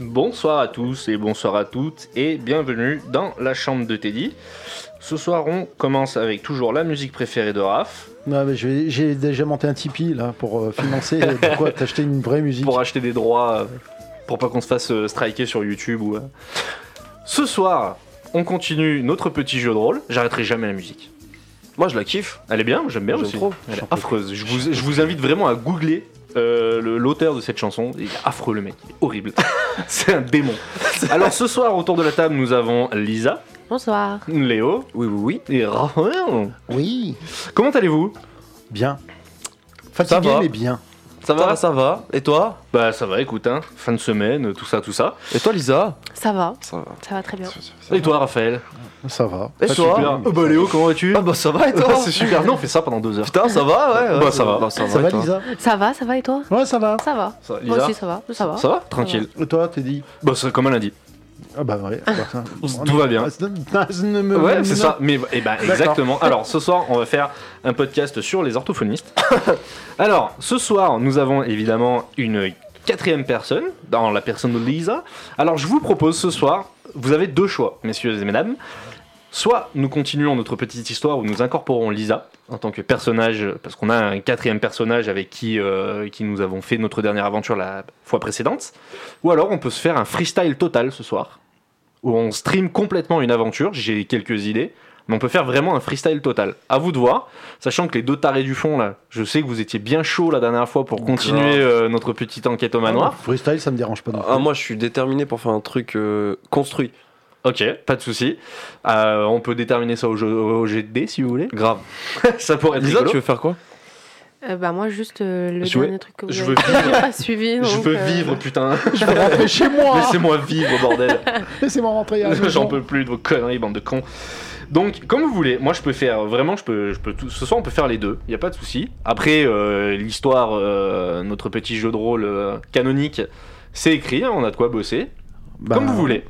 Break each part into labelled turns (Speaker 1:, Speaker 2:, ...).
Speaker 1: Bonsoir à tous et bonsoir à toutes et bienvenue dans la chambre de Teddy. Ce soir, on commence avec toujours la musique préférée de Raph
Speaker 2: Non, mais je vais- j'ai déjà monté un Tipeee là pour euh, financer. euh, Pourquoi t'acheter une vraie musique
Speaker 1: pour acheter des droits euh, pour pas qu'on se fasse euh, striker sur YouTube ou. euh. Ce soir, on continue notre petit jeu de rôle. J'arrêterai jamais la musique.
Speaker 3: Moi je la kiffe.
Speaker 1: Elle est bien, j'aime bien
Speaker 3: J'aime
Speaker 1: aussi.
Speaker 3: trop.
Speaker 1: Elle est affreuse. Je vous, je vous invite vraiment à googler euh, le- l'auteur de cette chanson. Il est affreux le mec, il est horrible. C'est un démon. Alors ce soir autour de la table, nous avons Lisa,
Speaker 4: Bonsoir.
Speaker 1: Léo
Speaker 3: Oui, oui, oui.
Speaker 1: et Raphaël.
Speaker 2: Oui.
Speaker 1: Comment allez-vous
Speaker 2: Bien.
Speaker 3: Ça
Speaker 2: Fatigué
Speaker 3: va.
Speaker 2: mais bien.
Speaker 3: Ça va, ça va. Et toi
Speaker 1: Bah ça va, écoute, hein. fin de semaine, tout ça, tout ça.
Speaker 3: Et toi Lisa
Speaker 4: Ça va,
Speaker 3: Ça va.
Speaker 4: ça va très bien.
Speaker 1: et toi Raphaël
Speaker 2: Ça va.
Speaker 3: Et
Speaker 1: Ah,
Speaker 3: toi
Speaker 1: super. Euh, bah Léo, comment vas-tu
Speaker 3: Ah bah ça va et toi
Speaker 1: C'est super, non, on fait ça pendant deux heures.
Speaker 3: Putain, ça va, ouais. ouais,
Speaker 1: Bah, ça va.
Speaker 3: ça
Speaker 2: Ça
Speaker 3: et
Speaker 2: va
Speaker 3: toi
Speaker 2: Lisa
Speaker 4: Ça va, ça va et toi
Speaker 2: Ouais ça va.
Speaker 4: Ça va.
Speaker 1: Ça va,
Speaker 4: Moi
Speaker 1: Lisa
Speaker 4: aussi ça va, ça va.
Speaker 1: Ça va Tranquille.
Speaker 2: Et toi t'es dit
Speaker 1: Bah c'est comme un lundi.
Speaker 2: Ah bah ouais. bah, ça-
Speaker 1: Tout va bien.
Speaker 2: Ah, ça ne me-
Speaker 1: Ouais, c'est
Speaker 2: non.
Speaker 1: ça. Mais eh ben, exactement. Alors, ce soir, on va faire un podcast sur les orthophonistes. Alors, ce soir, nous avons évidemment une quatrième personne, dans la personne de Lisa. Alors, je vous propose ce soir, vous avez deux choix, messieurs et mesdames. Soit nous continuons notre petite histoire où nous incorporons Lisa en tant que personnage, parce qu'on a un quatrième personnage avec qui, euh, qui nous avons fait notre dernière aventure la fois précédente. Ou alors on peut se faire un freestyle total ce soir, où on stream complètement une aventure. J'ai quelques idées, mais on peut faire vraiment un freestyle total. À vous de voir, sachant que les deux tarés du fond là, je sais que vous étiez bien chaud la dernière fois pour continuer euh, notre petite enquête au manoir.
Speaker 2: Freestyle ça me dérange pas non plus.
Speaker 3: Ah, moi je suis déterminé pour faire un truc euh, construit.
Speaker 1: Ok, pas de souci. Euh, on peut déterminer ça au, jeu, au jet de dés, si vous voulez.
Speaker 3: Grave.
Speaker 1: ça pourrait être
Speaker 3: Lisa,
Speaker 1: rigolo.
Speaker 3: tu veux faire quoi
Speaker 4: Euh, bah moi juste euh, le
Speaker 3: Je veux-
Speaker 4: dernier truc que vous
Speaker 1: je
Speaker 4: avez
Speaker 1: veux
Speaker 4: dit,
Speaker 1: vivre.
Speaker 4: j'ai pas suivi.
Speaker 1: Je
Speaker 4: donc,
Speaker 1: veux
Speaker 4: euh,
Speaker 1: vivre, putain.
Speaker 2: Je vais rentrer chez moi.
Speaker 1: Laissez-moi vivre, bordel.
Speaker 2: Laissez-moi rentrer. à la
Speaker 1: J'en
Speaker 2: maison.
Speaker 1: peux plus de vos conneries, bande de cons. Donc, comme vous voulez, moi je peux faire, vraiment, je peux, je peux tout, ce soir on peut faire les deux, il n'y a pas de souci. Après, euh, l'histoire, euh, notre petit jeu de rôle euh, canonique, c'est écrit, hein, on a de quoi bosser,
Speaker 2: Bah,
Speaker 1: comme vous voulez.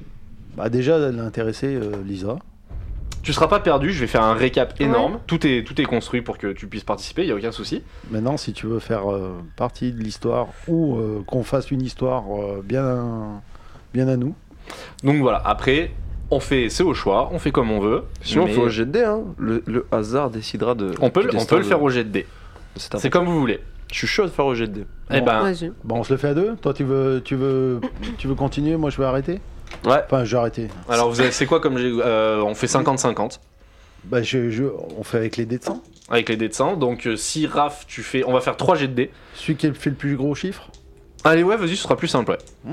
Speaker 2: Bah déjà elle a intéressé euh, Lisa.
Speaker 1: Tu seras pas perdu, je vais faire un récap
Speaker 4: Ouais.
Speaker 1: énorme, tout, est, tout est construit pour que tu puisses participer, il n'y a aucun souci.
Speaker 2: Maintenant, si tu veux faire euh, partie de l'histoire ou euh, qu'on fasse une histoire euh, bien, bien à nous,
Speaker 1: Donc voilà, après, on fait, c'est au choix, on fait comme on veut.
Speaker 3: Sinon,
Speaker 1: mais
Speaker 3: faut au jet de dés, hein. Le, le hasard décidera de.
Speaker 1: on peut,
Speaker 3: du
Speaker 1: le- on
Speaker 3: destin
Speaker 1: peut le
Speaker 3: de-
Speaker 1: faire au jet de dés,
Speaker 3: de cette affaire.
Speaker 1: c'est comme vous voulez.
Speaker 3: Je suis chaud de faire au jet de dés.
Speaker 1: Eh ben,
Speaker 4: Vas-y.
Speaker 2: bon, on se le fait à deux. Toi, tu veux, tu veux, tu veux continuer, moi je vais arrêter.
Speaker 3: Ouais.
Speaker 2: Enfin, je vais arrêter.
Speaker 1: alors vous avez- c'est quoi comme j'ai- euh, on fait 50-50
Speaker 2: Bah, je, je- on fait avec les dés de sang.
Speaker 1: avec les dés de 100. Donc euh, si Raph, tu fais, on va faire 3 jets de dés.
Speaker 2: Celui qui fait le plus gros chiffre.
Speaker 1: Allez ouais, vas-y, ce sera plus simple. ouais.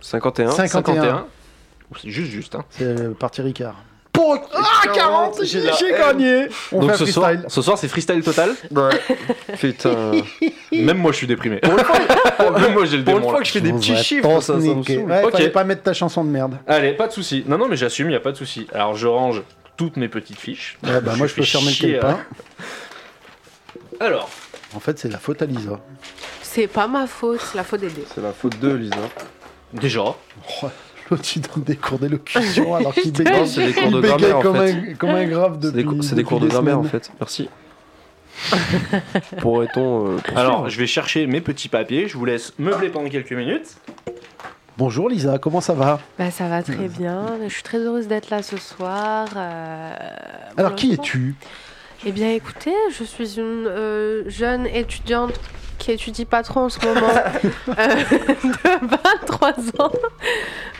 Speaker 3: 51.
Speaker 2: 51.
Speaker 1: Oh, C'est juste juste. hein.
Speaker 2: C'est euh, parti Ricard.
Speaker 1: Ah 40, j'ai gagné.
Speaker 2: On
Speaker 1: Donc
Speaker 2: fait un
Speaker 1: ce soir,
Speaker 2: freestyle.
Speaker 1: ce soir c'est freestyle total.
Speaker 3: Putain.
Speaker 1: Même moi je suis déprimé. Même moi j'ai le
Speaker 3: Pour
Speaker 1: démon.
Speaker 3: une
Speaker 1: là.
Speaker 3: fois que je fais des
Speaker 2: On
Speaker 3: petits
Speaker 2: va
Speaker 3: chiffres,
Speaker 2: t'en
Speaker 3: ça, ça me
Speaker 2: niquer.
Speaker 3: saoule.
Speaker 2: Ouais,
Speaker 1: Ok.
Speaker 2: fallait pas mettre ta chanson de merde.
Speaker 1: Allez, pas de souci. Non non, mais j'assume, il y a pas de souci. Alors je range toutes mes petites fiches.
Speaker 2: Ouais, bah, moi, je peux
Speaker 1: fais
Speaker 2: fermer
Speaker 1: chier,
Speaker 2: le calepin.
Speaker 3: hein.
Speaker 1: Alors,
Speaker 2: En fait, c'est la faute à Lisa.
Speaker 4: C'est pas ma faute, c'est la faute des dés.
Speaker 3: C'est la faute de Lisa.
Speaker 1: déjà,
Speaker 2: Oh, L'autre, il donne des cours d'élocution alors qu'il
Speaker 4: te
Speaker 2: bégaye.
Speaker 4: jure.
Speaker 3: C'est des cours de
Speaker 2: il bégaye
Speaker 3: grammaire en
Speaker 2: comme,
Speaker 3: fait.
Speaker 2: un, comme un grave
Speaker 3: C'est des,
Speaker 2: depuis-
Speaker 3: cours- c'est des
Speaker 2: depuis
Speaker 3: cours de
Speaker 2: des
Speaker 3: grammaire en
Speaker 2: semaines.
Speaker 3: fait. Merci. Pourrait-on. euh, poursuivre
Speaker 1: alors je vais chercher mes petits papiers, je vous laisse meubler pendant quelques minutes.
Speaker 2: Bonjour Lisa, comment ça va
Speaker 4: Bah ça va très bien, je suis très heureuse d'être là ce soir. euh,
Speaker 2: Alors qui
Speaker 4: malheureusement.
Speaker 2: es-tu
Speaker 4: Eh bien écoutez, je suis une euh, jeune étudiante qui étudie pas trop en ce moment, euh, de 23 ans.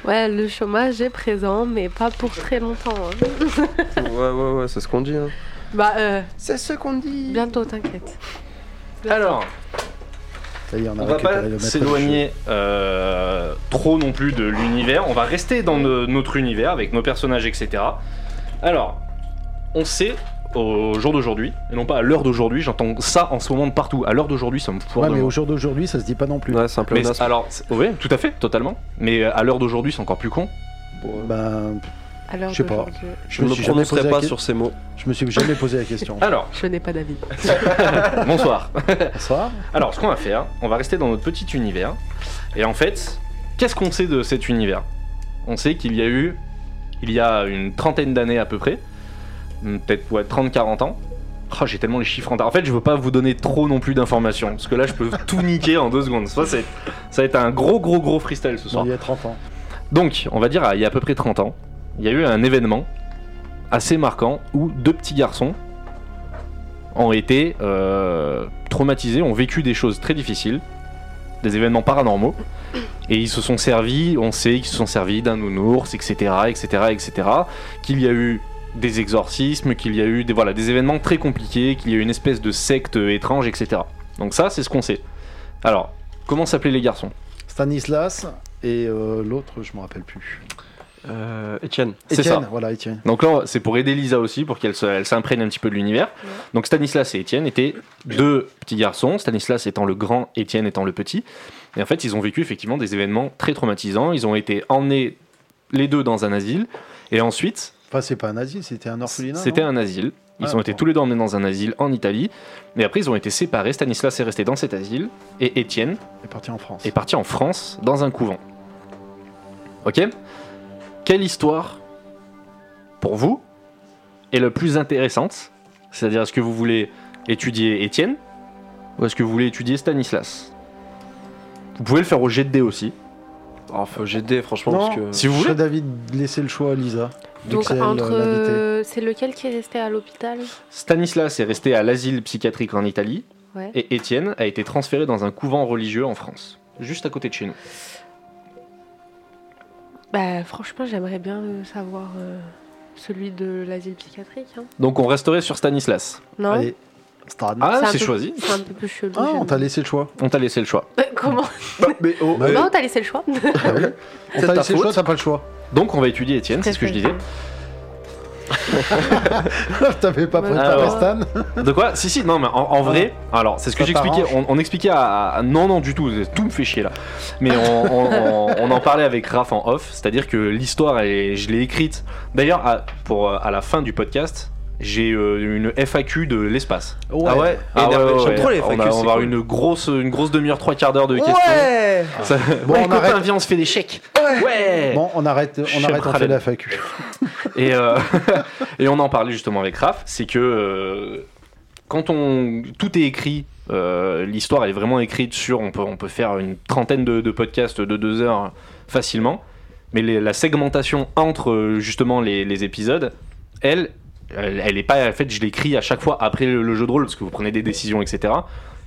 Speaker 4: Ouais, le chômage est présent, mais pas pour très longtemps. hein.
Speaker 3: Ouais, ouais, ouais, c'est ce qu'on dit. Hein.
Speaker 4: Bah euh,
Speaker 3: C'est ce qu'on dit.
Speaker 4: bientôt, t'inquiète.
Speaker 1: Alors,
Speaker 2: Ça y est, on a
Speaker 1: On va
Speaker 2: récupéré
Speaker 1: pas
Speaker 2: le maître du jeu.
Speaker 1: s'éloigner euh, trop non plus de l'univers. On va rester dans no- notre univers avec nos personnages, etc. Alors, on sait au jour d'aujourd'hui, et non pas à l'heure d'aujourd'hui, j'entends ça en ce moment de partout. À l'heure d'aujourd'hui, ça me fout
Speaker 2: Ouais,
Speaker 1: de
Speaker 2: mais
Speaker 1: moi.
Speaker 2: au jour d'aujourd'hui, ça se dit pas non plus.
Speaker 3: Ouais, c'est un peu
Speaker 1: Mais c'est- alors, c'est- ouais, tout à fait, totalement. Mais euh, à l'heure d'aujourd'hui, c'est encore plus con.
Speaker 2: Ben,
Speaker 4: Alors,
Speaker 2: Je sais pas.
Speaker 3: Je
Speaker 2: je me
Speaker 3: ne
Speaker 2: suis jamais posé
Speaker 3: prononcerai
Speaker 2: la
Speaker 3: pas
Speaker 2: que-
Speaker 3: sur ces mots.
Speaker 2: Je me suis jamais posé la question.
Speaker 1: Alors,
Speaker 4: Je n'ai pas d'avis.
Speaker 1: bonsoir.
Speaker 2: Bonsoir.
Speaker 1: Alors, ce qu'on va faire, on va rester dans notre petit univers. Et en fait, qu'est-ce qu'on sait de cet univers On sait qu'il y a eu, il y a une trentaine d'années à peu près, hmm, peut-être ouais, 30-40 ans, Oh, j'ai tellement les chiffres en tête. En fait, je veux pas vous donner trop non plus d'informations, parce que là, je peux tout niquer en deux secondes. Ça, c'est- ça va être un gros, gros, gros freestyle ce soir.
Speaker 2: Bon, il y a 30 ans.
Speaker 1: Donc, on va dire, il y a à peu près 30 ans, il y a eu un événement assez marquant où deux petits garçons ont été euh, traumatisés, ont vécu des choses très difficiles, des événements paranormaux, et ils se sont servis, on sait qu'ils se sont servis d'un nounours, etc., etc., etc., qu'il y a eu des exorcismes, qu'il y a eu des, voilà, des événements très compliqués, qu'il y a eu une espèce de secte étrange, etc. Donc ça, c'est ce qu'on sait. Alors, comment s'appelaient les garçons
Speaker 2: Stanislas et euh, l'autre, je me rappelle plus.
Speaker 3: Euh, Etienne.
Speaker 1: C'est
Speaker 2: Étienne,
Speaker 1: ça.
Speaker 2: voilà, Étienne.
Speaker 1: Donc là, c'est pour aider Lisa aussi, pour qu'elle se- elle s'imprègne un petit peu de l'univers.
Speaker 4: Ouais.
Speaker 1: Donc Stanislas et Étienne étaient deux petits garçons, Stanislas étant le grand, Étienne étant le petit. Et en fait, ils ont vécu effectivement des événements très traumatisants. Ils ont été emmenés les deux dans un asile. Et ensuite,
Speaker 2: Enfin, c'est pas un asile, c'était un orphelinat.
Speaker 1: c'était
Speaker 2: non
Speaker 1: un asile. Ils
Speaker 2: Ah,
Speaker 1: ont été
Speaker 2: bon.
Speaker 1: tous les deux emmenés dans un asile en Italie. Et après, ils ont été séparés. Stanislas est resté dans cet asile. Et Étienne
Speaker 2: Il est parti en France.
Speaker 1: est parti en France dans un couvent. Ok Quelle histoire, pour vous, est la plus intéressante C'est-à-dire, est-ce que vous voulez étudier Étienne ou est-ce que vous voulez étudier Stanislas Vous pouvez le faire au jet de dés aussi.
Speaker 3: Oh, faut GD, franchement,
Speaker 2: Non.
Speaker 3: parce que.
Speaker 1: Si vous
Speaker 2: Je
Speaker 1: voulez.
Speaker 2: vais David laisser le choix à Lisa. vu
Speaker 4: Donc
Speaker 2: que c'est elle,
Speaker 4: entre,
Speaker 2: euh, l'invitée.
Speaker 4: euh, c'est lequel qui est resté à l'hôpital
Speaker 1: Stanislas est resté à l'asile psychiatrique en Italie
Speaker 4: Ouais.
Speaker 1: et Étienne a été transféré dans un couvent religieux en France, juste à côté de chez nous.
Speaker 4: Bah franchement, j'aimerais bien euh, savoir euh, celui de l'asile psychiatrique. hein.
Speaker 1: Donc on resterait sur Stanislas.
Speaker 4: Non.
Speaker 2: Allez, Stan.
Speaker 1: Ah,
Speaker 4: un
Speaker 1: c'est
Speaker 4: peu-
Speaker 1: choisi.
Speaker 4: C'est un peu plus chelou.
Speaker 2: Ah, on
Speaker 4: j'aime.
Speaker 2: t'a laissé le choix.
Speaker 1: On t'a Euh, laissé le choix.
Speaker 4: Comment
Speaker 3: Mais oh,
Speaker 2: Bah,
Speaker 3: eh,
Speaker 4: Non, t'as laissé le choix.
Speaker 2: On
Speaker 3: C'est
Speaker 2: t'a
Speaker 3: ta
Speaker 2: laissé le
Speaker 3: faute.
Speaker 2: choix, t'as pas le choix.
Speaker 1: Donc on va étudier Étienne, c'est ce que je disais.
Speaker 2: T'avais pas
Speaker 4: Ouais.
Speaker 2: préparé
Speaker 1: Alors.
Speaker 2: Stan
Speaker 1: De quoi Si, si, non, mais en, en vrai,
Speaker 3: Ah.
Speaker 1: alors c'est ce que
Speaker 2: Ça
Speaker 1: j'expliquais. On, on expliquait à, à- Non, non, du tout, tout me fait chier là. Mais on, on- on- on en parlait avec Raph en off, c'est-à-dire que l'histoire, elle- je l'ai écrite. D'ailleurs, à, pour, euh, à la fin du podcast, j'ai euh, une FAQ de l'espace.
Speaker 3: Ah ouais
Speaker 1: Ah ouais,
Speaker 3: énervé.
Speaker 1: ouais,
Speaker 3: J'aime
Speaker 1: ouais.
Speaker 3: trop les FAQ,
Speaker 1: On, a- on va
Speaker 3: c'est
Speaker 1: avoir
Speaker 3: cool.
Speaker 1: une grosse, une grosse demi-heure, trois quarts d'heure de questions.
Speaker 3: Ouais
Speaker 1: Ça-
Speaker 2: Bon,
Speaker 1: ouais,
Speaker 2: on
Speaker 1: copain,
Speaker 2: arrête.
Speaker 1: viens, on se fait des chèques.
Speaker 3: Ouais.
Speaker 1: Ouais.
Speaker 2: Bon, on arrête, on
Speaker 1: Chef
Speaker 2: arrête, on fait
Speaker 1: Khaled.
Speaker 2: la FAQ.
Speaker 1: Et, euh, et on en parlait justement avec Raph, c'est que euh, quand on tout est écrit, euh, l'histoire est vraiment écrite sur, on peut, on peut faire une trentaine de, de podcasts de deux heures facilement, mais les- la segmentation entre euh, justement les, les épisodes, elle, elle, elle est pas, en fait je l'écris à chaque fois après le, le jeu de rôle, parce que vous prenez des décisions, etc.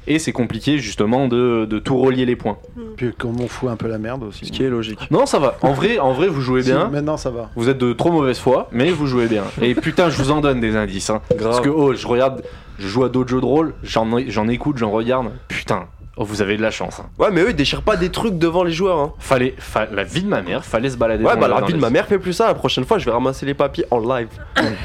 Speaker 1: Et c'est compliqué justement de, de tout relier les points.
Speaker 2: Puis qu'on m'en fout un peu la merde aussi.
Speaker 3: Ce qui est logique.
Speaker 1: Non, ça va. En vrai, en vrai, vous jouez
Speaker 2: Si,
Speaker 1: bien.
Speaker 2: maintenant ça va.
Speaker 1: Vous êtes de trop mauvaise foi, mais vous jouez bien. Et putain, je vous en donne des indices. Hein. Parce que, oh, je regarde, je joue à d'autres jeux de rôle, j'en j'en écoute, j'en regarde. Putain, oh, vous avez de la chance. hein.
Speaker 3: Ouais, mais eux, ils déchirent pas des trucs devant les joueurs. Hein.
Speaker 1: Fallait, fa- la vie de ma mère, fallait se balader.
Speaker 3: Ouais,
Speaker 1: dans
Speaker 3: bah
Speaker 1: les-
Speaker 3: la
Speaker 1: dans
Speaker 3: vie de
Speaker 1: les-
Speaker 3: ma mère fait plus ça. La prochaine fois, je vais ramasser les papiers en live.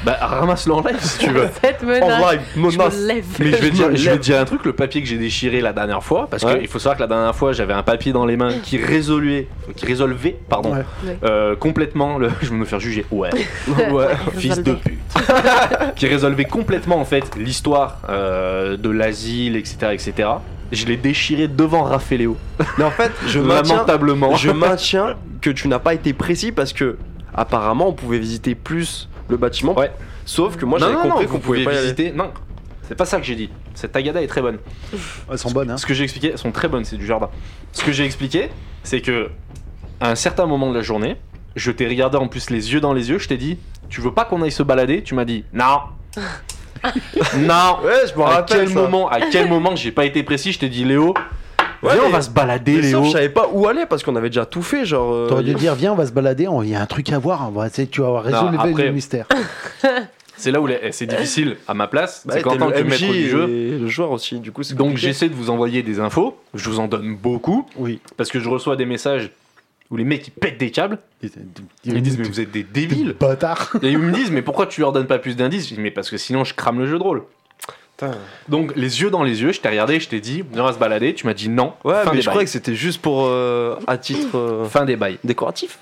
Speaker 1: Bah, ramasse-le en live si tu veux.
Speaker 4: Cette
Speaker 3: En
Speaker 4: menace.
Speaker 3: live,
Speaker 4: Je me
Speaker 3: menace.
Speaker 4: lève.
Speaker 1: Mais je vais, te
Speaker 3: Je
Speaker 1: dire,
Speaker 3: me
Speaker 1: je vais
Speaker 3: lève.
Speaker 1: te dire un truc, le papier que j'ai déchiré la dernière fois, parce
Speaker 3: Ouais.
Speaker 1: qu'il faut savoir que la dernière fois j'avais un papier dans les mains qui résolvait, qui résolvait pardon,
Speaker 2: Ouais.
Speaker 4: Ouais.
Speaker 1: euh, complètement le. Je vais me faire juger, ouais.
Speaker 3: Ouais.
Speaker 1: euh, Fils de pute. qui résolvait complètement en fait l'histoire euh, de l'asile, etc., etc. Je l'ai déchiré devant Raffaello.
Speaker 3: Mais en fait, je maintiens,
Speaker 1: Lamentablement.
Speaker 3: je maintiens que tu n'as pas été précis parce que apparemment, on pouvait visiter plus le bâtiment.
Speaker 1: Ouais.
Speaker 3: Sauf que moi, j'avais
Speaker 1: non, non,
Speaker 3: compris
Speaker 1: non,
Speaker 3: qu'on
Speaker 1: vous
Speaker 3: pouvait
Speaker 1: pouvez
Speaker 3: pas y aller.
Speaker 1: visiter. Non, c'est pas ça que j'ai dit. Cette tagada est très bonne.
Speaker 2: Elles sont bonnes, hein.
Speaker 1: Ce que j'ai expliqué, elles sont très bonnes, c'est du jardin. Ce que j'ai expliqué, c'est que à un certain moment de la journée, je t'ai regardé en plus les yeux dans les yeux, je t'ai dit, tu veux pas qu'on aille se balader Tu m'as dit, non. non.
Speaker 3: Ouais, je me
Speaker 1: À
Speaker 3: rappelle.
Speaker 1: quel
Speaker 3: ça.
Speaker 1: moment, à quel moment j'ai pas été précis, je t'ai dit Léo,
Speaker 3: Ouais,
Speaker 1: viens on
Speaker 3: mais-
Speaker 1: va se balader
Speaker 3: Mais sauf,
Speaker 1: Léo.
Speaker 3: je savais pas où aller parce qu'on avait déjà tout fait. Genre. euh,
Speaker 2: T'aurais dû dire, viens, on va se balader, on- il y a un truc à voir, on va essayer, tu vas résoudre
Speaker 1: Non, après-
Speaker 2: le mystère.
Speaker 1: C'est là où les- c'est difficile à ma place,
Speaker 3: bah,
Speaker 1: c'est qu'en
Speaker 3: t'es
Speaker 1: tant
Speaker 3: le
Speaker 1: que
Speaker 3: MJ
Speaker 1: maître du jeu,
Speaker 3: et le joueur aussi. Du coup, c'est
Speaker 1: donc
Speaker 3: compliqué.
Speaker 1: j'essaie de vous envoyer des infos, je vous en donne beaucoup,
Speaker 2: Oui.
Speaker 1: parce que je reçois des messages où les mecs ils pètent des câbles, ils disent mais vous êtes des débiles,
Speaker 2: Bâtard
Speaker 1: et ils me disent mais pourquoi tu leur donnes pas plus d'indices Je dis mais parce que sinon je crame le jeu de rôle.
Speaker 3: Putain.
Speaker 1: Donc les yeux dans les yeux, je t'ai regardé, je t'ai dit on va se balader, tu m'as dit non,
Speaker 3: Ouais,
Speaker 1: fin,
Speaker 3: mais
Speaker 1: des
Speaker 3: je croyais
Speaker 1: bails.
Speaker 3: que c'était juste pour. euh, à titre. euh,
Speaker 1: fin des bails,
Speaker 3: Décoratif.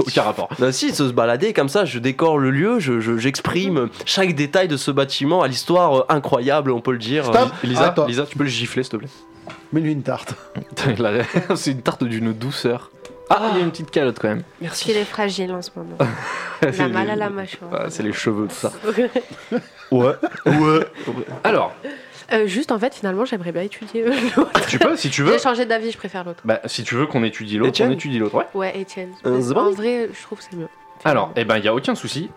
Speaker 1: aucun rapport.
Speaker 3: Bah si, se se balader comme ça, je décore le lieu, je- je- j'exprime chaque détail de ce bâtiment à l'histoire euh, incroyable, on peut le dire.
Speaker 2: Stop.
Speaker 1: Lisa,
Speaker 2: Attends.
Speaker 1: Lisa, tu peux le gifler s'il te plaît
Speaker 2: Mets-lui une tarte.
Speaker 1: La- C'est une tarte d'une douceur. Ah, il y a une petite calotte quand même.
Speaker 4: Parce qu'il est fragile en ce moment. Il a mal à la mâchoire.
Speaker 1: Ah, c'est les cheveux, tout ça.
Speaker 3: Ouais. Ouais.
Speaker 1: Alors,
Speaker 4: Euh, juste en fait, finalement, j'aimerais bien étudier euh, l'autre.
Speaker 1: tu peux, si tu veux.
Speaker 4: J'ai changé d'avis, je préfère l'autre.
Speaker 1: Bah, si tu veux qu'on étudie l'autre, on
Speaker 3: Étienne
Speaker 1: étudie l'autre, ouais.
Speaker 4: Ouais, Étienne.
Speaker 3: Euh,
Speaker 4: Mais
Speaker 3: c'est
Speaker 4: en
Speaker 3: bon
Speaker 4: vrai, je trouve que c'est mieux.
Speaker 1: Alors, eh ben, il n'y a aucun souci.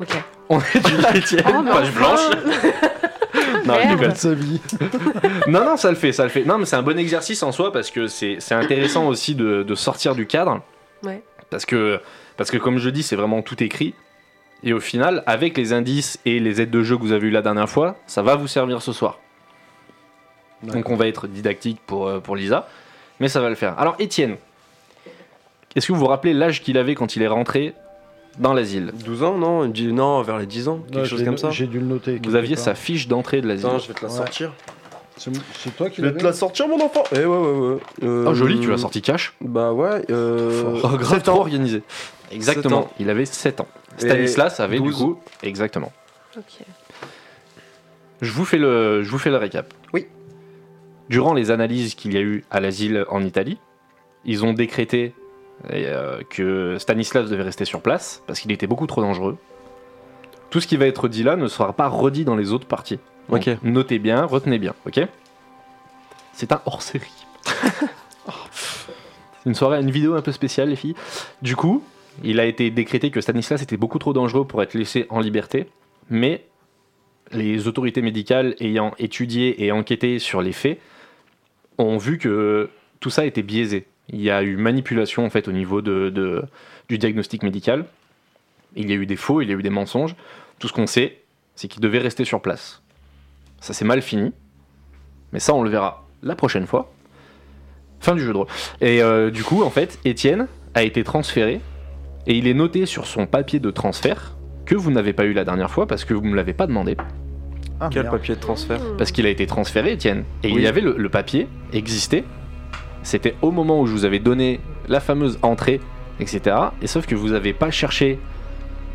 Speaker 4: Ok.
Speaker 1: On étudie Étienne,
Speaker 4: Oh, mais
Speaker 1: page
Speaker 4: enfin
Speaker 1: blanche. Non, je
Speaker 4: Merde.
Speaker 1: rigole.
Speaker 2: de sa vie.
Speaker 1: non, non, ça le fait, ça le fait. Non, mais c'est un bon exercice en soi parce que c'est c'est intéressant aussi de, de sortir du cadre.
Speaker 4: Ouais.
Speaker 1: Parce que, parce que comme je dis, c'est vraiment tout écrit. Et au final, avec les indices et les aides de jeu que vous avez eues la dernière fois, ça va vous servir ce soir. Donc on va être didactique pour, euh, pour Lisa, mais ça va le faire. Alors Étienne, est-ce que vous vous rappelez l'âge qu'il avait quand il est rentré dans l'asile
Speaker 3: 12 ans, non il dit- Non, vers les 10 ans, quelque
Speaker 2: Ouais,
Speaker 3: chose
Speaker 2: j'ai-
Speaker 3: comme ça.
Speaker 2: J'ai dû le noter. quelque
Speaker 1: Vous aviez
Speaker 2: part.
Speaker 1: sa fiche d'entrée de l'asile.
Speaker 3: Attends, je vais te la
Speaker 2: Ouais.
Speaker 3: sortir.
Speaker 2: C'est c'est toi qui
Speaker 3: Je vais
Speaker 2: l'avais
Speaker 3: te la sortir, mon enfant Eh ouais, ouais, ouais. Euh,
Speaker 1: Oh joli, tu l'as sorti cash.
Speaker 3: Bah ouais. Euh...
Speaker 1: Oh, grave, trop organisé.
Speaker 3: Sept
Speaker 1: Exactement,
Speaker 3: ans.
Speaker 1: il avait 7 ans.
Speaker 3: Et
Speaker 1: Stanislas avait du
Speaker 3: 12.
Speaker 1: coup, exactement.
Speaker 4: Ok.
Speaker 1: Je vous fais le, je vous fais le récap.
Speaker 3: Oui.
Speaker 1: Durant les analyses qu'il y a eu à l'asile en Italie, ils ont décrété euh, que Stanislas devait rester sur place parce qu'il était beaucoup trop dangereux. Tout ce qui va être dit là ne sera pas redit dans les autres parties. Donc,
Speaker 3: Ok.
Speaker 1: Notez bien, retenez bien, ok C'est un hors-série. une soirée, une vidéo un peu spéciale, les filles. Du coup, il a été décrété que Stanislas était beaucoup trop dangereux pour être laissé en liberté, mais les autorités médicales ayant étudié et enquêté sur les faits ont vu que tout ça était biaisé. Il y a eu manipulation en fait au niveau de, de- du diagnostic médical. Il y a eu des faux, il y a eu des mensonges. Tout ce qu'on sait, c'est qu'il devait rester sur place. Ça s'est mal fini, mais ça on le verra la prochaine fois. Fin du jeu de rôle. Et euh, du coup, en fait, Étienne a été transféré et il est noté sur son papier de transfert que vous n'avez pas eu la dernière fois parce que vous ne me l'avez pas demandé.
Speaker 2: Ah,
Speaker 3: Quel
Speaker 2: merde.
Speaker 3: papier de transfert
Speaker 4: Hmm.
Speaker 1: Parce qu'il a été transféré, Étienne. Et il
Speaker 3: Oui.
Speaker 1: y avait le, le papier, existait. C'était au moment où je vous avais donné la fameuse entrée, etc. Et sauf que vous n'avez pas cherché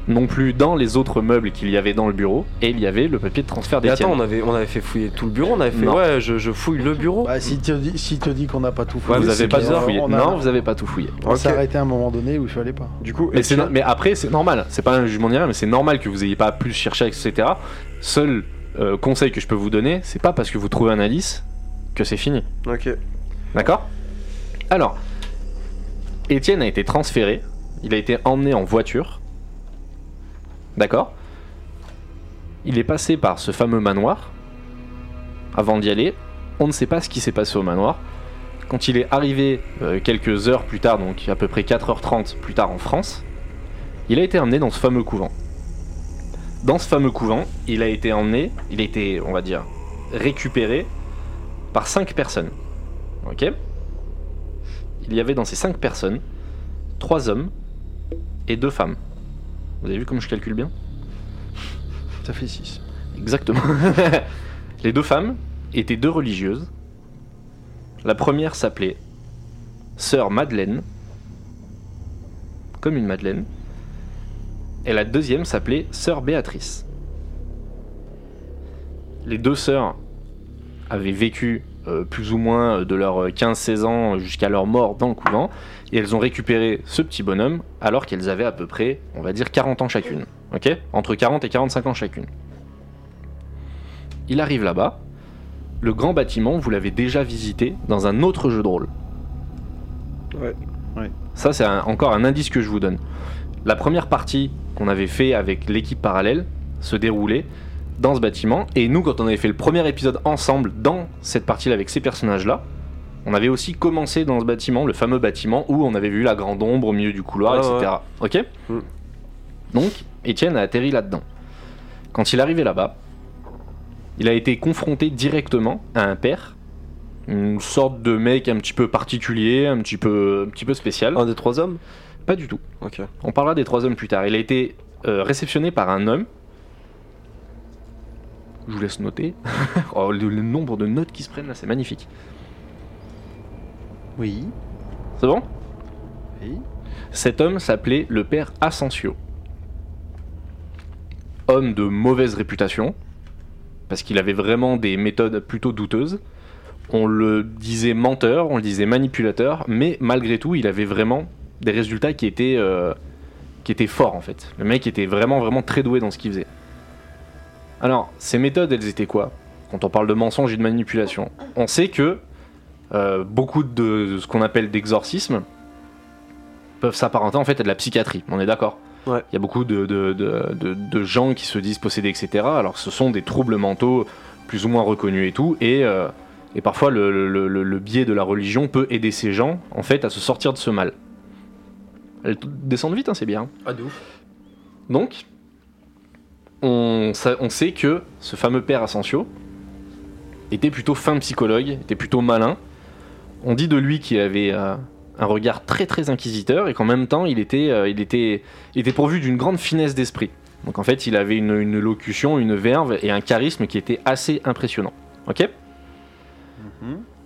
Speaker 1: non plus dans les autres meubles qu'il y avait dans le bureau. Et il y avait le papier de transfert
Speaker 3: Et attends,
Speaker 1: d'Étienne.
Speaker 3: on avait, on avait fait fouiller tout le bureau, on avait fait.
Speaker 1: Non.
Speaker 3: Ouais, je, je fouille le bureau.
Speaker 2: Bah, si te dit, si te dit qu'on n'a pas tout fouillé,
Speaker 1: Ouais, vous
Speaker 2: c'est
Speaker 1: n'avez pas
Speaker 2: bizarre.
Speaker 1: tout fouillé.
Speaker 2: On a-
Speaker 1: Non, vous n'avez pas tout fouillé.
Speaker 2: On
Speaker 3: Ok.
Speaker 2: s'est arrêté à un moment donné où il fallait pas.
Speaker 3: Du coup,
Speaker 1: Mais, c'est
Speaker 3: Étienne-
Speaker 1: no- mais après, c'est normal. C'est pas un jugement ni rien, mais c'est normal que vous n'ayez pas plus cherché, etc. Seul euh, conseil que je peux vous donner, c'est pas parce que vous trouvez un indice que c'est fini.
Speaker 3: Ok.
Speaker 1: D'accord Alors, Étienne a été transféré, il a été emmené en voiture. D'accord Il est passé par ce fameux manoir. Avant d'y aller, on ne sait pas ce qui s'est passé au manoir. Quand il est arrivé euh, quelques heures plus tard, donc à peu près 4h30 plus tard en France, il a été emmené dans ce fameux couvent. Dans ce fameux couvent, il a été emmené, il a été, on va dire, récupéré par 5 personnes. Ok. Il y avait dans ces 5 personnes 3 hommes et 2 femmes. Vous avez vu comme je calcule bien
Speaker 2: Ça fait 6.
Speaker 1: Exactement. Les deux femmes étaient deux religieuses. La première s'appelait Sœur Madeleine, comme une Madeleine. Et la deuxième s'appelait Sœur Béatrice. Les deux sœurs avaient vécu euh, plus ou moins euh, de leurs 15-16 ans jusqu'à leur mort dans le couvent, et elles ont récupéré ce petit bonhomme alors qu'elles avaient à peu près, on va dire, 40 ans chacune. Ok Entre 40 et 45 ans chacune. Il arrive là-bas. Le grand bâtiment, vous l'avez déjà visité dans un autre jeu de rôle.
Speaker 3: Ouais.
Speaker 2: Ouais.
Speaker 1: Ça, c'est un- encore un indice que je vous donne. La première partie qu'on avait fait avec l'équipe parallèle se déroulait dans ce bâtiment. Et nous, quand on avait fait le premier épisode ensemble dans cette partie-là avec ces personnages-là, on avait aussi commencé dans ce bâtiment, le fameux bâtiment où on avait vu la grande ombre au milieu du couloir,
Speaker 3: Ouais,
Speaker 1: etc. Ok
Speaker 3: Mm.
Speaker 1: Donc, Étienne a atterri là-dedans. Quand il arrivait là-bas, il a été confronté directement à un père, une sorte de mec un petit peu particulier, un petit peu, un petit peu spécial.
Speaker 3: Un des trois hommes
Speaker 1: Pas du tout.
Speaker 3: Ok.
Speaker 1: On parlera des trois hommes plus tard. Il a été euh, réceptionné par un homme. Je vous laisse noter. Oh, le, le nombre de notes qui se prennent là, c'est magnifique.
Speaker 2: Oui.
Speaker 1: C'est bon
Speaker 2: Oui.
Speaker 1: Cet homme s'appelait le père Asensio. Homme de mauvaise réputation, parce qu'il avait vraiment des méthodes plutôt douteuses. On le disait menteur, on le disait manipulateur, mais malgré tout, il avait vraiment des résultats qui étaient, euh, qui étaient forts en fait. Le mec était vraiment, vraiment très doué dans ce qu'il faisait. Alors, ces méthodes, elles étaient quoi Quand on parle de mensonge et de manipulation, on sait que euh, beaucoup de, de ce qu'on appelle d'exorcismes peuvent s'apparenter en fait à de la psychiatrie, on est d'accord
Speaker 3: Ouais.
Speaker 1: Il y a beaucoup de, de- de- de- de gens qui se disent possédés, etc. Alors ce sont des troubles mentaux plus ou moins reconnus et tout, et, euh, et parfois le, le- le- le biais de la religion peut aider ces gens en fait à se sortir de ce mal. Elles t- descendent vite, hein, c'est bien.
Speaker 3: Ah, de ouf.
Speaker 1: Donc, on, sa- on sait que ce fameux père Asensio était plutôt fin psychologue, était plutôt malin. On dit de lui qu'il avait euh, un regard très très inquisiteur et qu'en même temps il était, euh, il était, il était pourvu d'une grande finesse d'esprit. Donc en fait il avait une, une locution, une verve et un charisme qui était assez impressionnant. Ok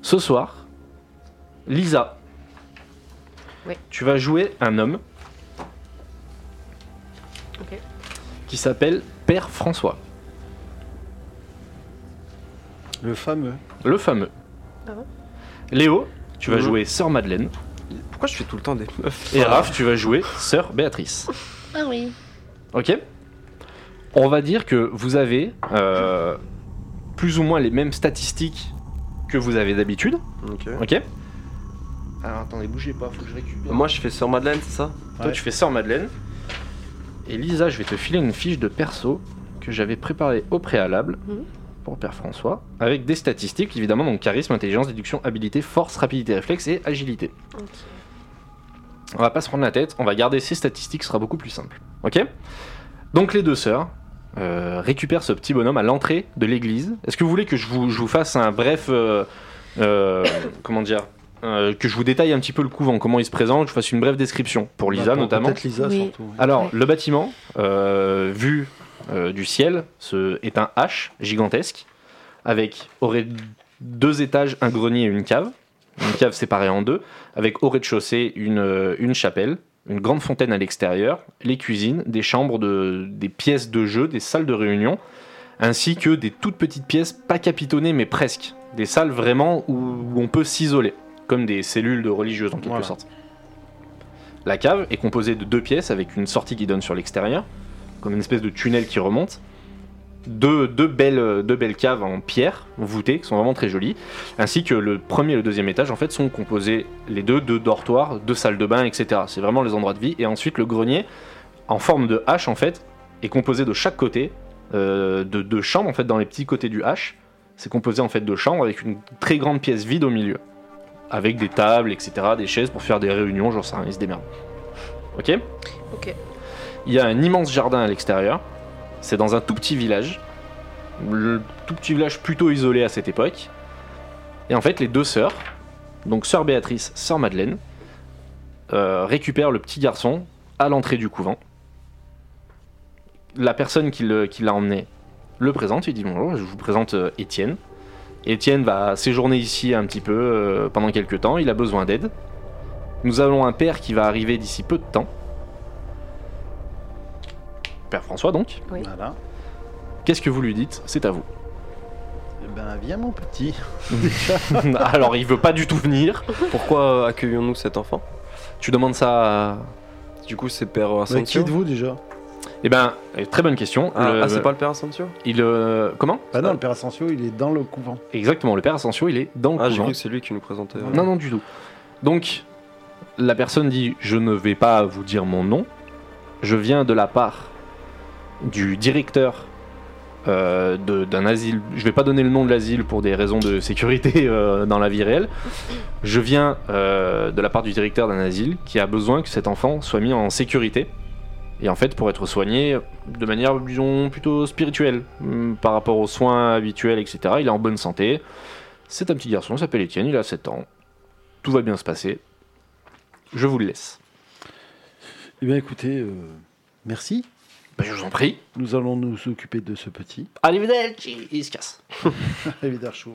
Speaker 1: Ce soir, Lisa,
Speaker 4: Oui.
Speaker 1: tu vas jouer un homme
Speaker 4: Ok.
Speaker 1: qui s'appelle Père François.
Speaker 2: Le fameux.
Speaker 1: Le fameux.
Speaker 4: Ah ouais
Speaker 1: Léo, tu vas
Speaker 3: Mhm.
Speaker 1: jouer Sœur Madeleine.
Speaker 3: Pourquoi je fais tout le temps des meufs
Speaker 1: Et Raph, tu vas jouer Sœur Béatrice.
Speaker 4: Ah oui.
Speaker 1: Ok On va dire que vous avez euh, plus ou moins les mêmes statistiques que vous avez d'habitude.
Speaker 3: Ok.
Speaker 1: Ok
Speaker 2: Alors attendez, bougez pas, faut que je récupère.
Speaker 3: Moi, je fais Sœur Madeleine, c'est ça
Speaker 1: Toi,
Speaker 2: Ouais.
Speaker 1: tu fais Sœur Madeleine. Et Lisa, je vais te filer une fiche de perso que j'avais préparée au préalable
Speaker 4: Mhm.
Speaker 1: pour Père François, avec des statistiques, évidemment, donc charisme, intelligence, déduction, habilité, force, rapidité, réflexe et agilité.
Speaker 4: Ok.
Speaker 1: On va pas se prendre la tête, on va garder ces statistiques, ce sera beaucoup plus simple. Ok Donc les deux sœurs euh, récupèrent ce petit bonhomme à l'entrée de l'église. Est-ce que vous voulez que je vous, je vous fasse un bref... euh, euh, comment dire euh, que je vous détaille un petit peu le couvent, comment il se présente, que je fasse une brève description Bah, pour Lisa notamment.
Speaker 2: Bah, Peut-être Lisa
Speaker 4: Oui.
Speaker 2: surtout.
Speaker 1: Alors,
Speaker 4: Ouais.
Speaker 1: le bâtiment, euh, vu euh, du ciel, ce- est un H gigantesque, avec au rez- deux étages, un grenier et une cave, une cave séparée en deux, avec au rez-de-chaussée une, euh, une chapelle, une grande fontaine à l'extérieur, les cuisines, des chambres, de, des pièces de jeu, des salles de réunion, ainsi que des toutes petites pièces, pas capitonnées mais presque, des salles vraiment où, où on peut s'isoler, comme des cellules de religieuses en quelque
Speaker 2: Voilà.
Speaker 1: sorte. La cave est composée de deux pièces avec une sortie qui donne sur l'extérieur, comme une espèce de tunnel qui remonte. Deux, deux belles, deux belles caves en pierre voûtées qui sont vraiment très jolies, ainsi que le premier et le deuxième étage en fait sont composés les deux de dortoirs, de salles de bain, etc. C'est vraiment les endroits de vie. Et ensuite le grenier en forme de H en fait est composé de chaque côté euh, de deux chambres en fait dans les petits côtés du H. C'est composé en fait de chambres avec une très grande pièce vide au milieu, avec des tables, etc., des chaises pour faire des réunions, genre ça, ils se démerdent. Ok.
Speaker 4: Ok.
Speaker 1: Il y a un immense jardin à l'extérieur. C'est dans un tout petit village. Le tout petit village plutôt isolé à cette époque. Et en fait, les deux sœurs, donc sœur Béatrice, sœur Madeleine, euh, récupèrent le petit garçon à l'entrée du couvent. La personne qui le- qui l'a emmené le présente, il dit bonjour, je vous présente euh, Étienne. Étienne va séjourner ici un petit peu euh, pendant quelques temps, il a besoin d'aide. Nous avons un père qui va arriver d'ici peu de temps. Père François donc.
Speaker 4: Oui.
Speaker 2: Voilà.
Speaker 1: Qu'est-ce que vous lui dites C'est à vous.
Speaker 2: Eh ben viens mon petit.
Speaker 1: Alors il veut pas du tout venir.
Speaker 3: Pourquoi euh, accueillons-nous cet enfant
Speaker 1: Tu demandes ça à...
Speaker 3: Du coup, c'est Père
Speaker 2: Mais qui
Speaker 3: Asensio
Speaker 2: êtes-vous déjà
Speaker 1: Eh ben, euh, très bonne question.
Speaker 3: Ah,
Speaker 1: Le-
Speaker 3: ah, c'est pas le Père Asensio
Speaker 1: Il... euh, Comment
Speaker 2: Bah non, le père Asensio, il est dans le couvent.
Speaker 1: Exactement, le père Asensio, il est dans le
Speaker 3: Ah, j'ai
Speaker 1: couvent.
Speaker 3: cru que c'est lui qui nous présentait.
Speaker 1: Non, non, du tout. Donc, la personne dit Je ne vais pas vous dire mon nom. Je viens de la part du directeur euh, de- d'un asile. Je vais pas donner le nom de l'asile pour des raisons de sécurité euh, dans la vie réelle. Je viens euh, de la part du directeur d'un asile qui a besoin que cet enfant soit mis en sécurité. Et en fait, pour être soigné de manière, disons, plutôt spirituelle, hum, par rapport aux soins habituels, etc., il est en bonne santé. C'est un petit garçon, il s'appelle Étienne, il a 7 ans. Tout va bien se passer. Je vous le laisse.
Speaker 2: Eh bien écoutez, euh, merci.
Speaker 1: Ben, je vous en prie.
Speaker 2: Nous allons nous occuper de ce petit.
Speaker 1: Allez, il se casse.
Speaker 2: Évidemment. chaud.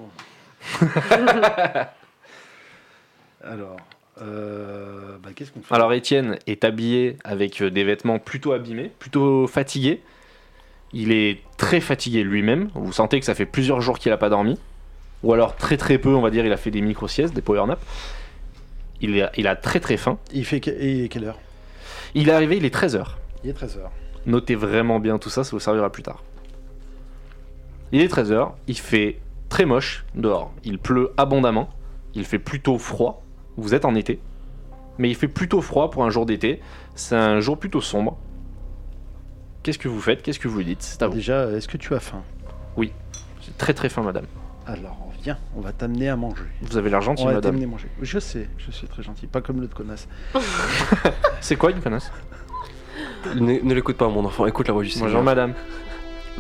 Speaker 2: Alors, euh, bah, qu'est-ce qu'on fait
Speaker 1: Alors Étienne est habillé avec euh, des vêtements plutôt abîmés, plutôt fatigué. Il est très fatigué lui-même. Vous sentez que ça fait plusieurs jours qu'il n'a pas dormi. Ou alors très très peu, on va dire, il a fait des micro-siestes, des power naps. Il a, il a très très faim.
Speaker 2: Il fait que- et il est quelle heure
Speaker 1: Il est arrivé, il est 13h.
Speaker 2: Il est 13h.
Speaker 1: Notez vraiment bien tout ça, ça vous servira plus tard. Il est 13h, il fait très moche dehors. Il pleut abondamment, il fait plutôt froid. Vous êtes en été, mais il fait plutôt froid pour un jour d'été. C'est un jour plutôt sombre. Qu'est-ce que vous faites Qu'est-ce que vous dites C'est à vous.
Speaker 2: Déjà, est-ce que tu as faim
Speaker 1: J'ai très très faim, madame.
Speaker 2: Alors, viens, on va t'amener à manger.
Speaker 1: Vous avez l'argent,
Speaker 2: on va
Speaker 1: madame.
Speaker 2: t'amener à manger. Je sais, je suis très gentil, pas comme l'autre connasse.
Speaker 1: C'est quoi une connasse
Speaker 3: Ne, ne l'écoute pas, mon enfant. Écoute la voix du Seigneur.
Speaker 1: Bonjour, madame.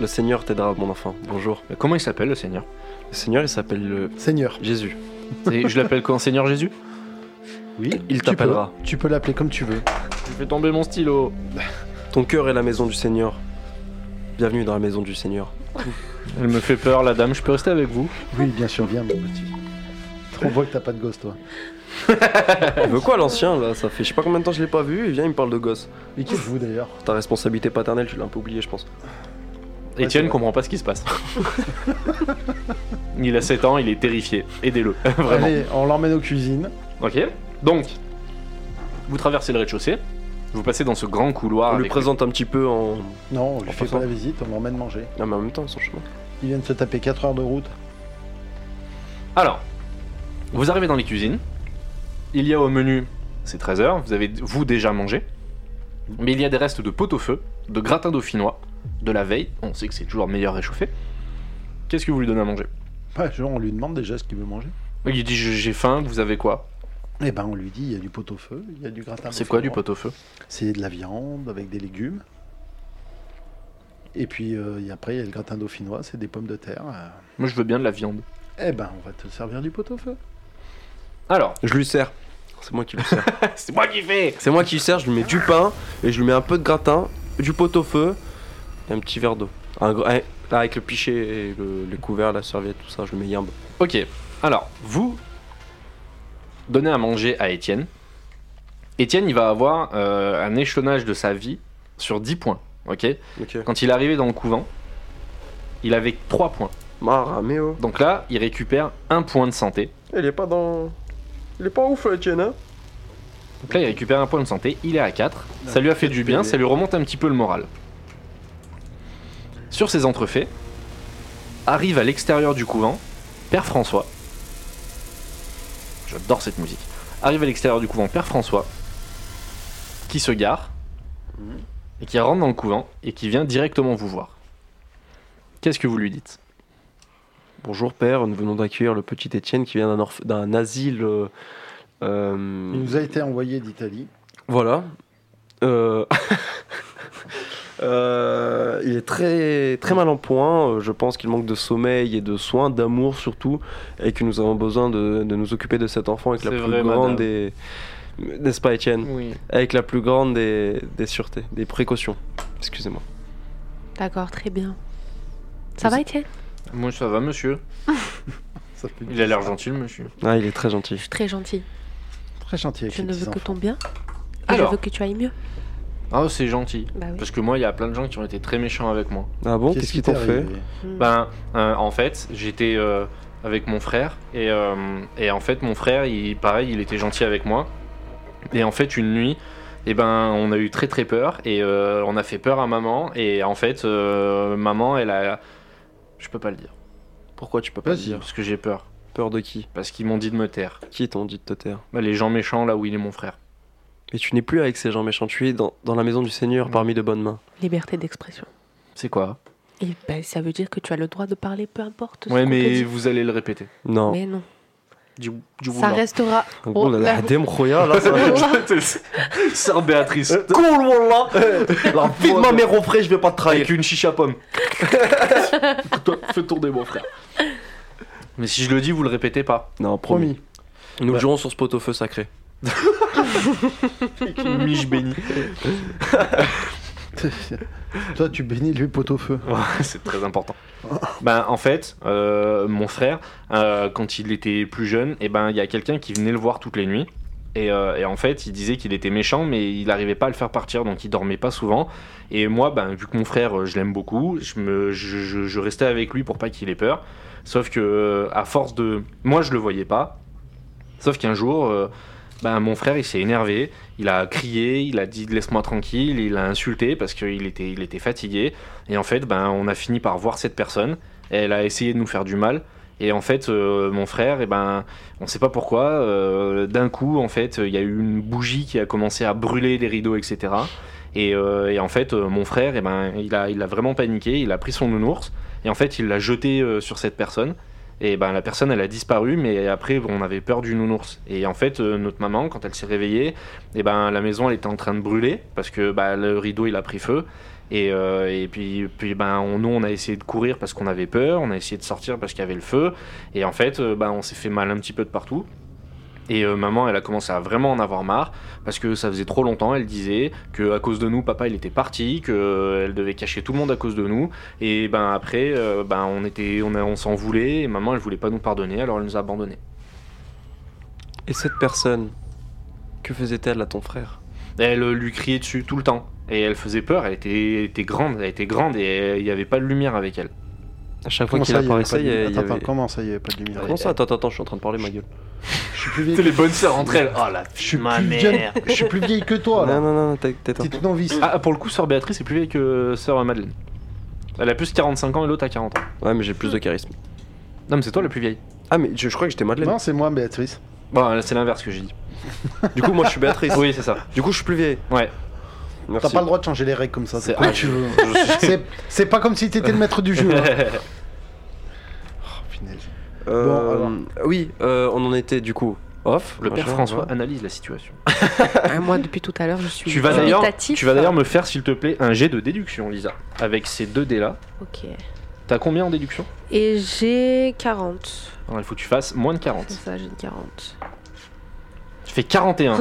Speaker 3: Le Seigneur t'aidera, mon enfant. Bonjour.
Speaker 1: Mais Comment il s'appelle le Seigneur
Speaker 3: Le Seigneur, il s'appelle euh,
Speaker 2: Seigneur,
Speaker 3: Jésus.
Speaker 1: C'est- Je l'appelle quand Seigneur Jésus
Speaker 2: oui,
Speaker 3: Il
Speaker 2: tu peux.
Speaker 3: t'appellera.
Speaker 2: Tu peux l'appeler comme tu veux.
Speaker 1: Je fais tomber mon stylo.
Speaker 3: Ton cœur est la maison du Seigneur. Bienvenue dans la maison du Seigneur.
Speaker 1: Elle me fait peur, la dame. Je peux rester avec vous
Speaker 2: Oui, bien sûr, viens, mon petit. On voit que t'as pas de gosse, toi.
Speaker 3: Il veut quoi l'ancien là Ça fait je sais pas combien de temps je l'ai pas vu. Il vient, il me parle de gosse.
Speaker 2: Et qui vous d'ailleurs
Speaker 3: Ta responsabilité paternelle, tu l'as un peu oublié, je pense.
Speaker 2: Ouais, c'est
Speaker 1: Étienne
Speaker 2: vrai.
Speaker 1: comprend pas ce qui se passe. il a 7 ans, il est terrifié. Aidez-le, vraiment.
Speaker 2: Allez, on l'emmène aux cuisines.
Speaker 1: Ok Donc, vous traversez le rez-de-chaussée, vous passez dans ce grand couloir.
Speaker 3: on lui
Speaker 1: avec-
Speaker 3: présente un petit peu en.
Speaker 2: Non, on lui
Speaker 3: En
Speaker 2: fait
Speaker 3: passant.
Speaker 2: pas la visite, on l'emmène manger.
Speaker 3: Non, mais en même temps, son chemin.
Speaker 2: Il vient de se taper 4 heures de route.
Speaker 1: Alors, vous arrivez dans les cuisines. Il y a au menu, c'est 13h, vous avez vous déjà mangé. Mais il y a des restes de pot-au-feu, de gratin dauphinois, de la veille. On sait que c'est toujours meilleur réchauffé. Qu'est-ce que vous lui donnez à manger
Speaker 2: Ouais, genre, Bah, on lui demande déjà ce qu'il veut manger.
Speaker 1: Il dit J'ai j'ai faim, vous avez quoi
Speaker 2: Eh ben, on lui dit, il y a du pot-au-feu, il y a du gratin.
Speaker 1: C'est
Speaker 2: de
Speaker 1: quoi du
Speaker 2: fenouil.
Speaker 1: pot-au-feu
Speaker 2: C'est de la viande avec des légumes. Et puis euh, et après, il y a le gratin dauphinois, c'est des pommes de terre. euh.
Speaker 1: Moi, je veux bien de la viande.
Speaker 2: Eh ben, on va te servir du pot-au-feu.
Speaker 1: Alors,
Speaker 3: Je lui sers. C'est moi qui lui sers.
Speaker 1: c'est moi qui fais
Speaker 3: C'est moi qui lui sers. Je lui mets du pain et je lui mets un peu de gratin, du pot-au-feu et un petit verre d'eau. Un gr- un- Avec le pichet et le, les couverts, la serviette, tout ça, je lui mets yambe.
Speaker 1: Ok, alors, vous donnez à manger à Étienne. Étienne, il va avoir euh, un échelonnage de sa vie sur 10 points. Ok
Speaker 3: Ok.
Speaker 1: Quand il est arrivé dans le couvent, il avait 3 points.
Speaker 3: Maraméo.
Speaker 1: Donc là, il récupère 1 point de santé.
Speaker 3: Il est pas dans. Il est pas ouf, Etienne, hein
Speaker 1: Donc là, il récupère un point de santé, il est à 4. Ça lui a fait du bien,
Speaker 2: PV.
Speaker 1: ça lui remonte un petit peu le moral. Sur ces entrefaits, arrive à l'extérieur du couvent, Père François. J'adore cette musique. Arrive à l'extérieur du couvent, Père François, qui se gare, et qui rentre dans le couvent, et qui vient directement vous voir. Qu'est-ce que vous lui dites
Speaker 3: Bonjour père, nous venons d'accueillir le petit Étienne qui vient d'un, orph- d'un asile. euh, euh,
Speaker 2: Il nous a été envoyé d'Italie.
Speaker 3: Voilà. Euh, euh, il est très, très mal en point. Euh, Je pense qu'il manque de sommeil et de soins, d'amour surtout, et que nous avons besoin de, de nous occuper de cet enfant avec la
Speaker 1: C'est
Speaker 3: plus
Speaker 1: vrai, madame.
Speaker 3: grande des. N'est-ce pas, Étienne
Speaker 1: Oui.
Speaker 3: Avec la plus grande des, des sûretés, des précautions. Excusez-moi.
Speaker 4: D'accord, très bien. Ça va, Étienne
Speaker 1: Moi, ça va, monsieur.
Speaker 2: Ça fait
Speaker 1: Il a l'air gentil, monsieur.
Speaker 3: Ah, il est très gentil.
Speaker 4: Je suis très gentille.
Speaker 2: très gentil avec
Speaker 4: Je
Speaker 2: les
Speaker 4: ne veux que
Speaker 2: petits-enfants.
Speaker 4: ton bien. Et
Speaker 1: Alors.
Speaker 4: Je veux que tu ailles mieux.
Speaker 1: Ah, c'est gentil.
Speaker 4: Bah oui.
Speaker 1: Parce que moi, il y a plein de gens qui ont été très méchants avec moi.
Speaker 3: Ah bon Qu'est-ce qu'ils t'ont
Speaker 2: t'est
Speaker 3: fait
Speaker 2: arrivé
Speaker 4: Mm.
Speaker 1: Ben, euh, en fait, j'étais euh, avec mon frère et, euh, et en fait, mon frère, il, pareil, il était gentil avec moi. Et en fait, une nuit, eh ben, on a eu très très peur et euh, on a fait peur à maman. Et en fait, euh, maman, elle a. Je peux pas le dire.
Speaker 3: Pourquoi tu peux pas
Speaker 2: Vas-y.
Speaker 3: dire
Speaker 1: Parce que j'ai peur.
Speaker 3: Peur de qui
Speaker 1: Parce qu'ils m'ont dit de me taire.
Speaker 3: Qui t'ont dit de te taire
Speaker 1: Ben, les gens méchants là où il est mon frère.
Speaker 3: Mais tu n'es plus avec ces gens méchants, tu es dans, dans la maison du Seigneur parmi de bonnes mains.
Speaker 4: Liberté d'expression.
Speaker 1: C'est quoi
Speaker 4: Et ben, ça veut dire que tu as le droit de parler, peu importe. ce
Speaker 1: Ouais,
Speaker 4: qu'on te
Speaker 1: mais
Speaker 4: dit.
Speaker 1: vous allez le répéter.
Speaker 3: Non.
Speaker 4: Mais non.
Speaker 1: Du, du
Speaker 4: Ça restera.
Speaker 3: Oh là là,
Speaker 4: Oh,
Speaker 3: Adem Roya, là, ça
Speaker 1: Sœur Béatrice.
Speaker 3: Cool, wallah
Speaker 1: euh,
Speaker 3: La vie de ma mère au frais, je vais pas te
Speaker 1: Avec
Speaker 3: trahir.
Speaker 1: une chicha pomme. Toi, Fais tourner mon frère. Mais si je le dis, vous le répétez pas.
Speaker 3: Non, promis.
Speaker 2: Promis.
Speaker 3: Nous le jurons sur ce pot-au-feu sacré.
Speaker 1: Miche béni.
Speaker 2: Toi, tu bénis le pot-au-feu.
Speaker 1: C'est très important. Ben, en fait, euh, mon frère, euh, quand il était plus jeune, et ben, il y a quelqu'un qui venait le voir toutes les nuits. Et, euh, et en fait, il disait qu'il était méchant, mais il n'arrivait pas à le faire partir, donc il dormait pas souvent. Et moi, ben, vu que mon frère, euh, je l'aime beaucoup, je, me, je, je- je restais avec lui pour pas qu'il ait peur. Sauf que, euh, à force de. Moi, je le voyais pas. Sauf qu'un jour, euh, ben, mon frère, il s'est énervé. Il a crié, il a dit laisse-moi tranquille, il a insulté parce qu'il était, il était fatigué. Et en fait, ben, on a fini par voir cette personne. Elle a essayé de nous faire du mal. Et en fait, euh, mon frère, et ben, on sait pas pourquoi, euh, d'un coup, en fait, il y a eu une bougie qui a commencé à brûler les rideaux, etc. Et, euh, et en fait, euh, mon frère, et ben, il a, il a vraiment paniqué. Il a pris son nounours et en fait, il l'a jeté euh, sur cette personne. Et ben, la personne, elle a disparu, mais après, on avait peur du nounours. Et en fait, euh, notre maman, quand elle s'est réveillée, et ben, la maison, elle était en train de brûler parce que bah, le rideau, il a pris feu. Et, euh, et puis, puis ben, on- nous, on a essayé de courir parce qu'on avait peur, on a essayé de sortir parce qu'il y avait le feu. Et en fait, euh, ben, on s'est fait mal un petit peu de partout. Et euh, maman, elle a commencé à vraiment en avoir marre parce que ça faisait trop longtemps. Elle disait que à cause de nous, papa, il était parti, que euh, elle devait cacher tout le monde à cause de nous. Et ben après, euh, ben on était, on, a- on s'en voulait. Et maman, elle voulait pas nous pardonner, alors elle nous a abandonnés.
Speaker 3: Et cette personne, que faisait-elle à ton frère
Speaker 1: Elle euh, lui criait dessus tout le temps et elle faisait peur. Elle était, elle était grande, elle était grande et euh, il n'y avait pas de lumière avec elle.
Speaker 3: À chaque fois
Speaker 2: Comment
Speaker 3: qu'il
Speaker 2: ça, il y avait pas de lumière
Speaker 3: apparaissait, il y avait.
Speaker 2: Attends, attends, comment ça, il n'y avait pas de lumière
Speaker 3: Comment ça Attends, attends, attends, je suis en train de parler, ma gueule.
Speaker 2: Je suis plus vieille.
Speaker 1: les bonnes sœurs entre elles. Oh la
Speaker 2: Je suis plus vieille- je suis plus vieille que toi,
Speaker 3: Non,
Speaker 2: Oh là.
Speaker 3: non, non, t'es t'es un
Speaker 2: Petite novice.
Speaker 1: Ah, pour le coup, sœur Béatrice est plus vieille que sœur Madeleine. Elle a plus 45 ans et l'autre a 40 ans.
Speaker 3: Ouais, mais j'ai plus de charisme.
Speaker 1: Non, mais c'est toi la plus vieille.
Speaker 3: Ah, mais je, je crois que j'étais Madeleine.
Speaker 2: Non, c'est moi, Béatrice.
Speaker 1: Bon, c'est l'inverse que j'ai dit.
Speaker 3: Du coup, moi, je suis Béatrice.
Speaker 1: Oui, c'est ça.
Speaker 3: Du coup, je suis plus vieille.
Speaker 1: Ouais.
Speaker 2: T'as
Speaker 3: Merci.
Speaker 2: pas le droit de changer les règles comme ça.
Speaker 1: C'est-
Speaker 2: C'est quoi
Speaker 1: ah,
Speaker 2: tu veux C'est- C'est pas comme si t'étais le maître du jeu. hein. Oh, punaise.
Speaker 3: Euh,
Speaker 2: Bon, alors.
Speaker 3: Oui, euh, on en était du coup off.
Speaker 1: Le père
Speaker 3: machin,
Speaker 1: François
Speaker 3: voilà.
Speaker 1: analyse la situation.
Speaker 4: Ah, Moi, depuis tout à l'heure, je suis
Speaker 1: Tu vas d'ailleurs,
Speaker 4: dubitatif.
Speaker 1: tu vas d'ailleurs me faire, s'il te plaît, un jet de déduction, Lisa. Avec ces deux dés là,
Speaker 4: Ok.
Speaker 1: t'as combien en déduction
Speaker 4: Et j'ai 40.
Speaker 1: Alors, Il faut que tu fasses moins de
Speaker 4: C'est
Speaker 1: 40.
Speaker 4: ça, j'ai une 40.
Speaker 1: Tu fais 41.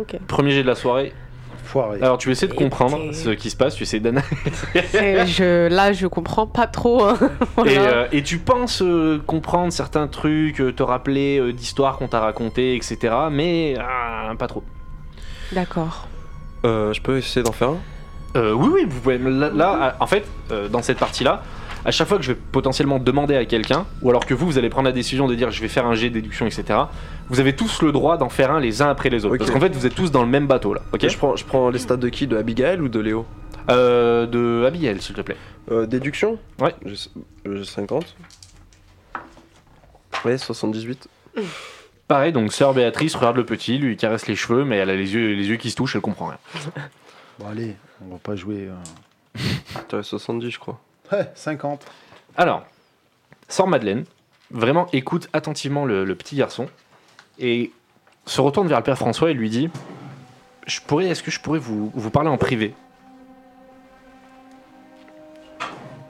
Speaker 4: ok.
Speaker 1: Premier jet de la soirée.
Speaker 2: Foiré.
Speaker 1: Alors tu essaies de comprendre
Speaker 4: Écoutez.
Speaker 1: ce qui se passe, tu essaies d'analyser.
Speaker 4: Et je, là, je comprends pas trop. hein. Voilà.
Speaker 1: Et, euh, et tu penses euh, comprendre certains trucs, euh, te rappeler euh, d'histoires qu'on t'a racontées, etc. Mais ah, pas trop.
Speaker 4: D'accord.
Speaker 3: Euh, je peux essayer d'en faire un
Speaker 1: Euh, oui, oui, vous pouvez. Là, là, en fait, euh, dans cette partie-là, à chaque fois que je vais potentiellement demander à quelqu'un, ou alors que vous, vous allez prendre la décision de dire je vais faire un jet de déduction, etc., vous avez tous le droit d'en faire un les uns après les autres.
Speaker 3: Ok.
Speaker 1: Parce qu'en fait, vous êtes tous dans le même bateau, là. Ok
Speaker 3: je, prends, je prends les stats de qui De Abigail ou de Léo
Speaker 1: Euh, De Abigail, s'il te plaît.
Speaker 3: Euh, Déduction
Speaker 1: Ouais.
Speaker 3: J'ai j'ai 50. Ouais, 78.
Speaker 1: Pareil, donc sœur Béatrice regarde le petit, lui il caresse les cheveux, mais elle a les yeux, les yeux qui se touchent, elle comprend rien.
Speaker 2: Bon, allez, on va pas jouer. euh.
Speaker 3: T'avais 70, je crois.
Speaker 2: Ouais, 50.
Speaker 1: Alors, sœur Madeleine vraiment écoute attentivement le, le petit garçon et se retourne vers le père François et lui dit je pourrais, Est-ce que je pourrais vous, vous parler en privé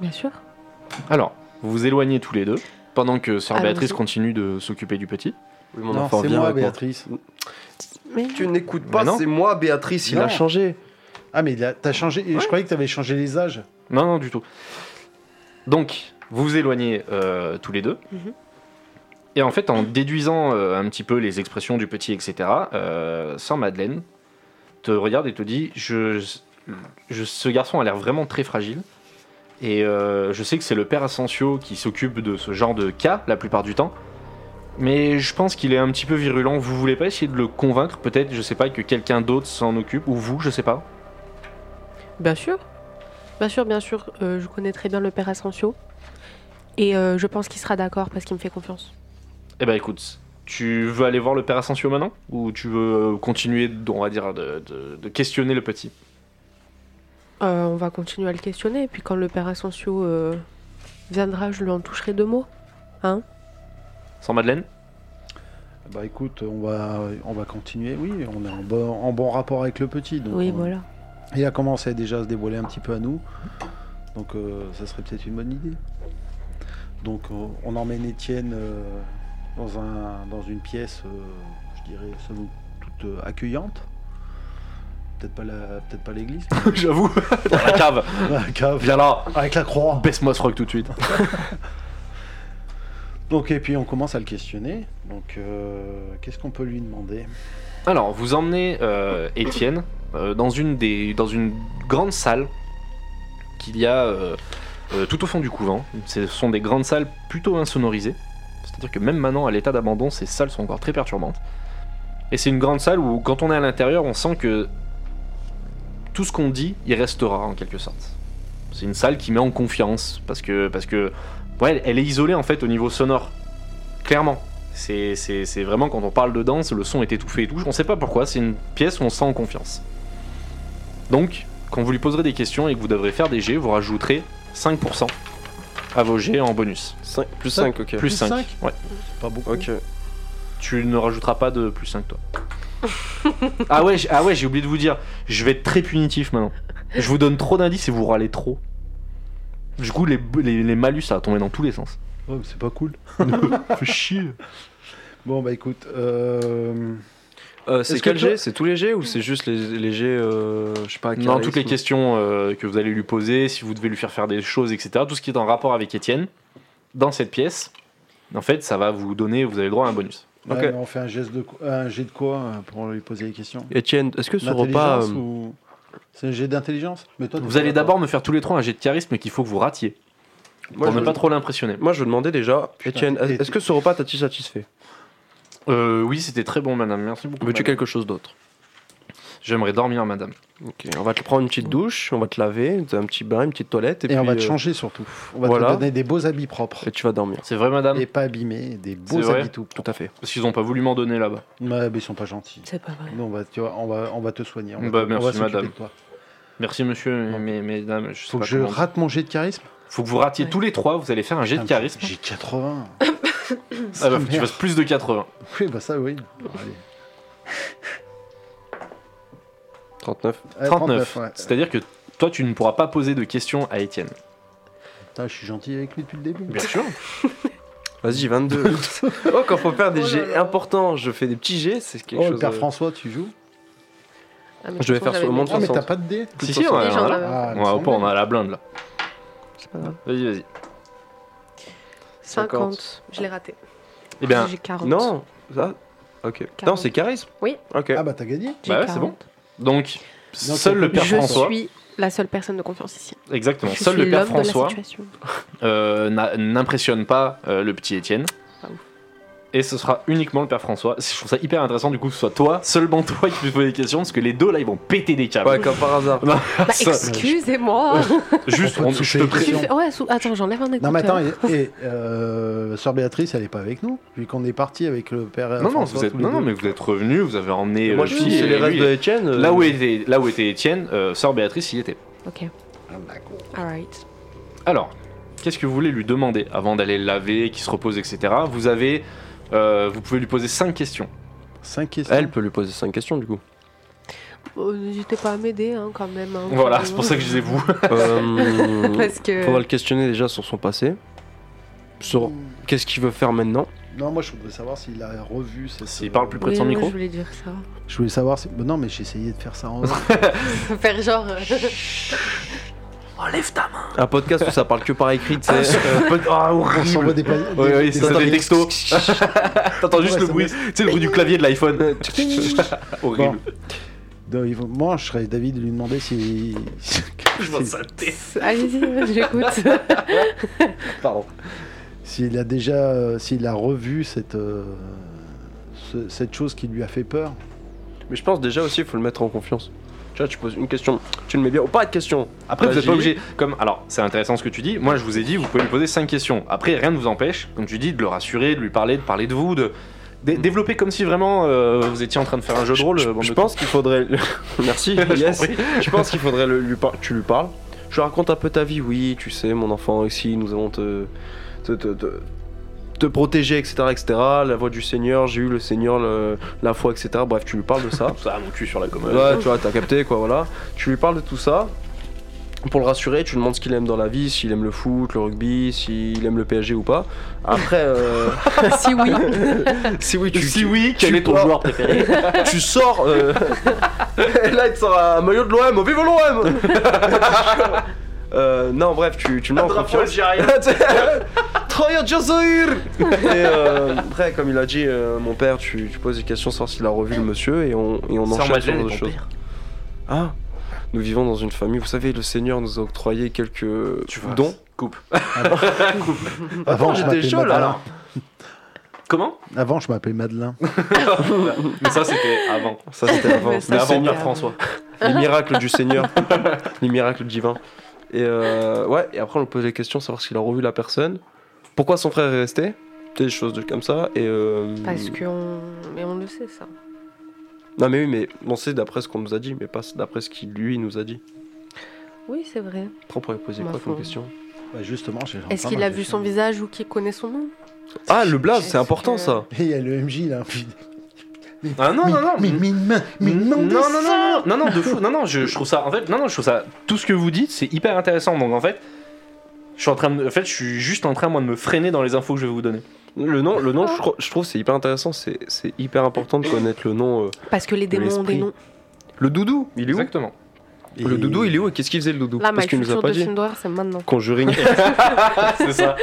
Speaker 4: Bien sûr.
Speaker 1: Alors, vous vous éloignez tous les deux pendant que sœur
Speaker 4: Allons-y.
Speaker 1: Béatrice continue de s'occuper du petit.
Speaker 3: Oui, mon
Speaker 2: Non,
Speaker 3: enfant
Speaker 2: c'est
Speaker 3: vient
Speaker 2: moi,
Speaker 3: avec moi.
Speaker 2: Béatrice.
Speaker 4: Mais
Speaker 3: Tu n'écoutes
Speaker 1: Mais non.
Speaker 3: pas, c'est moi, Béatrice, il
Speaker 2: Non.
Speaker 3: a changé.
Speaker 2: Ah, mais il a- t'as changé. Je croyais que t'avais changé les âges.
Speaker 1: Non, non, du tout. Donc, vous vous éloignez euh, tous les deux.
Speaker 4: Mhm.
Speaker 1: Et en fait, en déduisant euh, un petit peu les expressions du petit, etc., euh, Sœur Madeleine te regarde et te dit je, je- Ce garçon a l'air vraiment très fragile. Et euh, je sais que c'est le père Asensio qui s'occupe de ce genre de cas la plupart du temps. Mais je pense qu'il est un petit peu virulent. Vous voulez pas essayer de le convaincre Peut-être, je sais pas, que quelqu'un d'autre s'en occupe Ou vous, je sais pas.
Speaker 4: Bien sûr. Bien sûr, bien sûr. Euh, je connais très bien le père Asensio. Et euh, je pense qu'il sera d'accord parce qu'il me fait confiance.
Speaker 1: Eh ben écoute, tu veux aller voir le père Asensio maintenant Ou tu veux euh, continuer, de- on va dire, de, de- de questionner le petit
Speaker 4: Euh, on va continuer à le questionner. Et puis quand le père Asensio euh, viendra, je lui en toucherai deux mots.
Speaker 1: Sans Madeleine
Speaker 2: Bah écoute, on va, on va continuer. Oui, on est en bon, en bon rapport avec le petit. Donc
Speaker 4: Oui,
Speaker 2: on-
Speaker 4: voilà.
Speaker 2: Il a commencé déjà à se dévoiler un petit peu à nous. Donc euh, ça serait peut-être une bonne idée. Donc euh, on emmène Étienne euh, dans, un, dans une pièce, euh, je dirais, somme toute euh, accueillante. Peut-être pas, la- peut-être pas l'église.
Speaker 1: J'avoue, dans la cave
Speaker 2: la cave,
Speaker 1: Viens là
Speaker 2: avec la croix.
Speaker 1: Baisse-moi ce rock tout de suite
Speaker 2: Donc et puis on commence à le questionner. Donc euh, qu'est-ce qu'on peut lui demander
Speaker 1: Alors, vous emmenez euh, Étienne euh, dans, une des, dans une grande salle qu'il y a euh, euh, tout au fond du couvent. Ce sont des grandes salles plutôt insonorisées. C'est-à-dire que même maintenant, à l'état d'abandon, ces salles sont encore très perturbantes. Et c'est une grande salle où, quand on est à l'intérieur, on sent que tout ce qu'on dit, il restera en quelque sorte. C'est une salle qui met en confiance parce que, parce que Ouais, elle- elle est isolée en fait au niveau sonore. Clairement. C'est- C'est c'est vraiment quand on parle de danse, le son est étouffé et tout. On sait pas pourquoi, c'est une pièce où on se sent en confiance. Donc, quand vous lui poserez des questions et que vous devrez faire des jets, vous rajouterez 5% à vos jets en bonus.
Speaker 3: Cinq- plus 5, ok.
Speaker 1: Plus
Speaker 2: Plus
Speaker 1: 5.
Speaker 2: cinq
Speaker 1: Ouais.
Speaker 2: C'est pas beaucoup.
Speaker 3: Ok.
Speaker 1: Tu ne rajouteras pas de plus 5 toi. ah ouais, j'- ah ouais, j'ai oublié de vous dire, je vais être très punitif maintenant. Je vous donne trop d'indices et vous râlez trop. Du coup, les, les- les malus, ça va tomber dans tous les sens.
Speaker 2: Ouais, Oh, mais c'est pas cool.
Speaker 1: Fais chier.
Speaker 2: Bon, bah écoute. euh,
Speaker 3: Euh, c'est
Speaker 2: Est-ce
Speaker 3: quel
Speaker 2: que toi-
Speaker 3: G C'est tous les G ou c'est juste les, les G, euh, je sais pas,
Speaker 1: Non, toutes les
Speaker 3: charisme
Speaker 1: questions euh, que vous allez lui poser, si vous devez lui faire faire des choses, etc. Tout ce qui est en rapport avec Étienne, dans cette pièce, en fait, ça va vous donner, vous avez le droit à un bonus.
Speaker 2: là,
Speaker 3: Ok.
Speaker 2: mais on fait un, geste de, co- un jet de quoi euh, pour lui poser les questions
Speaker 3: Etienne, est-ce que ce repas.
Speaker 2: L'intelligence
Speaker 3: euh,
Speaker 2: ou... C'est un jet d'intelligence Mais toi, t'es
Speaker 1: Vous
Speaker 2: pas
Speaker 1: allez
Speaker 2: là, toi.
Speaker 1: d'abord me faire tous les trois un jet de charisme qu'il faut que vous ratiez,
Speaker 3: moi,
Speaker 1: pour
Speaker 3: je
Speaker 1: ne pas trop l'impressionner.
Speaker 3: Moi, je veux demander déjà,
Speaker 2: Putain,
Speaker 3: Etienne,
Speaker 2: t'es-
Speaker 3: est-ce que ce repas t'a-t-il satisfait
Speaker 1: Euh, oui, c'était très bon, madame. Merci beaucoup.
Speaker 3: Veux-tu
Speaker 1: madame.
Speaker 3: quelque chose d'autre
Speaker 1: J'aimerais dormir, madame.
Speaker 3: Ok, on va te prendre une petite douche, on va te laver, un petit bain, une petite toilette, et,
Speaker 2: Et, on
Speaker 3: puis,
Speaker 2: va te
Speaker 3: euh,
Speaker 2: changer surtout. On va
Speaker 3: voilà.
Speaker 2: te donner des beaux habits propres.
Speaker 3: Et tu vas dormir.
Speaker 1: C'est vrai, madame
Speaker 2: Et pas abîmés, des beaux
Speaker 1: vrai
Speaker 2: habits tout.
Speaker 3: Tout à fait.
Speaker 1: Parce qu'ils n'ont pas voulu m'en donner là-bas.
Speaker 2: Ouais, mais ils sont pas gentils.
Speaker 4: C'est pas vrai.
Speaker 2: Nous, on va, tu vois, on va, on va te soigner. On va,
Speaker 1: Bah,
Speaker 2: on va
Speaker 1: merci,
Speaker 2: s'occuper
Speaker 1: madame.
Speaker 2: de toi.
Speaker 1: Merci, monsieur, mais, mesdames. Je sais
Speaker 2: Faut
Speaker 1: pas
Speaker 2: que je
Speaker 1: comment-
Speaker 2: rate mon jet de charisme.
Speaker 1: Faut que vous ratiez tous les trois, vous allez faire un jet de
Speaker 2: Putain,
Speaker 1: charisme.
Speaker 2: J'ai 80.
Speaker 1: Ah bah, faut que tu
Speaker 2: Merde.
Speaker 1: fasses plus de 80.
Speaker 2: Oui, bah ça, oui. Allez.
Speaker 3: 39.
Speaker 2: Ouais,
Speaker 1: 39.
Speaker 2: ouais.
Speaker 1: C'est-à-dire que toi, tu ne pourras pas poser de questions à Étienne.
Speaker 2: Putain, je suis gentil avec lui depuis le début.
Speaker 1: Bien sûr.
Speaker 3: Vas-y, 22. oh, quand faut faire des
Speaker 4: Oh là
Speaker 3: G
Speaker 4: là.
Speaker 3: importants, je fais des petits G, c'est quelque
Speaker 2: oh, le
Speaker 3: chose.
Speaker 2: père
Speaker 3: euh,
Speaker 2: François, tu joues
Speaker 4: Ah, mais
Speaker 3: Je vais
Speaker 4: de toute
Speaker 3: faire
Speaker 4: façon,
Speaker 3: ce moment
Speaker 2: Ah, mais
Speaker 3: Soixante.
Speaker 2: t'as pas de dé
Speaker 1: Si, si, on a,
Speaker 4: Les gens
Speaker 1: on a-
Speaker 4: doivent-
Speaker 2: Ah,
Speaker 1: on a-
Speaker 2: il me
Speaker 1: on a la blinde là.
Speaker 3: c'est pas grave.
Speaker 1: Vas-y, vas-y.
Speaker 4: j'avais 50. Je l'ai raté.
Speaker 1: Eh bien,
Speaker 4: J'ai 40.
Speaker 3: Non, ça Ok. Non,
Speaker 4: Quarante.
Speaker 3: c'est charisme
Speaker 4: Oui.
Speaker 3: Ok.
Speaker 2: semblait. Ah, bah t'as gagné.
Speaker 4: J'ai
Speaker 1: bah ouais, c'est
Speaker 4: 40.
Speaker 1: bon. Donc,
Speaker 2: Donc,
Speaker 1: seul le père
Speaker 4: Je
Speaker 1: François,
Speaker 4: suis la seule personne de confiance ici.
Speaker 1: exactement,
Speaker 4: Je
Speaker 1: seul
Speaker 4: suis
Speaker 1: le père
Speaker 4: l'homme de la
Speaker 1: François
Speaker 4: situation.
Speaker 1: euh, n'a- n'impressionne pas euh, le petit Étienne.
Speaker 4: Ah ouf.
Speaker 1: Et ce sera uniquement le père François. Je trouve ça hyper intéressant du coup que ce soit toi, seulement toi qui puisse poser des questions, parce que les deux là ils vont péter des câbles.
Speaker 3: Ouais, comme par hasard.
Speaker 4: Bah,
Speaker 1: Ça-
Speaker 4: excusez-moi.
Speaker 1: Juste,
Speaker 2: On peut
Speaker 1: on-
Speaker 2: te
Speaker 1: je te
Speaker 2: souhaiter-
Speaker 1: pré-
Speaker 4: Tu
Speaker 2: Pression.
Speaker 4: fais- Ouais, sous- attends, j'enlève un
Speaker 2: Non, mais attends,
Speaker 4: écouteur.
Speaker 2: et, et, euh, Sœur Béatrice, elle est pas avec nous, vu qu'on est parti avec le père.
Speaker 1: Non, non,
Speaker 2: François
Speaker 1: vous êtes,
Speaker 2: tous les
Speaker 1: non, non,
Speaker 2: deux.
Speaker 1: mais vous êtes revenu, vous avez emmené
Speaker 3: Moi,
Speaker 1: euh,
Speaker 3: je
Speaker 1: lui
Speaker 3: suis c'est
Speaker 1: et
Speaker 3: les restes
Speaker 1: lui.
Speaker 3: de Etienne. euh,
Speaker 1: Là où était, là où était Étienne, euh, sœur Béatrice y était.
Speaker 4: Ok,
Speaker 2: Ah,
Speaker 3: bah,
Speaker 2: d'accord.
Speaker 4: alright.
Speaker 1: Alors, qu'est-ce que vous voulez lui demander avant d'aller le laver, qu'il se repose, etc. Vous avez, euh, vous pouvez lui poser 5 questions.
Speaker 2: Cinq questions.
Speaker 3: Elle peut lui poser 5 questions du coup.
Speaker 4: Bon, Oh, N'hésitez pas à m'aider hein, quand même. hein.
Speaker 1: Voilà, c'est pour ça que je disais vous.
Speaker 3: euh,
Speaker 4: Parce que.
Speaker 3: faudra le questionner déjà sur son passé. Sur qu'est-ce qu'il veut faire maintenant.
Speaker 2: Hmm. Non, moi je voulais savoir s'il a revu. cette- euh,
Speaker 1: S'il parle plus près
Speaker 4: Oui,
Speaker 1: de son
Speaker 4: moi,
Speaker 1: micro.
Speaker 4: Je voulais dire ça.
Speaker 2: Je voulais savoir si. Bah non, mais j'ai essayé de faire ça en.
Speaker 4: Faire genre. euh,
Speaker 1: Enlève ta main.
Speaker 3: Un podcast où ça parle que par écrit, tu sais. euh, pod- Ah,
Speaker 2: On s'envoie des. pa- des-
Speaker 1: Oui, oui,
Speaker 2: des
Speaker 1: c'est ça, des
Speaker 2: papiers.
Speaker 1: textos. T'entends juste
Speaker 2: Ouais,
Speaker 1: le
Speaker 2: ça
Speaker 1: bruit, tu sais, le bruit du clavier de l'iPhone. Horrible.
Speaker 2: Donc, il faut- Moi, je serais David de lui demander si.
Speaker 1: Je vois sa tête.
Speaker 4: Allez-y, j'écoute.
Speaker 1: Pardon.
Speaker 2: S'il a déjà. euh, S'il a revu cette. euh, ce- Cette chose qui lui a fait peur.
Speaker 3: Mais je pense déjà aussi, il faut le mettre en confiance. Tu vois, tu poses une question, tu le mets bien, ou pas de question.
Speaker 1: Après, vous
Speaker 3: Vas-y.
Speaker 1: n'êtes pas obligé. Comme, alors, c'est intéressant ce que tu dis. Moi, je vous ai dit, vous pouvez lui poser 5 questions. Après, rien ne vous empêche, comme tu dis, de le rassurer, de lui parler, de parler de vous, de. dé- développer comme si vraiment euh, vous étiez en train de faire un jeu de rôle.
Speaker 3: Je,
Speaker 1: bande
Speaker 3: je
Speaker 1: de
Speaker 3: pense qu'il faudrait. Merci,
Speaker 1: Je t'en
Speaker 3: yes.
Speaker 1: prie.
Speaker 3: je pense qu'il faudrait le, lui par- tu lui parles. Je lui raconte un peu ta vie, oui, tu sais, mon enfant, ici, nous allons te. te, te, te- te protéger, etc., etc. La voix du Seigneur, j'ai eu le Seigneur, le- la foi, etc. Bref, tu lui parles de ça.
Speaker 1: Ça a mon cul sur la commode.
Speaker 3: Ouais, tu vois, t'as capté quoi, voilà. Tu lui parles de tout ça. Pour le rassurer, tu lui demandes ce qu'il aime dans la vie, s'il aime le foot, le rugby, s'il aime le PSG ou pas. Après, euh,
Speaker 4: si oui.
Speaker 3: si oui, tu,
Speaker 1: Si oui, quel
Speaker 3: tu
Speaker 1: est ton
Speaker 3: vois-
Speaker 1: joueur préféré
Speaker 3: tu sors. euh, et là, il te sort un maillot de l'OM. Vive l'OM euh, Non, bref, tu, tu me mets en confiance. Troya Jazair Et euh, après, comme il a dit, euh, mon père, tu, tu poses des questions, savoir s'il a revu le monsieur et on, et on enchaîne sur d'autres choses. Ah Nous vivons dans une famille, vous savez, le Seigneur nous a octroyé quelques dons.
Speaker 1: Coupe. Oh,
Speaker 2: Avant, je
Speaker 3: j'étais
Speaker 2: m'appelais
Speaker 3: chaud, là,
Speaker 2: Madeleine.
Speaker 3: alors.
Speaker 1: Comment
Speaker 2: Avant, je m'appelais Madeleine.
Speaker 1: Mais ça, c'était avant.
Speaker 3: Ça, c'était avant.
Speaker 4: Mais
Speaker 1: C'était
Speaker 4: Ça,
Speaker 1: avant
Speaker 4: c'est
Speaker 1: Pierre
Speaker 4: bien.
Speaker 1: François.
Speaker 3: les miracles du Seigneur, les miracles divins. Et euh, ouais, et après on lui pose des questions, savoir s'il a revu la personne, Pourquoi son frère est resté Des choses de- comme ça. Et, euh,
Speaker 4: Parce qu'on. Mais on le sait, ça.
Speaker 3: Non, mais oui, mais on sait d'après ce qu'on nous a dit, mais pas d'après ce qu'il lui nous a dit.
Speaker 4: Oui, c'est vrai.
Speaker 3: Trop pour lui poser
Speaker 4: Ma
Speaker 3: quoi comme
Speaker 4: foi.
Speaker 3: question
Speaker 2: Bah, justement, j'ai
Speaker 4: Est-ce
Speaker 2: enfin,
Speaker 4: qu'il
Speaker 2: moi,
Speaker 4: a
Speaker 2: j'ai
Speaker 4: vu
Speaker 2: fait-
Speaker 4: son visage ou qu'il connaît son nom
Speaker 3: Ah, le blaze,
Speaker 4: Est-ce
Speaker 3: c'est important
Speaker 4: que-
Speaker 3: ça.
Speaker 2: Et il y a le MJ là. puis-
Speaker 1: Ah non,
Speaker 2: mais,
Speaker 1: non, non.
Speaker 2: Mais, mais, mais, mais,
Speaker 1: non,
Speaker 2: demandez
Speaker 1: non,
Speaker 2: ça.
Speaker 1: non, non, non, non, de fou. Non, non, je, je trouve ça. En fait, non, non, je trouve ça. Tout ce que vous dites, c'est hyper intéressant. Donc, en fait, je suis en train de. En fait, je suis juste en train moi de me freiner dans les infos que je vais vous donner.
Speaker 3: Le nom, le nom je, crois- je trouve c'est hyper intéressant, c'est c'est hyper important de connaître le nom. euh.
Speaker 4: Parce que les démons ont des
Speaker 3: l'esprit.
Speaker 4: noms.
Speaker 3: Le doudou, il est où
Speaker 1: Exactement.
Speaker 2: Et-
Speaker 3: Le doudou, il est où et qu'est-ce qu'il faisait le doudou
Speaker 4: Là, ma
Speaker 3: Parce qu'il nous a
Speaker 4: culture
Speaker 3: pas
Speaker 4: de
Speaker 3: dit.
Speaker 4: film d'horreur, c'est maintenant.
Speaker 3: Conjuring.
Speaker 1: c'est ça.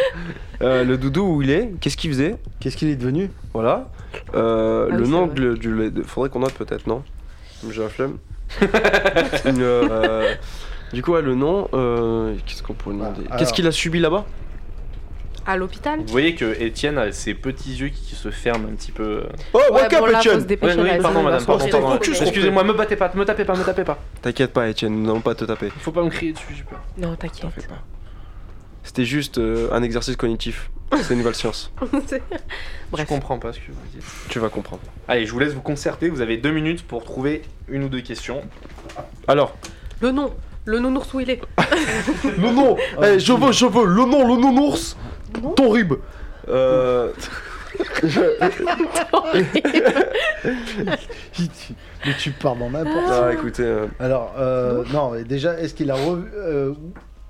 Speaker 3: Euh, le doudou, où il est Qu'est-ce qu'il faisait
Speaker 2: Qu'est-ce qu'il est devenu
Speaker 3: Voilà. Euh,
Speaker 4: Ah
Speaker 3: le
Speaker 4: oui,
Speaker 3: nom
Speaker 4: c'est
Speaker 3: de- du. le- Faudrait qu'on note peut-être, non J'ai la flemme. Euh, du coup, ouais, le nom. euh, Qu'est-ce qu'on pourrait demander
Speaker 2: alors-
Speaker 3: Qu'est-ce qu'il a subi là-bas
Speaker 4: À l'hôpital
Speaker 1: Vous voyez que Étienne a ses petits yeux qui, qui se ferment un petit peu. euh.
Speaker 3: Oh,
Speaker 4: Ouais, bon, là, faut se
Speaker 1: Ouais,
Speaker 4: dépêcher.
Speaker 1: oui,
Speaker 4: là,
Speaker 1: pardon,
Speaker 4: sinon, il va
Speaker 1: madame.
Speaker 4: se
Speaker 1: Pardon,
Speaker 4: manger.
Speaker 1: pardon.
Speaker 3: Faut que je trouve.
Speaker 1: Excusez-moi, me battez pas, me tapez pas, me tapez pas.
Speaker 3: T'inquiète pas, Étienne, nous n'allons pas te taper.
Speaker 1: Faut pas me crier dessus, j'ai peur.
Speaker 4: Non,
Speaker 3: T'en
Speaker 4: t'inquiète.
Speaker 3: fais pas. C'était juste euh, un exercice cognitif. C'est une nouvelle science.
Speaker 4: Bref.
Speaker 1: Je comprends pas ce que vous dites.
Speaker 3: Tu vas comprendre.
Speaker 1: Allez, je vous laisse vous concerter. Vous avez deux minutes pour trouver une ou deux questions.
Speaker 3: Alors,
Speaker 4: Le nom. Le nounours où il est.
Speaker 3: le nom
Speaker 4: Oh,
Speaker 3: Eh, Je veux, je veux Le nom, le nom ours Ton rib Euh.
Speaker 2: Mais tu pars dans n'importe.
Speaker 3: Ah, écoutez. euh,
Speaker 2: Alors, euh, non, mais déjà, est-ce qu'il a revu. euh,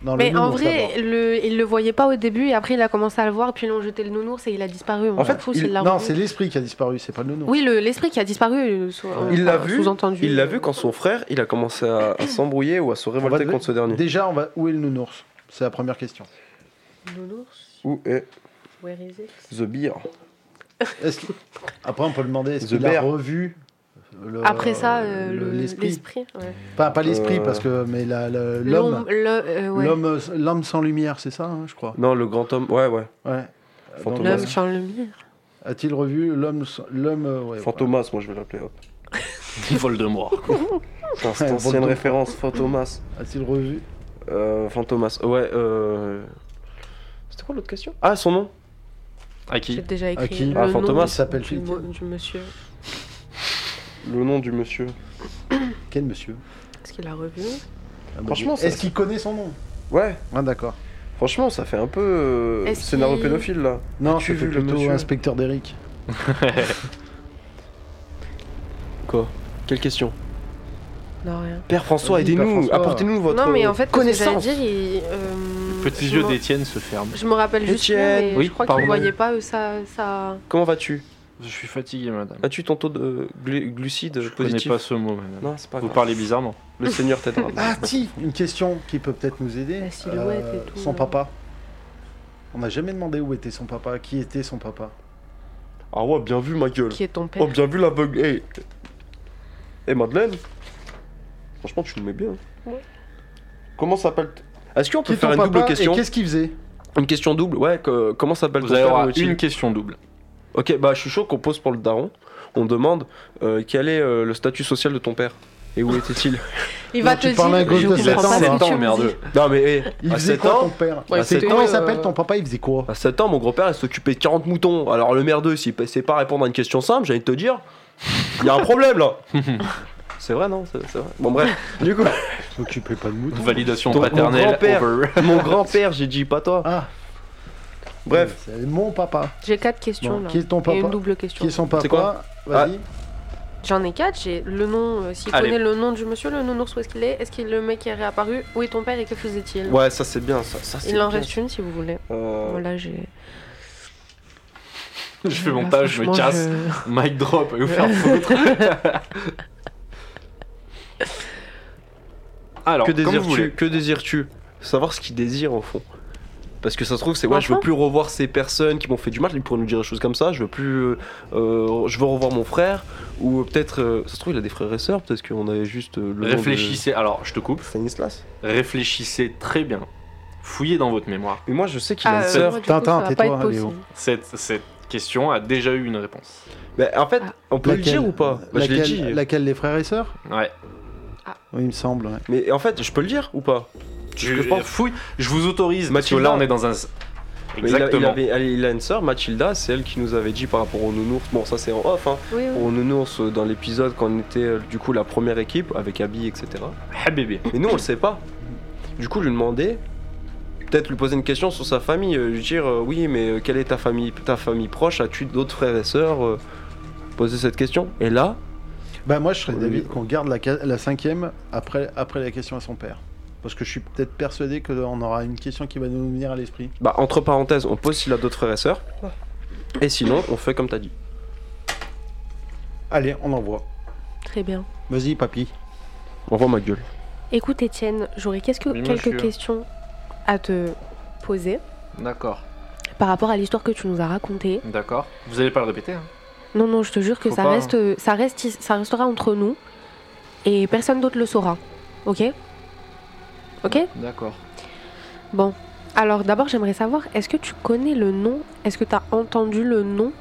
Speaker 2: non, le
Speaker 4: Mais en
Speaker 2: nounours,
Speaker 4: vrai,
Speaker 2: d'abord.
Speaker 4: le, il le voyait pas au début et après il a commencé à le voir, puis ils l'ont jeté le nounours et il a disparu. On
Speaker 3: En
Speaker 4: s'en
Speaker 3: fait,
Speaker 4: fout
Speaker 3: il-
Speaker 4: s'il l'a
Speaker 2: Non,
Speaker 4: revu.
Speaker 2: c'est l'esprit qui a disparu, c'est pas le nounours.
Speaker 4: Oui, le- l'esprit qui a disparu. euh, sous- euh,
Speaker 3: Il l'a
Speaker 4: enfin,
Speaker 3: vu,
Speaker 4: Sous-entendu.
Speaker 3: il l'a vu quand son frère, il a commencé à, à s'embrouiller ou à se révolter
Speaker 2: va-
Speaker 3: contre ce dernier.
Speaker 2: Déjà, on va... où est le nounours C'est la première question.
Speaker 4: Nounours,
Speaker 3: Où est
Speaker 4: where is it
Speaker 3: The Beer
Speaker 2: Est-ce qu'il- Après, on peut demander est-ce
Speaker 3: The
Speaker 2: qu'il a
Speaker 3: bear.
Speaker 2: revu le-
Speaker 4: Après ça, euh,
Speaker 2: le-
Speaker 4: le-
Speaker 2: l'esprit
Speaker 4: l'esprit. ouais.
Speaker 2: Pas, pas l'esprit,
Speaker 3: Euh,
Speaker 2: parce que. Mais la- la- l'homme.
Speaker 4: le- euh, ouais.
Speaker 2: L'homme euh, l'homme sans lumière, c'est ça, hein, je crois.
Speaker 3: Non, le grand homme. Ouais, ouais.
Speaker 2: Ouais. Euh,
Speaker 3: Fantômas.
Speaker 2: donc,
Speaker 4: L'homme
Speaker 2: euh,
Speaker 4: sans lumière.
Speaker 2: A-t-il revu l'homme sans- L'homme. euh, ouais,
Speaker 3: Fantomas, moi je vais l'appeler. hop.
Speaker 1: Voldemort.
Speaker 3: Putain,
Speaker 2: Ouais,
Speaker 3: C'est ancienne
Speaker 2: Voldemort.
Speaker 3: référence. Fantomas.
Speaker 2: voilà. A-t-il revu
Speaker 3: Euh, Fantomas. Ouais, euh. C'était quoi l'autre question Ah, son nom
Speaker 1: À
Speaker 4: J'ai
Speaker 1: qui
Speaker 4: déjà écrit.
Speaker 2: À qui
Speaker 4: le
Speaker 3: Ah,
Speaker 4: nom
Speaker 3: Fantomas.
Speaker 2: Il s'appelle
Speaker 4: du,
Speaker 2: qui
Speaker 4: mo- du monsieur.
Speaker 3: Le nom du monsieur.
Speaker 2: Quel monsieur
Speaker 4: Est-ce qu'il a revu
Speaker 2: Ah, bah,
Speaker 3: Franchement,
Speaker 2: Est-ce
Speaker 3: ça-
Speaker 2: qu'il connaît son nom
Speaker 3: Ouais,
Speaker 2: Ah, d'accord.
Speaker 3: franchement, ça fait un peu. euh,
Speaker 4: Est-ce
Speaker 3: scénario
Speaker 4: qu'il-
Speaker 3: pédophile là.
Speaker 2: Non,
Speaker 3: As-tu
Speaker 2: tu vu
Speaker 3: vu le
Speaker 2: plutôt
Speaker 3: monsieur
Speaker 2: inspecteur d'Eric.
Speaker 3: Quoi Quelle question
Speaker 4: Non, rien.
Speaker 3: Père François,
Speaker 2: Oui, Père
Speaker 3: aidez-nous,
Speaker 2: François.
Speaker 3: apportez-nous votre
Speaker 4: Non, mais en fait, quand
Speaker 3: connaissance.
Speaker 4: j'allais dire, il, euh,
Speaker 1: Petits
Speaker 4: je
Speaker 1: yeux
Speaker 4: me-
Speaker 1: d'Étienne se ferment.
Speaker 4: Je me rappelle juste plus, mais
Speaker 3: Étienne.
Speaker 1: Oui,
Speaker 4: je crois
Speaker 1: pardon.
Speaker 4: qu'il voyait pas euh, ça, ça.
Speaker 3: Comment vas-tu
Speaker 1: Je suis fatigué, madame.
Speaker 3: As-tu ton taux de glu- glucide
Speaker 1: Je connais
Speaker 3: positif
Speaker 1: pas ce mot, madame.
Speaker 3: Non, c'est pas
Speaker 1: Vous
Speaker 3: grave.
Speaker 1: parlez bizarrement.
Speaker 3: Le Seigneur t'aidera.
Speaker 2: Ah, si Une question qui peut peut-être nous aider. Euh,
Speaker 4: La silhouette et tout, hein.
Speaker 2: Son
Speaker 4: là.
Speaker 2: papa. On n'a jamais demandé où était son papa, qui était son papa.
Speaker 3: ah ouais, bien vu ma gueule.
Speaker 4: Qui est ton père
Speaker 3: Oh, bien vu l'aveugle. Hey. hey Madeleine Franchement, tu nous mets bien.
Speaker 4: Ouais.
Speaker 3: Comment s'appelle t- Est-ce qu'on peut
Speaker 2: Qui est
Speaker 3: faire
Speaker 2: ton
Speaker 3: une double
Speaker 2: papa
Speaker 3: question
Speaker 2: et qu'est-ce qu'il faisait
Speaker 3: Une question double Ouais, que- comment s'appelle
Speaker 1: Vous
Speaker 3: ton
Speaker 1: allez
Speaker 3: père
Speaker 1: avoir
Speaker 3: Luigi
Speaker 1: une question double.
Speaker 3: Ok, bah je suis chaud qu'on pose pour le daron. On demande euh, quel est euh, le statut social de ton père et où était-il
Speaker 4: Il va
Speaker 2: Non,
Speaker 4: te
Speaker 2: tu parles à hein.
Speaker 4: dire.
Speaker 2: gauche
Speaker 4: je
Speaker 2: de
Speaker 4: comprends
Speaker 2: sept
Speaker 4: pas
Speaker 2: ans,
Speaker 4: ce que
Speaker 2: sept
Speaker 4: tu
Speaker 1: ans,
Speaker 4: me
Speaker 1: merde.
Speaker 4: dis.
Speaker 3: Non mais hé,
Speaker 2: Il
Speaker 3: à
Speaker 2: faisait
Speaker 3: 7
Speaker 2: quoi ton
Speaker 3: ans,
Speaker 2: père
Speaker 4: Ouais,
Speaker 3: À
Speaker 2: C'est
Speaker 3: sept
Speaker 2: comment
Speaker 4: ans,
Speaker 2: il s'appelle
Speaker 4: euh,
Speaker 2: ton papa Il faisait quoi
Speaker 3: à 7 ans, mon grand-père, il s'occupait de 40 moutons. Alors le merdeux, s'il ne sait pas répondre à une question simple, j'allais te dire, il y a un problème là. c'est vrai, non C'est c'est vrai. Bon bref, du coup,
Speaker 2: S'occupait pas de moutons.
Speaker 1: Validation
Speaker 3: Ton- mon
Speaker 1: paternelle.
Speaker 3: grand-père.
Speaker 1: over.
Speaker 3: mon grand-père, j'ai dit pas toi.
Speaker 2: Ah,
Speaker 3: Bref,
Speaker 2: c'est mon papa.
Speaker 4: J'ai quatre questions
Speaker 2: Bon,
Speaker 4: là.
Speaker 2: qui est ton
Speaker 4: Et
Speaker 2: papa
Speaker 4: une double question.
Speaker 2: Qui est son papa
Speaker 3: C'est quoi Ah,
Speaker 2: Vas-y.
Speaker 4: J'en ai quatre. J'ai le nom. euh, S'il
Speaker 1: Allez.
Speaker 4: connaît le nom du monsieur, le nounours, où est-ce qu'il est Est-ce qu'il le mec qui est réapparu Où est ton père et que faisait-il
Speaker 3: ouais, ça c'est bien, ça, ça c'est
Speaker 4: Il en
Speaker 3: bien.
Speaker 4: reste une si vous voulez.
Speaker 3: Euh,
Speaker 4: Voilà, j'ai.
Speaker 1: Je fais mon
Speaker 4: Là,
Speaker 1: taf, je me
Speaker 4: franchement,
Speaker 1: casse.
Speaker 4: je-
Speaker 1: Mic drop, allez vous faire foutre. Alors,
Speaker 3: que
Speaker 1: comme vous
Speaker 3: désires-tu
Speaker 1: voulez.
Speaker 3: Que désires-tu Savoir ce qu'il désire au fond. Parce que ça se trouve, c'est ouais, je veux
Speaker 4: Franchement.
Speaker 3: plus revoir ces personnes qui m'ont fait du mal, ils pourraient nous dire des choses comme ça. Je veux plus. euh, euh, je veux revoir mon frère. Ou peut-être. euh, ça se trouve, il a des frères et sœurs, peut-être qu'on avait juste. euh, le nom de-
Speaker 1: Réfléchissez. Alors, je te coupe.
Speaker 3: Stanislas
Speaker 1: Réfléchissez très bien. Fouillez dans votre mémoire.
Speaker 3: Mais moi, je sais qu'il a
Speaker 4: Ah,
Speaker 3: une
Speaker 4: euh,
Speaker 3: sœur.
Speaker 4: moi, du coup,
Speaker 2: Tintin,
Speaker 4: ça va
Speaker 2: tais-toi,
Speaker 4: pas être
Speaker 2: hein,
Speaker 4: possible.
Speaker 1: Cette, cette question a déjà eu une réponse.
Speaker 3: Mais en fait,
Speaker 4: Ah.
Speaker 3: on peut
Speaker 2: Laquelle
Speaker 3: le dire ou pas Bah, Je l'ai
Speaker 2: laquelle,
Speaker 3: dit.
Speaker 2: laquelle les frères et sœurs
Speaker 1: Ouais.
Speaker 2: Oui, il me semble. ouais.
Speaker 3: Mais en fait, je peux le dire ou pas
Speaker 1: Je,
Speaker 3: Je pense.
Speaker 1: fouille. Je vous autorise. Parce que
Speaker 3: Mathilda.
Speaker 1: là, on est dans un.
Speaker 3: Mais il a-
Speaker 1: Exactement.
Speaker 3: Il, avait- il a une sœur, Mathilda, c'est elle qui nous avait dit par rapport aux nounours. Bon, ça c'est en off, hein.
Speaker 4: Oui, oui.
Speaker 3: Aux nounours euh, dans l'épisode quand on était euh, du coup la première équipe avec Abby, etc.
Speaker 1: Habibi.
Speaker 3: Mais nous, on le sait pas. Du coup, lui demander, peut-être lui poser une question sur sa famille, euh, lui dire euh, oui, mais euh, quelle est ta famille, ta famille proche As-tu d'autres frères et sœurs Euh, Poser cette question. Et là,
Speaker 2: Bah moi je serais d'avis
Speaker 3: Oui.
Speaker 2: qu'on garde la, ca- la cinquième après, après la question à son père. Parce que je suis peut-être persuadé qu'on aura une question qui va nous venir à l'esprit.
Speaker 3: bah, entre parenthèses, on pose s'il a d'autres frères et sœurs. Et sinon, on fait comme t'as dit.
Speaker 2: Allez, on envoie.
Speaker 4: Très bien.
Speaker 2: Vas-y papy.
Speaker 3: On voit ma gueule.
Speaker 4: Écoute, Étienne, j'aurais qu'est-ce que-
Speaker 1: Oui, monsieur.
Speaker 4: quelques questions à te poser
Speaker 1: D'accord.
Speaker 4: par rapport à l'histoire que tu nous as racontée.
Speaker 1: D'accord. Vous allez pas le répéter. hein.
Speaker 4: Non, non, je te jure que
Speaker 1: Faut
Speaker 4: ça
Speaker 1: pas,
Speaker 4: reste, euh, ça reste, is- ça restera entre nous et personne d'autre le saura. Ok Ok
Speaker 1: D'accord.
Speaker 4: Bon. Alors d'abord, j'aimerais savoir, est-ce que tu connais le nom Est-ce que tu as entendu le nom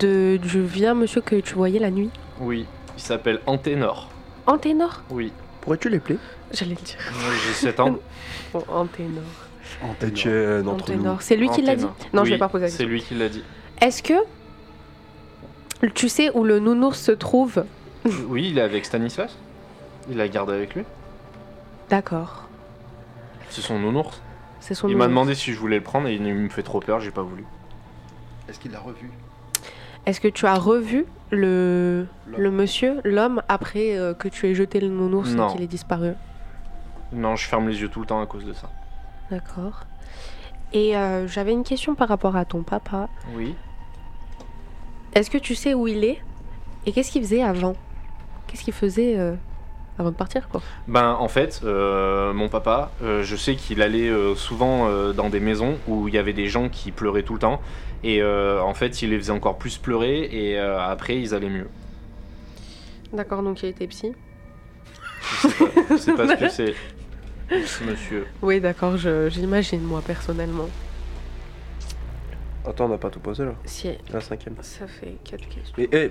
Speaker 4: de du vieux monsieur que tu voyais la nuit
Speaker 1: Oui. Il s'appelle Anténor.
Speaker 4: Anténor
Speaker 1: Oui.
Speaker 3: Pourrais-tu les plaire
Speaker 4: J'allais le dire.
Speaker 1: J'ai 7 ans.
Speaker 4: Bon, Anténor.
Speaker 2: En
Speaker 3: euh, entre nous.
Speaker 4: Anténor. C'est lui qui l'a dit
Speaker 1: Anténor.
Speaker 4: Non, je
Speaker 1: Oui,
Speaker 4: vais pas poser la
Speaker 1: C'est
Speaker 4: question.
Speaker 1: lui qui l'a dit.
Speaker 4: Est-ce que tu sais où le nounours se trouve
Speaker 1: Oui, il est avec Stanislas. Il la garde avec lui.
Speaker 4: D'accord.
Speaker 1: C'est son nounours.
Speaker 4: C'est son
Speaker 1: il m'a
Speaker 4: nounours.
Speaker 1: demandé si je voulais le prendre et il me fait trop peur, j'ai pas voulu.
Speaker 2: Est-ce qu'il l'a revu
Speaker 4: Est-ce que tu as revu le, le monsieur, l'homme, après euh, que tu aies jeté le nounours
Speaker 1: Non.
Speaker 4: et qu'il ait disparu
Speaker 1: Non, je ferme les yeux tout le temps à cause de ça.
Speaker 4: D'accord. Et euh, j'avais une question par rapport à ton papa.
Speaker 1: Oui.
Speaker 4: Est-ce que tu sais où il est Et qu'est-ce qu'il faisait avant Qu'est-ce qu'il faisait euh, avant de partir, quoi
Speaker 1: Ben en fait, euh, mon papa, euh, je sais qu'il allait euh, souvent euh, dans des maisons où il y avait des gens qui pleuraient tout le temps. Et euh, en fait, il les faisait encore plus pleurer et euh, après, ils allaient mieux.
Speaker 4: D'accord, donc il était psy.
Speaker 1: Je sais pas, je sais pas ce que c'est. Monsieur.
Speaker 4: Oui, d'accord, je- j'imagine, moi, personnellement.
Speaker 3: Attends, on n'a pas tout posé là.
Speaker 4: Si,
Speaker 3: La cinquième. eh,
Speaker 4: ça fait quatre questions.
Speaker 3: Mais hé,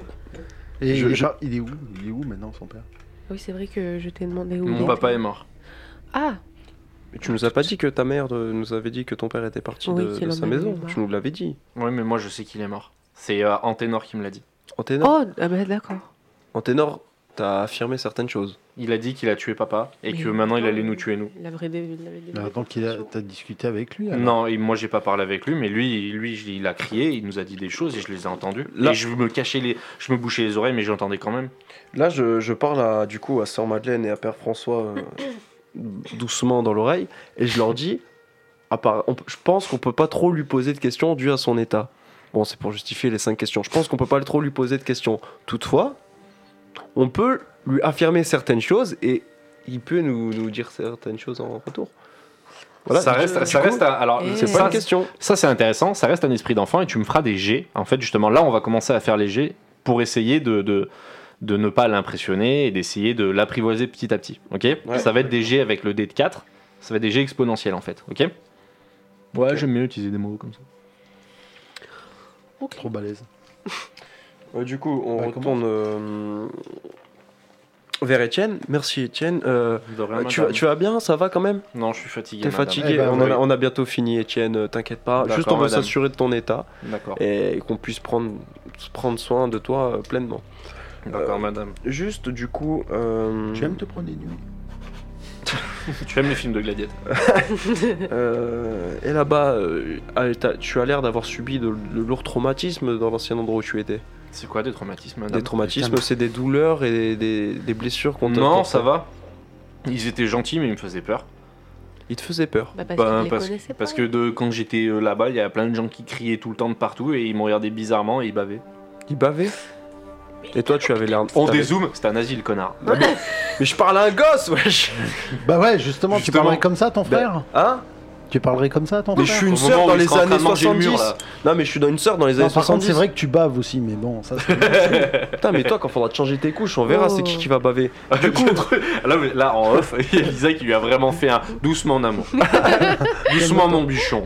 Speaker 2: Et
Speaker 3: Je-
Speaker 2: il, est
Speaker 3: je-
Speaker 2: pas- il est où Il est où maintenant son père
Speaker 4: Ah Oui, c'est vrai que je t'ai demandé où il
Speaker 1: Mon
Speaker 4: était.
Speaker 1: papa est mort.
Speaker 4: Ah
Speaker 3: mais tu nous as pas dit que ta mère euh, nous avait dit que ton père était parti
Speaker 4: Oui,
Speaker 3: de- de,
Speaker 4: qu'il en
Speaker 3: sa
Speaker 4: avait
Speaker 3: maison.
Speaker 4: marre.
Speaker 3: Tu nous l'avais dit.
Speaker 1: Oui, mais moi, je sais qu'il est mort. C'est euh, Anténor qui me l'a dit.
Speaker 3: En ténor,
Speaker 4: Oh, ah bah, d'accord.
Speaker 3: en ténor, t'as affirmé certaines choses.
Speaker 1: Il a dit qu'il a tué papa et
Speaker 4: Mais
Speaker 1: que maintenant, il
Speaker 4: attends,
Speaker 1: allait nous
Speaker 4: mais-
Speaker 1: tuer nous.
Speaker 4: Il avait des... il avait des-
Speaker 2: Bah, Attends qu'il a t'as discuté avec lui. alors.
Speaker 1: Non, et moi j'ai pas parlé avec lui, mais lui, lui, je- il a crié, il nous a dit des choses et je les ai entendues.
Speaker 3: Là-
Speaker 1: Et je me cachais les, je me bouchais les oreilles, mais j'entendais quand même.
Speaker 3: Là, je, je parle à, du coup à Sœur Madeleine et à Père François euh, doucement dans l'oreille et je leur dis à part, on peut- je pense qu'on peut pas trop lui poser de questions dû à son état. Bon, c'est pour justifier les cinq questions. Je pense qu'on peut pas trop lui poser de questions. Toutefois, on peut lui affirmer certaines choses et il peut nous, nous dire certaines choses en retour. Voilà,
Speaker 1: ça
Speaker 3: du-
Speaker 1: reste,
Speaker 3: du
Speaker 1: ça
Speaker 3: coup,
Speaker 1: reste. un- Alors,
Speaker 4: Et-
Speaker 3: C'est
Speaker 1: ça,
Speaker 3: pas une question.
Speaker 1: ça, c'est intéressant. Ça reste un esprit d'enfant et tu me feras des jets. En fait, justement, là, on va commencer à faire les jets pour essayer de, de, de ne pas l'impressionner et d'essayer de l'apprivoiser petit à petit. Ok
Speaker 3: Ouais.
Speaker 1: Ça va être des jets avec le dé de 4. Ça va être des jets exponentiels en fait. Ok Ouais, j'aime mieux utiliser des mots comme ça.
Speaker 2: Trop balèze.
Speaker 3: Euh, du coup, on
Speaker 2: Bah,
Speaker 3: retourne euh, vers Étienne. Merci Étienne. Euh, euh, tu, vas- tu vas bien Ça va quand même
Speaker 1: Non, je suis fatigué.
Speaker 3: T'es
Speaker 1: madame.
Speaker 3: fatigué
Speaker 2: Eh ben,
Speaker 3: on, en a,
Speaker 1: oui.
Speaker 3: on a bientôt fini Étienne, euh, t'inquiète pas.
Speaker 1: D'accord,
Speaker 3: Juste on veut
Speaker 1: madame.
Speaker 3: s'assurer de ton état
Speaker 1: D'accord.
Speaker 3: et qu'on puisse prendre, prendre soin de toi euh, pleinement.
Speaker 1: D'accord,
Speaker 3: Euh,
Speaker 1: madame.
Speaker 3: Juste du coup... euh,
Speaker 2: Tu aimes te prendre des nuits
Speaker 1: Tu aimes les films de Gladiator
Speaker 3: euh, et là-bas, euh, ah, t'as- tu as l'air d'avoir subi de, de lourds traumatismes dans l'ancien endroit où tu étais.
Speaker 1: C'est quoi des traumatismes, madame
Speaker 3: Des traumatismes, c'est des douleurs et des, des- des blessures qu'on t'a
Speaker 1: Non,
Speaker 3: portées.
Speaker 1: ça va. Ils étaient gentils, mais ils me faisaient peur.
Speaker 3: Ils te faisaient peur.
Speaker 4: Bah, parce
Speaker 1: Ben,
Speaker 4: qu'il les
Speaker 1: parce,
Speaker 4: connaissait pas.
Speaker 1: parce que de, quand j'étais euh, là-bas, il y a plein de gens qui criaient tout le temps de partout et ils me regardaient bizarrement et ils bavaient.
Speaker 3: Ils bavaient. Et toi, tu avais l'air.
Speaker 1: On
Speaker 3: t'avais-
Speaker 1: dézoome C'était un asile, connard.
Speaker 3: Mais je parle à un gosse, wesh
Speaker 2: Bah ouais, justement, tu
Speaker 1: Justement.
Speaker 2: parlerais comme ça à ton frère
Speaker 3: Hein
Speaker 2: Tu parlerais comme ça à ton
Speaker 3: Mais je
Speaker 2: frère
Speaker 3: suis une
Speaker 1: Au
Speaker 3: sœur
Speaker 1: moment
Speaker 3: dans
Speaker 1: où il
Speaker 3: les
Speaker 1: sera en train
Speaker 3: années
Speaker 1: de manger le
Speaker 3: 70
Speaker 1: mur, là.
Speaker 3: Non, mais je suis dans une sœur dans les
Speaker 2: Non,
Speaker 3: années
Speaker 2: par contre,
Speaker 3: 70
Speaker 2: c'est vrai que tu baves aussi, mais bon, ça c'est-
Speaker 3: Putain, mais toi, quand faudra te changer tes couches, on verra
Speaker 4: Oh.
Speaker 3: c'est qui qui va baver.
Speaker 1: Du coup, là, là, en off, il y a Lisa qui lui a vraiment fait un doucement, amour. doucement, mon bichon.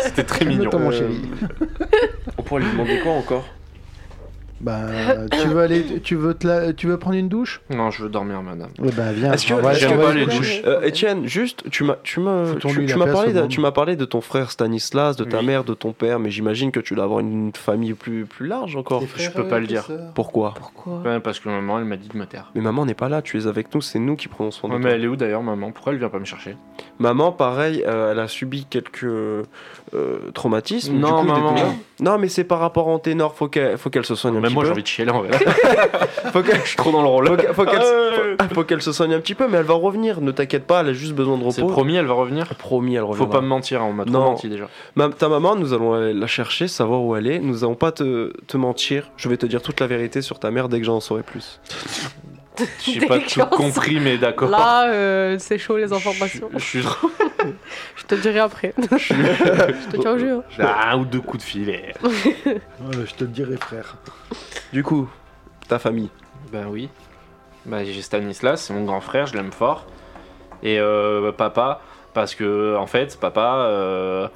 Speaker 1: C'était très mignon.
Speaker 2: Calme-toi, mon
Speaker 3: Euh,
Speaker 2: chéri.
Speaker 3: On pourrait lui demander quoi encore
Speaker 2: Bah, tu veux aller, tu veux te la- tu veux prendre une douche
Speaker 1: Non, je veux dormir, madame.
Speaker 2: Ouais, bah viens.
Speaker 3: Est-ce que-
Speaker 2: on va-
Speaker 3: est-ce
Speaker 2: on
Speaker 3: que-
Speaker 2: va
Speaker 1: les
Speaker 2: se coucher.
Speaker 1: douches.
Speaker 3: Euh, Étienne, juste, tu m'as, tu m'as,
Speaker 2: Foutons-lui
Speaker 3: tu,
Speaker 2: la
Speaker 3: tu m'as
Speaker 2: paix à
Speaker 3: parlé,
Speaker 2: ce
Speaker 3: de,
Speaker 2: monde.
Speaker 3: tu m'as parlé de ton frère Stanislas, de ta
Speaker 1: Oui.
Speaker 3: mère, de ton père, mais j'imagine que tu dois avoir une famille plus, plus large encore.
Speaker 2: Tes frères, euh,
Speaker 1: peux pas le
Speaker 2: tes
Speaker 1: dire.
Speaker 2: sœurs
Speaker 3: Pourquoi
Speaker 4: Pourquoi
Speaker 1: Ouais, parce que maman, elle m'a dit de me taire.
Speaker 3: Mais maman n'est pas là, tu es avec nous, c'est nous qui prenons soin de
Speaker 1: Ouais, mais
Speaker 3: toi.
Speaker 1: elle est où d'ailleurs, maman Pourquoi elle vient pas me chercher
Speaker 3: Maman, pareil, euh, elle a subi quelques euh, euh, traumatismes.
Speaker 1: Non,
Speaker 3: du coup, des
Speaker 1: maman.
Speaker 3: douleurs. Non, mais c'est par rapport en ténor, faut qu'elle, faut qu'elle se soigne un
Speaker 1: Même
Speaker 3: petit
Speaker 1: moi, j'ai
Speaker 3: peu.
Speaker 1: envie de chier là, en vrai.
Speaker 3: Faut qu'elle,
Speaker 1: Je suis trop dans le rôle.
Speaker 3: faut qu'elle- faut qu'elle se-
Speaker 1: Ouais.
Speaker 3: faut- faut qu'elle se soigne un petit peu, mais elle va revenir. Ne t'inquiète pas, elle a juste besoin de
Speaker 1: C'est
Speaker 3: repos.
Speaker 1: promis, elle va revenir
Speaker 3: Promis, elle reviendra.
Speaker 1: Faut pas me mentir, hein, on m'a trop
Speaker 3: Non.
Speaker 1: menti déjà.
Speaker 3: Ma- ta maman, nous allons aller la chercher, savoir où elle est. Nous allons pas te, te mentir. Je vais te dire toute la vérité sur ta mère dès que j'en saurai plus.
Speaker 1: J'ai pas tout
Speaker 4: Dégueulasse.
Speaker 1: compris, mais d'accord.
Speaker 4: Là, euh, c'est chaud les informations.
Speaker 1: Je suis
Speaker 4: Je te dirai après. Je te tiens au jeu. hein.
Speaker 1: Ah, un ou deux coups de filet.
Speaker 2: Ouais, Ah, je te le dirai, frère.
Speaker 3: Du coup, ta famille.
Speaker 1: Ben oui. Bah, j'ai Stanislas, c'est mon grand frère, je l'aime fort. Et euh, papa, parce que en fait, papa, euh,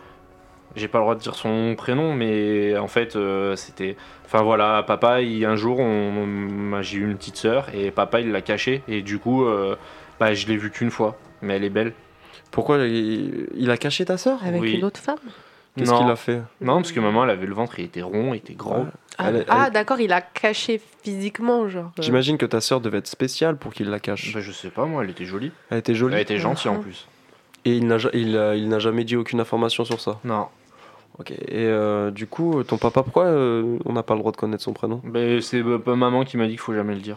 Speaker 1: j'ai pas le droit de dire son prénom, mais en fait, euh, c'était. Enfin voilà, papa, il, un jour, on, on- j'ai eu une petite sœur et papa, il l'a cachée. Et du coup, euh, bah, je l'ai vue qu'une fois, mais elle est belle.
Speaker 3: Pourquoi il, il a caché ta sœur
Speaker 4: Avec
Speaker 1: Oui.
Speaker 4: une autre femme
Speaker 3: Qu'est-ce
Speaker 1: Non.
Speaker 3: qu'il a fait
Speaker 1: Non, parce que maman, elle avait le ventre, il était rond, il était grand.
Speaker 4: Ah,
Speaker 3: Elle est-
Speaker 4: ah,
Speaker 3: elle-
Speaker 4: d'accord, il a caché physiquement, genre. euh,
Speaker 3: J'imagine que ta sœur devait être spéciale pour qu'il la cache.
Speaker 1: Bah, je sais pas, moi, elle était jolie.
Speaker 3: Elle était
Speaker 1: Elle
Speaker 3: jolie. Ah.
Speaker 1: était gentille en plus.
Speaker 3: Et il n'a ja- il, euh, il n'a jamais dit aucune information sur ça.
Speaker 1: Non.
Speaker 3: Ok. Et euh, du coup, ton papa, pourquoi euh, on n'a pas le droit de connaître son prénom
Speaker 1: Bah, c'est euh, pas maman qui m'a dit qu'il faut jamais le dire.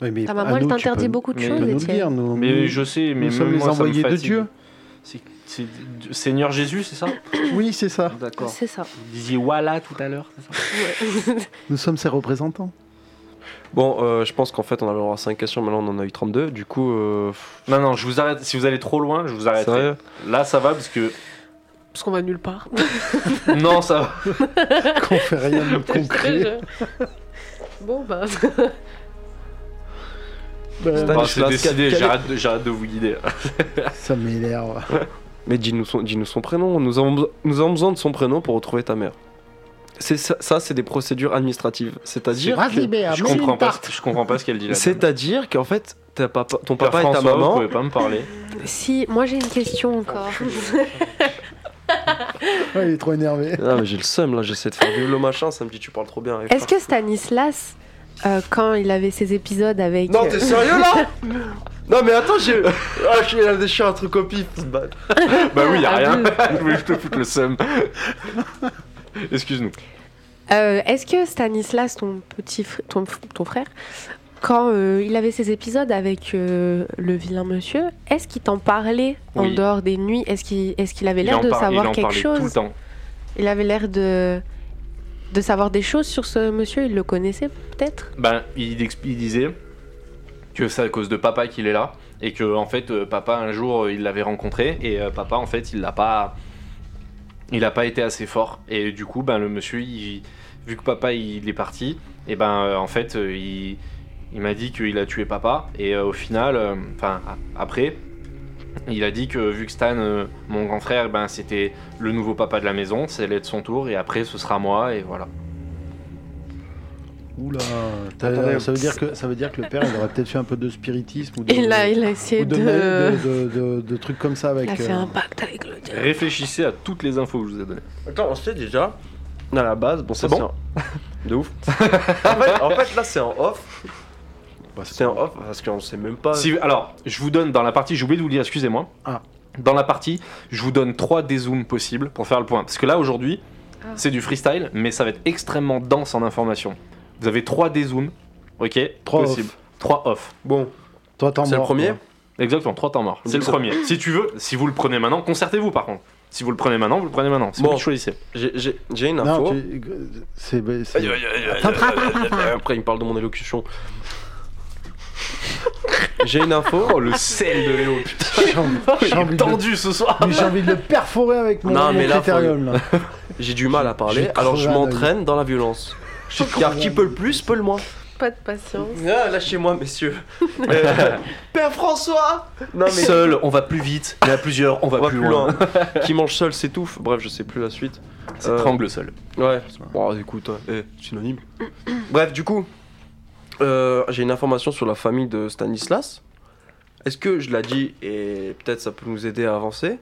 Speaker 2: Ouais, mais
Speaker 4: Ta
Speaker 2: à
Speaker 4: maman, elle
Speaker 2: nous, tu
Speaker 4: t'interdit
Speaker 2: peux-
Speaker 4: beaucoup de
Speaker 1: mais-
Speaker 2: Tu
Speaker 4: choses,
Speaker 2: peux nous le
Speaker 4: Étienne.
Speaker 2: dire, nous.
Speaker 1: Mais
Speaker 2: nous-
Speaker 1: je sais, mais
Speaker 2: nous
Speaker 1: même
Speaker 2: sommes les
Speaker 1: moi, ça me
Speaker 2: envoyés de
Speaker 1: fatigue.
Speaker 2: Dieu.
Speaker 1: C'est c'est du- Seigneur Jésus, c'est ça
Speaker 2: Oui, c'est ça.
Speaker 1: D'accord.
Speaker 4: C'est ça.
Speaker 1: Vous disiez Walla tout à l'heure, c'est ça
Speaker 4: Ouais.
Speaker 2: Nous sommes ses représentants.
Speaker 3: Bon, euh, je pense qu'en fait, on avait le droit à 5 questions, mais là, on en a eu 32. Du coup, euh,
Speaker 1: Non, non, je vous arrête. Si vous allez trop loin, je vous arrêterai.
Speaker 3: sérieux
Speaker 1: Là, ça va parce que.
Speaker 4: Parce qu'on va nulle part.
Speaker 1: Non, ça va.
Speaker 2: Qu'on fait rien de concret.
Speaker 4: bon, bah.
Speaker 2: Bah,
Speaker 3: Stan-
Speaker 1: Bon, c'est
Speaker 3: Stanislas,
Speaker 1: décidé,
Speaker 3: quel est-
Speaker 1: j'arrête de, j'arrête de vous guider.
Speaker 2: Ça m'énerve.
Speaker 3: Mais dis-nous son, dis-nous son prénom. Nous avons, beso- nous avons besoin de son prénom pour retrouver ta mère. C'est ça, ça, c'est des procédures administratives. C'est-à-dire, que-
Speaker 1: Je comprends pas, ce- je comprends pas ce qu'elle dit là.
Speaker 3: c'est-à-dire qu'en fait, ta papa, ton
Speaker 1: Père
Speaker 3: papa et ta
Speaker 1: François, vous
Speaker 3: maman.
Speaker 1: pouvez pas me parler.
Speaker 4: Si, moi j'ai une question encore.
Speaker 2: Ouais, il est trop énervé.
Speaker 3: Ah, mais j'ai le seum là. J'essaie de faire vivre le machin. Ça me dit, tu parles trop bien. avec
Speaker 4: Est-ce que Stanislas, euh, quand il avait ses épisodes avec.
Speaker 3: Non, t'es sérieux là Non, mais attends, j'ai. Ah, je suis- je suis un truc au pif. ce bâtard.
Speaker 1: bah oui, y a
Speaker 4: Ah,
Speaker 1: rien.
Speaker 4: bleu.
Speaker 1: je voulais juste te foutre le seum. Excuse-nous.
Speaker 4: Euh, Est-ce que Stanislas, ton petit fr- ton, f- ton frère, quand euh, il avait ses épisodes avec euh, le vilain monsieur, est-ce qu'il t'en parlait en
Speaker 1: Oui.
Speaker 4: dehors des nuits Est-ce qu'il est qu'il avait
Speaker 1: Il
Speaker 4: l'air
Speaker 1: en
Speaker 4: de
Speaker 1: par- il
Speaker 4: savoir
Speaker 1: en
Speaker 4: quelque
Speaker 1: parlait tout le
Speaker 4: chose
Speaker 1: temps.
Speaker 4: Il avait l'air de de savoir des choses sur ce monsieur. Il le connaissait peut-être.
Speaker 1: Ben, il, expli- il disait que c'est à cause de papa qu'il est là et que en fait euh, papa un jour euh, il l'avait rencontré et euh, papa en fait il l'a pas il a pas été assez fort et du coup ben le monsieur il- vu que papa il est parti et ben euh, en fait euh, il, il m'a dit qu'il a tué papa et euh, au final euh, enfin a- après il a dit que vu que Stan euh, mon grand frère ben c'était le nouveau papa de la maison c'est l'être son tour et après ce sera moi et voilà
Speaker 2: Oula.
Speaker 3: Attendez.
Speaker 2: t'as- euh, Ça veut dire que ça veut dire que le père, il aurait peut-être fait un peu de spiritisme ou de.
Speaker 4: Il a, il a essayé
Speaker 2: ou de,
Speaker 4: de.
Speaker 2: de, de, de- de trucs comme ça
Speaker 4: Il
Speaker 2: avec.
Speaker 4: a fait
Speaker 2: euh,
Speaker 4: un pacte avec le diable.
Speaker 1: réfléchissez à toutes les infos que je vous ai données
Speaker 3: Attends, on sait déjà. À la base, bon, ça,
Speaker 1: C'est
Speaker 3: c'est
Speaker 1: bon
Speaker 3: un- De ouf. en, fait, en fait, là, c'est en off.
Speaker 2: bah,
Speaker 3: C'est en off parce qu'on sait même pas.
Speaker 1: Si- alors, je vous donne dans la partie, j'ai oublié de vous le dire, excusez-moi.
Speaker 2: Ah.
Speaker 1: Dans la partie, je vous donne trois dézooms possibles pour faire le point. Parce que là, aujourd'hui,
Speaker 4: Ah.
Speaker 1: c'est du freestyle, mais ça va être extrêmement dense en information. Vous avez trois dézooms, ok
Speaker 2: Trois
Speaker 1: possibles.
Speaker 2: off.
Speaker 1: Trois off.
Speaker 3: Bon,
Speaker 2: Toi,
Speaker 1: Ah,
Speaker 2: t'en
Speaker 3: c'est le
Speaker 2: mords,
Speaker 3: premier
Speaker 2: toi.
Speaker 1: Exactement, trois temps morts. C'est le
Speaker 3: D'accord.
Speaker 1: premier. Si tu veux, si vous le prenez maintenant, concertez-vous par contre. Si vous le prenez maintenant, vous le prenez maintenant. C'est
Speaker 3: Bon.
Speaker 1: vous qui choisissez.
Speaker 3: j'ai- j'ai j'ai une info.
Speaker 2: Non, tu- c'est. c'est-
Speaker 3: Aïe, aïe, aïe, aïe, aïe, aïe, aïe. Après, il me parle de mon élocution. J'ai une info.
Speaker 1: Oh, le sel de Léo, putain,
Speaker 2: J'ai envie-
Speaker 1: il
Speaker 2: j'ai
Speaker 1: est
Speaker 2: envie de le-
Speaker 1: tendu ce soir.
Speaker 2: mais j'ai envie de le perforer avec mon, mon
Speaker 3: Non, mais là, faut-
Speaker 2: critérium, là.
Speaker 3: J'ai du mal à
Speaker 2: Je
Speaker 3: parler,
Speaker 2: vais
Speaker 3: alors je
Speaker 2: crever un
Speaker 3: m'entraîne dans la violence.
Speaker 2: Je vais
Speaker 3: Car
Speaker 2: crever
Speaker 3: qui
Speaker 2: un
Speaker 3: peut le plus, peut le moins.
Speaker 4: Pas de patience.
Speaker 3: Ah, Lâchez-moi, messieurs. Euh, Père François Non, mais.
Speaker 5: Seul, on va plus vite. Mais à plusieurs, on va,
Speaker 3: On va
Speaker 5: plus, loin.
Speaker 3: Qui mange seul s'étouffe. Bref, je sais plus la suite. Euh,
Speaker 5: S'étrangle seul.
Speaker 3: Ouais. Bon, écoute, eh, synonyme. Bref, du coup, euh, j'ai une information sur la famille de Stanislas. Est-ce que je la dis et peut-être ça peut nous aider à avancer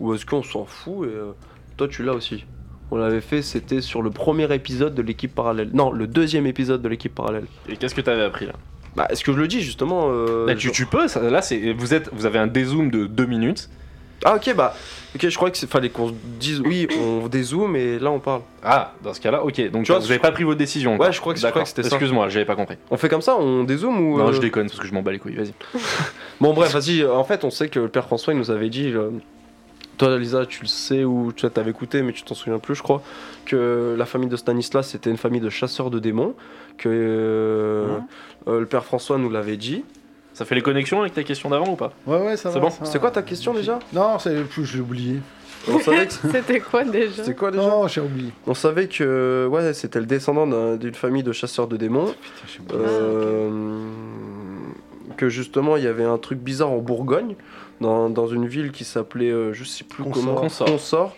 Speaker 3: Ou est-ce qu'on s'en fout et euh, toi tu l'as aussi On l'avait fait, c'était sur le premier épisode de l'équipe parallèle. Non, le deuxième épisode de l'équipe parallèle.
Speaker 1: Et qu'est-ce que t'avais appris là
Speaker 3: Bah, est-ce que je le dis justement euh,
Speaker 1: Bah, tu,
Speaker 3: genre-
Speaker 1: tu peux, ça- là c'est vous êtes vous avez un dézoom de 2 minutes.
Speaker 3: Ah, ok, bah, ok, je crois que c'est- fallait qu'on se dise oui, on dézoome et là on parle.
Speaker 1: Ah, dans ce cas-là, OK. Donc
Speaker 3: Tu vois,
Speaker 1: vous avez pas pris votre décision. quoi.
Speaker 3: Ouais, je crois que, je crois
Speaker 1: D'accord.
Speaker 3: que c'était ça.
Speaker 1: Excuse-moi, j'avais pas compris.
Speaker 3: On fait comme ça, on dézoome ou.
Speaker 1: Non,
Speaker 3: euh,
Speaker 1: je déconne parce que je m'en bats les couilles, vas-y.
Speaker 3: Bon bref, vas-y, en fait on sait que le père François il nous avait dit, euh, toi Lisa tu le sais ou tu t'avais écouté mais tu t'en souviens plus je crois, que la famille de Stanislas c'était une famille de chasseurs de démons, que euh, euh, le père François nous l'avait dit.
Speaker 1: Ça fait les connexions avec ta question d'avant ou pas
Speaker 2: Ouais, ouais, ça
Speaker 1: C'est
Speaker 2: va.
Speaker 1: bon.
Speaker 2: ça va.
Speaker 3: C'était quoi ta question, déjà
Speaker 2: Non, c'est plus, je l'ai oublié.
Speaker 3: On savait que...
Speaker 4: C'était quoi déjà
Speaker 3: C'était quoi déjà
Speaker 2: Non, j'ai oublié.
Speaker 3: On savait que ouais, c'était le descendant d'un- d'une famille de chasseurs de démons.
Speaker 2: Putain, j'ai oublié.
Speaker 3: Euh, que justement il y avait un truc bizarre en Bourgogne, dans, dans une ville qui s'appelait, euh, je sais plus
Speaker 2: Consort.
Speaker 3: comment,
Speaker 1: Consort.
Speaker 3: Consort.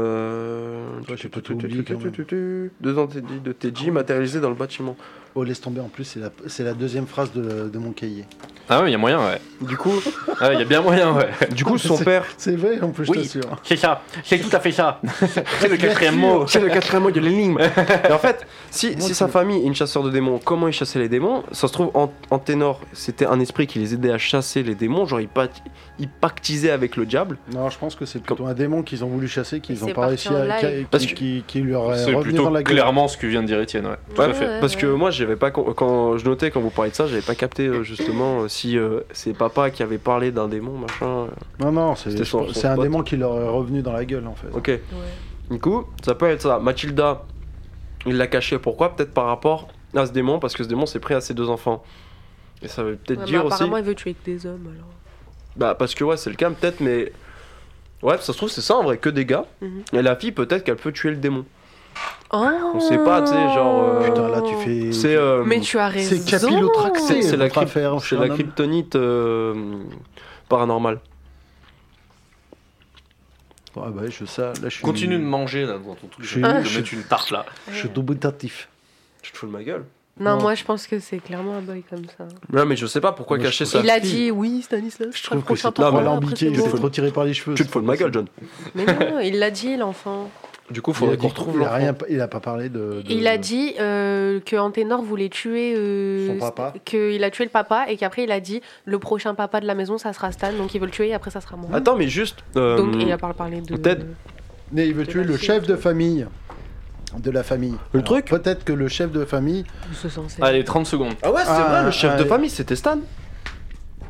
Speaker 3: Euh,
Speaker 2: Ouais, j'ai pas tout oublié, quand même.
Speaker 3: Deux antédies de TJ matérialisées dans le bâtiment.
Speaker 2: Oh, laisse tomber, en plus, c'est la, c'est la deuxième phrase de, de mon cahier.
Speaker 1: Ah ouais, il y a moyen, ouais.
Speaker 3: Du coup,
Speaker 1: Ah, il y a bien moyen, ouais.
Speaker 3: du coup son
Speaker 2: C'est-
Speaker 3: père.
Speaker 2: C'est vrai, en plus,
Speaker 1: Oui.
Speaker 2: je t'assure.
Speaker 1: C'est ça, c'est tout à fait ça. C'est le
Speaker 2: Bien
Speaker 1: quatrième
Speaker 2: sûr.
Speaker 1: mot.
Speaker 3: C'est le quatrième mot de l'énigme. Et en fait, si,
Speaker 2: Moi,
Speaker 3: si
Speaker 2: tu
Speaker 3: sa
Speaker 2: me-
Speaker 3: famille est une chasseur de démons, comment il chassait les démons Ça se trouve, en, en ténor, c'était un esprit qui les aidait à chasser les démons. Genre, il, pact- il pactisait avec le diable.
Speaker 2: Non, je pense que c'est plutôt un démon qu'ils ont voulu chasser, qu'ils
Speaker 4: C'est
Speaker 2: n'ont pas réussi
Speaker 4: parti
Speaker 2: à.
Speaker 4: en live.
Speaker 2: qui-
Speaker 3: Parce
Speaker 2: qui,
Speaker 3: que-
Speaker 2: qui- qui lui aurait
Speaker 1: C'est
Speaker 2: revenu dans
Speaker 1: plutôt
Speaker 2: la gueule.
Speaker 1: clairement ce que vient de dire Étienne, ouais. Tout à fait.
Speaker 4: ouais,
Speaker 3: Parce que
Speaker 4: ouais.
Speaker 3: moi, j'avais pas con- quand je notais quand vous parliez de ça, j'avais pas capté euh, justement euh, si euh, c'est papa qui avait parlé d'un démon, machin. euh.
Speaker 2: Non, non, c'est
Speaker 3: C'était son-
Speaker 2: je-
Speaker 3: son
Speaker 2: c'est un
Speaker 3: pote.
Speaker 2: démon qui leur est revenu dans la gueule, en fait.
Speaker 4: Oh.
Speaker 3: Ok. Du coup, ça peut être ça. Mathilda, il l'a caché. Pourquoi Peut-être par rapport à ce démon, parce que ce démon s'est pris à ses deux enfants. Et ça veut peut-être
Speaker 4: Ouais,
Speaker 3: dire
Speaker 4: mais
Speaker 3: aussi.
Speaker 4: Apparemment, il veut tuer que des hommes alors.
Speaker 3: Bah parce que ouais, c'est le cas peut-être, mais ouais, ça se trouve c'est ça en vrai, que des gars.
Speaker 4: Mhm.
Speaker 3: Et la fille peut-être qu'elle peut tuer le démon.
Speaker 4: Oh
Speaker 3: On sait pas, tu sais, genre, euh,
Speaker 2: Putain, là, tu fais.
Speaker 3: C'est euh,
Speaker 4: Mais tu as raison.
Speaker 2: C'est capillotraxé,
Speaker 3: C'est- c'est la
Speaker 2: votre
Speaker 3: crypte-
Speaker 2: affaire,
Speaker 3: c'est
Speaker 2: un
Speaker 3: la
Speaker 2: homme.
Speaker 3: kryptonite euh, paranormale.
Speaker 2: Ah, bah, je sais, là, je suis.
Speaker 1: Continue de manger là, dans ton truc. Je
Speaker 2: Je-
Speaker 1: vais te
Speaker 2: je-
Speaker 1: mettre une tarte là.
Speaker 2: Je suis dubitatif.
Speaker 3: Tu te fous de ma gueule.
Speaker 4: Non,
Speaker 2: Non.
Speaker 4: moi je pense que c'est clairement un boy comme ça.
Speaker 3: Non mais je sais pas pourquoi
Speaker 2: Moi, je
Speaker 3: cacher
Speaker 2: trouve-
Speaker 3: ça.
Speaker 4: Il a dit oui, Stanislas.
Speaker 2: Je
Speaker 4: sera
Speaker 2: trouve
Speaker 4: le
Speaker 2: que
Speaker 4: prochain
Speaker 2: c'est
Speaker 3: Ah,
Speaker 2: trop
Speaker 4: temporaire,
Speaker 2: alambiqué,
Speaker 4: après,
Speaker 2: il
Speaker 4: c'est
Speaker 2: s'est
Speaker 4: bon.
Speaker 2: retiré par les cheveux.
Speaker 3: Tu te fous de ma gueule, John.
Speaker 4: Mais non, il l'a dit, l'enfant.
Speaker 3: Du coup,
Speaker 2: Il
Speaker 3: faudrait
Speaker 2: a,
Speaker 3: qu'on
Speaker 2: dit,
Speaker 3: retrouve
Speaker 2: il, a
Speaker 3: l'enfant.
Speaker 2: rien, il a pas parlé de. de-
Speaker 4: Il a dit euh, que Anténor voulait tuer. euh,
Speaker 2: Son papa.
Speaker 4: Qu'il a tué le papa et qu'après il a dit le prochain papa de la maison, ça sera Stan, donc il veut le tuer et après ça sera moi.
Speaker 3: Attends, mais juste. euh,
Speaker 4: Donc il a pas parlé de.
Speaker 3: peut-être-
Speaker 2: Mais il veut
Speaker 4: de
Speaker 2: tuer
Speaker 4: la
Speaker 2: le
Speaker 4: fille.
Speaker 2: chef de famille. De la famille.
Speaker 3: Le truc
Speaker 2: Peut-être que le chef de famille.
Speaker 4: Ce sens,
Speaker 1: Allez, 30 secondes.
Speaker 3: Ah ouais, c'est
Speaker 2: Ah,
Speaker 3: vrai, le chef de
Speaker 2: ouais.
Speaker 3: famille, c'était Stan.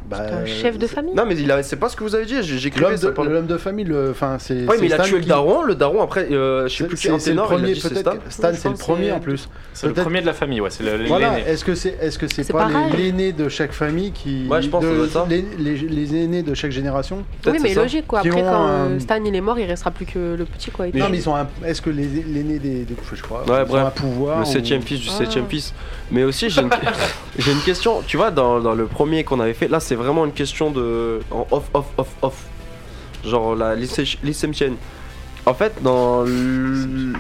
Speaker 2: bah,
Speaker 4: un chef de famille.
Speaker 3: Non, mais il a... c'est pas ce que vous avez dit, j'ai j'ai
Speaker 2: L'homme
Speaker 3: crié
Speaker 2: de,
Speaker 3: ça. parle-
Speaker 2: l'homme de famille, le, enfin, c'est.
Speaker 3: Ouais,
Speaker 2: c'est
Speaker 3: mais il a
Speaker 2: Stan
Speaker 3: tué le
Speaker 2: qui-
Speaker 3: daron, le daron après, euh, je sais
Speaker 2: C'est
Speaker 3: plus qui
Speaker 2: c'est- c'est le
Speaker 3: Anténor, il a
Speaker 2: premier,
Speaker 3: dit c'est Stan.
Speaker 2: peut-être. que- Stan,
Speaker 4: Ouais, je
Speaker 2: c'est le
Speaker 4: pense
Speaker 2: premier
Speaker 4: que-
Speaker 2: en plus.
Speaker 1: C'est le
Speaker 2: Peut-être-
Speaker 1: premier de la famille, ouais, c'est le- l'aîné.
Speaker 2: Voilà. Est-ce que c'est, est-ce que c'est
Speaker 4: C'est
Speaker 2: pas
Speaker 4: pareil.
Speaker 2: les- l'aîné de chaque famille qui.
Speaker 3: Ouais, je pense que ça
Speaker 2: de-
Speaker 3: doit être ça.
Speaker 2: Les, les- les aînés de chaque génération.
Speaker 4: Oui,
Speaker 3: Peut-être
Speaker 4: mais
Speaker 3: c'est ça.
Speaker 4: logique quoi.
Speaker 2: Qui
Speaker 4: Après,
Speaker 2: ont
Speaker 4: quand
Speaker 2: un-
Speaker 4: euh, Stan il est mort, il restera plus que le petit quoi.
Speaker 2: non, mais ils ont un. Est-ce que les, l'aîné des, des- Je crois.
Speaker 3: Ouais,
Speaker 2: ils
Speaker 3: bref.
Speaker 2: ont un pouvoir.
Speaker 3: Le
Speaker 2: ou-
Speaker 3: septième fils du
Speaker 4: Ah.
Speaker 3: septième fils. Mais aussi, j'ai une... j'ai une question. Tu vois, dans, dans le premier qu'on avait fait, là, c'est vraiment une question de. En off, off, off, off. Genre la lycée- lycémienne. En fait, dans. l-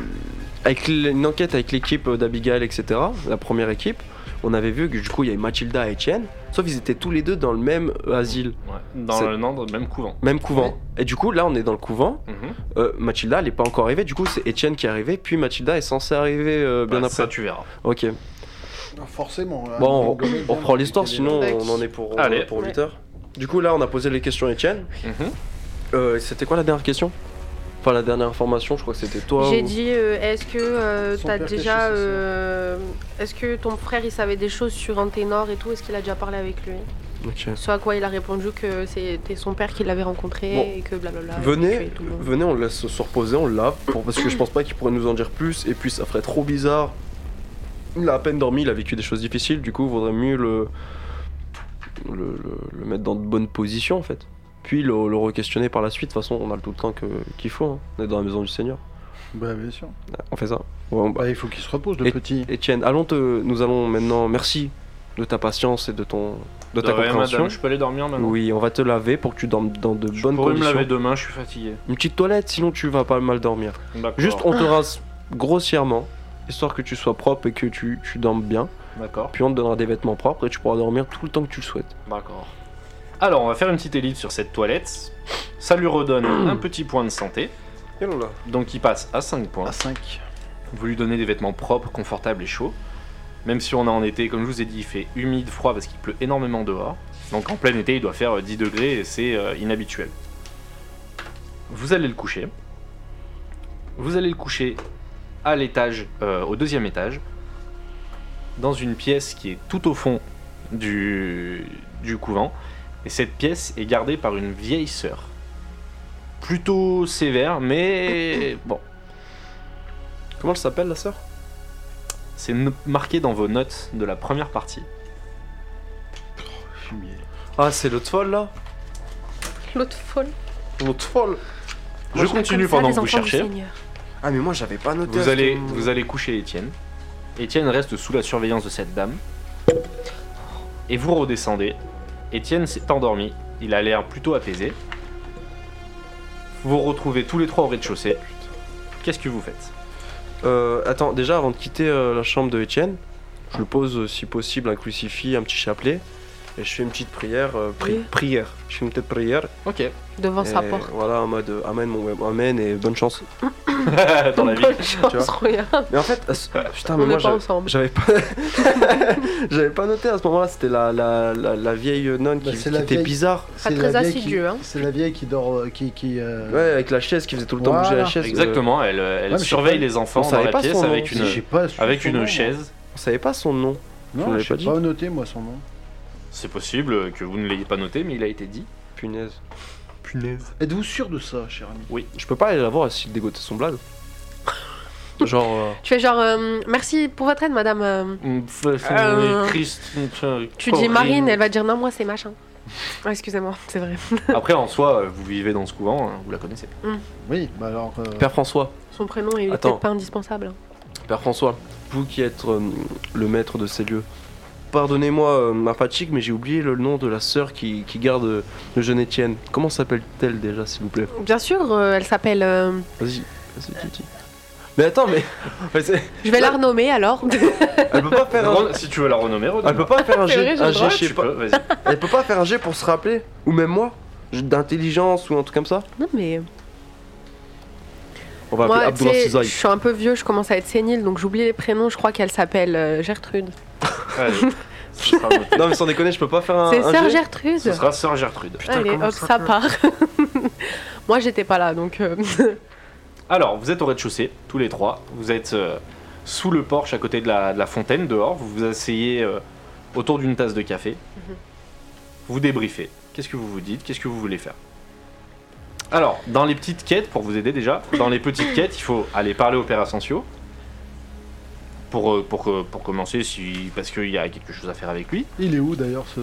Speaker 3: Avec l- une enquête avec l'équipe d'Abigail, etc., la première équipe, on avait vu que du coup, il y avait Mathilda et Etienne. Sauf ils étaient tous les deux dans le même euh, asile,
Speaker 1: Ouais, dans
Speaker 3: C'est-
Speaker 1: le non, dans le même couvent.
Speaker 3: même couvent. Et du coup, là, on est dans le couvent.
Speaker 1: Mhm.
Speaker 3: Euh, Mathilda, elle n'est pas encore arrivée. Du coup, c'est Etienne qui est arrivée. Puis Mathilda est censée arriver euh, bien
Speaker 1: Bah,
Speaker 3: après.
Speaker 1: Ça, tu verras.
Speaker 3: Ok.
Speaker 2: Non, Forcément. hein,
Speaker 3: Bon,
Speaker 2: donc,
Speaker 3: on, on reprend l'histoire, sinon
Speaker 4: Tac.
Speaker 3: on en est pour, euh,
Speaker 1: Allez.
Speaker 3: pour
Speaker 4: Ouais.
Speaker 3: 8 heures. Du coup, là, on a posé les questions à Etienne.
Speaker 1: Mhm.
Speaker 3: Euh, c'était quoi la dernière question Enfin, la dernière information, je crois que c'était toi.
Speaker 4: J'ai
Speaker 3: ou-
Speaker 4: dit, euh, est-ce que euh,
Speaker 2: Son
Speaker 4: t'as
Speaker 2: père
Speaker 4: déjà,
Speaker 2: caché, c'est ça.
Speaker 4: euh, est-ce que ton frère il savait des choses sur un ténor et tout, est-ce qu'il a déjà parlé avec lui
Speaker 3: Ok.
Speaker 4: Ce à quoi il a répondu que c'était son père qui l'avait rencontré
Speaker 3: Bon.
Speaker 4: et que blablabla. et qu'il tuait
Speaker 3: Venez,
Speaker 4: tout le monde.
Speaker 3: venez, on le laisse se reposer, on le lave, pour- parce que je pense pas qu'il pourrait nous en dire plus, et puis ça ferait trop bizarre. Il a à peine dormi, il a vécu des choses difficiles, du coup, vaudrait mieux le, le, le- le mettre dans de bonnes positions, en fait. Puis le, le re-questionner par la suite, de toute façon, on a tout le temps que- qu'il faut, hein. on est dans la maison du Seigneur.
Speaker 2: Bah, bien sûr.
Speaker 3: On fait ça Ouais, on-
Speaker 2: Bah, il faut qu'il se repose, le petit.
Speaker 3: Étienne, allons te, nous allons maintenant, merci de ta patience et de ton, de ta
Speaker 1: De rien,
Speaker 3: compréhension.
Speaker 1: madame, je peux aller dormir maintenant.
Speaker 3: oui, on va te laver pour que tu dormes dans de
Speaker 1: Je
Speaker 3: bonnes
Speaker 1: pourrais me
Speaker 3: conditions.
Speaker 1: laver demain, je suis fatigué.
Speaker 3: Une petite toilette, sinon tu vas pas mal dormir.
Speaker 1: D'accord.
Speaker 3: Juste, on te rase grossièrement, histoire que tu sois propre et que tu, tu dormes bien.
Speaker 1: D'accord.
Speaker 3: Puis on te donnera des vêtements propres et tu pourras dormir tout le temps que tu le souhaites.
Speaker 1: D'accord. Alors, on va faire une petite ellipse sur cette toilette. Ça lui redonne un petit point de santé. Donc, il passe à 5 points.
Speaker 2: À 5.
Speaker 1: Vous lui donnez des vêtements propres, confortables et chauds. Même si on est en été, comme je vous ai dit, il fait humide, froid parce qu'il pleut énormément dehors. Donc en plein été, il doit faire euh, 10 degrés et c'est euh, inhabituel. Vous allez le coucher. Vous allez le coucher à l'étage, euh, au deuxième étage, dans une pièce qui est tout au fond du, du couvent. Et cette pièce est gardée par une vieille sœur. Plutôt sévère, mais bon.
Speaker 3: Comment elle s'appelle la sœur
Speaker 1: C'est no- marqué dans vos notes de la première partie.
Speaker 2: Fumier.
Speaker 3: Ah, c'est l'autre folle là
Speaker 4: L'autre folle.
Speaker 3: L'autre folle
Speaker 1: Je continue pendant que vous cherchez.
Speaker 3: Ah, mais moi j'avais pas noté.
Speaker 1: Vous allez,
Speaker 2: euh.
Speaker 1: vous allez coucher Étienne. Étienne reste sous la surveillance de cette dame. Et vous redescendez. Étienne s'est endormi. Il a l'air plutôt apaisé. Vous vous retrouvez tous les trois au rez-de-chaussée. Qu'est-ce que vous faites
Speaker 3: Euh, attends, déjà avant de quitter euh, la chambre de Étienne, je le pose euh, si possible un crucifix, un petit chapelet, et je fais une petite prière. euh, pri-
Speaker 4: Oui.
Speaker 3: Prière. Je fais une petite prière.
Speaker 1: Ok.
Speaker 4: Devant sa
Speaker 3: et
Speaker 4: porte.
Speaker 3: Voilà, en mode euh, Amen, mon web, Amen et bonne chance.
Speaker 1: Dans la vie.
Speaker 4: Bonne chance, regarde.
Speaker 3: Mais en fait, à ce- putain, mais
Speaker 4: On
Speaker 3: moi
Speaker 4: n'est pas
Speaker 3: j'avais-
Speaker 4: ensemble.
Speaker 3: j'avais pas, j'avais pas noté à ce moment-là, c'était la, la, la, la vieille nonne qui,
Speaker 2: Bah, c'est
Speaker 3: qui
Speaker 2: la
Speaker 3: était
Speaker 2: vieille-
Speaker 3: bizarre.
Speaker 2: C'est
Speaker 4: très
Speaker 2: la vieille
Speaker 4: assidu,
Speaker 2: qui-
Speaker 4: hein.
Speaker 2: C'est la vieille qui dort. euh, qui, qui, euh,
Speaker 3: Ouais, avec la chaise qui faisait tout le temps
Speaker 2: Voilà.
Speaker 3: bouger la chaise. euh,
Speaker 1: Exactement. Elle, elle
Speaker 2: mais je sais
Speaker 1: surveille
Speaker 2: pas,
Speaker 1: les enfants
Speaker 3: on
Speaker 1: dans
Speaker 3: savait
Speaker 1: la
Speaker 3: pas
Speaker 1: pièce
Speaker 3: son nom.
Speaker 1: avec
Speaker 2: si,
Speaker 1: une,
Speaker 2: je sais pas, je-
Speaker 1: avec
Speaker 2: son
Speaker 1: une
Speaker 2: nom, hein.
Speaker 1: chaise.
Speaker 3: Euh, on savait pas son nom.
Speaker 2: Non,
Speaker 3: Vous l'avez
Speaker 2: je
Speaker 3: pas
Speaker 2: sais
Speaker 3: dit
Speaker 2: pas noté, moi, son nom.
Speaker 1: C'est possible que vous ne l'ayez pas noté, mais il a été dit.
Speaker 3: Punaise.
Speaker 2: Êtes-vous sûr de ça, cher ami
Speaker 3: Je peux pas aller la voir si dégoter son blague. Genre. euh,
Speaker 4: Tu fais genre, euh, merci pour votre aide, madame. euh, Euh, Tu dis Marine, elle va dire non, moi c'est machin. Ah, excusez-moi, c'est vrai.
Speaker 1: Après, en soi, euh, vous vivez dans ce couvent, hein, vous la connaissez.
Speaker 2: Oui, bah alors. euh,
Speaker 3: Père François.
Speaker 4: Son prénom est
Speaker 3: Attends.
Speaker 4: peut-être pas indispensable. hein.
Speaker 3: Père François, vous qui êtes euh, le maître de ces lieux, pardonnez-moi euh, ma fatigue, mais j'ai oublié le nom de la sœur qui, qui garde euh, le jeune Étienne. Comment s'appelle-t-elle déjà, s'il vous plaît
Speaker 4: Bien sûr, euh, elle s'appelle. euh,
Speaker 3: Vas-y, vas-y, Titi. Mais attends, mais. mais c'est-
Speaker 4: Je vais la renommer alors.
Speaker 3: elle peut pas faire un.
Speaker 1: Ren- Si tu veux la renommer, Ah,
Speaker 3: Elle peut pas faire un
Speaker 4: C'est vrai,
Speaker 3: jet,
Speaker 4: j'ai
Speaker 3: un
Speaker 4: le
Speaker 3: jet,
Speaker 4: droit.
Speaker 3: je sais
Speaker 1: tu
Speaker 3: pas.
Speaker 1: peux, vas-y.
Speaker 3: Elle peut pas faire un jet pour se rappeler, ou même moi, d'intelligence ou un truc comme ça.
Speaker 4: non mais
Speaker 3: On va appeler
Speaker 4: moi, tu
Speaker 3: Abdullah
Speaker 4: sais, je
Speaker 3: Sizaï.
Speaker 4: suis un peu vieux, je commence à être sénile, donc j'oublie les prénoms. Je crois qu'elle s'appelle euh, Gertrude.
Speaker 1: Allez. Ce sera, noté.
Speaker 3: Non, mais sans déconner, je peux pas faire un.
Speaker 4: c'est
Speaker 3: un
Speaker 4: Sœur
Speaker 3: jet
Speaker 4: Gertrude.
Speaker 1: Ce sera Sœur Gertrude.
Speaker 4: Allez, hop, ça part. moi, j'étais pas là, donc euh,
Speaker 1: Alors, vous êtes au rez-de-chaussée, tous les trois. Vous êtes euh, sous le porche à côté de la, de la fontaine, dehors. Vous vous asseyez euh, autour d'une tasse de café.
Speaker 2: Mhm.
Speaker 1: Vous débriefez. Qu'est-ce que vous vous dites Qu'est-ce que vous voulez faire Alors, dans les petites quêtes, pour vous aider déjà, dans les petites quêtes, il faut aller parler au Père Asensio. Pour, euh, pour, euh, pour commencer, si, parce qu'il y a quelque chose à faire avec lui.
Speaker 2: Il est où d'ailleurs ce. ce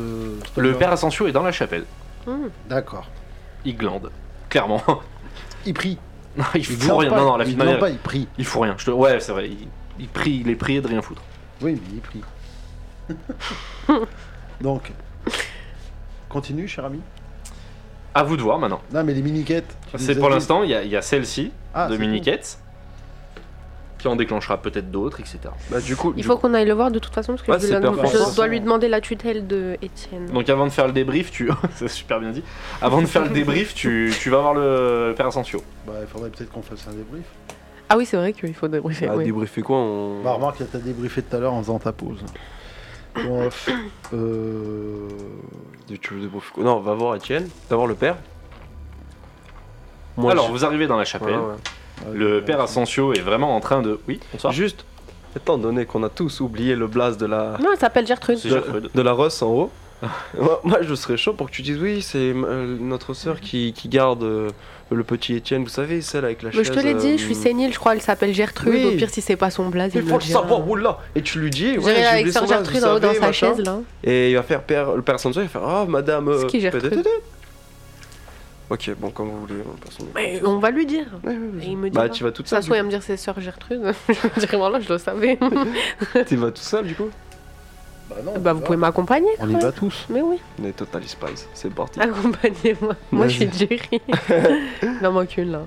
Speaker 1: Le
Speaker 2: homme-là
Speaker 1: Père Asensio est dans la chapelle.
Speaker 4: hmm,
Speaker 2: D'accord.
Speaker 1: Il glande. Clairement.
Speaker 2: Il prie.
Speaker 1: Non, il
Speaker 2: Il
Speaker 1: fout rien.
Speaker 2: pas,
Speaker 1: Non, non, la
Speaker 2: il
Speaker 1: fille
Speaker 2: glande pas, il prie.
Speaker 1: Il fout rien. Je te- Ouais, c'est vrai. Il, il prie, il est prié de rien foutre.
Speaker 2: Oui, mais il prie. Donc. Continue, cher ami.
Speaker 1: À vous de voir maintenant.
Speaker 2: Non, mais les mini-quêtes. tu
Speaker 1: C'est
Speaker 2: nous as
Speaker 1: pour
Speaker 2: dit.
Speaker 1: l'instant, il y a, il y a celle-ci
Speaker 2: Ah,
Speaker 1: de
Speaker 2: c'est
Speaker 1: Miniquette qui en déclenchera peut-être d'autres, etc.
Speaker 3: Bah, du coup,
Speaker 4: il
Speaker 3: du
Speaker 4: faut qu'on aille le voir de toute façon parce que
Speaker 3: Ouais,
Speaker 4: je,
Speaker 3: c'est
Speaker 4: lui-
Speaker 3: Père
Speaker 4: je
Speaker 3: François.
Speaker 4: dois lui demander la tutelle de Étienne.
Speaker 1: Donc avant de faire le débrief, tu. C'est super bien dit. Avant de faire le débrief, tu, tu vas voir le, le Père Asensio.
Speaker 2: bon. Bah, il faudrait peut-être qu'on fasse un débrief.
Speaker 4: Ah oui, c'est vrai qu'il faut débriefer.
Speaker 3: Ah,
Speaker 4: oui.
Speaker 3: débriefer quoi on... euh,
Speaker 2: Bah, remarque, là, t'as débriefé tout à l'heure en faisant ta pause. Bon, euh.
Speaker 3: Tu veux débriefer quoi Non, va voir Étienne, d'abord le père. Moi,
Speaker 1: Alors,
Speaker 3: je-
Speaker 1: vous arrivez dans la chapelle.
Speaker 3: Ouais, ouais.
Speaker 1: Le Père
Speaker 2: Asensio.
Speaker 1: Asensio est vraiment en train de. Oui, bonsoir.
Speaker 3: Juste, étant donné qu'on a tous oublié le blaze de la
Speaker 4: Non, elle s'appelle Gertrude.
Speaker 1: C'est
Speaker 3: de,
Speaker 1: Gertrude.
Speaker 3: de la Russe en haut, moi, moi, je serais chaud pour que tu dises oui, c'est euh, notre sœur qui, qui garde euh, le petit Étienne, vous savez, celle avec la
Speaker 4: Mais
Speaker 3: chaise.
Speaker 4: je te l'ai dit, je suis
Speaker 3: euh,
Speaker 4: sénile, je crois, elle s'appelle Gertrude.
Speaker 3: Oui.
Speaker 4: Au pire, si c'est pas son blaze,
Speaker 3: Il
Speaker 4: il
Speaker 3: faut
Speaker 4: le
Speaker 3: le savoir,
Speaker 4: dira.
Speaker 3: oula Et tu lui dis, ouais,
Speaker 4: J'irai
Speaker 3: j'ai
Speaker 4: avec
Speaker 3: oublié
Speaker 4: Sœur
Speaker 3: son blaze,
Speaker 4: Gertrude
Speaker 3: vous
Speaker 4: en haut dans
Speaker 3: savez,
Speaker 4: sa
Speaker 3: machin.
Speaker 4: chaise, là.
Speaker 3: Et il va faire père, le père Sanzo, il va faire Ah, oh, madame.
Speaker 4: C'est qui, Gertrude
Speaker 3: peut-être- Ok, bon, comme vous voulez. on passe au-
Speaker 4: Mais on va lui dire.
Speaker 3: Ouais, ouais,
Speaker 4: Et
Speaker 3: vas-y.
Speaker 4: il me dit.
Speaker 3: Bah, tu vas toute
Speaker 4: ça
Speaker 3: seule.
Speaker 4: se trouve, il va me dire c'est sœur Gertrude. je me dirais, voilà, je le savais.
Speaker 3: Tu vas toute seule, du coup
Speaker 2: Bah non.
Speaker 4: bah, vous pouvez m'accompagner
Speaker 2: On
Speaker 4: quand
Speaker 2: y
Speaker 4: même.
Speaker 2: va tous.
Speaker 4: Mais oui,
Speaker 3: On est Total Spice, c'est parti.
Speaker 4: Ah. accompagnez-moi. Moi, je suis
Speaker 3: Vas-y.
Speaker 4: Jerry. Il en manque une là.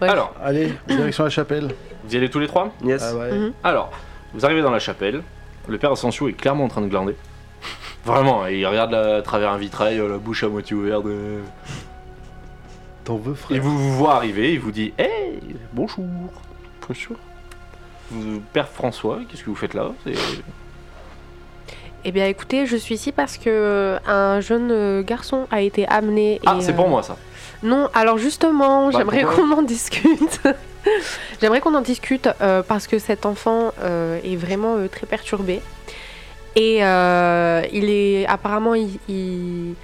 Speaker 4: Ouais.
Speaker 1: Alors,
Speaker 2: Allez, direction la chapelle.
Speaker 1: vous y allez tous les trois
Speaker 3: Yes.
Speaker 2: Ah ouais.
Speaker 4: Mhm.
Speaker 1: Alors, vous arrivez dans la chapelle, le père Asensio est clairement en train de glander. Vraiment, il regarde là, à travers un vitrail, euh, la bouche à moitié ouverte. euh.
Speaker 2: T'en veux,
Speaker 1: Et
Speaker 2: frère
Speaker 1: vous vous voit arriver, il vous dit Hey, bonjour
Speaker 3: Bonjour.
Speaker 1: Vous- Père François, qu'est-ce que vous faites là C'est-
Speaker 4: Eh bien, écoutez, je suis ici parce que euh, un jeune euh, garçon a été amené. et,
Speaker 1: Ah, c'est
Speaker 4: euh,
Speaker 1: pour moi ça
Speaker 4: Non, alors justement,
Speaker 1: Bah,
Speaker 4: j'aimerais
Speaker 1: pourquoi
Speaker 4: qu'on en discute. j'aimerais qu'on en discute euh, parce que cet enfant euh, est vraiment euh, très perturbé. Et euh, il est apparemment, il, il-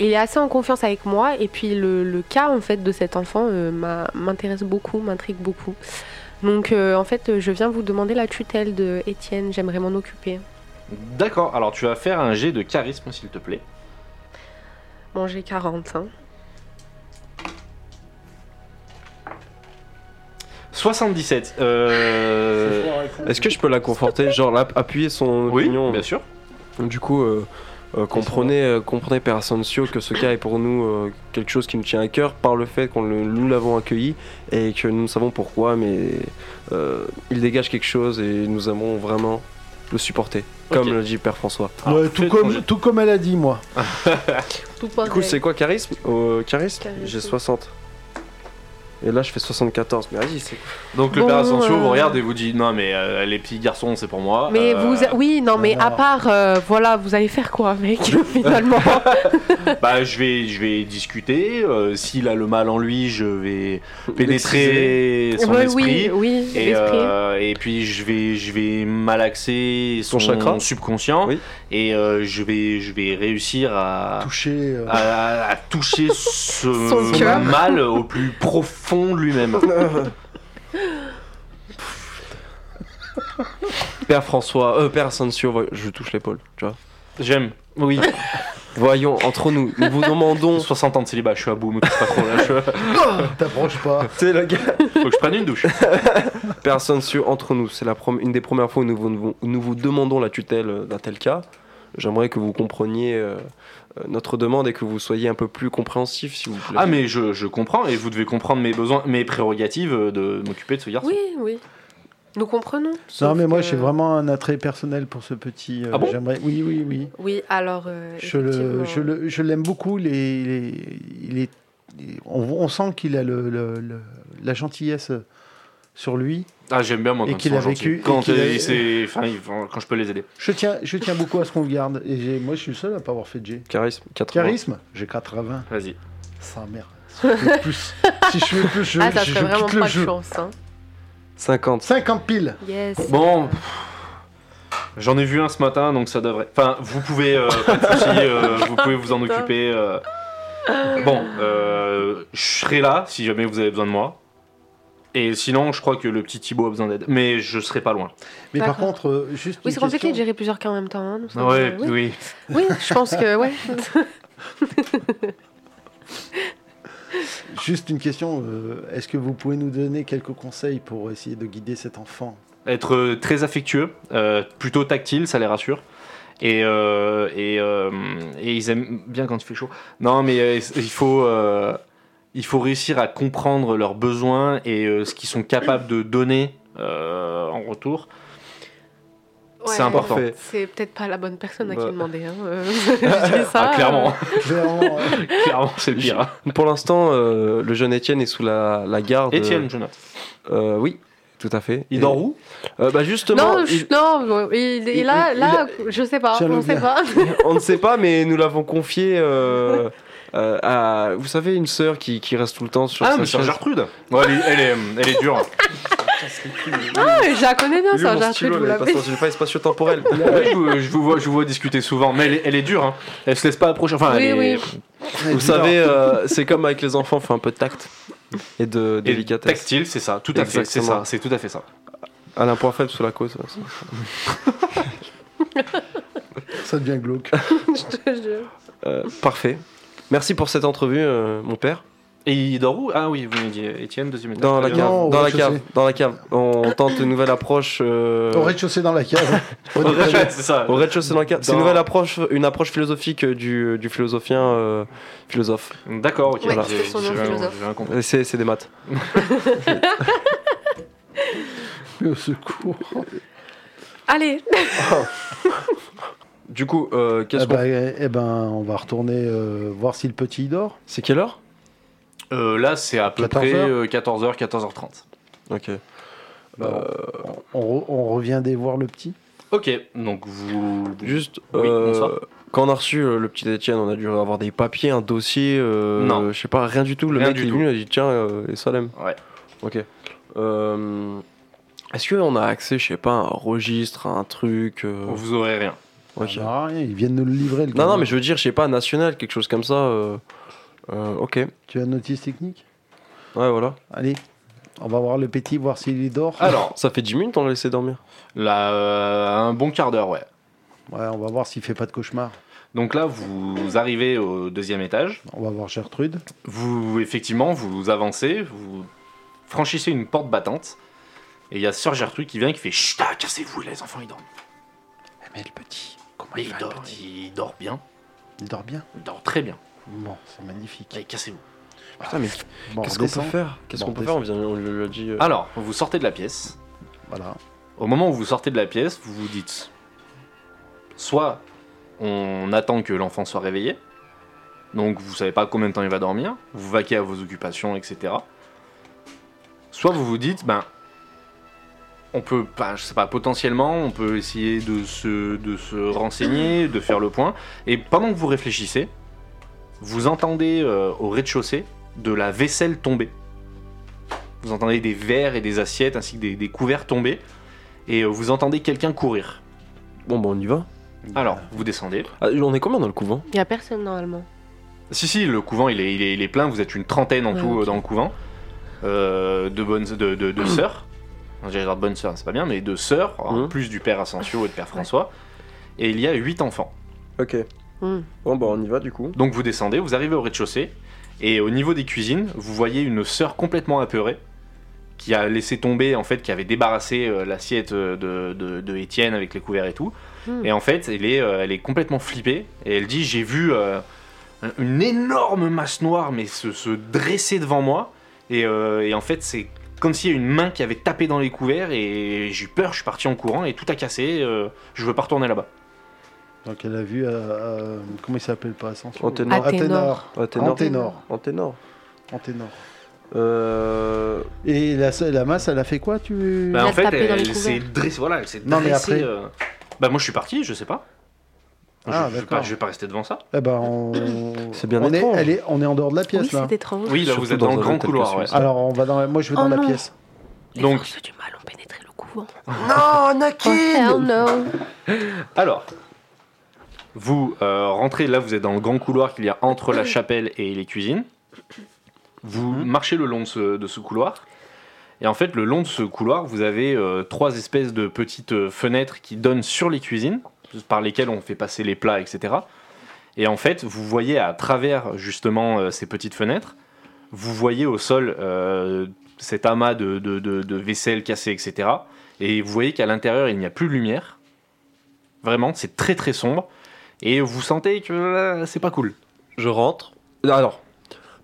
Speaker 4: il est assez en confiance avec moi. Et puis le, le cas en fait de cet enfant euh, m'a- m'intéresse beaucoup, m'intrigue beaucoup. Donc euh, en fait, je viens vous demander la tutelle de Étienne. J'aimerais m'en occuper.
Speaker 1: D'accord, alors tu vas faire un jet de charisme s'il te plaît.
Speaker 4: Bon, j'ai 40. hein.
Speaker 1: 77. Euh...
Speaker 3: Est-ce que je peux la conforter Genre, l'app- appuyer son
Speaker 1: Oui,
Speaker 3: opinion
Speaker 1: bien sûr.
Speaker 3: Du coup, euh, euh, comprenez, euh, comprenez, Père Asensio, que ce cas est pour nous euh, quelque chose qui nous tient à cœur par le fait qu'on le- nous l'avons accueilli et que nous savons pourquoi, mais euh, il dégage quelque chose et nous avons vraiment le supporter,
Speaker 1: Ok.
Speaker 3: comme l'a dit Père François.
Speaker 1: Ah,
Speaker 2: Ouais,
Speaker 1: fais
Speaker 2: tout, comme,
Speaker 1: ton-
Speaker 2: tout comme elle a dit, moi.
Speaker 4: Tout
Speaker 3: Du coup, c'est quoi charisme Euh, Charisme,
Speaker 4: Charisme.
Speaker 3: J'ai 60. Et là, je fais 74. Mais vas-y, c'est
Speaker 1: Donc le
Speaker 4: Bon,
Speaker 1: père Asensio
Speaker 4: euh,
Speaker 1: vous regarde et vous dit Non, mais euh, les petits garçons, c'est pour moi.
Speaker 4: Mais
Speaker 1: Euh,
Speaker 4: vous, oui, non, mais à
Speaker 2: non.
Speaker 4: part, euh, voilà, vous allez faire quoi avec finalement
Speaker 1: Bah, je vais, je vais discuter. euh, S'il a le mal en lui, je vais pénétrer son
Speaker 4: Ouais,
Speaker 1: esprit.
Speaker 4: Oui, oui,
Speaker 1: Et,
Speaker 4: l'esprit.
Speaker 1: euh, et puis je vais, je vais malaxer son,
Speaker 3: Son chakra.
Speaker 1: subconscient
Speaker 3: Oui.
Speaker 1: et euh, je, vais, je vais réussir à,
Speaker 2: Toucher. euh,
Speaker 1: à- à toucher ce
Speaker 4: Son cœur.
Speaker 1: mal au plus profond de lui-même.
Speaker 3: Père François, euh, Père Asensio, voy- je touche l'épaule, tu vois.
Speaker 1: J'aime.
Speaker 3: Oui. Voyons, entre nous, nous vous demandons.
Speaker 1: 60 ans de célibat, je suis à bout, me touche pas trop là. je-
Speaker 2: T'approches pas.
Speaker 3: C'est le gars.
Speaker 1: Faut que je prenne une douche.
Speaker 3: Personne sur entre nous. C'est la prom- une des premières fois où nous, vous- nous vous demandons la tutelle euh, d'un tel cas. J'aimerais que vous compreniez euh, euh, notre demande et que vous soyez un peu plus compréhensif, s'il vous plaît.
Speaker 1: Ah, mais je, je comprends et vous devez comprendre mes besoins, mes prérogatives euh, de m'occuper de ce garçon.
Speaker 4: Oui, oui. Nous comprenons.
Speaker 2: Non,
Speaker 4: sauf
Speaker 2: mais moi,
Speaker 4: que-
Speaker 2: j'ai vraiment un attrait personnel pour ce petit. euh,
Speaker 1: Ah bon
Speaker 2: J'aimerais. Oui, oui, oui.
Speaker 4: Oui, alors. euh,
Speaker 2: Je le,
Speaker 4: effectivement.
Speaker 2: je le, je l'aime beaucoup. Il est, il est- il est- il est- on, on sent qu'il a le, le- le- la gentillesse sur lui.
Speaker 1: Ah, j'aime bien moi
Speaker 2: Et
Speaker 1: quand
Speaker 2: qu'il
Speaker 1: ils sont
Speaker 2: a vécu,
Speaker 1: gentils.
Speaker 2: et
Speaker 1: Quand
Speaker 2: qu'il
Speaker 1: euh,
Speaker 2: a-
Speaker 1: il s'est- enfin, il- quand je peux les aider.
Speaker 2: Je tiens, je tiens beaucoup à ce qu'on le garde. Et j'ai- moi, je suis le seul à pas avoir fait de G.
Speaker 3: Charisme, 80.
Speaker 2: Charisme J'ai 80.
Speaker 1: Vas-y.
Speaker 2: Sa mère. Si je fais plus, si je fais plus, je,
Speaker 4: Ah, ça
Speaker 2: je-
Speaker 4: serait
Speaker 2: je
Speaker 4: vraiment
Speaker 2: quitte le
Speaker 4: pas de
Speaker 2: jeu.
Speaker 4: chance. Hein.
Speaker 3: 50.
Speaker 2: 50 piles
Speaker 4: Yes.
Speaker 1: Bon. J'en ai vu un ce matin, donc ça devrait. Enfin, vous pouvez, euh, pas de souci, euh, vous pouvez vous en occuper. euh. Bon, euh, je serai là si jamais vous avez besoin de moi. Et sinon, je crois que le petit Thibaut a besoin d'aide, mais je serai pas loin.
Speaker 2: Mais par
Speaker 4: D'accord.
Speaker 2: contre, euh, juste.
Speaker 4: Oui,
Speaker 2: une
Speaker 4: c'est compliqué de
Speaker 2: question.
Speaker 4: gérer plusieurs cas en même temps. hein, nous sommes-
Speaker 1: Ouais,
Speaker 4: oui.
Speaker 1: oui.
Speaker 4: Oui, je pense que, ouais.
Speaker 2: Juste une question. euh, Est-ce que vous pouvez nous donner quelques conseils pour essayer de guider cet enfant
Speaker 1: Être euh, très affectueux, euh, plutôt tactile, ça les rassure. Et, euh, et, euh, et ils aiment bien quand il fait chaud. Non, mais euh, il faut. euh, il faut réussir à comprendre leurs besoins et euh, ce qu'ils sont capables de donner euh, en retour. C'est
Speaker 4: Ouais,
Speaker 1: important.
Speaker 3: Parfait.
Speaker 4: C'est peut-être pas la bonne personne à qui
Speaker 3: Bah.
Speaker 4: demander. Hein. euh, je dis ça,
Speaker 1: Ah, clairement,
Speaker 2: Clairement, euh,
Speaker 1: clairement, c'est le pire.
Speaker 3: Pour l'instant, euh, le jeune Étienne est sous la, la garde.
Speaker 1: Étienne, Jonathan.
Speaker 3: euh, Oui, tout à fait.
Speaker 1: Il
Speaker 3: Et-
Speaker 1: dort où
Speaker 3: Euh, Bah justement.
Speaker 4: Non, je-
Speaker 3: il-
Speaker 4: non, il, il, là,
Speaker 3: il-
Speaker 4: là, je sais pas,
Speaker 2: Tiens-le
Speaker 4: on sait
Speaker 2: bien.
Speaker 4: pas.
Speaker 3: On ne sait pas, mais nous l'avons confié euh, euh, à, vous savez, une sœur qui, qui reste tout le temps sur
Speaker 1: Ah,
Speaker 3: sa
Speaker 1: mais sur
Speaker 3: chaise.
Speaker 1: Gertrude. Ouais, elle, est, elle, est, elle est dure.
Speaker 4: Ah, je la connais bien,
Speaker 3: Lui,
Speaker 4: ça,
Speaker 3: mon
Speaker 4: Gertrude,
Speaker 3: stylo,
Speaker 4: vous
Speaker 3: là, il passe
Speaker 4: l'avez.
Speaker 3: dans une faille spatio-temporelle.
Speaker 1: Oui, je, vous- je vous vois, je vous vois discuter souvent, mais elle, est- elle est dure. Hein. Elle se laisse pas approcher. Enfin,
Speaker 4: Oui,
Speaker 1: elle est
Speaker 4: oui.
Speaker 3: Vous savez, euh, c'est comme avec les enfants, faut un peu de tact et de
Speaker 1: et
Speaker 3: délicatesse.
Speaker 1: tactile, c'est ça. Tout à fait, c'est ça.
Speaker 3: Exactement.
Speaker 1: C'est tout à fait ça.
Speaker 3: Alain point faible sous la cause. ouais, ça.
Speaker 2: ça devient glauque.
Speaker 4: Je te jure.
Speaker 3: Euh, parfait. Merci pour cette entrevue, euh, mon père.
Speaker 1: Et il dort où Ah oui, vous me dites Étienne, deuxième étage.
Speaker 3: Dans la
Speaker 1: Très
Speaker 3: cave,
Speaker 1: bien.
Speaker 2: Non, au
Speaker 3: dans la
Speaker 2: rez-de-chaussée.
Speaker 3: cave, dans la cave. On tente une nouvelle approche. euh,
Speaker 2: Au rez-de-chaussée dans la cave. Au
Speaker 1: Au
Speaker 2: dépanneur.
Speaker 1: rez-de-chaussée, c'est ça.
Speaker 3: Au rez-de-chaussée dans la cave. C'est une
Speaker 1: Dans-
Speaker 3: nouvelle approche, une approche philosophique euh, du, du philosophien euh, philosophe.
Speaker 1: D'accord, ok.
Speaker 4: Ouais,
Speaker 1: voilà.
Speaker 4: c'était son nom,
Speaker 1: J'ai- j'ai-
Speaker 4: philosophe.
Speaker 1: j'ai rien compris.
Speaker 3: Et C'est c'est des maths.
Speaker 2: Mais au secours.
Speaker 4: Allez,
Speaker 3: Du coup, euh, qu'est-ce
Speaker 2: Eh ben,
Speaker 3: qu'on.
Speaker 2: eh- eh ben, on va retourner euh, voir si le petit il dort.
Speaker 3: C'est quelle heure
Speaker 1: Euh, là, c'est à peu
Speaker 2: 14
Speaker 1: près
Speaker 2: heures.
Speaker 1: euh, 14h, 14h30.
Speaker 3: Ok. Euh,
Speaker 2: Bah, on, re- on revient des voir le petit.
Speaker 1: Ok, donc vous.
Speaker 3: Juste,
Speaker 1: Oui,
Speaker 3: euh,
Speaker 1: bonsoir.
Speaker 3: quand on a reçu euh, le petit Étienne, on a dû avoir des papiers, un dossier, euh,
Speaker 1: Non.
Speaker 3: je sais pas, rien du tout. Le
Speaker 1: Rien
Speaker 3: mec
Speaker 1: du
Speaker 3: est
Speaker 1: tout.
Speaker 3: venu, il a dit tiens, euh, et Salem.
Speaker 1: Ouais.
Speaker 3: Ok. Euh, Est-ce qu'on a accès, je sais pas, à un registre, à un truc euh,
Speaker 1: Vous aurez rien.
Speaker 3: ok.
Speaker 2: On aura rien, ils viennent nous le livrer. Le
Speaker 3: Non,
Speaker 2: gars.
Speaker 3: non, mais je veux dire, je sais pas, national, quelque chose comme ça. euh, euh, ok. Ouais,
Speaker 2: Tu as une notice technique
Speaker 3: voilà.
Speaker 2: Allez, on va voir le petit, voir s'il dort.
Speaker 1: Alors,
Speaker 3: Ça fait 10 minutes on l'a laissé dormir.
Speaker 1: là, euh, un bon quart d'heure, ouais.
Speaker 2: Ouais, on va voir s'il fait pas de cauchemar.
Speaker 1: Donc là, vous arrivez au deuxième étage.
Speaker 2: On va voir Gertrude.
Speaker 1: Vous, effectivement, vous avancez, vous franchissez une porte battante. Et il y a Sœur Gertrude qui vient et qui fait Chut, ah, cassez-vous, les enfants, ils dorment.
Speaker 2: Mais le petit, comment
Speaker 1: Mais
Speaker 2: il,
Speaker 1: il
Speaker 2: va, le
Speaker 1: dort,
Speaker 2: petit
Speaker 1: il dort bien.
Speaker 2: Il dort bien.
Speaker 1: Il dort très bien.
Speaker 2: Bon, c'est magnifique.
Speaker 1: Allez, cassez-vous.
Speaker 3: Putain, mais
Speaker 2: Bon, on
Speaker 3: qu'est-ce qu'on peut
Speaker 2: descend.
Speaker 3: faire Qu'est-ce
Speaker 2: Bon,
Speaker 3: qu'on peut
Speaker 2: on
Speaker 3: faire on, vient- on lui a dit. euh,
Speaker 1: Alors, vous sortez de la pièce.
Speaker 2: Voilà.
Speaker 1: Au moment où vous sortez de la pièce, vous vous dites soit on attend que l'enfant soit réveillé, donc vous savez pas combien de temps il va dormir, vous vaquez à vos occupations, etc. Soit vous vous dites ben on peut, ben, je sais pas, potentiellement on peut essayer de se, de se renseigner, de faire le point. Et pendant que vous réfléchissez, vous entendez euh, au rez-de-chaussée de la vaisselle tomber. Vous entendez des verres et des assiettes ainsi que des- des couverts tomber et euh, vous entendez quelqu'un courir.
Speaker 3: Bon, bah, on y va.
Speaker 1: Alors, vous descendez.
Speaker 3: Ah, on est combien dans le couvent
Speaker 4: il y a personne normalement.
Speaker 1: Si, si, le couvent, il est, il est, il est plein, vous êtes une trentaine en
Speaker 4: Ouais,
Speaker 1: tout euh,
Speaker 4: ok.
Speaker 1: dans le couvent. Euh, de bonnes de, de, de sœurs. J'allais dire de bonnes sœurs, hein, c'est pas bien, mais de sœurs, en
Speaker 4: Mmh.
Speaker 3: Mhm.
Speaker 1: plus du père Asensio et du père François. Et il y a huit enfants.
Speaker 3: Ok.
Speaker 4: Hmm.
Speaker 3: Bon, bah, on y va du coup.
Speaker 1: Donc vous descendez, vous arrivez au rez-de-chaussée, et au niveau des cuisines, vous voyez une sœur complètement apeurée, qui a laissé tomber, en fait, qui avait débarrassé euh, l'assiette euh, de, de, de Étienne avec les couverts et tout.
Speaker 4: Hmm.
Speaker 1: Et en fait, elle est, euh, elle est complètement flippée, et elle dit, j'ai vu euh, un- une énorme masse noire, mais se, se dresser devant moi, et, euh, et en fait, c'est comme s'il y a une main qui avait tapé dans les couverts, et j'ai eu peur, je suis parti en courant, et tout a cassé, euh, je veux pas retourner là-bas.
Speaker 2: Donc elle a vu, euh, euh, comment il s'appelle pas Ascension
Speaker 3: Anténor.
Speaker 2: Athénor.
Speaker 3: Ah, t'es
Speaker 2: Anténor.
Speaker 3: nord.
Speaker 2: Anténor.
Speaker 3: En ténor. Euh.
Speaker 2: Et la, la masse, elle a fait quoi tu
Speaker 1: Bah,
Speaker 4: Elle
Speaker 1: en
Speaker 4: a
Speaker 1: fait,
Speaker 4: tapé dans les
Speaker 1: elle s'est
Speaker 4: couverts.
Speaker 1: dressée. Voilà, elle s'est
Speaker 2: Non, mais
Speaker 1: dressée,
Speaker 2: après-
Speaker 1: euh, Bah, moi, je suis parti, je sais pas. Je-
Speaker 2: Ah,
Speaker 1: je, vais
Speaker 2: d'accord.
Speaker 1: pas, je vais pas rester devant ça.
Speaker 2: Eh ben, on...
Speaker 3: C'est bien
Speaker 2: on est,
Speaker 3: étrange.
Speaker 2: elle est, On est en dehors de la
Speaker 4: Oui,
Speaker 2: pièce là.
Speaker 4: c'est étrange.
Speaker 1: Oui, là,
Speaker 3: Surtout
Speaker 1: vous êtes
Speaker 3: dans
Speaker 1: dans le
Speaker 3: un
Speaker 1: grand
Speaker 3: hôtel
Speaker 1: couloir.
Speaker 3: que
Speaker 1: ouais.
Speaker 3: celui-ci.
Speaker 2: Alors on va dans, la- moi je vais dans
Speaker 4: Oh
Speaker 2: la
Speaker 4: non.
Speaker 2: pièce.
Speaker 4: Les
Speaker 1: Donc-
Speaker 4: forces du mal ont pénétré le couvent.
Speaker 3: Non, Naki
Speaker 4: Oh, hell no.
Speaker 1: Alors, vous euh, rentrez, là, vous êtes dans le grand couloir qu'il y a entre la chapelle et les cuisines. Vous marchez le long de ce, de ce couloir. Et en fait, le long de ce couloir, vous avez euh, trois espèces de petites euh, fenêtres qui donnent sur les cuisines, par lesquelles on fait passer les plats, etc. Et en fait, vous voyez à travers justement euh, ces petites fenêtres, vous voyez au sol euh, cet amas de, de, de- de vaisselle cassée, etc. Et vous voyez qu'à l'intérieur, il n'y a plus de lumière. Vraiment, c'est très très sombre. Et vous sentez que euh, c'est pas cool.
Speaker 3: Je rentre. Alors,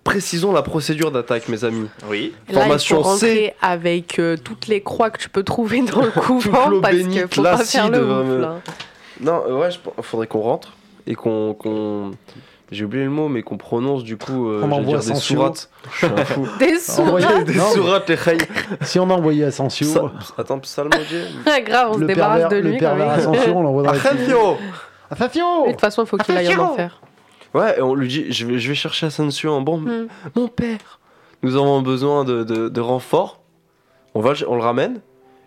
Speaker 3: précisons la procédure d'attaque, mes amis.
Speaker 1: Oui.
Speaker 4: Là,
Speaker 3: Formation
Speaker 4: il faut
Speaker 3: C.
Speaker 4: rentrer avec euh, toutes les croix que tu peux trouver dans le couvent
Speaker 3: l'eau
Speaker 4: parce que
Speaker 3: bénite,
Speaker 4: faut pas faire
Speaker 3: l'acide,
Speaker 4: le
Speaker 3: euh,
Speaker 4: ouf là.
Speaker 3: Non, euh, ouais, je pen- faudrait qu'on rentre et qu'on. qu'on- J'ai oublié le mot, mais qu'on prononce du coup.
Speaker 2: On
Speaker 3: euh, j'allais
Speaker 2: m'envoie
Speaker 3: dire des
Speaker 2: Asensio.
Speaker 3: sourates. Je suis un fou.
Speaker 4: Des sourds.
Speaker 2: Envoyez-
Speaker 3: des
Speaker 2: Non, mais-
Speaker 3: sourates, les reilles.
Speaker 2: Si on a envoyé Ascension,
Speaker 3: Ça- Attends, psalmodier.
Speaker 4: Ah, Grave, on se
Speaker 2: le
Speaker 4: débarrasse
Speaker 2: pervers,
Speaker 4: de
Speaker 2: le
Speaker 4: lui. quand
Speaker 2: pervers
Speaker 4: même.
Speaker 2: Ascension, on l'envoie
Speaker 3: Ah,
Speaker 2: dans la cuisine.
Speaker 3: Asensio
Speaker 4: Mais De
Speaker 2: Ascension
Speaker 4: toute façon, il faut qu'il aille en enfer.
Speaker 3: Ouais, et on lui dit je vais, je vais chercher Asensio en bon.
Speaker 4: Hmm.
Speaker 3: Mon père Nous avons besoin de, de, de renforts. On, va, on le ramène.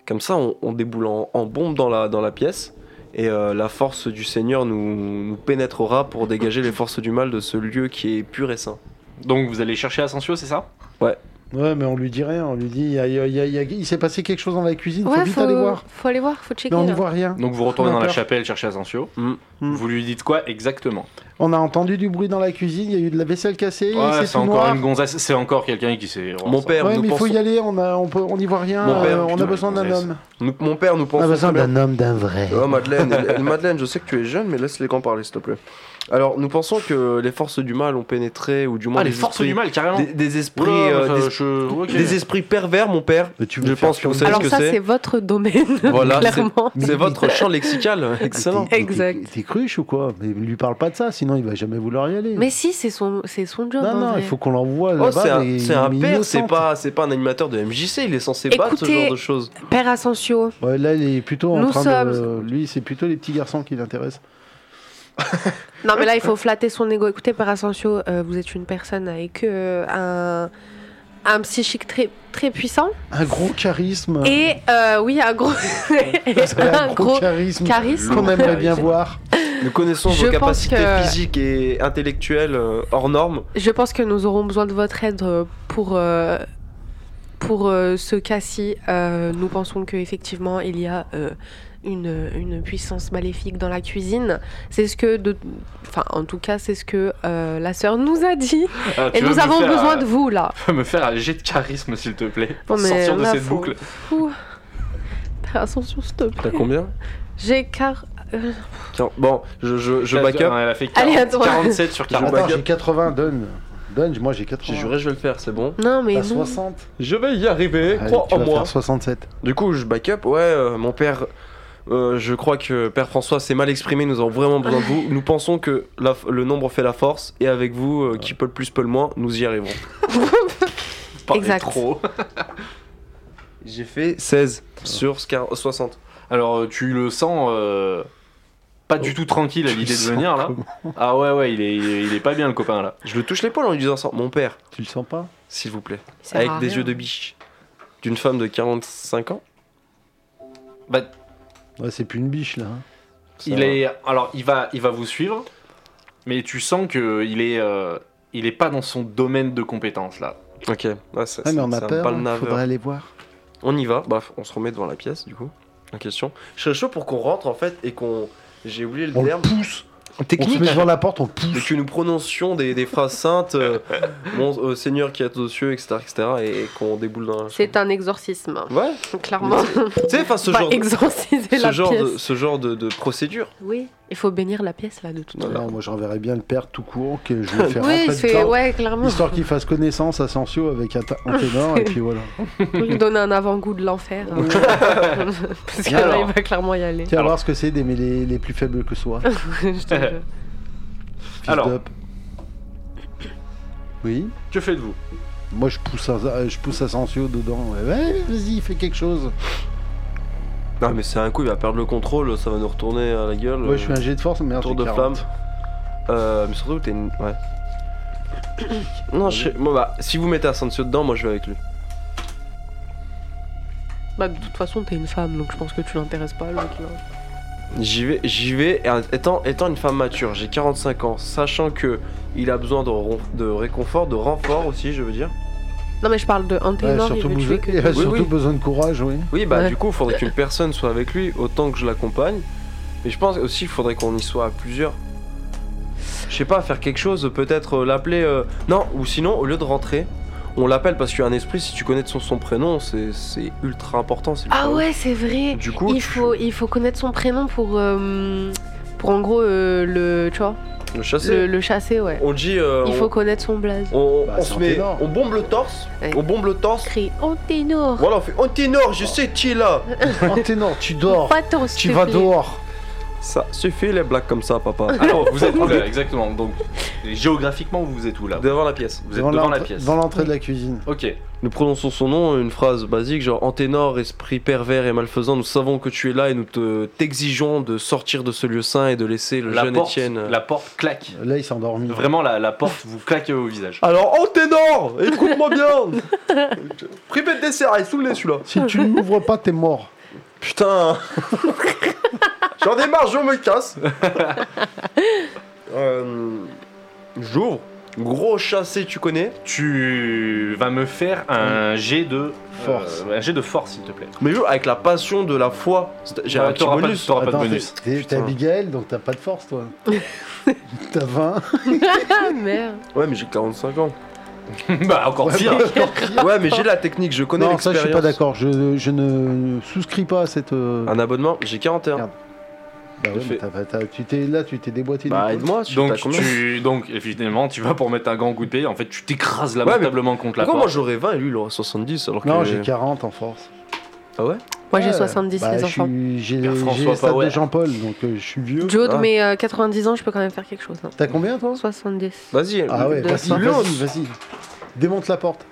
Speaker 3: Comme ça, on, on déboule en, en bombe dans la, dans la pièce. Et euh, la force du Seigneur nous, nous pénétrera pour dégager les forces du mal de ce lieu qui est pur et saint.
Speaker 1: Donc vous allez chercher Asensio, c'est ça
Speaker 3: Ouais.
Speaker 2: Ouais, mais on lui dit rien, on lui dit, il, y a- il y a- il y a- il y a- il s'est passé quelque chose dans la cuisine, faut
Speaker 4: Ouais,
Speaker 2: vite aller voir.
Speaker 4: faut aller voir, faut checker.
Speaker 2: Mais on n'y
Speaker 4: là.
Speaker 2: voit rien.
Speaker 1: Donc vous retournez
Speaker 2: On a
Speaker 1: dans la
Speaker 2: peur.
Speaker 1: chapelle chercher Asensio.
Speaker 3: Mm.
Speaker 2: Mm.
Speaker 1: Vous lui dites quoi exactement
Speaker 2: On a entendu du bruit dans la cuisine, il y a eu de la vaisselle cassée,
Speaker 1: Ouais,
Speaker 2: c'est
Speaker 1: c'est
Speaker 2: tout
Speaker 1: encore
Speaker 2: noir.
Speaker 1: une gonzesse, c'est encore quelqu'un qui s'est.
Speaker 3: Mon père,
Speaker 2: Ouais,
Speaker 3: nous
Speaker 2: mais il faut
Speaker 3: pensons-
Speaker 2: y aller, on a- on peut- on n'y voit rien,
Speaker 3: Mon père,
Speaker 2: euh, on
Speaker 1: putain,
Speaker 2: a besoin d'un
Speaker 1: laisse.
Speaker 2: homme.
Speaker 3: nous- mon père, nous
Speaker 2: On a
Speaker 3: pensons.
Speaker 2: besoin
Speaker 3: que-
Speaker 2: d'un homme, d'un vrai.
Speaker 3: Oh, Madeleine, elle- Madeleine, je sais que tu es jeune, mais laisse les grands parler, s'il te plaît. Alors, nous pensons que les forces du mal ont pénétré, ou du moins
Speaker 1: Ah, les
Speaker 3: des
Speaker 1: forces
Speaker 3: esprits-
Speaker 1: du mal, carrément.
Speaker 3: des, des esprits,
Speaker 1: Oula,
Speaker 3: euh,
Speaker 1: ça,
Speaker 3: des,
Speaker 1: je- ok.
Speaker 3: des esprits pervers, mon père.
Speaker 2: Mais tu
Speaker 3: Je pense que vous savez
Speaker 4: Alors
Speaker 3: ce que
Speaker 4: ça, c'est
Speaker 3: c'est.
Speaker 4: votre domaine,
Speaker 3: Voilà, c'est-
Speaker 4: clairement.
Speaker 2: Mais-
Speaker 3: C'est
Speaker 2: mais-
Speaker 3: votre champ lexical, excellent.
Speaker 2: Mais t'es-
Speaker 4: Exact.
Speaker 2: mais T'es t'es cruche ou quoi Mais lui parle pas de ça, sinon il va jamais vouloir y aller.
Speaker 4: Mais si, c'est son, c'est son job.
Speaker 2: non,
Speaker 4: en
Speaker 2: non,
Speaker 4: vrai.
Speaker 2: il faut qu'on l'envoie
Speaker 3: Oh,
Speaker 2: là-bas.
Speaker 3: c'est un,
Speaker 2: mais-
Speaker 3: c'est un
Speaker 2: mais
Speaker 3: père, c'est
Speaker 2: innocente.
Speaker 3: pas, c'est pas un animateur de MJC, il est censé battre ce
Speaker 4: Écoutez,
Speaker 3: genre de choses.
Speaker 4: Père Asensio,
Speaker 2: Ouais, là, il est plutôt en
Speaker 4: Nous
Speaker 2: train
Speaker 4: sommes-
Speaker 2: de. Lui, c'est plutôt les petits garçons qui l'intéressent.
Speaker 4: Non, mais là, il faut flatter son ego. Écoutez, Père Asensio, euh, vous êtes une personne avec euh, un, un psychique très, très puissant.
Speaker 2: Un gros
Speaker 1: Ah.
Speaker 2: charisme.
Speaker 4: Et euh, oui, un gros,
Speaker 2: Vous avez
Speaker 4: un gros
Speaker 2: charisme.
Speaker 4: charisme.
Speaker 2: Qu'on aimerait bien
Speaker 1: Charisme.
Speaker 2: voir.
Speaker 3: Nous connaissons
Speaker 4: Je
Speaker 3: vos
Speaker 4: pense
Speaker 3: capacités
Speaker 4: que-
Speaker 3: physiques et intellectuelles euh, hors normes.
Speaker 4: Je pense que nous aurons besoin de votre aide euh, pour, euh, pour euh, ce cas-ci. Euh, nous pensons qu'effectivement, il y a euh, une, une puissance maléfique dans la cuisine. C'est ce que, de... enfin, en tout cas, c'est ce que euh, la sœur nous a dit.
Speaker 1: Ah, tu
Speaker 4: Et
Speaker 1: veux
Speaker 4: nous
Speaker 1: me
Speaker 4: avons
Speaker 1: faire,
Speaker 4: besoin
Speaker 1: euh,
Speaker 4: de vous, là.
Speaker 1: tu veux me faire un jet de charisme, s'il te plaît, pour
Speaker 4: Non, mais
Speaker 1: sortir de
Speaker 4: là,
Speaker 1: cette
Speaker 4: faut-
Speaker 1: boucle.
Speaker 4: Ouh. Père Ascension, s'il te plaît.
Speaker 3: combien
Speaker 4: J'ai car... euh,
Speaker 3: Bon, je, je, je
Speaker 1: Elle-
Speaker 3: back up.
Speaker 1: non, Elle a fait
Speaker 4: Allez, à
Speaker 1: 40
Speaker 4: toi.
Speaker 1: 47 sur
Speaker 3: Je back
Speaker 2: Attends,
Speaker 1: 40.
Speaker 2: j'ai 80, donne. Donne, moi j'ai 80.
Speaker 3: J'ai juré, je vais le faire, c'est bon.
Speaker 4: Non, mais
Speaker 2: T'as
Speaker 4: non.
Speaker 2: 60.
Speaker 3: Je vais y arriver,
Speaker 2: Allez,
Speaker 3: crois
Speaker 2: tu
Speaker 3: en
Speaker 2: vas
Speaker 3: moi.
Speaker 2: faire 67.
Speaker 3: Du coup, je back up. Ouais, euh, mon père, euh, je crois que Père François s'est mal exprimé. Nous avons vraiment besoin de vous. Nous pensons que la f- le nombre fait la force. Et avec vous, euh, qui peut le plus, peut le moins, nous y arriverons.
Speaker 1: Parlez
Speaker 4: Exact.
Speaker 1: trop.
Speaker 3: J'ai fait 16 sur 60.
Speaker 1: Alors, euh, tu le sens euh, pas du tout tranquille à l'idée de
Speaker 2: sens
Speaker 1: venir là. Ah ouais, ouais, il est, il est, il est pas bien le copain là.
Speaker 3: Je le touche l'épaule en lui disant ça. Mon père,
Speaker 2: Tu le sens pas
Speaker 3: s'il vous plaît.
Speaker 4: Ça sert
Speaker 3: Avec
Speaker 4: à
Speaker 3: des
Speaker 4: rien.
Speaker 3: yeux de biche. D'une femme de 45 ans.
Speaker 1: Bah,
Speaker 2: Ouais, c'est plus une biche là. hein.
Speaker 3: Ça-
Speaker 1: il est, alors il va, il va vous suivre, mais tu sens que il est, euh, il est pas dans son domaine de compétence là.
Speaker 3: Ok. Ouais, ça-
Speaker 2: Ah, mais on
Speaker 3: ça-
Speaker 2: a
Speaker 3: ça me
Speaker 2: peur,
Speaker 3: parle
Speaker 2: hein,
Speaker 3: naveur.
Speaker 2: faudrait aller voir.
Speaker 3: On y va, bah on se remet devant la pièce du coup, en question. Je serais chaud pour qu'on rentre en fait et qu'on. J'ai oublié le
Speaker 2: On le
Speaker 3: terme.
Speaker 2: pousse. On se
Speaker 3: Technique
Speaker 2: met devant la porte, on le
Speaker 3: Et
Speaker 2: pousse.
Speaker 3: que nous prononcions des, des phrases saintes, euh, mon euh, Seigneur qui est aux cieux, etc. etc. et, et qu'on déboule dans la
Speaker 4: C'est un exorcisme,
Speaker 3: Ouais,
Speaker 4: clairement.
Speaker 3: tu sais, enfin ce
Speaker 4: Pas
Speaker 3: genre, de,
Speaker 4: exorciser
Speaker 3: ce
Speaker 4: la
Speaker 3: genre,
Speaker 4: pièce.
Speaker 3: de, ce genre de, de procédure.
Speaker 4: Oui, il faut bénir la pièce, là, de toute
Speaker 3: Voilà.
Speaker 4: façon.
Speaker 2: Non, moi j'enverrais bien le père tout court, que je le fais
Speaker 4: Oui,
Speaker 2: rentrer
Speaker 4: il fait...
Speaker 2: dedans,
Speaker 4: Ouais, clairement.
Speaker 2: Histoire qu'il fasse connaissance à Sancio avec un, ta- un ténor, et puis voilà.
Speaker 4: Pour lui donner un avant-goût de l'enfer. hein. Parce que là,
Speaker 1: Alors.
Speaker 4: il va clairement y aller.
Speaker 2: Tiens,
Speaker 1: Alors-
Speaker 2: voir ce que c'est d'aimer les, les plus faibles que soi.
Speaker 4: Je te jure.
Speaker 2: Fist
Speaker 1: Alors.
Speaker 2: up. Oui
Speaker 1: Que faites-vous
Speaker 2: Moi je pousse, à- je pousse Asensio dedans. Ouais, ouais, vas-y, fais quelque chose.
Speaker 3: Non, mais c'est un coup, il va perdre le contrôle, ça va nous retourner à la
Speaker 1: Euh,
Speaker 3: gueule. euh,
Speaker 2: Ouais, je suis un jet de force, mais
Speaker 3: tour de flamme. Euh, mais surtout, t'es une. Ouais. Non, je sais- bon, bah, si vous mettez Asensio dedans, moi je vais avec lui.
Speaker 4: Bah, de toute façon, t'es une femme, donc je pense que tu l'intéresses pas, l'autre, là.
Speaker 3: J'y vais, j'y vais, et en- étant, étant une femme mature, j'ai 45 ans, sachant que il a besoin de, ron- de réconfort, de renfort aussi, je veux dire.
Speaker 4: Non, mais je parle de un
Speaker 2: Ouais,
Speaker 4: ténor, il
Speaker 2: surtout
Speaker 4: veut
Speaker 2: bouger.
Speaker 4: tuer que...
Speaker 2: Il a
Speaker 3: Oui,
Speaker 2: surtout
Speaker 3: oui.
Speaker 2: besoin de courage, oui.
Speaker 3: Oui, bah
Speaker 4: Ouais.
Speaker 3: du coup, il faudrait qu'une personne soit avec lui, autant que je l'accompagne. Mais je pense aussi qu'il faudrait qu'on y soit à plusieurs. Je sais pas, faire quelque chose, peut-être euh, l'appeler. euh, Non, ou sinon, au lieu de rentrer, on l'appelle parce qu'un esprit, si tu connais de son, son prénom, c'est, c'est ultra important. c'est ultra
Speaker 4: Ah
Speaker 3: ouf.
Speaker 4: ouais, c'est vrai
Speaker 3: Du coup,
Speaker 4: il
Speaker 3: tu-
Speaker 4: faut, il faut connaître son prénom pour, euh, pour en gros euh, le, tu vois,
Speaker 3: le chasser.
Speaker 4: le, le chasser, ouais.
Speaker 3: On dit. euh,
Speaker 4: Il
Speaker 3: on-
Speaker 4: faut connaître son blaze.
Speaker 3: On,
Speaker 2: Bah,
Speaker 3: on
Speaker 2: c'est
Speaker 3: se
Speaker 2: un
Speaker 3: met,
Speaker 2: ténor.
Speaker 3: on bombe le torse,
Speaker 4: Ouais.
Speaker 3: on bombe le torse.
Speaker 4: Crie en ténor.
Speaker 3: Voilà, on fait un ténor, je sais qui est là.
Speaker 2: En ténor, Oh, tu dors.
Speaker 4: Pas tant,
Speaker 2: Tu vas dehors.
Speaker 3: Ça suffit les blagues comme ça, papa.
Speaker 1: Alors, vous êtes où là Exactement. Donc, géographiquement, vous êtes où là
Speaker 3: Devant la pièce.
Speaker 1: Vous êtes devant la
Speaker 2: l'entrée-
Speaker 1: pièce.
Speaker 2: Dans l'entrée de la cuisine.
Speaker 1: Ok.
Speaker 3: Nous prononçons son nom, une phrase basique, genre en ténor, esprit pervers et malfaisant, nous savons que tu es là et nous te- t'exigeons de sortir de ce lieu saint et de laisser le
Speaker 1: La
Speaker 3: jeune
Speaker 1: porte,
Speaker 3: Étienne. euh,
Speaker 1: la porte claque.
Speaker 2: Là, il s'est endormi.
Speaker 1: Vraiment, la, la porte vous claque au visage.
Speaker 3: Alors en ténor, écoute-moi bien. Privé de dessert, allez, sous le nez celui-là.
Speaker 2: Si tu ne m'ouvres pas, t'es mort.
Speaker 3: Putain J'en ai marre, je me casse Euh, J'ouvre, Gros chassé, tu connais.
Speaker 1: Tu vas me faire un jet de force. Euh, un jet de force, s'il te plaît.
Speaker 3: Mais joue avec la passion de la foi. C'est- J'ai
Speaker 1: Bah,
Speaker 3: un petit
Speaker 1: t'auras pas de-
Speaker 3: bonus.
Speaker 1: t'auras pas de
Speaker 2: Attends,
Speaker 1: bonus.
Speaker 2: t'es- T'es t'es
Speaker 3: Putain.
Speaker 2: Abigail, donc t'as pas de force, toi. t'as 20.
Speaker 4: Ah merde.
Speaker 3: Ouais, mais j'ai 45 ans.
Speaker 1: bah, encore
Speaker 2: Ouais,
Speaker 1: pire.
Speaker 3: Ouais, mais j'ai la technique, je connais
Speaker 2: non, ça, je suis pas
Speaker 3: l'expérience.
Speaker 2: d'accord. Je, je ne souscris pas à cette. euh,
Speaker 3: Un abonnement, j'ai 41.
Speaker 2: Merde. bah ouais,
Speaker 1: Ah, je
Speaker 2: mais
Speaker 1: fais-
Speaker 2: t'as- t'as- tu t'es là, tu t'es déboîté.
Speaker 3: Bah,
Speaker 2: du coup.
Speaker 3: aide-moi, tu
Speaker 1: Donc,
Speaker 3: t'as combien
Speaker 1: tu, donc, évidemment, tu vas pour mettre un grand coup de pied. En fait, tu t'écrases lamentablement contre la
Speaker 3: Pourquoi
Speaker 1: porte.
Speaker 3: moi j'aurais 20 et lui il aura 70 alors que.
Speaker 2: Non, j'ai 40 en force.
Speaker 4: Moi j'ai
Speaker 2: Ouais,
Speaker 4: 70
Speaker 2: bah,
Speaker 4: les
Speaker 2: je
Speaker 4: enfants.
Speaker 2: suis- J'ai
Speaker 1: Père
Speaker 2: j'ai
Speaker 1: François,
Speaker 2: le stade
Speaker 1: pas ouais.
Speaker 2: de Jean-Paul, donc euh, je suis vieux.
Speaker 4: Joe, de
Speaker 3: Ah.
Speaker 4: mes euh, 90 ans, je peux quand même faire quelque chose. hein.
Speaker 2: T'as combien, toi
Speaker 4: 70.
Speaker 3: Vas-y.
Speaker 2: Ah ouais,
Speaker 4: De-
Speaker 2: vas-y,
Speaker 4: Bah,
Speaker 2: vas-y, vas-y. Démonte la porte.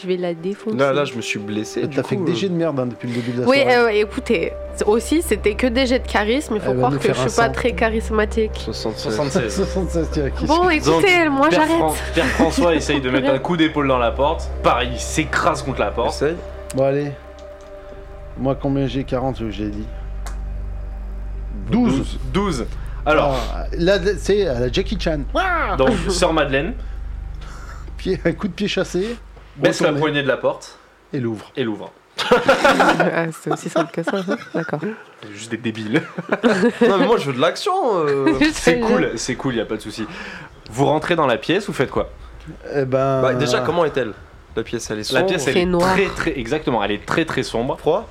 Speaker 4: Je vais la défoncer.
Speaker 3: Là, là, je me suis blessé. du
Speaker 2: T'as fait
Speaker 3: coup,
Speaker 2: que
Speaker 3: euh,
Speaker 2: des jets de merde hein, depuis le début de la
Speaker 4: Oui,
Speaker 2: soirée.
Speaker 4: euh, écoutez, c'est- aussi c'était que des jets de charisme, il faut
Speaker 2: Elle va
Speaker 4: croire
Speaker 2: nous
Speaker 4: que je
Speaker 2: faire
Speaker 4: suis
Speaker 2: un
Speaker 4: pas
Speaker 2: sang.
Speaker 4: très charismatique.
Speaker 3: 76.
Speaker 1: 76.
Speaker 2: 76 tiens, qu'est-ce
Speaker 4: euh, Bon,
Speaker 2: que-
Speaker 4: écoutez, moi
Speaker 1: Père,
Speaker 4: j'arrête.
Speaker 1: Fran- Père François essaye de mettre un coup d'épaule dans la porte. Pareil, il s'écrase contre la porte.
Speaker 3: Essaye.
Speaker 2: Bon, allez. Moi, combien j'ai 40, euh, j'ai dit
Speaker 1: 12. 12. Alors,
Speaker 2: Ah, là, c'est à la Jackie Chan.
Speaker 4: Ah.
Speaker 1: donc, Sœur Madeleine
Speaker 2: Pied- un coup de pied chassé.
Speaker 1: baisse la
Speaker 2: retourné,
Speaker 1: poignée de la porte
Speaker 2: Et l'ouvre.
Speaker 1: et l'ouvre.
Speaker 4: Ah, c'est aussi simple que ça, hein. d'accord.
Speaker 1: Juste des débiles.
Speaker 3: Non, mais moi je veux de l'action. euh.
Speaker 1: C'est cool, c'est cool, y a pas de souci. Vous rentrez dans la pièce, vous faites quoi
Speaker 2: Eh ben.
Speaker 3: Bah, déjà, comment est-elle La pièce, elle est sombre.
Speaker 1: La pièce elle
Speaker 4: Très
Speaker 1: est
Speaker 4: noire.
Speaker 1: très très exactement, elle est très très sombre.
Speaker 3: Froid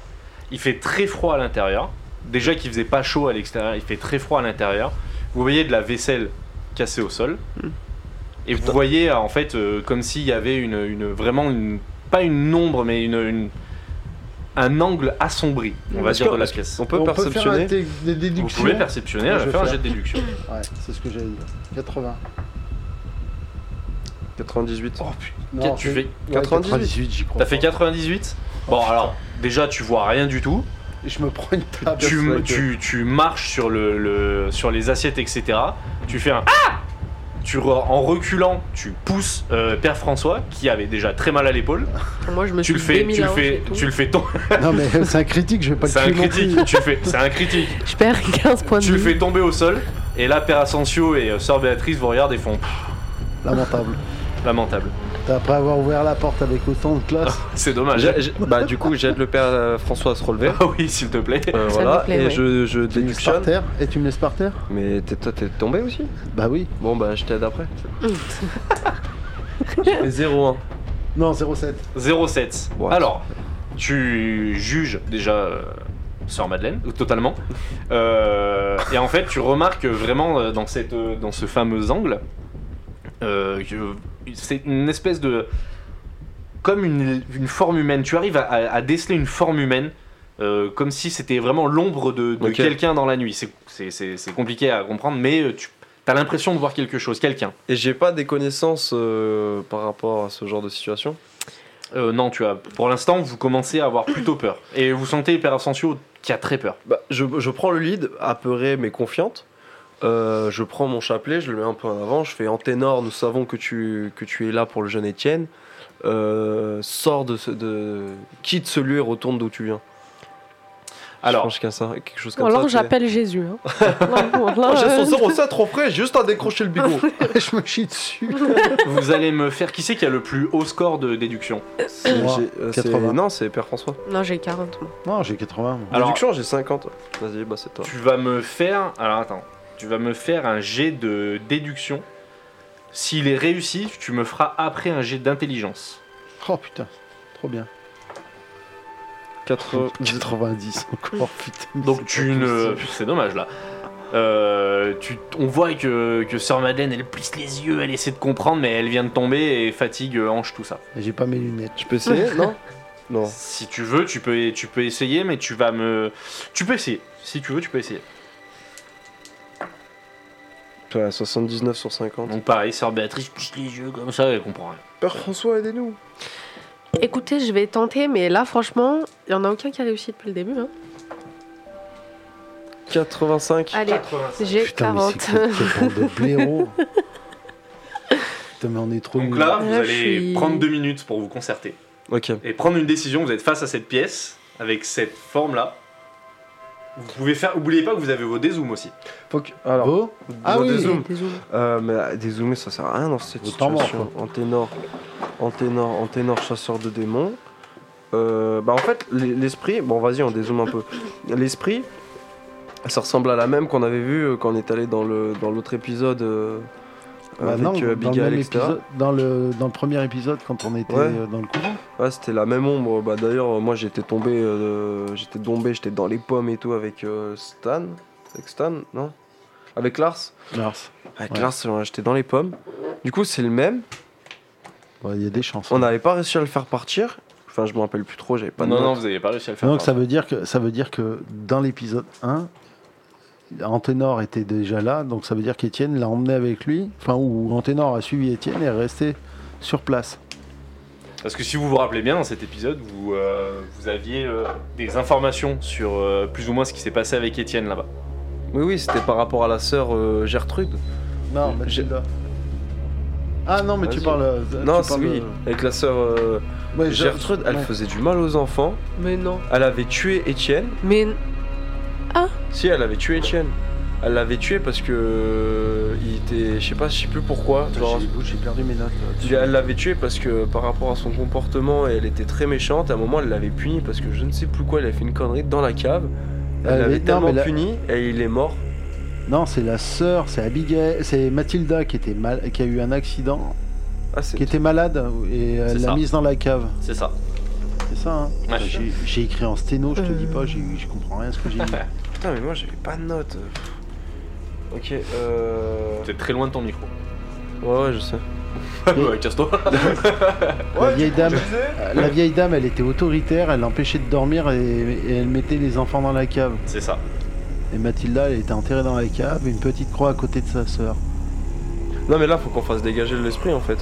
Speaker 1: Il fait très froid à l'intérieur. Déjà qu'il faisait pas chaud à l'extérieur, il fait très froid à l'intérieur. Vous voyez de la vaisselle cassée au sol.
Speaker 3: Mm.
Speaker 1: Et vous voyez en fait euh, comme s'il y avait une, une- vraiment une pas une ombre mais une, une- un angle assombri, on va
Speaker 3: Est-ce
Speaker 1: dire
Speaker 3: que-
Speaker 1: de la
Speaker 3: est-ce
Speaker 1: pièce.
Speaker 3: On peut
Speaker 2: on peut faire un
Speaker 3: perceptionner.
Speaker 2: té- des
Speaker 1: Vous
Speaker 2: déductions.
Speaker 1: pouvez perceptionner, je
Speaker 2: Je
Speaker 1: vais
Speaker 2: vais
Speaker 1: faire un
Speaker 2: faire.
Speaker 1: jet de déduction.
Speaker 2: Ouais, c'est ce que j'allais dire. 80.
Speaker 3: 98.
Speaker 2: Oh,
Speaker 1: Qu'est-
Speaker 2: Non,
Speaker 1: tu
Speaker 2: c'est-
Speaker 1: fais-
Speaker 2: ouais,
Speaker 3: 98.
Speaker 2: 98, j'y crois.
Speaker 1: T'as fait
Speaker 2: pas.
Speaker 1: 98 Bon
Speaker 3: Oh,
Speaker 1: alors, déjà tu vois rien du tout.
Speaker 2: Et Je me prends une table.
Speaker 1: tu,
Speaker 3: Parce que-
Speaker 1: tu, tu marches sur, le, le- sur les assiettes, etc. Tu fais un Ah tu, re- En reculant, tu pousses euh, Père François, qui avait déjà très mal à l'épaule.
Speaker 4: Moi je me
Speaker 1: Tu
Speaker 4: suis
Speaker 1: le fais,
Speaker 4: démis
Speaker 1: tu le
Speaker 4: la hanche
Speaker 1: fais,
Speaker 4: et tout.
Speaker 1: tu le fais tom-
Speaker 2: Non, mais c'est un critique, je vais pas le
Speaker 1: C'est un
Speaker 2: tuer non
Speaker 1: critique,
Speaker 2: plus.
Speaker 1: tu le fais, c'est un critique.
Speaker 4: Je perds 15 points de
Speaker 1: Tu le
Speaker 4: vie.
Speaker 1: fais tomber au sol, et là, Père Asensio et euh, Sœur Béatrice vous regardent et font Pff,
Speaker 2: Lamentable.
Speaker 1: lamentable.
Speaker 2: T'as après avoir ouvert la porte avec autant de classe.
Speaker 1: C'est dommage.
Speaker 3: J'ai- j'ai- Bah, du coup, j'aide le père euh, François à se relever.
Speaker 1: Ah oui, s'il te plaît.
Speaker 3: Euh,
Speaker 4: Ça
Speaker 3: voilà,
Speaker 4: me plaît,
Speaker 3: et
Speaker 4: ouais.
Speaker 3: je, je
Speaker 2: Tu me laisses par
Speaker 3: déductionne.
Speaker 2: terre Et tu me laisses par terre
Speaker 3: Mais t'es- toi, t'es tombé aussi
Speaker 2: Bah oui.
Speaker 3: Bon, bah, je t'aide après. J'ai 0-1.
Speaker 2: Non, 07.
Speaker 1: 07.
Speaker 3: What
Speaker 1: Alors, tu juges déjà euh, Sœur Madeleine, ou totalement. Euh, et en fait, tu remarques vraiment euh, dans, cette, euh, dans ce fameux angle, euh, que c'est une espèce de. Comme une, une forme humaine. Tu arrives à, à- à déceler une forme humaine. euh, comme si c'était vraiment l'ombre de, de
Speaker 3: Ok.
Speaker 1: quelqu'un dans la nuit. C'est- C'est c'est- c'est compliqué à comprendre, mais euh, tu as l'impression de voir quelque chose, quelqu'un.
Speaker 3: Et j'ai pas des connaissances euh, par rapport à ce genre de situation
Speaker 1: Euh, non, tu as. Pour l'instant, vous commencez à avoir plutôt peur. Et vous sentez Père Asensio qui a très peur.
Speaker 3: Bah, je, je prends le lead, apeuré mais confiante. Euh, je prends mon chapelet, je le mets un peu en avant. Je fais en ténor, nous savons que tu, que tu es là pour le jeune Étienne. Euh, sors de, ce, de. Quitte ce lieu et retourne d'où tu viens.
Speaker 1: Alors.
Speaker 3: je pense qu'à ça, quelque chose
Speaker 4: Ou
Speaker 3: comme
Speaker 4: alors
Speaker 3: ça. t'es-
Speaker 4: j'appelle Jésus. hein. Non, bon,
Speaker 3: Oh,
Speaker 4: là,
Speaker 3: J'ai
Speaker 4: euh,
Speaker 3: son 07 trop frais, j'ai juste à décrocher le
Speaker 4: Ah
Speaker 3: bigot.
Speaker 2: je me chie dessus.
Speaker 1: Vous allez me faire. Qui c'est qui a le plus haut score de déduction
Speaker 3: C'est-
Speaker 2: Moi,
Speaker 3: j'ai- euh,
Speaker 2: 80.
Speaker 3: c'est- Non, c'est Père François.
Speaker 4: Non, j'ai 40. moi.
Speaker 2: Non, j'ai 80. moi.
Speaker 1: Alors-
Speaker 3: Déduction, j'ai 50. Vas-y, bah c'est toi.
Speaker 1: Tu vas me faire. Alors attends. Tu vas me faire un jet de déduction. S'il est réussi, tu me feras après un jet d'intelligence.
Speaker 2: Oh putain, trop bien.
Speaker 3: 80.
Speaker 2: 90 encore, putain. mais
Speaker 1: Donc
Speaker 2: c'est
Speaker 1: tu
Speaker 2: pas
Speaker 1: ne.
Speaker 2: possible.
Speaker 1: C'est dommage là. Euh, tu, on voit que, que Sœur Madeleine, elle plisse les yeux, elle essaie de comprendre, mais elle vient de tomber et fatigue, euh, hanche, tout ça.
Speaker 2: J'ai pas mes lunettes.
Speaker 3: Je peux essayer Non Non.
Speaker 1: Si tu veux, tu peux, tu peux essayer, mais tu vas me. Tu peux essayer. Si tu veux, tu peux essayer.
Speaker 3: Ouais, 79 sur 50.
Speaker 1: Donc pareil, sœur Béatrice pousse les yeux comme ça, elle comprend rien.
Speaker 3: Père François, aidez-nous.
Speaker 4: Écoutez, je vais tenter, mais là franchement, il y en a aucun qui a réussi depuis le début. hein.
Speaker 3: 85.
Speaker 4: Allez, j'ai
Speaker 2: Putain, mais
Speaker 4: 40.
Speaker 2: c'est quoi, quel bande de blaireau. Putain, mais on est trop
Speaker 1: Donc
Speaker 2: nuls.
Speaker 1: là, vous
Speaker 4: Là, je
Speaker 1: allez
Speaker 4: suis-
Speaker 1: prendre deux minutes pour vous concerter
Speaker 3: Ok.
Speaker 1: et prendre une décision. Vous êtes face à cette pièce avec cette forme là. Vous pouvez faire. Oubliez pas que vous avez vos dézooms aussi.
Speaker 3: Faut que- alors,
Speaker 2: Beau Ah
Speaker 3: bon,
Speaker 2: oui.
Speaker 3: dézoom.
Speaker 4: Désolé.
Speaker 3: Euh, mais euh, dézoomer, ça sert à rien dans cette
Speaker 2: Autant mort,
Speaker 3: situation. En ténor, en ténor, en ténor, chasseur de démons. Euh, bah en fait, l- l'esprit, bon vas-y, on dézoome un peu. L'esprit, ça ressemble à la même qu'on avait vu euh, quand on est allé dans le dans l'autre épisode euh,
Speaker 2: Bah
Speaker 3: avec
Speaker 2: non,
Speaker 3: euh,
Speaker 2: dans,
Speaker 3: Big
Speaker 2: le
Speaker 3: Al,
Speaker 2: même
Speaker 3: etc.
Speaker 2: épisode, dans, le, dans le premier épisode, quand on était
Speaker 3: Ouais.
Speaker 2: euh, dans le couvent.
Speaker 3: Ouais, c'était la même ombre. Bah d'ailleurs, euh, moi j'étais tombé, euh, j'étais tombé, j'étais dans les pommes et tout avec euh, Stan, avec Stan, non, avec Lars.
Speaker 2: Mars.
Speaker 3: Avec
Speaker 2: Ouais.
Speaker 3: Lars, euh, j'étais dans les pommes. Du coup, c'est le même.
Speaker 2: Ouais, Il y a des chances.
Speaker 3: On n'avait pas réussi à le faire partir. Enfin, je me rappelle plus trop, j'avais pas de
Speaker 1: non, non,
Speaker 3: notes.
Speaker 1: vous n'avez pas réussi à le faire. hein.
Speaker 2: Donc ça veut, dire que, ça veut dire que dans l'épisode 1, Anténor était déjà là, donc ça veut dire qu'Étienne l'a emmené avec lui, enfin, ou Anténor a suivi Étienne et est resté sur place.
Speaker 1: Parce que si vous vous rappelez bien, dans cet épisode, vous, euh, vous aviez euh, des informations sur euh, plus ou moins ce qui s'est passé avec Étienne là-bas.
Speaker 3: Oui, oui, c'était par rapport à la sœur euh, Gertrude.
Speaker 2: Non,
Speaker 3: Mathilda.
Speaker 2: Ah non, mais tu
Speaker 3: Vas-y.
Speaker 2: parles. euh,
Speaker 3: non,
Speaker 2: tu
Speaker 3: c'est
Speaker 2: parles,
Speaker 3: oui.
Speaker 2: euh,
Speaker 3: Avec la sœur euh,
Speaker 2: ouais, je-
Speaker 3: Gertrude, elle
Speaker 2: ouais.
Speaker 3: faisait du mal aux enfants.
Speaker 4: Mais non.
Speaker 3: Elle avait tué Étienne.
Speaker 4: Mais
Speaker 3: Si, elle avait tué Étienne. Elle l'avait tué parce que euh, il était, je sais pas, je sais plus pourquoi.
Speaker 2: Attends,
Speaker 3: genre,
Speaker 2: j'ai- J'ai perdu mes notes. là, dessus.
Speaker 3: il- elle l'avait tué parce que par rapport à son comportement, elle était très méchante. À un moment, elle l'avait punie parce que je ne sais plus quoi, elle avait fait une connerie dans la cave.
Speaker 2: Elle
Speaker 3: Elle
Speaker 2: avait-
Speaker 3: l'avait
Speaker 2: non,
Speaker 3: tellement
Speaker 2: Ah, mais la-
Speaker 3: punie et il est mort.
Speaker 2: Non, c'est la sœur, c'est Abigail, c'est Mathilda qui était mal, qui a eu un accident,
Speaker 3: Ah, c'est
Speaker 2: qui était malade et euh,
Speaker 1: C'est
Speaker 2: elle l'a
Speaker 1: ça.
Speaker 2: mise dans la cave.
Speaker 1: C'est ça.
Speaker 2: C'est ça. Hein
Speaker 1: Ouais.
Speaker 2: J'ai- J'ai écrit en sténo, je te
Speaker 4: Euh.
Speaker 2: dis pas, j'ai- je comprends rien à ce que j'ai dit.
Speaker 3: Putain, mais moi j'avais pas de notes. Pff. Ok, euh.
Speaker 1: Vous êtes très loin de ton micro.
Speaker 3: Ouais, ouais, je sais.
Speaker 1: ouais, casse-toi.
Speaker 2: La vieille dame, euh, la vieille dame, elle était autoritaire, elle l'empêchait de dormir et, et elle mettait les enfants dans la cave.
Speaker 1: C'est ça.
Speaker 2: Et Mathilda, elle était enterrée dans la cave, une petite croix à côté de sa sœur.
Speaker 3: Non, mais là faut qu'on fasse dégager l'esprit en fait.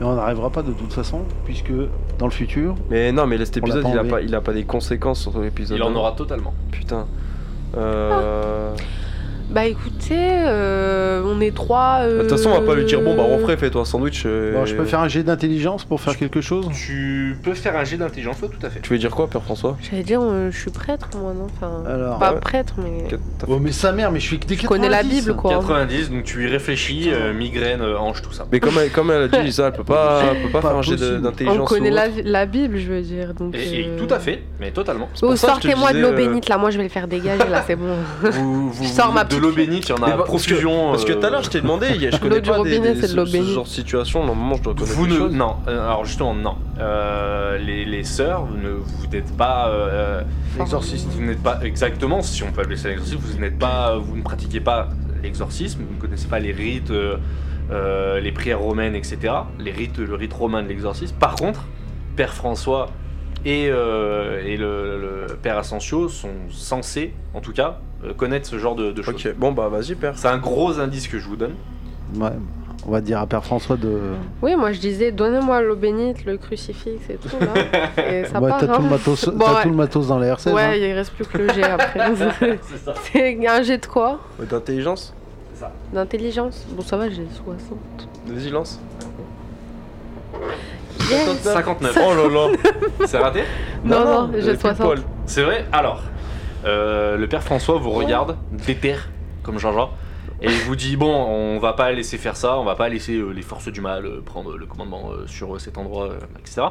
Speaker 2: Mais on n'arrivera pas de toute façon, puisque dans le futur,
Speaker 3: Mais non, mais cet
Speaker 2: On l'a
Speaker 3: épisode
Speaker 2: pas
Speaker 3: il, a
Speaker 2: enlevé.
Speaker 3: pas, il a pas des conséquences sur l'épisode.
Speaker 1: Il en
Speaker 3: d'avant.
Speaker 1: aura totalement.
Speaker 3: Putain. Euh...
Speaker 4: bah écoutez, euh, on est trois.
Speaker 3: De toute façon, on va pas lui dire bon bah refrais, fais-toi un sandwich. euh,
Speaker 2: Bon, je peux faire un jet d'intelligence pour faire quelque chose
Speaker 1: Tu peux faire un jet d'intelligence, ouais, tout à fait.
Speaker 3: Tu veux dire quoi, Père François
Speaker 4: J'allais dire, euh, je suis prêtre moi, non Enfin,
Speaker 2: Alors.
Speaker 4: pas
Speaker 3: Ah, ouais.
Speaker 4: prêtre, mais.
Speaker 3: Qu'est- t'as-
Speaker 2: Oh mais sa mère, mais je suis que des
Speaker 4: Je connais la
Speaker 2: 90.
Speaker 4: Bible, quoi. hein.
Speaker 1: 90, donc tu y réfléchis, euh, migraine, euh, hanche, tout ça.
Speaker 3: Mais comme elle, comme elle a dit, Lisa, elle peut pas, elle peut pas,
Speaker 2: Pas
Speaker 3: faire un jet de-
Speaker 2: possible.
Speaker 3: d'intelligence.
Speaker 4: On connaît
Speaker 3: ou
Speaker 4: la,
Speaker 3: autre.
Speaker 4: la Bible, je veux dire. Donc,
Speaker 1: Et, et
Speaker 4: euh,
Speaker 1: tout à fait, mais totalement.
Speaker 3: C'est
Speaker 4: Oh,
Speaker 3: pour ça que je te
Speaker 4: sortez-moi de
Speaker 3: disais,
Speaker 4: l'eau
Speaker 3: euh,
Speaker 4: bénite là, moi je vais le faire dégager là, c'est bon.
Speaker 1: Vous, vous-
Speaker 4: Je sors ma
Speaker 1: de
Speaker 4: petite
Speaker 1: l'eau
Speaker 4: clé.
Speaker 1: bénite, il y en
Speaker 3: Mais
Speaker 1: a
Speaker 3: bah,
Speaker 1: à profusion.
Speaker 3: Parce que
Speaker 1: euh,
Speaker 3: tout à l'heure, je t'ai demandé, il y a- je connais
Speaker 4: L'eau du
Speaker 3: pas des,
Speaker 4: robinet,
Speaker 3: des-
Speaker 4: c'est de
Speaker 3: ce,
Speaker 4: l'eau
Speaker 3: ce
Speaker 4: bénie.
Speaker 3: genre de situation. Normalement, je dois connaître
Speaker 1: Vous
Speaker 3: des
Speaker 1: ne.
Speaker 3: choses.
Speaker 1: Non, euh, alors justement, non. Euh, les, les sœurs, vous ne- vous n'êtes pas. euh,
Speaker 2: Exorciste.
Speaker 1: Vous n'êtes pas. Exactement, si on peut appeler ça l'exorcisme, vous n'êtes pas. Vous ne pratiquez pas l'exorcisme, vous ne connaissez pas les rites, euh, euh, les prières romaines, etc. Les rites, le rite romain de l'exorcisme. Par contre, Père François et, euh, et le, le Père Asensio sont censés, en tout cas, euh, connaître ce genre de, de choses.
Speaker 3: Ok, bon bah vas-y, Père.
Speaker 1: C'est un gros indice que je vous donne.
Speaker 2: Ouais, on va dire à Père François de...
Speaker 4: Oui, moi je disais, donnez-moi l'eau bénite, le crucifix et tout là. Et ça
Speaker 2: Ouais,
Speaker 4: part.
Speaker 2: t'as tout, le
Speaker 4: hein.
Speaker 2: matos-
Speaker 4: Bon,
Speaker 2: t'as
Speaker 4: ouais.
Speaker 2: tout le matos dans la R16. hein.
Speaker 4: Ouais, il reste plus que le jet après.
Speaker 1: C'est ça.
Speaker 4: c'est un jet de quoi
Speaker 3: D'intelligence
Speaker 4: D'intelligence Bon, ça va, j'ai 60.
Speaker 3: Vas-y, lance.
Speaker 4: Yes.
Speaker 1: 59.
Speaker 3: Oh là là
Speaker 1: C'est raté
Speaker 4: Non, non, j'ai
Speaker 3: euh, plus
Speaker 4: 60.
Speaker 3: Paul.
Speaker 1: C'est vrai Alors, euh, le père François
Speaker 4: Oh.
Speaker 1: vous regarde, déterre, comme Jean-Jean, et il vous dit Bon, on va pas laisser faire ça, on va pas laisser euh, les forces du mal euh, prendre le commandement euh, sur euh, cet endroit, euh, etc.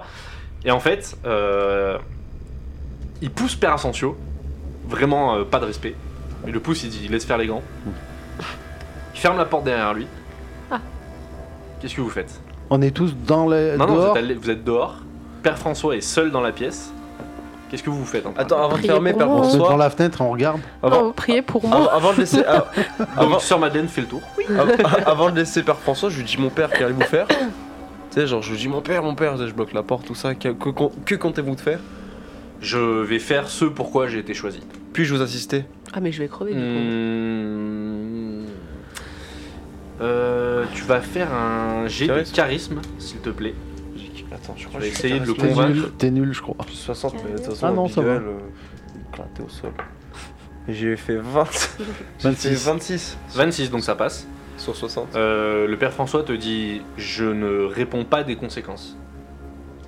Speaker 1: Et en fait, euh, il pousse Père Asensio, vraiment euh, pas de respect. Il le pousse, il dit Laisse faire les gants. Il ferme la porte derrière lui.
Speaker 4: Ah.
Speaker 1: Qu'est-ce que vous faites
Speaker 2: On est tous dans les...
Speaker 1: Non, non, vous
Speaker 2: dehors.
Speaker 1: êtes, allé- vous êtes dehors. Père François est seul dans la pièce. Qu'est-ce que vous faites en
Speaker 3: Attends, avant de
Speaker 4: Priez
Speaker 3: fermer,
Speaker 4: pour
Speaker 3: Père
Speaker 4: moi.
Speaker 2: On se met dans
Speaker 3: François.
Speaker 2: la fenêtre, on regarde.
Speaker 4: Non,
Speaker 3: Avant,
Speaker 4: vous priez pour
Speaker 3: avant,
Speaker 4: moi.
Speaker 3: avant de laisser, av- avant,
Speaker 1: Donc, Sœur Madeleine fait le tour.
Speaker 3: av- avant de laisser Père François, je lui dis mon père, qu'allez-vous faire Tu sais, genre, je lui dis mon père, mon père, je bloque la porte, tout ça. Que, que- que comptez-vous de faire
Speaker 1: Je vais faire ce pourquoi j'ai été choisi. Hmm.
Speaker 3: Puis-je vous assister
Speaker 4: Ah, mais je vais crever du coup.
Speaker 1: Mmh. Euh, tu vas faire un jet de
Speaker 3: Charisme.
Speaker 1: charisme, s'il te plaît.
Speaker 3: Attends, je
Speaker 1: Tu
Speaker 3: crois
Speaker 1: vas
Speaker 3: que
Speaker 1: essayer de le
Speaker 2: T'es
Speaker 1: convaincre.
Speaker 2: nul, t'es nul, je crois.
Speaker 3: Plus 60, mais de toute façon,
Speaker 2: Ah non,
Speaker 3: Big
Speaker 2: ça va.
Speaker 3: Al, euh, éclaté au sol. Et J'ai fait 20. J'ai fait
Speaker 2: 26.
Speaker 3: 26
Speaker 1: 26, donc ça passe.
Speaker 3: sur 60.
Speaker 1: Euh, le père François te dit Je ne réponds pas des conséquences.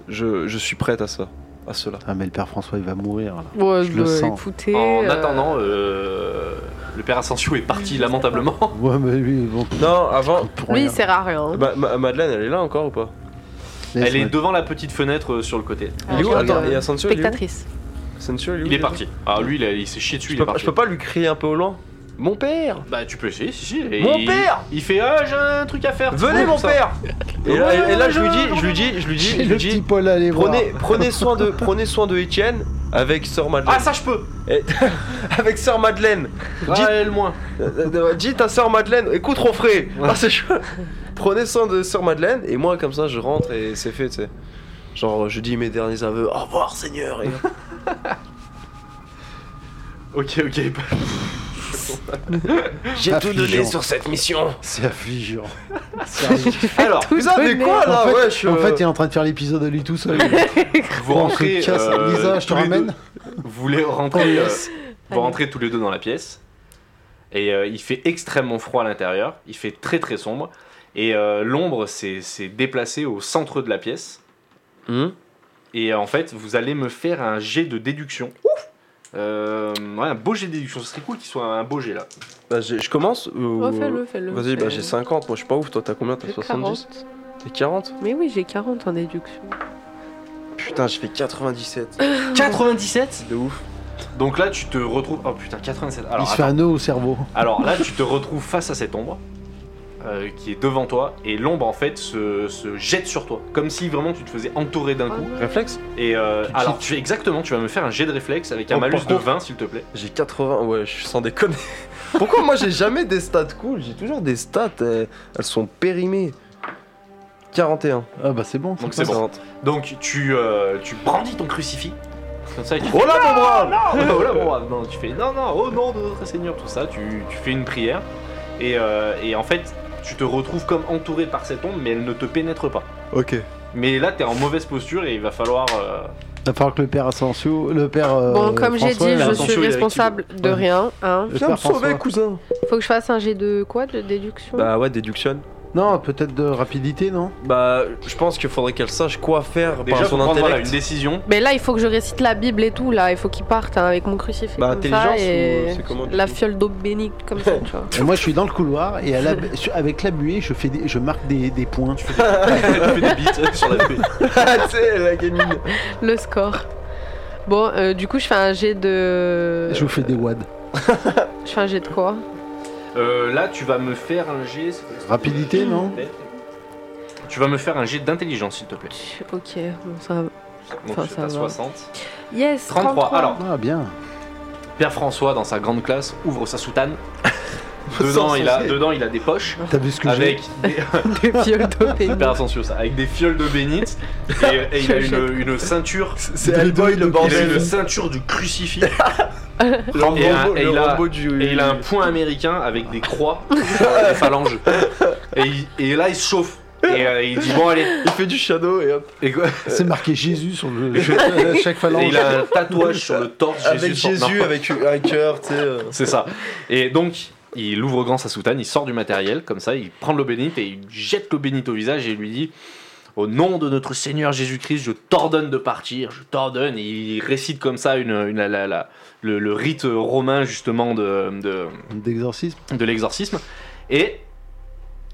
Speaker 3: Je, je suis prête à ça. à cela.
Speaker 2: Ah, mais le père François, il va mourir.
Speaker 3: Hmm.
Speaker 2: Là.
Speaker 4: Bon,
Speaker 2: Je le
Speaker 4: bah,
Speaker 2: sens.
Speaker 4: écoutez,
Speaker 1: En
Speaker 4: euh,
Speaker 1: attendant, euh, le père Asensio est parti lamentablement.
Speaker 2: Ouais, mais lui, ils vont
Speaker 3: Non, avant.
Speaker 2: pour
Speaker 4: Lui, hein.
Speaker 2: rien.
Speaker 4: il sert à rien.
Speaker 3: Ma- Ma- Madeleine, elle est là encore ou pas
Speaker 2: Laisse,
Speaker 1: Elle est
Speaker 2: mec.
Speaker 1: devant la petite fenêtre euh, sur le côté.
Speaker 4: Ah,
Speaker 3: Il est où
Speaker 4: je
Speaker 3: Attends,
Speaker 4: regarde.
Speaker 3: et Asensio, il est où
Speaker 4: Spectatrice.
Speaker 3: Asensio,
Speaker 1: Il est parti. Ah lui, il, a- il s'est chié dessus,
Speaker 3: Je
Speaker 1: il est
Speaker 3: peux, pas-
Speaker 1: parti.
Speaker 3: je peux pas lui crier un peu au loin Mon père
Speaker 1: Bah tu peux essayer, si si. Et
Speaker 3: Mon
Speaker 1: il-
Speaker 3: père
Speaker 1: Il fait ah j'ai un truc à faire.
Speaker 3: Venez
Speaker 1: Ouais,
Speaker 3: mon
Speaker 1: ça.
Speaker 3: père Et là,
Speaker 1: Ouais,
Speaker 3: et là, je lui
Speaker 1: ouais,
Speaker 3: dis,
Speaker 1: ouais,
Speaker 3: je lui dis, je lui dis, je
Speaker 2: le
Speaker 3: lui
Speaker 2: petit
Speaker 3: dis,
Speaker 2: Paul, allez voir.
Speaker 3: prenez, prenez soin de, prenez soin de Étienne avec Sœur Madeleine.
Speaker 1: Ah ça je peux.
Speaker 3: Et- avec Sœur Madeleine. Dites-
Speaker 1: Ouais, le moins.
Speaker 3: Euh, euh, dis à Sœur Madeleine, écoute Ronfré Ah c'est chouette Prenez soin de Sœur Madeleine et moi comme ça je rentre et c'est fait tu sais. Genre je dis mes derniers aveux, au revoir Seigneur et...
Speaker 1: Ok ok.
Speaker 3: J'ai tout donné
Speaker 2: Affligeant.
Speaker 3: sur cette mission
Speaker 2: C'est affligeant.
Speaker 1: Alors
Speaker 4: Tout
Speaker 3: Putain mais
Speaker 4: donné.
Speaker 3: quoi
Speaker 2: en,
Speaker 3: là
Speaker 2: fait,
Speaker 3: ouais, je suis,
Speaker 2: en
Speaker 3: euh,
Speaker 2: fait, il est en train de faire l'épisode à lui tout seul.
Speaker 1: vous
Speaker 2: Bon,
Speaker 1: rentrez.
Speaker 2: je te casse,
Speaker 1: euh,
Speaker 2: Lisa, je te
Speaker 1: tous les deux-
Speaker 2: ramène.
Speaker 1: Vous voulez
Speaker 2: On
Speaker 1: rentrer. euh,
Speaker 2: laisse.
Speaker 1: Vous rentrez tous les deux dans la pièce. Et euh, il fait extrêmement froid à l'intérieur. Il fait très très sombre. Et euh, l'ombre s'est s'est déplacée au centre de la pièce.
Speaker 3: hmm
Speaker 1: Et euh, en fait, vous allez me faire un jet de déduction. Euh, ouais, un beau jet de déduction. Ce serait cool qu'il soit un beau jet là.
Speaker 3: Bah, j'ai- je commence ou-
Speaker 4: Ouais, fais-le, fais-le.
Speaker 3: Vas-y bah j'ai
Speaker 4: ça.
Speaker 3: 50 moi je suis pas ouf toi t'as combien t'as 70 T'es 40
Speaker 4: Mais oui, j'ai 40 en déduction.
Speaker 3: Putain j'ai fait 97
Speaker 4: Ah,
Speaker 1: 97
Speaker 3: de ouf
Speaker 1: Donc là, tu te retrouves. Oh putain, 87.
Speaker 2: il
Speaker 1: Alors,
Speaker 2: se fait un nœud au cerveau.
Speaker 1: Alors là, tu te retrouves face à cette ombre euh, qui est devant toi et l'ombre en fait se, se jette sur toi, comme si vraiment tu te faisais entourer d'un
Speaker 4: Oh
Speaker 1: coup.
Speaker 4: non.
Speaker 3: Ah Réflexe
Speaker 1: Et euh,
Speaker 2: Tu te
Speaker 1: alors
Speaker 2: jettes-
Speaker 1: tu fais exactement, tu vas me faire un jet de réflexe avec un
Speaker 3: Oh, par
Speaker 1: malus de
Speaker 3: contre.
Speaker 1: 20 s'il te plaît.
Speaker 3: J'ai 80 ouais je suis sans déconner Pourquoi moi j'ai jamais des stats cool J'ai toujours des stats euh, elles sont périmées 41
Speaker 2: Ah bah c'est bon.
Speaker 1: Donc
Speaker 2: ça.
Speaker 1: c'est bon. Donc tu, euh, tu brandis ton crucifix. Comme ça, et tu
Speaker 3: Oh là, mon brave
Speaker 1: non, oh là, mon brave, non, tu fais non, non, au nom de notre Seigneur, tout ça, tu, tu fais une prière et, euh, et en fait tu te retrouves comme entouré par cette ombre mais elle ne te pénètre pas.
Speaker 3: Ok.
Speaker 1: Mais là t'es en mauvaise posture et il va falloir... euh,
Speaker 2: Il va falloir que le père Asensio, le père. euh,
Speaker 4: Bon, comme j'ai
Speaker 2: François,
Speaker 4: dit,
Speaker 2: là,
Speaker 4: je
Speaker 1: attention,
Speaker 4: suis
Speaker 1: il y a
Speaker 4: responsable de
Speaker 2: Ouais.
Speaker 4: rien. Hein.
Speaker 2: Le père
Speaker 3: Viens me
Speaker 2: François.
Speaker 3: sauver, cousin
Speaker 4: Faut que je fasse un jet de quoi De déduction
Speaker 3: Bah ouais, déduction.
Speaker 2: Non, peut-être de rapidité, non
Speaker 3: Bah, je pense qu'il faudrait qu'elle sache quoi faire
Speaker 1: Déjà,
Speaker 3: par son
Speaker 1: faut prendre, voilà,
Speaker 3: intellect.
Speaker 1: une décision.
Speaker 4: Mais là, il faut que je récite la Bible et tout, là. Il faut qu'il parte hein, avec mon crucifix
Speaker 3: Bah,
Speaker 4: comme ça
Speaker 3: intelligence ou
Speaker 4: et
Speaker 3: c'est comment du
Speaker 4: la
Speaker 3: coup
Speaker 4: fiole d'eau bénite comme ça, tu vois.
Speaker 2: Et Moi, je suis dans le couloir et à la- sur- avec la buée, je, fais des- je marque des, des points.
Speaker 1: tu fais des bites sur la feuille.
Speaker 3: Ah, tu sais, la gamine.
Speaker 4: Le score. Bon, euh, du coup, je fais un jet de...
Speaker 2: Je vous fais des wads.
Speaker 4: Je fais un jet de quoi
Speaker 1: Euh, là, tu vas me faire un jet.
Speaker 2: Rapidité, non
Speaker 1: Tu vas me faire un jet d'intelligence, s'il te plaît.
Speaker 4: Ok, bon, ça va.
Speaker 1: Donc,
Speaker 4: Enfin,
Speaker 1: tu
Speaker 4: ça
Speaker 1: as
Speaker 4: va.
Speaker 1: 60.
Speaker 4: Yes
Speaker 1: 33.
Speaker 4: 33.
Speaker 1: Alors,
Speaker 2: Ah, bien.
Speaker 1: Père François, dans sa grande classe, ouvre sa soutane. dedans, il a, dedans, il a des poches.
Speaker 2: T'as vu ce que j'ai
Speaker 1: Avec des,
Speaker 4: Des fioles d'eau bénite.
Speaker 1: Père Asensio, ça, avec des fioles de bénite et, et il a une, une ceinture,
Speaker 3: C'est
Speaker 2: Hellboy,
Speaker 3: Hellboy
Speaker 1: il
Speaker 2: le
Speaker 3: le
Speaker 1: a
Speaker 3: bordel.
Speaker 1: une ceinture du crucifix
Speaker 3: Le
Speaker 1: et un-
Speaker 3: Rambo-
Speaker 1: et
Speaker 3: le
Speaker 1: il a-
Speaker 3: Rambo du.
Speaker 1: et il a un point américain avec des croix, sur des phalanges et, il- et là il se chauffe et euh, il dit bon allez
Speaker 3: Il fait du shadow et hop.
Speaker 1: Et quoi
Speaker 2: C'est marqué Jésus sur le, à chaque
Speaker 1: Et
Speaker 2: phalange.
Speaker 1: il a un tatouage sur le torse
Speaker 3: Avec
Speaker 1: sur- non,
Speaker 3: Jésus, avec un cœur, tu sais. euh.
Speaker 1: C'est ça. Et donc, il ouvre grand sa soutane, il sort du matériel, comme ça, il prend l'eau bénite et il jette l'eau bénite au visage et il lui dit Au nom de notre Seigneur Jésus-Christ, je t'ordonne de partir, je t'ordonne. Et il récite comme ça une, une- la- la- la- le, le rite romain, justement, de, de,
Speaker 2: D'exorcisme.
Speaker 1: de l'exorcisme. Et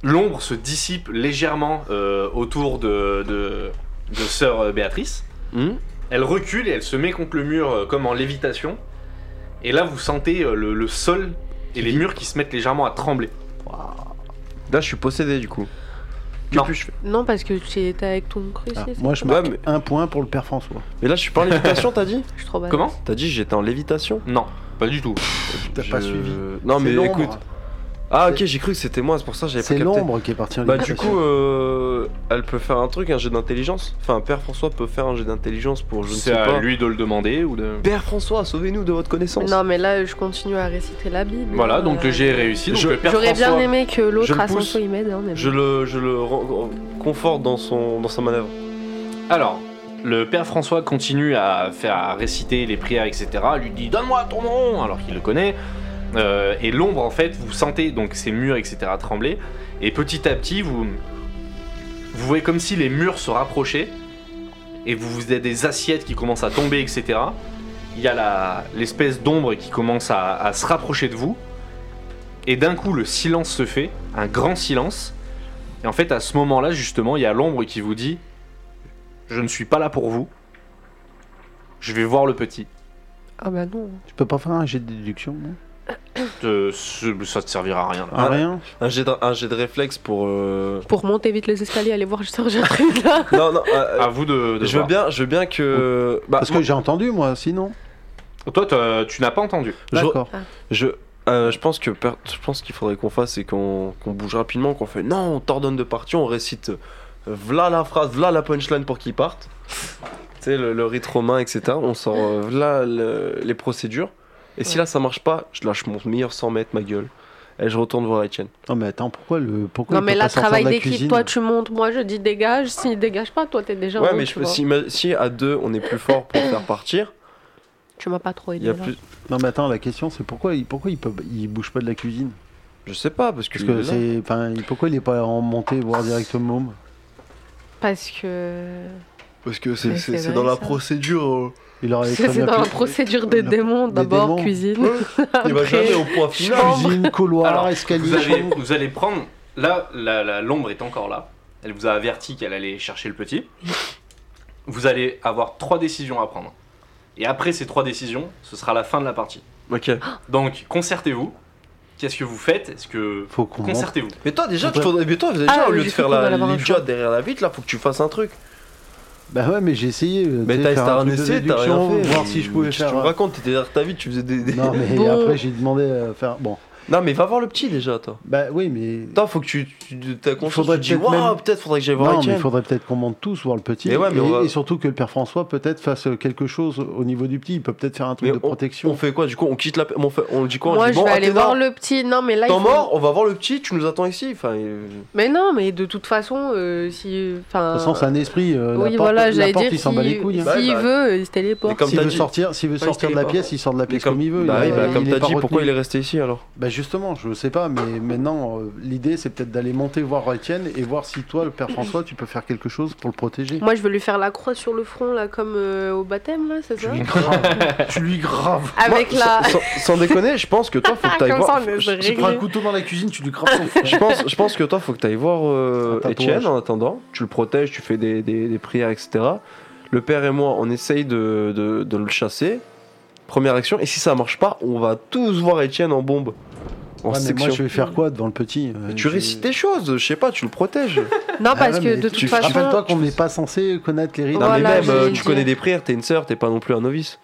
Speaker 1: l'ombre se dissipe légèrement euh, autour de, de, de sœur euh, Béatrice.
Speaker 3: Hmm
Speaker 1: Elle recule et elle se met contre le mur euh, comme en lévitation. Et là, vous sentez euh, le, le sol et les murs qui se mettent légèrement à trembler.
Speaker 3: Là, je suis possédé du coup. Que
Speaker 1: Non.
Speaker 3: plus je fais
Speaker 4: Non, parce que tu étais avec ton
Speaker 2: Ah,
Speaker 4: crucifix.
Speaker 2: moi, je marque
Speaker 3: Ouais, mais-
Speaker 2: un point pour le père François.
Speaker 3: Mais là, je suis pas en lévitation, t'as dit
Speaker 4: Je suis trop bad.
Speaker 1: Comment
Speaker 3: T'as dit j'étais en lévitation
Speaker 1: Non, pas du tout.
Speaker 2: T'as pas suivi.
Speaker 3: Non, mais
Speaker 2: C'est l'ombre.
Speaker 3: écoute. Ah, ok, j'ai cru que c'était moi, c'est pour ça que j'avais pas
Speaker 2: C'est
Speaker 3: capté.
Speaker 2: l'ombre Ah, qui est partie en
Speaker 3: Bah du
Speaker 2: lévitation.
Speaker 3: coup, euh, elle peut faire un truc, un jeu d'intelligence. Enfin, Père François peut faire un jeu d'intelligence pour je ne sais
Speaker 1: C'est à
Speaker 3: pas.
Speaker 1: lui de le demander ou de.
Speaker 3: Père François, sauvez-nous de votre connaissance.
Speaker 4: Non, mais là, je continue à réciter la Bible.
Speaker 1: Voilà, donc le
Speaker 4: Euh,
Speaker 1: jet est réussi. Donc
Speaker 3: Je-
Speaker 1: le père
Speaker 4: J'aurais bien
Speaker 1: François-
Speaker 4: aimé que
Speaker 3: je
Speaker 4: l'autre
Speaker 3: le
Speaker 4: à
Speaker 3: pousse.
Speaker 4: son il m'aide. Hein, mais
Speaker 3: Je
Speaker 4: bon.
Speaker 3: le, je le ren- conforte dans son, dans sa manœuvre.
Speaker 1: Alors, le père François continue à faire à réciter les prières, etc. Lui dit Donne-moi ton nom alors qu'il le connaît. Euh, et l'ombre, en fait, vous sentez donc ces murs, etc. trembler. Et petit à petit, vous. Vous voyez comme si les murs se rapprochaient. et vous vous avez des assiettes qui commencent à tomber, etc. Il y a la- l'espèce d'ombre qui commence à, à se rapprocher de vous. Et d'un coup, le silence se fait, un grand silence. Et en fait, à ce moment-là, justement, il y a l'ombre qui vous dit Je ne suis pas là pour vous. Je vais voir le petit.
Speaker 4: Ah bah non.
Speaker 2: Tu peux pas faire un jet de déduction, non
Speaker 1: Euh, ce- ça te servira à rien. là.
Speaker 2: Ah, Rien
Speaker 3: Un jet de, un jet de réflexe pour. euh,
Speaker 4: Pour monter vite les escaliers, aller voir juste un truc là.
Speaker 3: Non, non. euh,
Speaker 1: À vous de. de
Speaker 3: je veux
Speaker 1: voir.
Speaker 3: bien, je veux bien que. Bah,
Speaker 2: Parce que
Speaker 3: moi,
Speaker 2: j'ai entendu, moi, sinon.
Speaker 1: Toi, t'as- tu n'as pas entendu.
Speaker 3: je-
Speaker 2: D'accord.
Speaker 3: Je, euh, je pense que per- je pense qu'il faudrait qu'on fasse et qu'on qu'on bouge rapidement, qu'on fait non, on t'ordonne de partir, on récite euh, v'là la phrase, v'là la punchline pour qu'ils partent. Tu sais, le, le rite romain, etc. On sort euh, v'là le- les procédures. Et si
Speaker 4: Ouais.
Speaker 3: là ça marche pas, je lâche mon meilleur 100 mètres, ma gueule. Et je retourne voir Etienne.
Speaker 2: Non, mais attends, pourquoi le. Pourquoi
Speaker 4: Non
Speaker 2: il
Speaker 4: mais
Speaker 2: peut
Speaker 4: là,
Speaker 2: pas sortir
Speaker 4: travail
Speaker 2: de la
Speaker 4: d'équipe,
Speaker 2: cuisine
Speaker 4: toi tu montes, moi je dis dégage, s'il dégage pas, toi t'es déjà en
Speaker 3: ouais,
Speaker 4: haut,
Speaker 3: mais
Speaker 4: tu,
Speaker 3: je, peux-
Speaker 4: vois.
Speaker 3: si, ma- si à deux on est plus fort pour faire partir,
Speaker 4: tu m'as pas trop aidé
Speaker 3: il y a
Speaker 4: là.
Speaker 3: plus.
Speaker 2: Non, mais attends, la question, c'est pourquoi, il- pourquoi il, peut, il bouge pas de la cuisine
Speaker 3: Je sais pas, parce que.
Speaker 2: Parce que c'est. Enfin, il- pourquoi il est pas en montée, voir directement
Speaker 4: Parce que
Speaker 3: Parce que
Speaker 4: c'est- Mais c'est c'est dans vrai, la ça.
Speaker 3: procédure.
Speaker 2: Il aurait
Speaker 4: Ça, c'est
Speaker 2: très bien
Speaker 4: dans la
Speaker 2: pu-
Speaker 4: procédure des
Speaker 2: la-
Speaker 4: démons,
Speaker 2: des
Speaker 4: d'abord
Speaker 2: démons.
Speaker 4: cuisine.
Speaker 3: Il va jamais au point final.
Speaker 2: Cuisine, couloir,
Speaker 1: Alors, Vous
Speaker 2: escalier.
Speaker 1: allez,
Speaker 2: chambre.
Speaker 1: vous allez prendre. Là, la- la- l'ombre est encore là. Elle vous a averti qu'elle allait chercher le petit. Vous allez avoir trois décisions à prendre. Et après ces trois décisions, ce sera la fin de la partie.
Speaker 3: Ok.
Speaker 1: Donc, concertez-vous. Qu'est-ce que vous faites Est-ce que.
Speaker 2: Faut qu'on monte.
Speaker 1: Concertez-vous.
Speaker 3: Mais toi déjà,
Speaker 2: Ouais.
Speaker 3: tu faudrait- mais toi, déjà
Speaker 4: Ah,
Speaker 3: au lieu
Speaker 4: j'ai
Speaker 3: de
Speaker 4: cru
Speaker 3: faire
Speaker 4: qu'on
Speaker 3: la
Speaker 4: allait avoir un
Speaker 3: l'idiot
Speaker 4: choix.
Speaker 3: derrière la vitre, là, faut que tu fasses un truc.
Speaker 2: Bah ouais, mais j'ai essayé.
Speaker 3: Mais t'as t'as un essai, t'as rien fait.
Speaker 2: Voir si je pouvais
Speaker 3: Qu'est-ce que
Speaker 2: faire.
Speaker 3: Tu me racontes, t'étais derrière ta vie, tu faisais des. des-
Speaker 2: Non,
Speaker 3: Non.
Speaker 2: mais
Speaker 4: Bon.
Speaker 2: après, j'ai demandé à faire. Bon.
Speaker 3: mais va voir le petit déjà, toi.
Speaker 2: Bah oui, mais.
Speaker 3: Toi, faut que tu, tu t'as conscience.
Speaker 2: faudrait
Speaker 3: tu te dis,
Speaker 2: peut-être
Speaker 3: waouh,
Speaker 2: même-
Speaker 3: peut-être faudrait que j'aille voir
Speaker 2: Non, mais
Speaker 3: Etienne.
Speaker 2: il faudrait peut-être qu'on monte tous voir le petit.
Speaker 3: Mais ouais, mais
Speaker 2: et,
Speaker 3: on va-
Speaker 2: et surtout que le père François, peut-être, fasse euh, quelque chose au niveau du petit. Il peut peut-être faire un truc
Speaker 3: Mais
Speaker 2: de protection.
Speaker 3: On fait quoi du coup On quitte la. On, fait... on dit quoi On
Speaker 4: moi
Speaker 3: dit
Speaker 4: je vais aller voir le petit. Non mais là il
Speaker 3: T'es
Speaker 4: faut-
Speaker 3: mort, on va voir le petit, tu nous attends ici. Enfin, euh,
Speaker 4: Mais non, mais de toute façon euh, si enfin
Speaker 2: De toute façon, c'est un esprit. euh,
Speaker 4: Ah. Oui,
Speaker 2: la porte,
Speaker 4: voilà,
Speaker 2: la
Speaker 4: j'allais
Speaker 2: porte,
Speaker 4: dire
Speaker 2: il s'en bat les couilles. hein.
Speaker 3: Bah,
Speaker 4: s'il
Speaker 3: bah.
Speaker 4: veut, euh, il se téléporte.
Speaker 3: comme
Speaker 2: S'il
Speaker 3: t'as
Speaker 2: veut
Speaker 3: dit- Bah,
Speaker 2: sortir, s'il veut
Speaker 3: il se
Speaker 2: sortir de la
Speaker 3: téléporte.
Speaker 2: pièce, il sort de la
Speaker 3: mais
Speaker 2: pièce comme, il veut.
Speaker 3: Bah, oui,
Speaker 2: il-
Speaker 3: bah,
Speaker 2: il
Speaker 3: comme
Speaker 2: est
Speaker 3: t'as
Speaker 2: pas
Speaker 3: dit, pourquoi il
Speaker 2: retenu.
Speaker 3: est resté ici alors
Speaker 2: Bah justement, je sais pas, mais maintenant euh, l'idée c'est peut-être d'aller monter voir Étienne et voir si toi, le père François, tu peux faire quelque chose pour le protéger.
Speaker 4: Moi je veux lui faire la croix sur le front là comme euh, au baptême là, c'est ça
Speaker 2: tu lui graves.
Speaker 4: Avec
Speaker 3: Moi,
Speaker 4: la
Speaker 3: sans, sans- sans déconner, je pense que toi, faut que t'ailles
Speaker 4: comme ça
Speaker 3: voir.
Speaker 4: on est
Speaker 3: je-
Speaker 2: Tu prends un
Speaker 4: réglé.
Speaker 2: couteau dans la cuisine, tu lui graves son front.
Speaker 3: Je pense, je pense que toi, faut que tu ailles voir euh,
Speaker 2: Un tatouage.
Speaker 3: Étienne en attendant. Tu le protèges, tu fais des, des- des prières, etc. Le père et moi, on essaye de, de- de le chasser. Première action. Et si ça marche pas, on va tous voir Étienne en bombe. En
Speaker 2: Ouais, mais
Speaker 3: section.
Speaker 2: moi je vais faire quoi devant le petit
Speaker 3: Mais
Speaker 2: Euh,
Speaker 3: Oh, tu
Speaker 2: je-
Speaker 3: récites tes choses, je sais pas, tu le protèges.
Speaker 4: Non parce
Speaker 2: Ah ouais,
Speaker 4: que
Speaker 2: mais
Speaker 4: de
Speaker 2: tu-
Speaker 4: toute
Speaker 2: Rappelle-toi
Speaker 4: façon
Speaker 2: qu'on n'est pas censé connaître les rites.
Speaker 3: non,
Speaker 4: Voilà,
Speaker 3: mais même, euh,
Speaker 4: j'allais
Speaker 3: tu
Speaker 4: dire.
Speaker 3: connais des prières, t'es une sœur, t'es pas non plus un novice.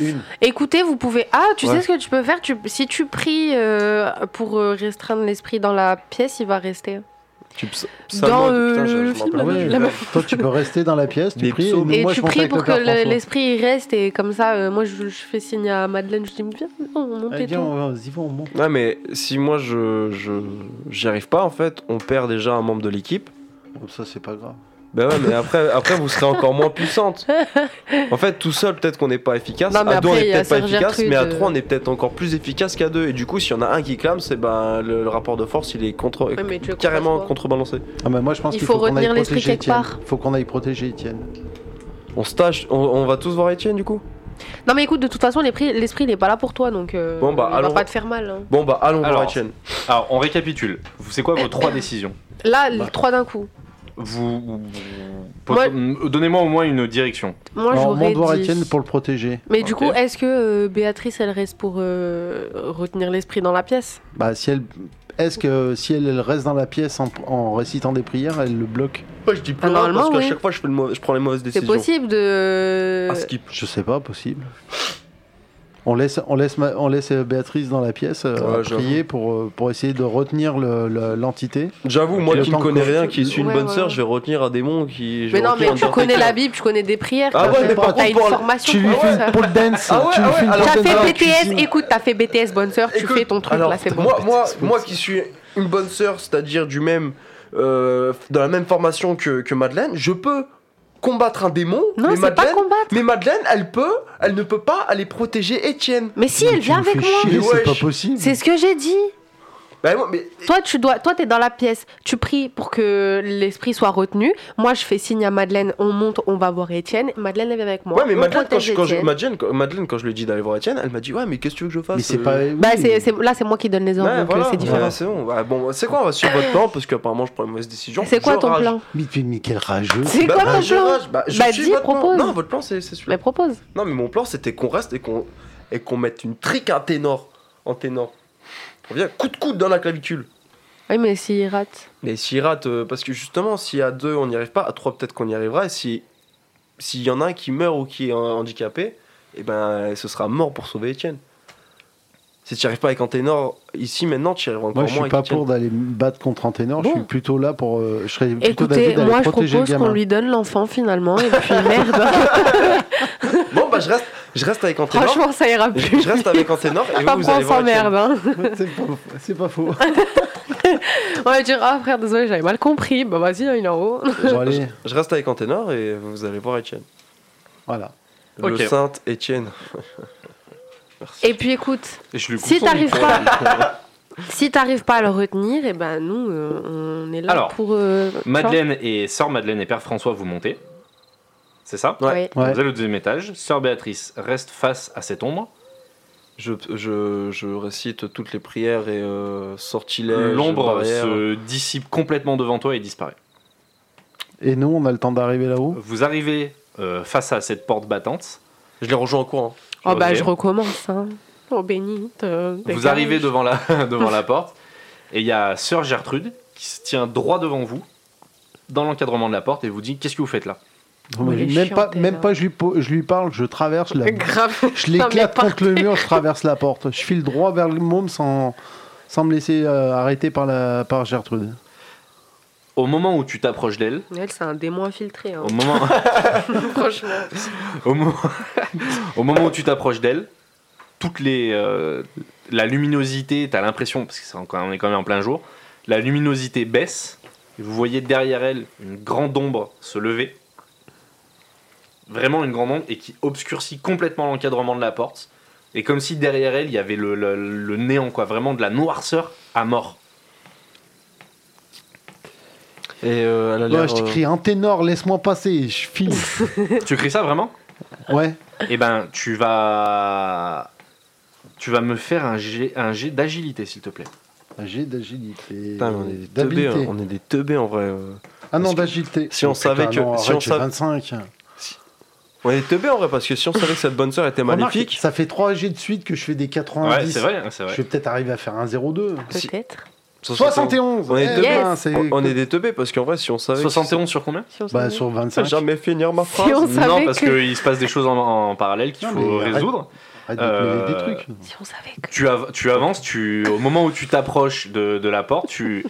Speaker 2: Une.
Speaker 4: Écoutez, vous pouvez. Ah, tu
Speaker 3: Ouais.
Speaker 4: sais ce que tu peux faire tu... Si tu pries euh, pour euh, restreindre l'esprit dans la pièce, il va rester.
Speaker 3: Tu ps-
Speaker 4: Dans,
Speaker 3: psalmode,
Speaker 4: euh,
Speaker 3: putain,
Speaker 4: le-
Speaker 3: je- je
Speaker 4: le
Speaker 3: me
Speaker 4: film,
Speaker 3: rappelle
Speaker 4: la-
Speaker 3: plus.
Speaker 4: la-
Speaker 2: Ah Toi tu peux rester dans la pièce, tu
Speaker 3: Des
Speaker 2: pries,
Speaker 3: psaumes.
Speaker 2: et
Speaker 4: et
Speaker 2: moi je
Speaker 4: tu
Speaker 2: monte
Speaker 4: pries
Speaker 2: avec
Speaker 4: pour
Speaker 2: le
Speaker 4: que
Speaker 2: père
Speaker 4: le-
Speaker 2: François.
Speaker 4: l'esprit il reste et comme ça, euh, moi je, je fais signe à Madeleine, je dis viens, on monte
Speaker 2: Allez,
Speaker 4: et
Speaker 2: Eh, viens,
Speaker 4: tout.
Speaker 2: on va- vas-y, va, on monte.
Speaker 3: Ouais, mais si moi je, je j'y arrive pas, en fait, on perd déjà un membre de l'équipe.
Speaker 2: Comme Oh, ça c'est pas grave.
Speaker 3: Ben ouais, mais après, après vous serez encore moins puissante. En fait, tout seul, peut-être qu'on n'est pas efficace.
Speaker 4: Non, mais
Speaker 3: à deux, on
Speaker 4: après, il
Speaker 3: est
Speaker 4: y a
Speaker 3: peut-être pas
Speaker 4: Sœur
Speaker 3: efficace,
Speaker 4: Gertrude,
Speaker 3: mais à
Speaker 4: euh.
Speaker 3: trois, on est peut-être encore plus efficace qu'à deux. Et du coup, s'il y en a un qui clame, c'est ben le, le rapport de force, il est contre,
Speaker 4: Ouais, mais tu le
Speaker 3: carrément
Speaker 4: croises pas.
Speaker 3: contrebalancé.
Speaker 2: Ah bah moi je pense
Speaker 4: Il
Speaker 2: qu'il
Speaker 4: faut
Speaker 2: faut, qu'on aille
Speaker 4: retenir l'esprit
Speaker 2: protéger
Speaker 4: quelque
Speaker 2: Étienne.
Speaker 4: part.
Speaker 2: Faut qu'on aille protéger Étienne.
Speaker 3: On se tâche, on, on va tous voir Étienne du coup.
Speaker 4: Non, mais écoute, de toute façon, les prix- l'esprit il est pas là pour toi donc euh,
Speaker 3: Bon, bah,
Speaker 4: il
Speaker 3: allons-
Speaker 4: va pas te faire mal. hein.
Speaker 3: Bon bah allons voir
Speaker 1: Alors.
Speaker 3: Étienne.
Speaker 1: Alors, on récapitule. C'est quoi vos trois décisions
Speaker 4: Là, les
Speaker 2: Bah.
Speaker 4: trois d'un coup.
Speaker 1: Vous. vous-
Speaker 4: Moi-
Speaker 1: Mm, Donnez-moi au moins une direction.
Speaker 4: Moi
Speaker 2: Alors, on
Speaker 4: j'aurais
Speaker 2: monte voir
Speaker 4: dit.
Speaker 2: Étienne pour le protéger.
Speaker 4: Mais du
Speaker 1: Ok.
Speaker 4: coup, est-ce que euh, Béatrice elle reste pour euh, retenir l'esprit dans la pièce
Speaker 2: Bah si elle, est-ce que si elle, elle reste dans la pièce en, en récitant des prières, elle le bloque
Speaker 3: Moi je dis plus
Speaker 4: Ah,
Speaker 3: rien parce
Speaker 4: normalement,
Speaker 3: qu'à
Speaker 4: oui.
Speaker 3: chaque fois, je, fais le mauvais- je prends les mauvaises
Speaker 4: C'est
Speaker 3: décisions.
Speaker 4: possible Euh, de.
Speaker 3: Ah, skip.
Speaker 2: Je sais pas, possible. On laisse, on laisse, ma- on laisse euh, Béatrice dans la pièce euh,
Speaker 3: Ouais,
Speaker 2: à
Speaker 3: j'avoue.
Speaker 2: prier pour, euh, pour essayer de retenir le- le- l'entité.
Speaker 3: J'avoue,
Speaker 2: Et
Speaker 3: moi
Speaker 2: le
Speaker 3: qui ne
Speaker 2: temps
Speaker 3: connais
Speaker 2: que-
Speaker 3: rien, qui suis une
Speaker 4: Ouais,
Speaker 3: bonne
Speaker 4: ouais,
Speaker 3: sœur,
Speaker 4: ouais.
Speaker 3: je vais retenir un démon qui. je vais
Speaker 4: Mais non,
Speaker 3: retenir
Speaker 4: mais tu
Speaker 3: un
Speaker 4: connais
Speaker 3: Undertaker.
Speaker 4: la Bible, tu connais des prières.
Speaker 3: Ah
Speaker 4: t'as
Speaker 3: ouais,
Speaker 4: fait-
Speaker 3: mais par
Speaker 4: t'as
Speaker 3: contre,
Speaker 4: une
Speaker 3: pour-
Speaker 4: formation
Speaker 2: Tu lui
Speaker 4: pour
Speaker 2: fais
Speaker 4: ça.
Speaker 2: une pole dance.
Speaker 3: Ah ouais,
Speaker 2: tu lui
Speaker 3: ah
Speaker 2: fais
Speaker 3: ouais,
Speaker 2: une
Speaker 3: alors-
Speaker 2: pole
Speaker 4: T'as
Speaker 2: dance.
Speaker 3: Alors,
Speaker 4: fait
Speaker 3: cuisine.
Speaker 4: BTS, écoute, t'as fait BTS, bonne sœur, tu
Speaker 3: Écoute,
Speaker 4: fais ton truc
Speaker 3: alors,
Speaker 4: là, c'est bon.
Speaker 3: Moi, moi, moi qui suis une bonne sœur, c'est-à-dire du même, euh, dans la même formation que, que Madeleine, je peux combattre un démon.
Speaker 4: Non,
Speaker 3: mais
Speaker 4: c'est pas
Speaker 3: Madeleine,
Speaker 4: combattre.
Speaker 3: mais Madeleine, elle peut, elle ne peut pas aller protéger Étienne.
Speaker 4: Mais si,
Speaker 2: Mais
Speaker 4: elle
Speaker 2: tu
Speaker 4: vient
Speaker 2: me fais
Speaker 4: avec moi.
Speaker 2: chier,
Speaker 3: Mais
Speaker 2: C'est
Speaker 3: wesh.
Speaker 2: pas possible.
Speaker 4: C'est ce que j'ai dit.
Speaker 3: Bah, ouais, mais
Speaker 4: Toi, tu dois, toi, t'es dans la pièce. Tu pries pour que l'esprit soit retenu. Moi, je fais signe à Madeleine. On monte, on va voir Étienne. Madeleine elle est avec moi.
Speaker 3: Ouais, mais
Speaker 4: On
Speaker 3: Madeleine quand,
Speaker 4: protège
Speaker 3: je, quand je-
Speaker 4: Étienne.
Speaker 3: Madeleine, quand- Madeleine, quand je lui ai dit d'aller voir Étienne, elle m'a dit Ouais, mais qu'est-ce que tu veux que je fasse
Speaker 2: Mais c'est
Speaker 3: euh,
Speaker 2: pas.
Speaker 4: Bah,
Speaker 2: oui.
Speaker 4: c'est- c'est- là, c'est moi qui donne les ordres,
Speaker 3: Ouais,
Speaker 4: donc euh,
Speaker 3: voilà,
Speaker 4: c'est différent.
Speaker 3: ouais, c'est bon. Ouais, bon, c'est quoi On va suivre votre plan parce qu'apparemment je prends une mauvaise décision.
Speaker 4: C'est quoi
Speaker 3: Je
Speaker 4: ton
Speaker 3: rage.
Speaker 4: plan
Speaker 2: Mais, mais- mais quel rageux.
Speaker 4: C'est
Speaker 3: Bah,
Speaker 4: quoi
Speaker 3: bah,
Speaker 4: ton
Speaker 3: je
Speaker 4: plan
Speaker 3: rage. Bah, je
Speaker 4: Bah,
Speaker 3: suis
Speaker 4: dis,
Speaker 3: votre plan.
Speaker 4: propose.
Speaker 3: Non, votre plan c'est c'est
Speaker 4: Mais
Speaker 3: celui-là.
Speaker 4: propose.
Speaker 3: Non, mais mon plan c'était qu'on reste et qu'on et qu'on mette une trique à ténor en ténor. On vient coup de coude dans la clavicule.
Speaker 4: Oui, mais s'il rate.
Speaker 3: Mais s'il rate, euh, parce que justement, si à deux on n'y arrive pas, à trois peut-être qu'on y arrivera, et si s'il y en a un qui meurt ou qui est euh, handicapé, et ben ce sera mort pour sauver Étienne. Si tu n'y arrives pas avec Anténor, ici maintenant, tu y arriveras encore
Speaker 2: Moi, je
Speaker 3: moins
Speaker 2: suis pas
Speaker 3: avec Étienne.
Speaker 2: pour d'aller me battre contre un ténor. Je
Speaker 4: Bon.
Speaker 2: suis plutôt là pour. euh, je serais plutôt
Speaker 4: Écoutez,
Speaker 2: d'avis d'aller
Speaker 4: moi, je
Speaker 2: protéger le
Speaker 4: propose qu'on
Speaker 2: gamin.
Speaker 4: lui donne l'enfant finalement. Et puis merde.
Speaker 3: Bon, bah je reste, je reste avec Anténor.
Speaker 4: Franchement, ça ira
Speaker 3: Je
Speaker 4: plus.
Speaker 3: je reste avec Anténor et
Speaker 4: Pas
Speaker 3: vous, vous allez
Speaker 4: on
Speaker 3: voir Étienne.
Speaker 4: s'emmerde. Hein.
Speaker 2: C'est pas- C'est pas faux.
Speaker 4: On va dire Ah, frère, désolé, j'avais mal compris. Bah, vas-y, hein, il est en haut.
Speaker 2: Bon, allez,
Speaker 3: Je reste avec Anténor et vous allez voir Étienne.
Speaker 2: voilà.
Speaker 3: Le
Speaker 1: Ok.
Speaker 3: saint Étienne.
Speaker 4: Et puis, écoute.
Speaker 1: Et je lui coupe
Speaker 4: Si
Speaker 1: son
Speaker 4: t'arrives
Speaker 1: micro.
Speaker 4: Si t'arrives pas à le retenir, et ben nous, euh, on est là
Speaker 1: Alors,
Speaker 4: pour. euh,
Speaker 1: Madeleine et sœur Madeleine et père François, vous montez. C'est ça
Speaker 4: tu vois.
Speaker 3: Ouais.
Speaker 4: Ouais.
Speaker 2: Ouais.
Speaker 1: Vous allez au deuxième étage. Sœur Béatrice reste face à cette ombre.
Speaker 3: Je, je, je récite toutes les prières et euh, sortilèges.
Speaker 1: L'ombre
Speaker 3: barrières.
Speaker 1: se dissipe complètement devant toi et disparaît.
Speaker 2: Et nous, on a le temps d'arriver là-haut
Speaker 1: Vous arrivez euh, face à cette porte battante.
Speaker 3: Je les rejoins en hein. courant.
Speaker 4: Oh bah
Speaker 1: Ok.
Speaker 4: je recommence. Hein. Oh bénite. euh, dégage.
Speaker 1: Vous arrivez devant la, devant la porte et il y a sœur Gertrude qui se tient droit devant vous dans l'encadrement de la porte et vous dit qu'est-ce que vous faites là
Speaker 2: Non, mais
Speaker 4: Il est
Speaker 2: Même
Speaker 4: chiant,
Speaker 2: pas,
Speaker 4: Taylor.
Speaker 2: même pas je, lui, po- je lui parle, je traverse la.
Speaker 4: Grave.
Speaker 2: Je
Speaker 4: Non, mais
Speaker 2: l'éclate
Speaker 4: partez.
Speaker 2: contre le mur, je traverse la porte. Je file droit vers le môme sans, sans me laisser euh, arrêter par, la, par Gertrude.
Speaker 1: Au moment où tu t'approches d'elle,
Speaker 4: Elle c'est un démon infiltré. Hein.
Speaker 1: au moment,
Speaker 4: Franchement.
Speaker 1: au moment, au moment où tu t'approches d'elle, toutes les euh, la luminosité, t'as l'impression parce que c'est encore- on est quand même en plein jour, la luminosité baisse et vous voyez derrière elle une grande ombre se lever, vraiment une grande ombre et qui obscurcit complètement l'encadrement de la porte et comme si derrière elle il y avait le, le- le néant quoi, vraiment de la noirceur à mort.
Speaker 3: Et euh, elle a
Speaker 2: Ouais,
Speaker 3: l'air.
Speaker 2: je t'écris un ténor, laisse-moi passer. Je file.
Speaker 1: tu cries ça vraiment
Speaker 2: ouais.
Speaker 1: Eh ben tu vas tu vas me faire un jet, un jet d'agilité s'il te plaît.
Speaker 2: J'ai d'agilité.
Speaker 3: Putain, mais on est des teubés,
Speaker 2: D'habilité.
Speaker 3: hein. on est des teubés en vrai. euh.
Speaker 2: Ah non,
Speaker 3: Parce que
Speaker 2: d'agilité.
Speaker 3: si on
Speaker 2: Oh, putain,
Speaker 3: savait que-
Speaker 2: non,
Speaker 3: si
Speaker 2: arrête,
Speaker 3: on
Speaker 2: j'ai
Speaker 3: savait-
Speaker 2: 25.
Speaker 3: On est des teubés en vrai parce que si on savait que cette bonne sœur était
Speaker 2: Remarque,
Speaker 3: maléfique,
Speaker 2: ça fait 3 G de suite que je fais des 90.
Speaker 1: Ouais, c'est vrai, hein, c'est vrai.
Speaker 2: Je vais peut-être arriver à faire un 0,2.
Speaker 3: Si-
Speaker 4: Peut-être.
Speaker 2: 71
Speaker 3: On est
Speaker 2: Eh
Speaker 3: deux.
Speaker 2: ben,
Speaker 4: Yes.
Speaker 2: c'est-
Speaker 3: On on est des teubés parce qu'en vrai si on savait. que-
Speaker 1: 71 sur combien
Speaker 4: Si on
Speaker 2: Bah,
Speaker 4: savait.
Speaker 2: sur
Speaker 3: Ça
Speaker 2: 25.
Speaker 3: jamais finir ma phrase.
Speaker 4: Si
Speaker 1: Non,
Speaker 4: on savait
Speaker 1: parce
Speaker 4: que.
Speaker 1: qu'il se passe des choses en, en parallèle qu'il
Speaker 2: Non,
Speaker 1: faut
Speaker 2: mais arrête.
Speaker 1: résoudre.
Speaker 2: Arrête de me mêler
Speaker 1: Euh,
Speaker 2: des trucs.
Speaker 4: Si on savait que.
Speaker 1: Tu, av- tu avances, tu, au moment où tu t'approches de, de la porte, tu...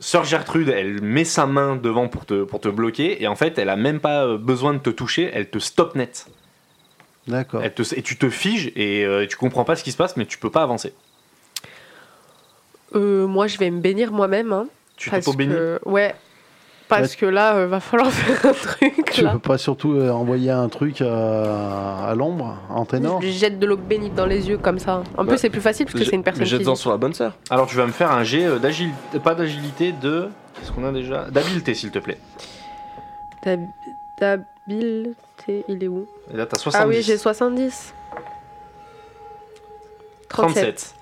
Speaker 1: Sœur Gertrude, elle met sa main devant pour te, pour te bloquer, et en fait, elle a même pas euh, besoin de te toucher, elle te stop net.
Speaker 2: D'accord.
Speaker 1: Elle te, et tu te figes, et euh, tu comprends pas ce qui se passe, mais tu peux pas avancer.
Speaker 4: Euh, moi je vais me bénir moi-même. Hein,
Speaker 1: Tu t'es
Speaker 4: parce
Speaker 1: pas béni.
Speaker 4: que... Ouais. Parce que là, euh, va falloir faire un truc.
Speaker 2: Tu
Speaker 4: Là.
Speaker 2: peux pas surtout euh, envoyer un truc à, à l'ombre, en ténor
Speaker 4: Je lui jette de l'eau bénite dans les yeux comme ça. En
Speaker 3: Bah,
Speaker 4: plus, c'est plus facile parce que c'est une personne.
Speaker 3: Jette-en
Speaker 4: physique.
Speaker 3: sur la bonne sœur.
Speaker 1: Alors, tu vas me faire un jet euh, d'agilité, pas d'agilité, de. Qu'est-ce qu'on a déjà D'habileté, s'il te plaît.
Speaker 4: D'hab- D'habileté, il est où
Speaker 1: Et là, t'as 70.
Speaker 4: Ah oui, j'ai 70. 37.
Speaker 1: 37.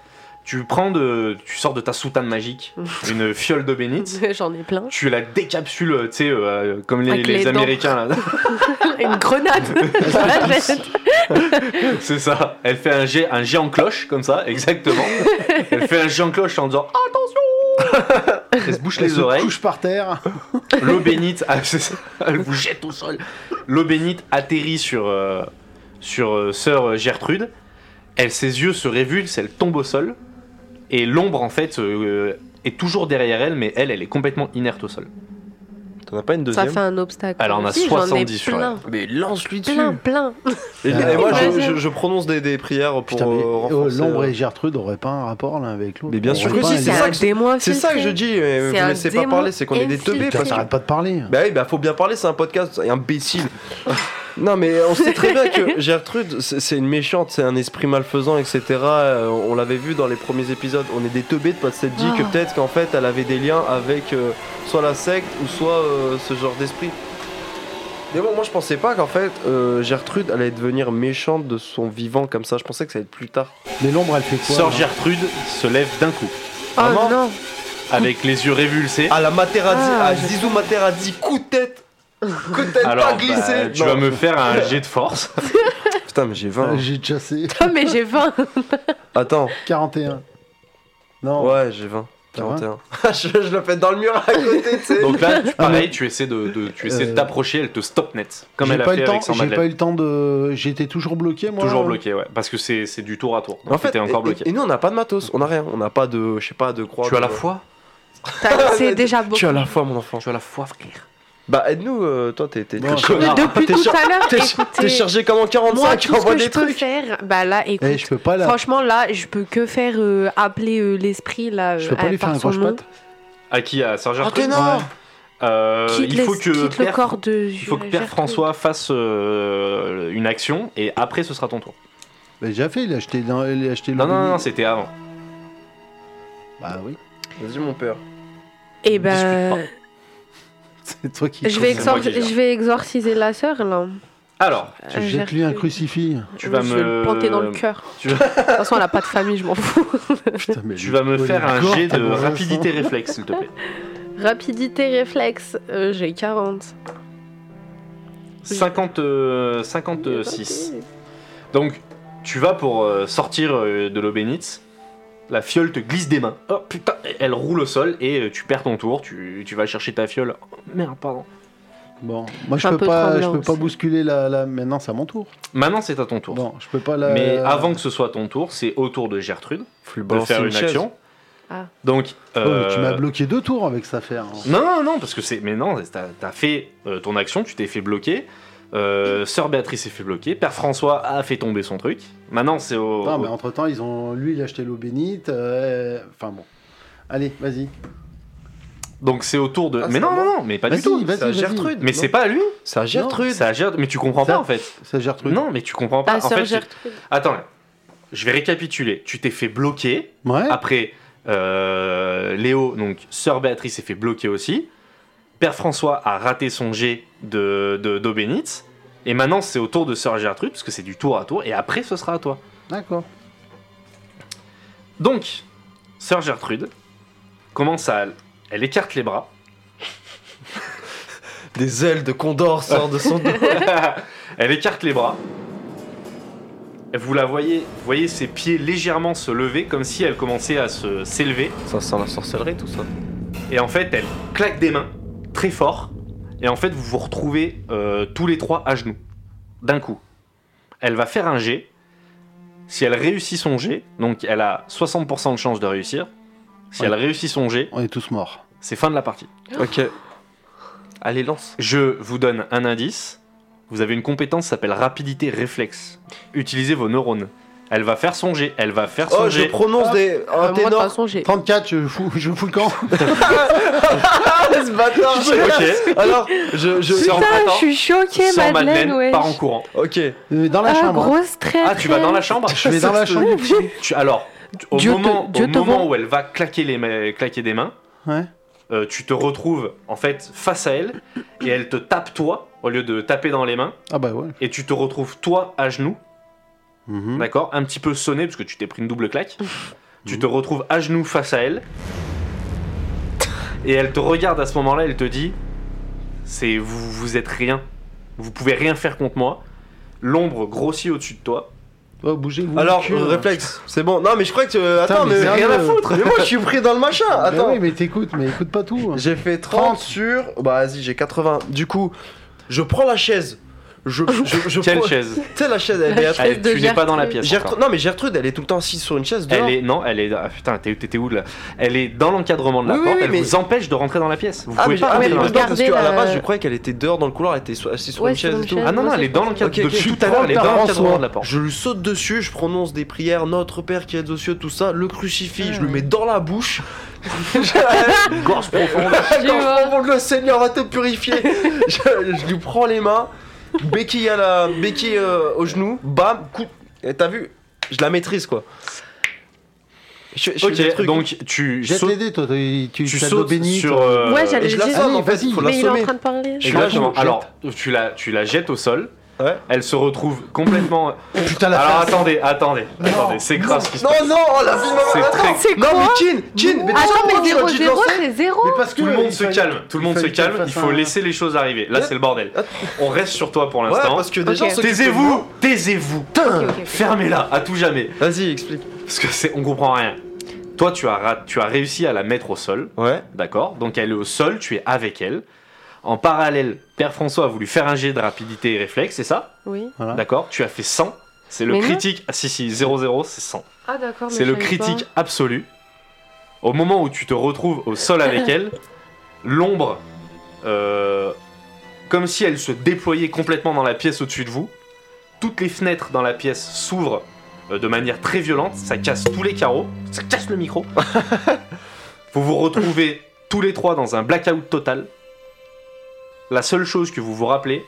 Speaker 1: Tu prends de, tu sors de ta soutane magique
Speaker 4: Mm.
Speaker 1: une fiole d'eau bénite.
Speaker 4: J'en ai plein.
Speaker 1: Tu la décapsules, euh, tu sais, euh, comme les,
Speaker 4: Avec les
Speaker 1: les
Speaker 4: dents.
Speaker 1: Américains là.
Speaker 4: Une grenade Je la jette.
Speaker 1: C'est ça. Elle fait un jet, un jet en cloche comme ça, exactement. Elle fait un jet en cloche en disant oh, attention. Elle se bouche
Speaker 2: Elle
Speaker 1: les
Speaker 2: se
Speaker 1: oreilles.
Speaker 2: couche par terre.
Speaker 1: L'eau bénite, ah, c'est ça, elle vous jette au sol. L'eau bénite atterrit sur, euh, sur euh, sœur Gertrude. Elle, ses yeux se révulsent, elle tombe au sol. Et l'ombre, en fait, euh, est toujours derrière elle, mais elle, elle est complètement inerte au sol.
Speaker 3: T'en as pas une
Speaker 4: Ça
Speaker 3: deuxième
Speaker 4: fait un obstacle.
Speaker 1: Elle en a
Speaker 4: Si, j'en ai
Speaker 1: 70 sur
Speaker 4: plein.
Speaker 3: Mais lance-lui
Speaker 4: Plein,
Speaker 3: dessus.
Speaker 4: plein.
Speaker 3: Et, et
Speaker 2: Ah,
Speaker 3: moi je,
Speaker 4: vas-y. oh,
Speaker 3: je- je prononce des, des prières pour
Speaker 2: Putain, mais
Speaker 3: euh,
Speaker 2: euh,
Speaker 3: renforcer,
Speaker 2: l'ombre
Speaker 3: euh,
Speaker 2: et Gertrude auraient pas un rapport l'un avec l'autre.
Speaker 3: Mais bien
Speaker 2: On
Speaker 3: sûr
Speaker 2: aurait
Speaker 3: que
Speaker 2: pas
Speaker 3: si,
Speaker 2: un
Speaker 3: c'est
Speaker 4: un
Speaker 2: lien.
Speaker 3: ça que je-
Speaker 4: démon
Speaker 3: C'est ça que je
Speaker 4: infiltré.
Speaker 3: dis, mais vous
Speaker 4: un
Speaker 3: me laissez pas
Speaker 4: démon
Speaker 3: parler, c'est qu'on est des teubés.
Speaker 4: infiltré.
Speaker 2: Putain,
Speaker 3: parce que-
Speaker 2: t'arrêtes pas de parler.
Speaker 3: Bah oui, bah faut bien parler, c'est un podcast, imbécile. Non, mais on sait très bien que Gertrude, c'est c'est une méchante, c'est un esprit malfaisant, etc. Euh, on l'avait vu dans les premiers épisodes. On est des teubés de pas s'être dit que
Speaker 4: Ah.
Speaker 3: peut-être qu'en fait elle avait des liens avec euh, soit la secte ou soit euh, ce genre d'esprit. Mais bon, moi je pensais pas qu'en fait euh, Gertrude allait devenir méchante de son vivant comme ça. Je pensais que ça allait être plus tard.
Speaker 2: Mais l'ombre, elle fait quoi
Speaker 1: Sœur
Speaker 2: là
Speaker 1: Gertrude se lève d'un coup,
Speaker 4: Oh
Speaker 3: Maman
Speaker 4: non
Speaker 1: avec les yeux révulsés.
Speaker 3: Ah, la Materazzi,
Speaker 4: Ah,
Speaker 3: ah,
Speaker 4: je-
Speaker 3: Zizou Materazzi, coup de tête Coup de tête pas
Speaker 1: Alors,
Speaker 3: glissé
Speaker 1: bah, tu
Speaker 3: Non. Euh,
Speaker 1: vas me faire un jet de force.
Speaker 3: Putain, mais j'ai 20.
Speaker 2: Ah, J'ai déjà c'est
Speaker 4: Ah, mais j'ai 20
Speaker 3: Attends,
Speaker 2: 41. Non.
Speaker 3: ouais, j'ai 20.
Speaker 2: T'as vingt
Speaker 3: 41. je, je le fais dans le mur à côté, tu sais.
Speaker 1: Donc là, tu,
Speaker 2: Ah,
Speaker 1: pareil,
Speaker 2: mais-
Speaker 1: tu essaies de, de- tu essaies
Speaker 2: Euh,
Speaker 1: de t'approcher, elle te stop net, comme
Speaker 2: J'ai
Speaker 1: elle a
Speaker 2: pas eu
Speaker 1: fait
Speaker 2: le temps-
Speaker 1: avec San
Speaker 2: J'ai
Speaker 1: Madeleine.
Speaker 2: pas eu le temps de. J'étais toujours bloqué, moi.
Speaker 1: Toujours bloqué, ouais, parce que c'est c'est du tour à tour. Donc
Speaker 3: en fait,
Speaker 1: t'es encore
Speaker 3: et-
Speaker 1: bloqué.
Speaker 3: Et, et nous, on n'a pas de matos, on n'a rien. On n'a pas de, je sais pas, de croix.
Speaker 1: tu as la
Speaker 3: de-
Speaker 1: foi
Speaker 4: T'as- C'est déjà beau.
Speaker 3: Ah, Tu as la foi, mon enfant.
Speaker 1: Tu as la foi, frère.
Speaker 3: Bah, aide-nous, euh, toi, t'es. t'es-
Speaker 2: Bon,
Speaker 3: t'es-
Speaker 2: je-
Speaker 4: Mais
Speaker 1: Ah,
Speaker 4: depuis
Speaker 3: t'es
Speaker 4: tout
Speaker 3: char-
Speaker 4: à l'heure,
Speaker 3: T'es t'es
Speaker 4: écoutez,
Speaker 3: chargé comme en
Speaker 4: moi,
Speaker 3: 45,
Speaker 4: tout ce
Speaker 3: envoie
Speaker 4: que je
Speaker 3: des
Speaker 4: peux
Speaker 3: trucs.
Speaker 4: faire, bah là, écoute,
Speaker 2: Eh, je peux pas là.
Speaker 4: franchement, là, je peux que faire euh, appeler euh, l'esprit, là,
Speaker 2: je
Speaker 4: euh,
Speaker 2: peux pas
Speaker 4: à-
Speaker 2: lui faire
Speaker 4: par
Speaker 2: un
Speaker 4: son
Speaker 2: croche
Speaker 4: nom.
Speaker 2: patte
Speaker 1: À qui À Sœur
Speaker 3: Oh,
Speaker 1: Gertrude
Speaker 3: t'es non
Speaker 1: Euh,
Speaker 4: Ah, Quitte,
Speaker 1: Il faut
Speaker 4: les-
Speaker 1: que
Speaker 4: quitte le
Speaker 1: Père-
Speaker 4: corps de
Speaker 1: il faut que Père
Speaker 4: Gertrude.
Speaker 1: François fasse euh, une action et après ce sera ton tour.
Speaker 2: Bah, déjà fait, il a acheté, dans... il a acheté le.
Speaker 1: Non, non, non, non, c'était avant.
Speaker 2: Bah oui.
Speaker 3: Vas-y, mon père.
Speaker 4: Et
Speaker 1: discute hein.
Speaker 4: ben,
Speaker 2: C'est toi qui.
Speaker 4: je vais,
Speaker 1: C'est moi
Speaker 4: exor-
Speaker 1: qui gère.
Speaker 4: je vais exorciser la sœur, là.
Speaker 1: Alors,
Speaker 4: Euh,
Speaker 2: Tu jettes lui un
Speaker 4: Gertrude.
Speaker 2: crucifix.
Speaker 1: tu vas
Speaker 4: je
Speaker 1: me.
Speaker 4: vais le planter dans le cœur.
Speaker 1: Tu
Speaker 4: De toute façon, elle a pas de famille, je m'en fous.
Speaker 2: Putain, mais
Speaker 1: Tu
Speaker 2: le-
Speaker 1: vas me
Speaker 2: le
Speaker 1: faire un
Speaker 2: corps,
Speaker 1: jet
Speaker 2: t'as
Speaker 1: de
Speaker 2: mon instinct.
Speaker 1: rapidité réflexe, s'il te plaît.
Speaker 4: Rapidité, réflexe, euh, j'ai 40.
Speaker 1: 50, euh, 56. Donc, tu vas pour euh, sortir euh, de l'eau bénite. La fiole te glisse des mains. Oh putain, elle roule au sol et euh, tu perds ton tour. Tu, tu vas chercher ta fiole. Oh, merde, pardon.
Speaker 2: Bon, moi je
Speaker 4: Un
Speaker 2: peux
Speaker 4: peu
Speaker 2: pas, je
Speaker 4: tremblant
Speaker 2: peux pas
Speaker 4: aussi.
Speaker 2: bousculer la, la. Maintenant c'est à mon tour.
Speaker 1: Maintenant, c'est à ton tour.
Speaker 2: Bon, euh, je peux pas la.
Speaker 1: Mais avant que ce soit ton tour, c'est au tour de Gertrude de
Speaker 3: balancer
Speaker 1: faire
Speaker 3: une
Speaker 1: une
Speaker 3: chaise.
Speaker 1: action.
Speaker 4: Ah.
Speaker 1: Donc,
Speaker 2: Oh, mais tu
Speaker 1: euh,
Speaker 2: m'as bloqué deux tours avec cette affaire. hein.
Speaker 1: Non, non, non, parce que c'est. Mais non, t'as as fait euh, ton action, tu t'es fait bloquer. Euh, Sœur Béatrice s'est fait bloquer. Père François a fait tomber son truc. Maintenant, c'est au.
Speaker 2: Non,
Speaker 1: au-
Speaker 2: Ah, mais entre temps, ils ont. Lui, il a acheté l'eau bénite. euh, Enfin bon. Allez, vas-y.
Speaker 1: Donc c'est au tour de.
Speaker 3: Ah,
Speaker 1: mais
Speaker 3: c'est à
Speaker 1: non,
Speaker 3: moi.
Speaker 1: non, non, mais pas du
Speaker 2: Vas-y,
Speaker 1: tout.
Speaker 2: vas-y,
Speaker 3: C'est à
Speaker 2: vas-y.
Speaker 3: Gertrude.
Speaker 1: Mais
Speaker 3: non
Speaker 1: c'est pas à lui.
Speaker 3: C'est à Gertrude.
Speaker 1: C'est à Gertrude. Mais tu comprends pas
Speaker 2: Ça-
Speaker 1: en fait.
Speaker 2: C'est Gertrude.
Speaker 1: Non, mais tu comprends pas.
Speaker 4: La
Speaker 1: Ah, en
Speaker 4: Ah, sœur
Speaker 1: fait, tu-
Speaker 4: Gertrude.
Speaker 1: attends. là. Je vais récapituler. Tu t'es fait bloquer.
Speaker 2: Ouais.
Speaker 1: Après, euh, Léo, donc sœur Béatrice s'est fait bloquer aussi. Père François a raté son jet de de- d'eau bénite. Et maintenant, c'est au tour de sœur Gertrude, parce que c'est du tour à tour. Et après, ce sera à toi.
Speaker 2: D'accord.
Speaker 1: Donc, sœur Gertrude commence à. Elle écarte les bras.
Speaker 3: Des ailes de condor sortent de son dos.
Speaker 1: Elle écarte les bras. Vous la voyez, vous voyez ses pieds légèrement se lever comme si elle commençait à se s'élever.
Speaker 3: Ça sent la sorcellerie, tout ça.
Speaker 1: Et en fait, elle claque des mains très fort. Et en fait, vous vous retrouvez euh, tous les trois à genoux d'un coup. Elle va faire un G. Si elle réussit son G, donc elle a 60% de chance de réussir. Si
Speaker 2: Ouais.
Speaker 1: elle réussit son G,
Speaker 2: On est tous morts.
Speaker 1: c'est fin de la partie.
Speaker 3: Ok. Allez, lance.
Speaker 1: Je vous donne un indice. Vous avez une compétence qui s'appelle rapidité réflexe. Utilisez vos neurones. Elle va faire songer, elle va faire
Speaker 3: Oh, je
Speaker 1: songer.
Speaker 3: prononce des.
Speaker 4: Euh,
Speaker 3: Un
Speaker 4: moi, de toute
Speaker 3: ténor.
Speaker 4: façon, j'ai
Speaker 2: 34, je fous, je fous le camp.
Speaker 3: Ah, ce bâtard
Speaker 1: ok.
Speaker 3: Alors, je. je...
Speaker 1: Sors-
Speaker 4: Putain,
Speaker 1: attends.
Speaker 4: je suis choquée,
Speaker 1: Sans
Speaker 4: Madeleine, ouais.
Speaker 1: part en courant.
Speaker 3: Ok.
Speaker 2: Euh, Dans la
Speaker 4: ah,
Speaker 2: chambre.
Speaker 4: grosse traître.
Speaker 1: Ah, tu vas dans la chambre
Speaker 2: Je vais dans la chambre.
Speaker 1: Tu- Alors, au
Speaker 4: Dieu te-
Speaker 1: moment,
Speaker 4: Dieu
Speaker 1: au
Speaker 4: te
Speaker 1: moment
Speaker 4: vend.
Speaker 1: où elle va claquer, les, ma- claquer des mains,
Speaker 2: Ouais.
Speaker 1: euh, tu te retrouves en fait face à elle et elle te tape toi au lieu de taper dans les mains
Speaker 2: Ah bah ouais.
Speaker 1: et tu te retrouves toi à genoux,
Speaker 2: Mhm.
Speaker 1: d'accord, un petit peu sonné parce que tu t'es pris une double claque. tu te retrouves à genoux face à elle et elle te regarde à ce moment-là, elle te dit c'est vous vous êtes rien. Vous pouvez rien faire contre moi. L'ombre grossit au-dessus de toi.
Speaker 2: Oh, bougez-vous.
Speaker 3: Alors,
Speaker 2: le cul,
Speaker 3: euh,
Speaker 2: là.
Speaker 3: réflexe, c'est bon. Non, mais je crois que. euh,
Speaker 2: Putain,
Speaker 3: attends,
Speaker 2: mais
Speaker 3: mais, rien à
Speaker 2: sérieux.
Speaker 3: foutre. Mais moi, je suis pris dans le machin.
Speaker 1: Ah,
Speaker 2: Mais
Speaker 3: Attends.
Speaker 2: Ah, bah oui, mais t'écoutes, mais écoute pas tout. hein.
Speaker 3: J'ai fait 30 sur. Bah, vas-y, j'ai 80. Du coup, je prends la chaise. Je. je, je
Speaker 1: Quelle
Speaker 3: prends-
Speaker 1: chaise
Speaker 3: Tu sais, la chaise, elle est.
Speaker 4: La
Speaker 3: à-
Speaker 4: chaise.
Speaker 1: Elle-
Speaker 4: de
Speaker 1: Tu n'es pas dans la
Speaker 4: Gertrude.
Speaker 1: pièce. encore.
Speaker 3: Gertrude- Non, mais Gertrude, elle est tout le temps assise sur une chaise. dehors.
Speaker 1: Elle est non, elle est ah, putain, t'es- t'étais où là Elle est dans l'encadrement de la
Speaker 3: Oui, oui,
Speaker 1: porte.
Speaker 3: oui,
Speaker 1: elle
Speaker 3: mais-
Speaker 1: vous empêche de rentrer dans la pièce. Vous
Speaker 3: Ah,
Speaker 1: pouvez
Speaker 3: mais,
Speaker 1: pas
Speaker 3: ah,
Speaker 1: rentrer
Speaker 3: mais
Speaker 1: dans
Speaker 4: elle
Speaker 1: la
Speaker 4: regarde.
Speaker 1: pièce.
Speaker 3: parce
Speaker 4: Regardez
Speaker 3: qu'à la
Speaker 4: la-
Speaker 3: base, je croyais qu'elle était dehors dans le couloir, elle était so- assise sur
Speaker 4: Ouais,
Speaker 3: une
Speaker 4: sur
Speaker 3: chaise
Speaker 4: une
Speaker 3: et tout.
Speaker 4: chaise.
Speaker 1: Ah non non,
Speaker 4: Moi,
Speaker 1: elle est
Speaker 4: c'est
Speaker 1: dans
Speaker 4: pas-
Speaker 1: l'encadrement.
Speaker 3: Ok, ok,
Speaker 1: Depuis
Speaker 3: ok.
Speaker 1: tout à l'heure, elle est dans l'encadrement
Speaker 2: François.
Speaker 1: de la porte.
Speaker 3: Je lui saute dessus, je prononce des prières, notre Père qui es aux cieux, tout ça, le crucifix, je le mets dans la bouche.
Speaker 1: Gorge profonde.
Speaker 3: Quand je prends le Seigneur va te purifier, je, je lui prends les mains Béquille à la. Béquille euh, au genou, bam, coup. Et T'as vu Je la maîtrise quoi. Je, je fais des
Speaker 1: Ok,
Speaker 3: trucs.
Speaker 1: donc tu
Speaker 2: Jette les
Speaker 1: sautes,
Speaker 2: dés, toi, tu, tu,
Speaker 1: tu
Speaker 2: t'as
Speaker 1: sautes
Speaker 2: béni,
Speaker 1: sur.
Speaker 2: toi.
Speaker 1: euh,
Speaker 4: Ouais, j'allais
Speaker 3: Et je la
Speaker 4: le
Speaker 3: somme
Speaker 2: dire.
Speaker 3: en fait,
Speaker 2: Vas-y,
Speaker 3: faut
Speaker 4: Mais il est en
Speaker 3: l'assommer.
Speaker 4: train de parler.
Speaker 1: Exactement.
Speaker 3: Jette.
Speaker 1: Alors, tu la, tu la jettes au sol.
Speaker 3: Ouais.
Speaker 1: Elle se retrouve complètement.
Speaker 2: Putain, la
Speaker 1: Alors
Speaker 2: face.
Speaker 1: attendez, attendez, attendez. C'est grave ce qui se
Speaker 3: Non,
Speaker 1: passe.
Speaker 3: non, oh, la vie de ma
Speaker 1: C'est
Speaker 3: mère,
Speaker 1: très-
Speaker 3: attends.
Speaker 4: C'est
Speaker 3: Non,
Speaker 4: quoi
Speaker 3: mais Kin, Kin, mais
Speaker 4: Attends, mais
Speaker 3: t'as dit
Speaker 4: 0,
Speaker 3: Roger
Speaker 4: 0,
Speaker 3: Lancer
Speaker 4: c'est 0
Speaker 2: Mais parce que
Speaker 1: Tout le monde
Speaker 2: il
Speaker 1: se
Speaker 2: fallait-
Speaker 1: calme, tout le
Speaker 2: il
Speaker 1: monde se
Speaker 2: fallait qu'elle
Speaker 1: calme, il
Speaker 2: fasse
Speaker 1: faut
Speaker 2: un-
Speaker 1: laisser les choses arriver. Là, c'est le bordel. On reste sur toi pour
Speaker 3: Ouais,
Speaker 1: l'instant.
Speaker 3: parce que déjà,
Speaker 4: Ok.
Speaker 3: ceux qui-
Speaker 1: Taisez-vous, taisez-vous.
Speaker 4: Ok, ok, ok.
Speaker 1: Fermez-la à tout jamais
Speaker 3: Vas-y, explique.
Speaker 1: parce que c'est on comprend rien. Toi, tu as ra- tu as réussi à la mettre au sol.
Speaker 3: Ouais.
Speaker 1: D'accord Donc elle est au sol, tu es avec elle. En parallèle, Père François a voulu faire un jet de rapidité et réflexe, c'est ça
Speaker 4: Oui.
Speaker 2: Voilà.
Speaker 1: D'accord Tu as fait 100. C'est le
Speaker 4: Mais non.
Speaker 1: critique. Ah, si, si, 0-0, c'est 100.
Speaker 4: Ah, d'accord. mais
Speaker 1: C'est le
Speaker 4: je savais pas.
Speaker 1: critique absolu. Au moment où tu te retrouves au sol avec elle, l'ombre, euh, comme si elle se déployait complètement dans la pièce au-dessus de vous, toutes les fenêtres dans la pièce s'ouvrent euh, de manière très violente, ça casse tous les carreaux, ça casse le micro. vous vous retrouvez tous les trois dans un blackout total. La seule chose que vous vous rappelez,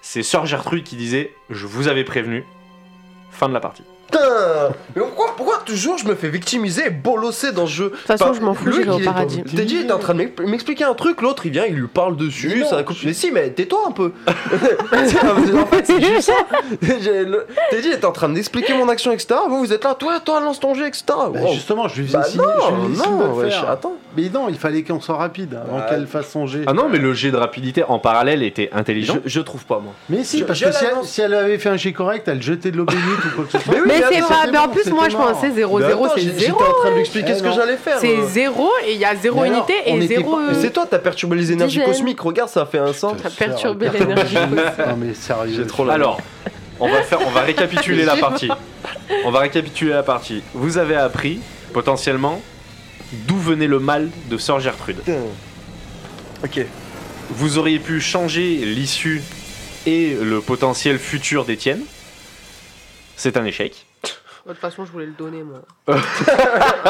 Speaker 1: c'est Sœur Gertrude qui disait Je vous avais prévenu. Fin de la partie.
Speaker 3: Putain Mais pourquoi, pourquoi toujours je me fais victimiser et bolosser dans ce jeu De toute
Speaker 4: façon, je m'en fous, j'irai au paradis.
Speaker 3: Teddy était en train de m'ex- m'expliquer un truc, l'autre il vient, il lui parle dessus,
Speaker 2: Mais non,
Speaker 3: ça coupe. Mais si, mais tais-toi un peu C'est- En fait, c'est juste ça J'ai le- Teddy était en train d'expliquer mon action, etc. Vous, vous êtes là, toi, toi, lance ton jet, etc.
Speaker 2: Bah,
Speaker 3: Wow.
Speaker 2: Justement, je lui faisais
Speaker 3: Bah
Speaker 2: signer.
Speaker 3: non,
Speaker 2: je lui ai signé de
Speaker 3: non,
Speaker 2: le
Speaker 3: wesh,
Speaker 2: faire.
Speaker 3: attends.
Speaker 2: ah, Mais non, il fallait qu'on soit rapide avant
Speaker 3: Bah,
Speaker 2: qu'elle fasse son jet.
Speaker 1: Ah non, mais le jet de rapidité en parallèle était intelligent.
Speaker 3: trouve pas, moi.
Speaker 2: mais si,
Speaker 3: je-
Speaker 2: parce
Speaker 3: je
Speaker 2: que si elle,
Speaker 3: l'annonce.
Speaker 2: si elle avait fait un jet correct, elle jetait de l'eau bénite ou quoi que ce soit.
Speaker 3: Mais oui,
Speaker 4: Mais c'est
Speaker 3: attends,
Speaker 4: pas.
Speaker 2: c'était
Speaker 4: mais en
Speaker 2: bon,
Speaker 4: plus, moi,
Speaker 2: c'était
Speaker 4: je pensais
Speaker 2: mort.
Speaker 4: 0,
Speaker 3: Mais
Speaker 4: 0,
Speaker 3: attends,
Speaker 4: c'est
Speaker 3: j'ai- J'étais
Speaker 4: 0.
Speaker 3: en train de lui expliquer
Speaker 2: Eh
Speaker 3: ce que
Speaker 2: non.
Speaker 3: j'allais faire.
Speaker 4: C'est
Speaker 3: euh.
Speaker 4: 0 et il y a 0
Speaker 2: Mais alors,
Speaker 4: unité
Speaker 2: on
Speaker 4: et euh,
Speaker 2: était
Speaker 4: 0.
Speaker 2: pas-
Speaker 3: Mais c'est toi, t'as perturbé les énergies
Speaker 4: Dizaine.
Speaker 3: cosmiques, regarde, ça a fait un sang.
Speaker 4: Ça
Speaker 2: Putain,
Speaker 4: perturbé
Speaker 2: regarde.
Speaker 4: l'énergie
Speaker 2: hein. Non, mais sérieux.
Speaker 3: J'ai trop la-
Speaker 1: Alors, on va faire, on va récapituler la partie. On va récapituler la partie. Vous avez appris potentiellement d'où venait le mal de Sœur Gertrude.
Speaker 3: Putain. Ok.
Speaker 1: Vous auriez pu changer l'issue et le potentiel futur d'Étienne. C'est un échec.
Speaker 4: De toute façon, je voulais le donner, moi.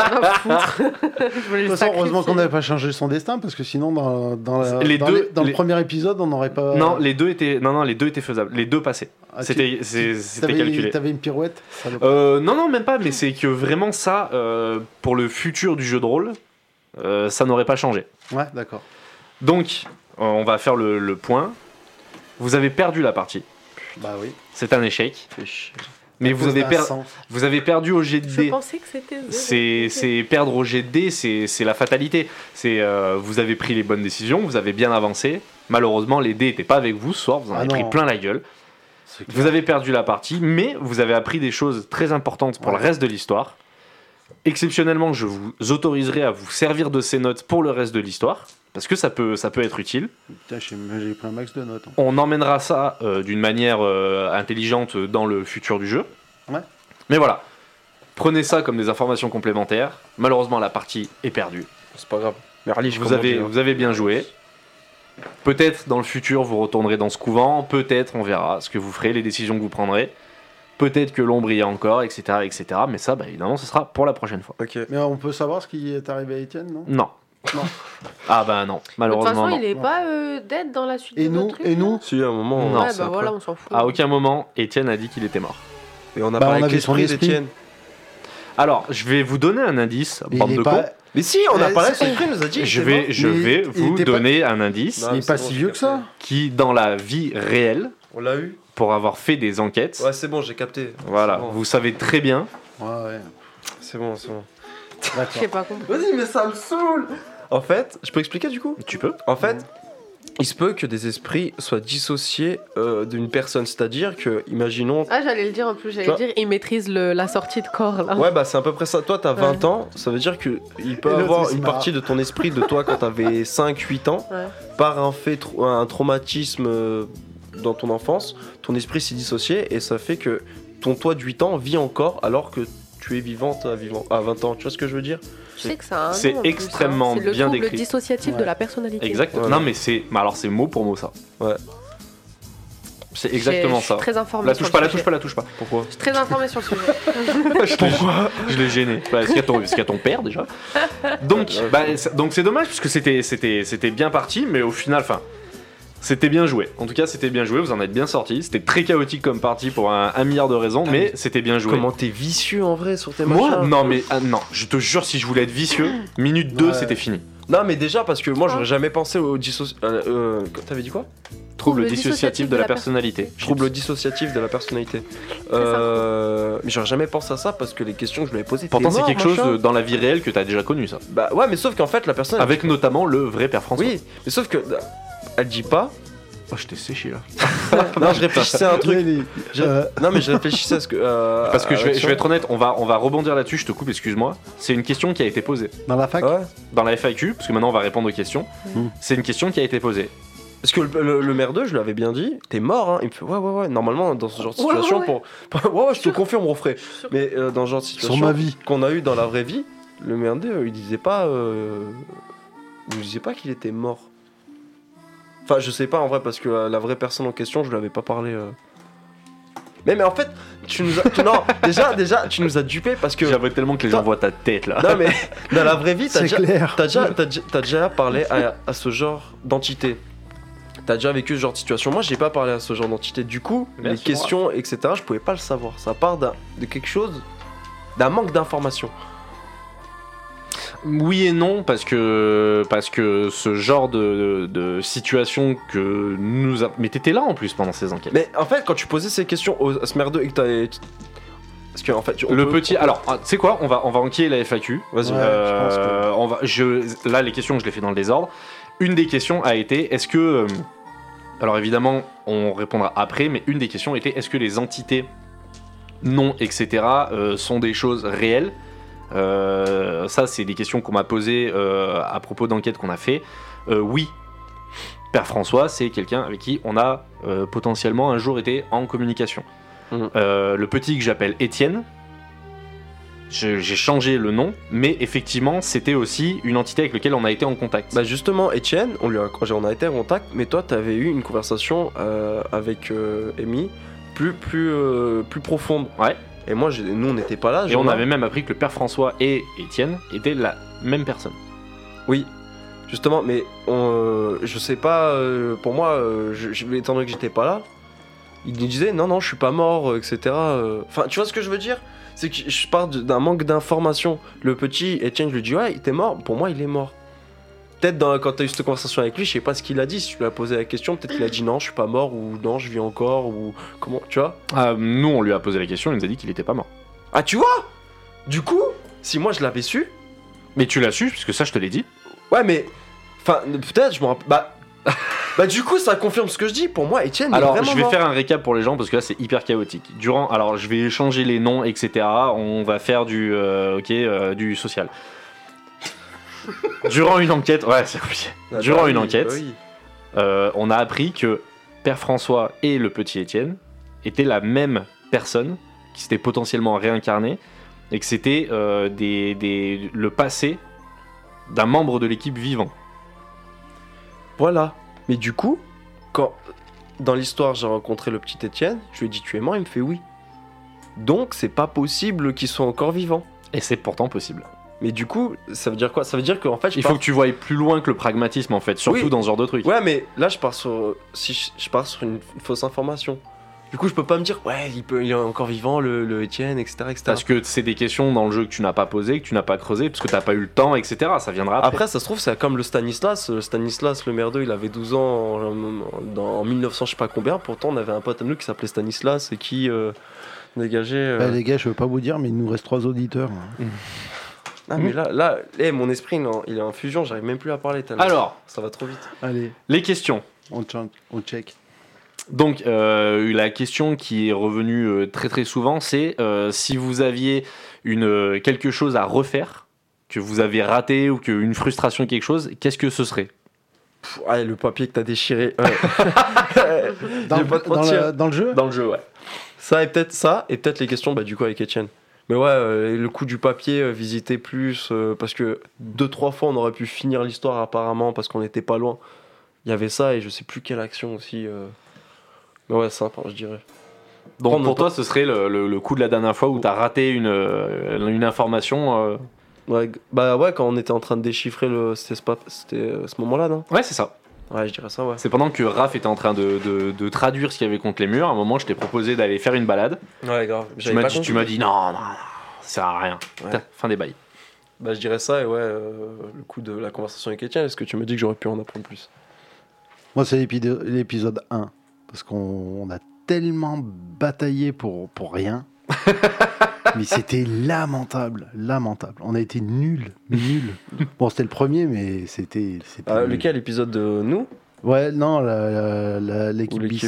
Speaker 4: je voulais
Speaker 2: De
Speaker 4: le
Speaker 2: toute façon, heureusement qu'on
Speaker 4: sacrifier.
Speaker 2: n'avait pas changé son destin parce que sinon, dans, dans, la-
Speaker 1: Les
Speaker 2: dans,
Speaker 1: deux-
Speaker 2: les- dans
Speaker 1: les-
Speaker 2: le premier épisode, on n'aurait pas.
Speaker 1: Non, les deux étaient, non, non, les deux étaient faisables. Les deux passaient.
Speaker 2: Euh. Ah, tu-
Speaker 1: C'était, c'est- c'était calculé.
Speaker 2: T'avais une pirouette salope.
Speaker 1: Euh, non, non, même pas, mais c'est que vraiment ça, euh, pour le futur du jeu de rôle, euh, ça n'aurait pas changé.
Speaker 2: Ouais, d'accord.
Speaker 1: Donc, euh, on va faire le, le point. Vous avez perdu la partie.
Speaker 2: Bah oui.
Speaker 1: C'est un échec.
Speaker 3: Fais chier.
Speaker 1: Mais vous avez,
Speaker 2: Un
Speaker 1: per-
Speaker 2: sang.
Speaker 1: vous avez perdu au jet de
Speaker 4: Je
Speaker 1: dés.
Speaker 4: pensais que c'était zéro.
Speaker 1: C'est c'est perdre au jet de dés, c'est c'est la fatalité. C'est euh, vous avez pris les bonnes décisions, vous avez bien avancé. Malheureusement, les dés n'étaient pas avec vous ce soir, vous en
Speaker 2: Ah
Speaker 1: avez
Speaker 2: non.
Speaker 1: pris plein la gueule.
Speaker 2: C'est clair.
Speaker 1: Vous avez perdu la partie, mais vous avez appris des choses très importantes pour le
Speaker 2: Ouais.
Speaker 1: reste de l'histoire. Exceptionnellement, je vous autoriserai à vous servir de ces notes pour le reste de l'histoire, parce que ça peut, ça peut être utile.
Speaker 2: Putain, j'ai j'ai pris un max de notes. hein.
Speaker 1: On emmènera ça euh, d'une manière euh, intelligente dans le futur du jeu.
Speaker 2: Ouais.
Speaker 1: Mais voilà, prenez ça comme des informations complémentaires. Malheureusement, la partie est perdue.
Speaker 3: C'est pas grave. Merli, je
Speaker 1: Vous
Speaker 3: commande,
Speaker 1: avez,
Speaker 3: hein.
Speaker 1: vous avez bien joué. Peut-être dans le futur, vous retournerez dans ce couvent. Peut-être, on verra ce que vous ferez, les décisions que vous prendrez. Peut-être que l'ombre y est encore, etc., etc. Mais ça, bah, évidemment, ce sera pour la prochaine fois.
Speaker 3: Ok.
Speaker 2: Mais on peut savoir ce qui est arrivé à Étienne, non
Speaker 1: Non.
Speaker 2: Non.
Speaker 1: ah bah non,
Speaker 4: De toute
Speaker 1: malheureusement
Speaker 4: façon,
Speaker 1: non.
Speaker 4: il est
Speaker 2: Non.
Speaker 4: pas euh, d'aide dans la suite
Speaker 2: Et
Speaker 4: de
Speaker 2: nous
Speaker 4: notre truc,
Speaker 2: Et
Speaker 4: là
Speaker 2: nous
Speaker 3: Si, à un moment.
Speaker 1: Non,
Speaker 4: Ouais,
Speaker 3: c'est
Speaker 4: bah
Speaker 3: après.
Speaker 4: voilà, on s'en fout.
Speaker 1: À aucun moment, Étienne a dit qu'il était mort.
Speaker 3: Et on a
Speaker 2: Bah,
Speaker 3: parlé
Speaker 2: on
Speaker 3: avec
Speaker 2: avait son
Speaker 3: l'esprit
Speaker 2: esprit.
Speaker 3: d'Étienne.
Speaker 1: Alors, je vais vous donner un indice,
Speaker 2: Mais
Speaker 1: bande
Speaker 2: il
Speaker 1: de
Speaker 2: est
Speaker 1: cons.
Speaker 2: pas,
Speaker 3: Mais si, on a
Speaker 2: Euh,
Speaker 3: parlé avec
Speaker 2: c'est-
Speaker 3: son esprit, il nous a dit.
Speaker 1: Je
Speaker 3: j'étais mort.
Speaker 1: vais, je
Speaker 2: Mais
Speaker 1: vais
Speaker 2: il
Speaker 1: vous
Speaker 2: était pas-
Speaker 1: donner un indice
Speaker 3: Non.
Speaker 2: il est
Speaker 3: Ah, c'est
Speaker 2: pas
Speaker 3: bon,
Speaker 2: si
Speaker 3: j'ai
Speaker 2: vieux que ça.
Speaker 1: qui, dans la vie réelle,
Speaker 3: On l'a eu
Speaker 1: pour avoir fait des enquêtes,
Speaker 3: Ouais, c'est bon, j'ai capté.
Speaker 1: voilà,
Speaker 3: C'est bon.
Speaker 1: vous savez très bien.
Speaker 2: Ouais, ouais.
Speaker 3: C'est bon, c'est bon.
Speaker 4: Je
Speaker 2: D'accord.
Speaker 4: sais pas compris.
Speaker 3: Vas-y, mais ça me saoule En fait, je peux expliquer du coup
Speaker 1: Tu peux
Speaker 3: En fait, il se peut que des esprits soient dissociés euh, d'une personne. C'est-à-dire que, imaginons.
Speaker 4: Ah, j'allais le dire en plus, j'allais
Speaker 3: Toi-
Speaker 4: dire, il maîtrise le- la sortie de corps là.
Speaker 3: Ouais, bah c'est à peu près ça. Toi, t'as 20
Speaker 4: Ah. Ouais.
Speaker 3: ans, ça veut dire que il peut
Speaker 2: Et l'autre, il
Speaker 3: avoir
Speaker 2: se
Speaker 3: une
Speaker 2: marre.
Speaker 3: partie de ton esprit de toi quand t'avais 5-8 ans,
Speaker 4: Ouais.
Speaker 3: par un fait, trau- un traumatisme euh, dans ton enfance, ton esprit s'est dissocié et ça fait que ton toi de 8 ans vit encore alors que tu es vivante à, vivant, à 20 ans. Tu vois ce que je veux dire
Speaker 4: Je sais que ça a un
Speaker 1: C'est
Speaker 4: nom, en plus, hein.
Speaker 1: extrêmement
Speaker 4: C'est
Speaker 1: bien
Speaker 4: le trouble
Speaker 1: décrit.
Speaker 4: dissociatif de
Speaker 2: Ouais.
Speaker 4: la personnalité.
Speaker 1: Exactement.
Speaker 3: Voilà.
Speaker 1: Non, mais c'est. mais alors, c'est mot pour mot ça.
Speaker 3: Ouais.
Speaker 1: C'est
Speaker 4: J'ai-
Speaker 1: exactement
Speaker 4: je suis
Speaker 1: ça.
Speaker 4: Très informée
Speaker 1: La
Speaker 4: sur
Speaker 1: touche
Speaker 4: le
Speaker 1: pas, la touche
Speaker 4: sujet.
Speaker 1: pas, la touche pas.
Speaker 3: Pourquoi
Speaker 4: Je suis très informée sur le sujet.
Speaker 1: Pourquoi Je l'ai gêné. Bah, ce qu'il y a ton- ce qu'il y a ton père déjà. Donc, bah, c'est- donc c'est dommage parce que c'était, c'était, c'était bien parti, mais au final, enfin, C'était bien joué. En tout cas, c'était bien joué. Vous en êtes bien sorti. C'était très chaotique comme partie pour un, un milliard de raisons, mais c'était bien joué.
Speaker 3: Ah Comment t'es vicieux en vrai sur tes
Speaker 1: Moi
Speaker 3: machins.
Speaker 1: Non, mais ah, non. Je te jure, si je voulais être vicieux, minute 2,
Speaker 2: Ouais.
Speaker 1: c'était fini.
Speaker 3: Non, mais déjà parce que moi
Speaker 4: Ah.
Speaker 3: j'aurais jamais pensé au dissoci... euh, euh, T'avais dit quoi
Speaker 1: Trouble
Speaker 4: Trouble
Speaker 1: dissociatif de la personnalité.
Speaker 3: Trouble dissociatif de la personnalité. Euh, mais j'aurais jamais pensé à ça parce que les questions que je lui avais posées.
Speaker 1: Pourtant,
Speaker 3: t'es
Speaker 1: c'est
Speaker 3: mort,
Speaker 1: quelque chose
Speaker 3: machin
Speaker 1: euh, dans la vie réelle que t'as déjà connu, ça.
Speaker 3: Bah ouais, mais sauf qu'en fait la personne. elle-
Speaker 1: Avec notamment le vrai père François.
Speaker 3: Oui, mais sauf que. Elle dit pas.
Speaker 1: Oh, je t'ai séché là.
Speaker 3: non, je réfléchissais à un truc. Je-
Speaker 2: Euh,
Speaker 3: Non, mais je réfléchissais à ce que. euh,
Speaker 1: Parce que
Speaker 3: à
Speaker 1: je vais,
Speaker 3: l'action.
Speaker 1: je vais être honnête, on va, on va rebondir là-dessus, je te coupe, excuse-moi. C'est une question qui a été posée
Speaker 2: Dans la fac
Speaker 3: Ouais.
Speaker 1: dans la FAQ, parce que maintenant on va répondre aux questions.
Speaker 2: Mm.
Speaker 1: C'est une question qui a été posée.
Speaker 3: Parce que le, le, le merdeux, je lui avais bien dit, t'es mort, hein. Il me fait, ouais, ouais, ouais. Normalement, dans ce genre de
Speaker 4: Ouais, ouais,
Speaker 3: situation,
Speaker 4: ouais.
Speaker 3: pour. ouais, ouais, je te
Speaker 4: Sûr.
Speaker 3: confirme, refrais. Mais euh, dans ce genre de situation.
Speaker 2: Sur ma vie.
Speaker 3: Qu'on a eu dans la vraie vie, le merdeux, euh, il disait pas. euh, Il disait pas qu'il était mort. Enfin, je sais pas en vrai, parce que euh, la vraie personne en question, je lui avais pas parlé. euh. Mais, mais en fait, tu nous as. tu- non, déjà, déjà, tu nous as dupés parce que.
Speaker 1: J'aimerais tellement que les gens
Speaker 3: Toi-
Speaker 1: voient ta tête là.
Speaker 3: Non, mais dans la vraie vie,
Speaker 2: C'est
Speaker 3: t'as déjà,
Speaker 2: clair.
Speaker 3: T'as déjà, t'as déjà- t'as déjà parlé à, à ce genre d'entité T'as déjà vécu ce genre de situation Moi, j'ai pas parlé à ce genre d'entité. Du coup,
Speaker 1: Bien
Speaker 3: les
Speaker 1: sûr.
Speaker 3: questions, etc., je pouvais pas le savoir. Ça part d'un- de quelque chose, d'un manque d'information.
Speaker 1: Oui et non, parce que, parce que ce genre de, de situation que nous. a- Mais t'étais là en plus pendant ces enquêtes.
Speaker 3: Mais en fait, quand tu posais ces questions aux, à ce merdeux et que t'avais. Parce que, en fait, on
Speaker 1: Le
Speaker 3: peut-
Speaker 1: petit. Alors, ah, tu sais quoi On va, on va enquiller la FAQ.
Speaker 3: Vas-y.
Speaker 2: Ouais,
Speaker 1: Euh,
Speaker 2: je pense que-
Speaker 1: on va, je, là, les questions, je les fais dans le désordre. Une des questions a été est-ce que. euh, alors évidemment, on répondra après, mais une des questions était est-ce que les entités non, etc., euh, sont des choses réelles Euh, Ça, c'est des questions qu'on m'a posées euh, à propos d'enquêtes qu'on a fait. Euh, oui. Père François, c'est quelqu'un avec qui on a euh, potentiellement un jour été en communication.
Speaker 3: Mhm.
Speaker 1: Euh, le petit que j'appelle Étienne, je- j'ai changé le nom, mais effectivement, c'était aussi une entité avec laquelle on a été en contact.
Speaker 3: Bah justement, Etienne, on, lui a, on a été en contact, mais toi, t'avais eu une conversation euh, avec euh, Amy plus, plus, euh, plus profonde.
Speaker 1: Ouais.
Speaker 3: Et moi, j'ai- nous, on n'était pas là.
Speaker 1: et
Speaker 3: genre,
Speaker 1: on avait même appris que le père François et Étienne étaient la même personne.
Speaker 3: Oui, justement, mais on, euh, je sais pas, euh, pour moi, euh, je, je- étant donné que j'étais pas là, il nous disait non, non, je suis pas mort, euh, etc. euh. Enfin, tu vois ce que je veux dire C'est que je pars de- d'un manque d'information. Le petit Etienne, je lui dis ouais, il était mort, pour moi, il est mort. Peut-être dans- quand t'as eu cette conversation avec lui, je sais pas ce qu'il a dit, si tu lui as posé la question, peut-être qu'il a dit non, je suis pas mort, ou non, je vis encore, ou comment, tu vois
Speaker 1: Ah, nous, on lui a posé la question, il nous a dit qu'il n'était pas mort.
Speaker 3: Ah, tu vois Du coup, si moi je l'avais su,
Speaker 1: Mais tu l'as su, puisque ça, je te l'ai dit.
Speaker 3: Ouais, mais. Enfin, peut-être, je me rappelle. Bah. bah, du coup, ça confirme ce que je dis. Pour moi, Etienne,
Speaker 1: Alors,
Speaker 3: est vraiment
Speaker 1: je vais
Speaker 3: mort.
Speaker 1: faire un récap pour les gens, parce que là, c'est hyper chaotique. Durant, alors, je vais changer les noms, etc. On va faire du, euh, ok, euh, du social. Durant une enquête, ouais, c'est compliqué.
Speaker 3: Ah,
Speaker 1: Durant
Speaker 3: bah
Speaker 1: une
Speaker 3: oui,
Speaker 1: enquête,
Speaker 3: bah oui.
Speaker 1: Euh, on a appris que Père François et le petit Étienne étaient la même personne, qui s'était potentiellement réincarnée, et que c'était euh, des, des- le passé d'un membre de l'équipe vivant.
Speaker 3: Voilà. Mais du coup, quand. Dans l'histoire, j'ai rencontré le petit Etienne. Je lui ai dit, tu es mort Il me fait oui. Donc, c'est pas possible qu'il soit encore vivant.
Speaker 1: Et c'est pourtant possible.
Speaker 3: Mais du coup, ça veut dire quoi Ça veut dire qu'en fait, je
Speaker 1: Il
Speaker 3: pars-
Speaker 1: faut que tu voyes plus loin que le pragmatisme, en fait, surtout
Speaker 3: Oui.
Speaker 1: dans ce genre de truc.
Speaker 3: Ouais, mais là, je pars sur. Si je, je pars sur une fausse information. Du coup, je peux pas me dire, ouais, il, peut, il est encore vivant, le, le Etienne, etc. etc.
Speaker 1: Parce que c'est des questions dans le jeu que tu n'as pas posées, que tu n'as pas creusées, parce que tu n'as pas eu le temps, etc. Ça viendra après.
Speaker 3: Après, ça se trouve, c'est comme le Stanislas. Le Stanislas, le merdeux, il avait 12 ans en, en- dans- en 1900, je sais pas combien. Pourtant, on avait un pote à nous qui s'appelait Stanislas et qui euh, dégageait. euh,
Speaker 2: Bah, les gars, je veux pas vous dire, mais il nous reste trois auditeurs.
Speaker 3: Ah, mais là, là eh, mon esprit, il est en- il est en fusion, j'arrive même plus à parler. tellement
Speaker 1: Alors,
Speaker 3: ça va trop vite.
Speaker 2: Allez,
Speaker 1: les questions.
Speaker 2: on, check- on check.
Speaker 1: Donc, euh, la question qui est revenue euh, très très souvent, c'est euh, si vous aviez une, euh, quelque chose à refaire, que vous avez raté ou que une frustration, quelque chose, qu'est-ce que ce serait
Speaker 3: Pff, ah, le papier que t'as déchiré. euh, ouais.
Speaker 2: Dans,
Speaker 3: Je vais pas Bah. te
Speaker 2: dans
Speaker 3: mentir.
Speaker 2: le, dans le jeu
Speaker 1: Dans le jeu, ouais.
Speaker 3: ça et peut-être ça et peut-être les questions bah, du coup avec Etienne. Mais ouais, euh, et le coup du papier, euh, visiter plus, euh, parce que deux, trois fois on aurait pu finir l'histoire apparemment parce qu'on n'était pas loin. Il y avait ça et je sais plus quelle action aussi. euh. Mais ouais, sympa, je dirais.
Speaker 1: Donc,
Speaker 3: Prendre
Speaker 1: pour
Speaker 3: le
Speaker 1: toi, ce serait le, le- le coup de la dernière fois où tu as raté une, euh, une information. euh.
Speaker 3: Ouais, g- bah ouais, quand on était en train de déchiffrer le. C'était ce, pap- c'était, euh, ce moment-là, non
Speaker 1: Ouais, c'est ça.
Speaker 3: Ouais, je dirais ça, ouais.
Speaker 1: C'est pendant que Raph était en train de, de- de traduire ce qu'il y avait contre les murs, à un moment je t'ai proposé d'aller faire une balade.
Speaker 3: Ouais, grave.
Speaker 1: Tu
Speaker 3: j'avais
Speaker 1: m'as
Speaker 3: pas
Speaker 1: dit, tu
Speaker 3: compris.
Speaker 1: m'as dit non, non, non, ça sert à rien.
Speaker 3: Ouais.
Speaker 1: Putain, Fin des bails.
Speaker 3: Bah, je dirais ça, et ouais, euh, le coup de la conversation avec Étienne, est-ce que tu me dis que j'aurais pu en apprendre plus
Speaker 2: Moi, c'est l'épide- l'épisode 1. Parce qu'on on a tellement bataillé pour, pour rien. mais c'était lamentable, lamentable. On a été nuls, nuls. Bon, c'était le premier, mais c'était. c'était
Speaker 3: Euh,
Speaker 2: nul.
Speaker 3: Lequel épisode de nous
Speaker 2: Ouais, non, la- la- la-
Speaker 3: Ou
Speaker 2: l'équipe
Speaker 3: l'équipe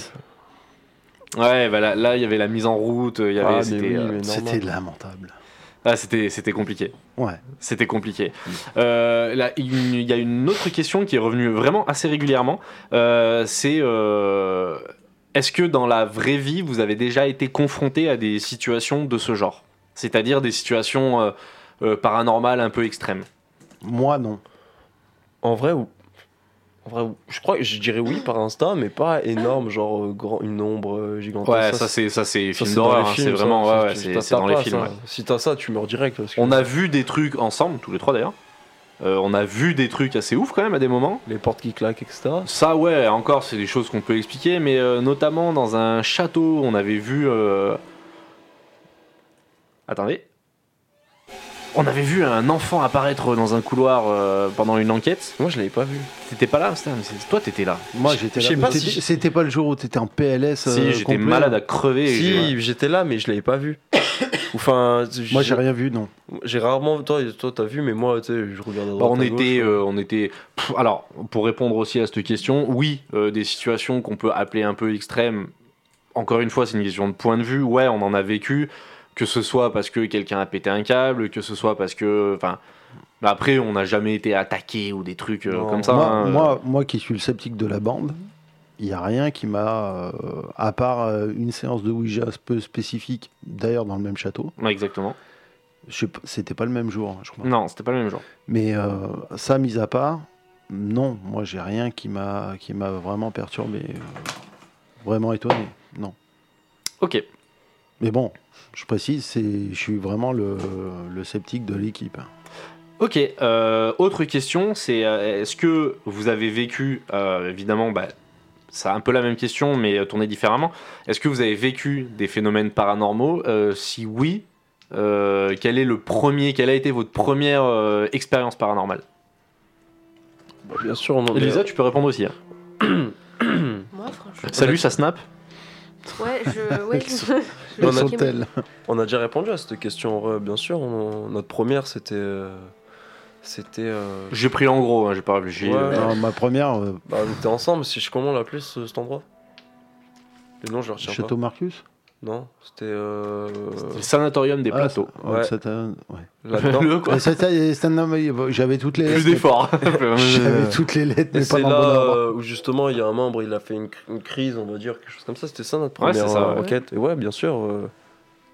Speaker 2: bis.
Speaker 1: Ouais, bah là, là, il y avait la mise en route, il y avait.
Speaker 3: Ah, mais
Speaker 1: c'était,
Speaker 3: oui,
Speaker 1: euh,
Speaker 3: mais
Speaker 2: C'était
Speaker 3: normal.
Speaker 2: lamentable.
Speaker 1: ah, c'était c'était compliqué.
Speaker 2: Ouais.
Speaker 1: C'était compliqué. Euh, là, il y a une autre question qui est revenue vraiment assez régulièrement. Euh, c'est euh, est-ce que dans la vraie vie, vous avez déjà été confronté à des situations de ce genre C'est-à-dire des situations euh, euh, paranormales un peu extrêmes.
Speaker 2: Moi, non.
Speaker 3: En vrai, ou... en vrai, ou- je crois, je dirais oui par instinct, mais pas énorme, genre euh, grand, une ombre euh, gigantesque.
Speaker 1: Ouais, ça, c'est ça c'est
Speaker 3: ça,
Speaker 1: film
Speaker 3: dans les
Speaker 1: d'horreur. hein,
Speaker 3: films,
Speaker 1: C'est
Speaker 3: ça.
Speaker 1: vraiment ouais,
Speaker 3: Ça,
Speaker 1: ouais,
Speaker 3: tu-
Speaker 1: c'est
Speaker 3: t'as-
Speaker 1: c'est dans
Speaker 3: t'as
Speaker 1: les
Speaker 3: pas
Speaker 1: films.
Speaker 3: ça.
Speaker 1: ouais.
Speaker 3: Si t'as ça, tu meurs direct. Parce que
Speaker 1: On a vu des trucs ensemble, tous les trois d'ailleurs. Euh, on a vu des trucs assez ouf quand même à des moments.
Speaker 3: les portes qui claquent, etc.
Speaker 1: Ça, ouais, encore, c'est des choses qu'on peut expliquer, mais euh, notamment dans un château, on avait vu. euh, Attendez. On avait vu un enfant apparaître dans un couloir euh, pendant une enquête.
Speaker 3: Moi, je l'avais pas vu.
Speaker 1: T'étais pas là, Stan mais c'est- toi t'étais là.
Speaker 2: Moi, j'étais
Speaker 3: je sais
Speaker 2: là.
Speaker 3: pas
Speaker 2: mais
Speaker 3: si
Speaker 2: t'étais-
Speaker 3: je-
Speaker 2: C'était pas le jour où t'étais en PLS. euh,
Speaker 1: si, j'étais
Speaker 2: complet.
Speaker 1: malade à crever. et j'ai-
Speaker 3: Si, j'étais là, mais je l'avais pas vu. Enfin,
Speaker 2: Moi, j'ai rien vu, non.
Speaker 3: J'ai rarement. Toi, toi, t'as vu, mais moi, tu sais, je regarde. à
Speaker 1: Bah,
Speaker 3: droite,
Speaker 1: on,
Speaker 3: à gauche. hein.
Speaker 1: était, euh, on était. pff, alors, pour répondre aussi à cette question, oui, euh, des situations qu'on peut appeler un peu extrêmes. Encore une fois, c'est une question de point de vue. Ouais, on en a vécu. Que ce soit parce que quelqu'un a pété un câble, que ce soit parce que. Enfin. bah, Après, on n'a jamais été attaqué ou des trucs euh,
Speaker 3: Non.
Speaker 1: comme ça.
Speaker 2: moi,
Speaker 1: hein.
Speaker 2: moi, moi qui suis le sceptique de la bande, il n'y a rien qui m'a, euh, à part euh, une séance de Ouija un peu spécifique, d'ailleurs dans le même château,
Speaker 1: Ouais, exactement.
Speaker 2: je sais pas- c'était pas le même jour, hein, je crois.
Speaker 1: Non, c'était pas le même genre.
Speaker 2: Mais euh, ça, mis à part, non, moi j'ai rien qui m'a, qui m'a vraiment perturbé, euh, vraiment étonné, non.
Speaker 1: Ok.
Speaker 2: Mais bon, je précise, c'est, je suis vraiment le, le sceptique de l'équipe. hein.
Speaker 1: Ok, euh, autre question, c'est euh, est-ce que vous avez vécu, euh, évidemment, bah, c'est un peu la même question, mais euh, tournée différemment, est-ce que vous avez vécu des phénomènes paranormaux Euh, Si oui, euh, quel est le premier, quelle a été votre première euh, expérience paranormale euh,
Speaker 3: Bien sûr, on en
Speaker 1: Elisa, tu peux répondre aussi. hein.
Speaker 4: Moi, franchement.
Speaker 1: Salut, ça snap
Speaker 4: Ouais, je. Ouais, je- je-
Speaker 3: Dans
Speaker 4: je-
Speaker 3: notre
Speaker 4: je-
Speaker 3: On a déjà répondu à cette question, en vrai, bien sûr. on- notre première, c'était. euh, C'était. euh,
Speaker 1: J'ai pris en gros, hein, j'ai pas réfléchi.
Speaker 3: Ouais.
Speaker 1: euh.
Speaker 2: Non, ma première, euh,
Speaker 3: bah, on était ensemble, si je comment on l'appelait ce- cet endroit Le nom, je le retiens
Speaker 2: Château Marcus.
Speaker 3: pas. Non, c'était. euh,
Speaker 1: Le sanatorium des
Speaker 2: Ah,
Speaker 1: plateaux.
Speaker 2: ça-
Speaker 3: Ouais.
Speaker 2: ça t'a- ouais.
Speaker 3: là-dedans.
Speaker 1: Le quoi
Speaker 2: Ouais, ça, ça, euh, stand-up, euh, J'avais toutes les
Speaker 1: Plus
Speaker 2: lettres.
Speaker 1: d'efforts.
Speaker 2: J'avais toutes les lettres, mais
Speaker 3: Et
Speaker 2: pas
Speaker 3: c'est
Speaker 2: dans
Speaker 3: là
Speaker 2: le bon ordre.
Speaker 3: euh, où justement il y a un membre, il a fait une, cr- une crise, on va dire, quelque chose comme ça. C'était ça notre
Speaker 1: Ouais,
Speaker 3: première
Speaker 1: c'est ça,
Speaker 3: euh,
Speaker 1: ouais.
Speaker 3: enquête. Et ouais, bien sûr. euh,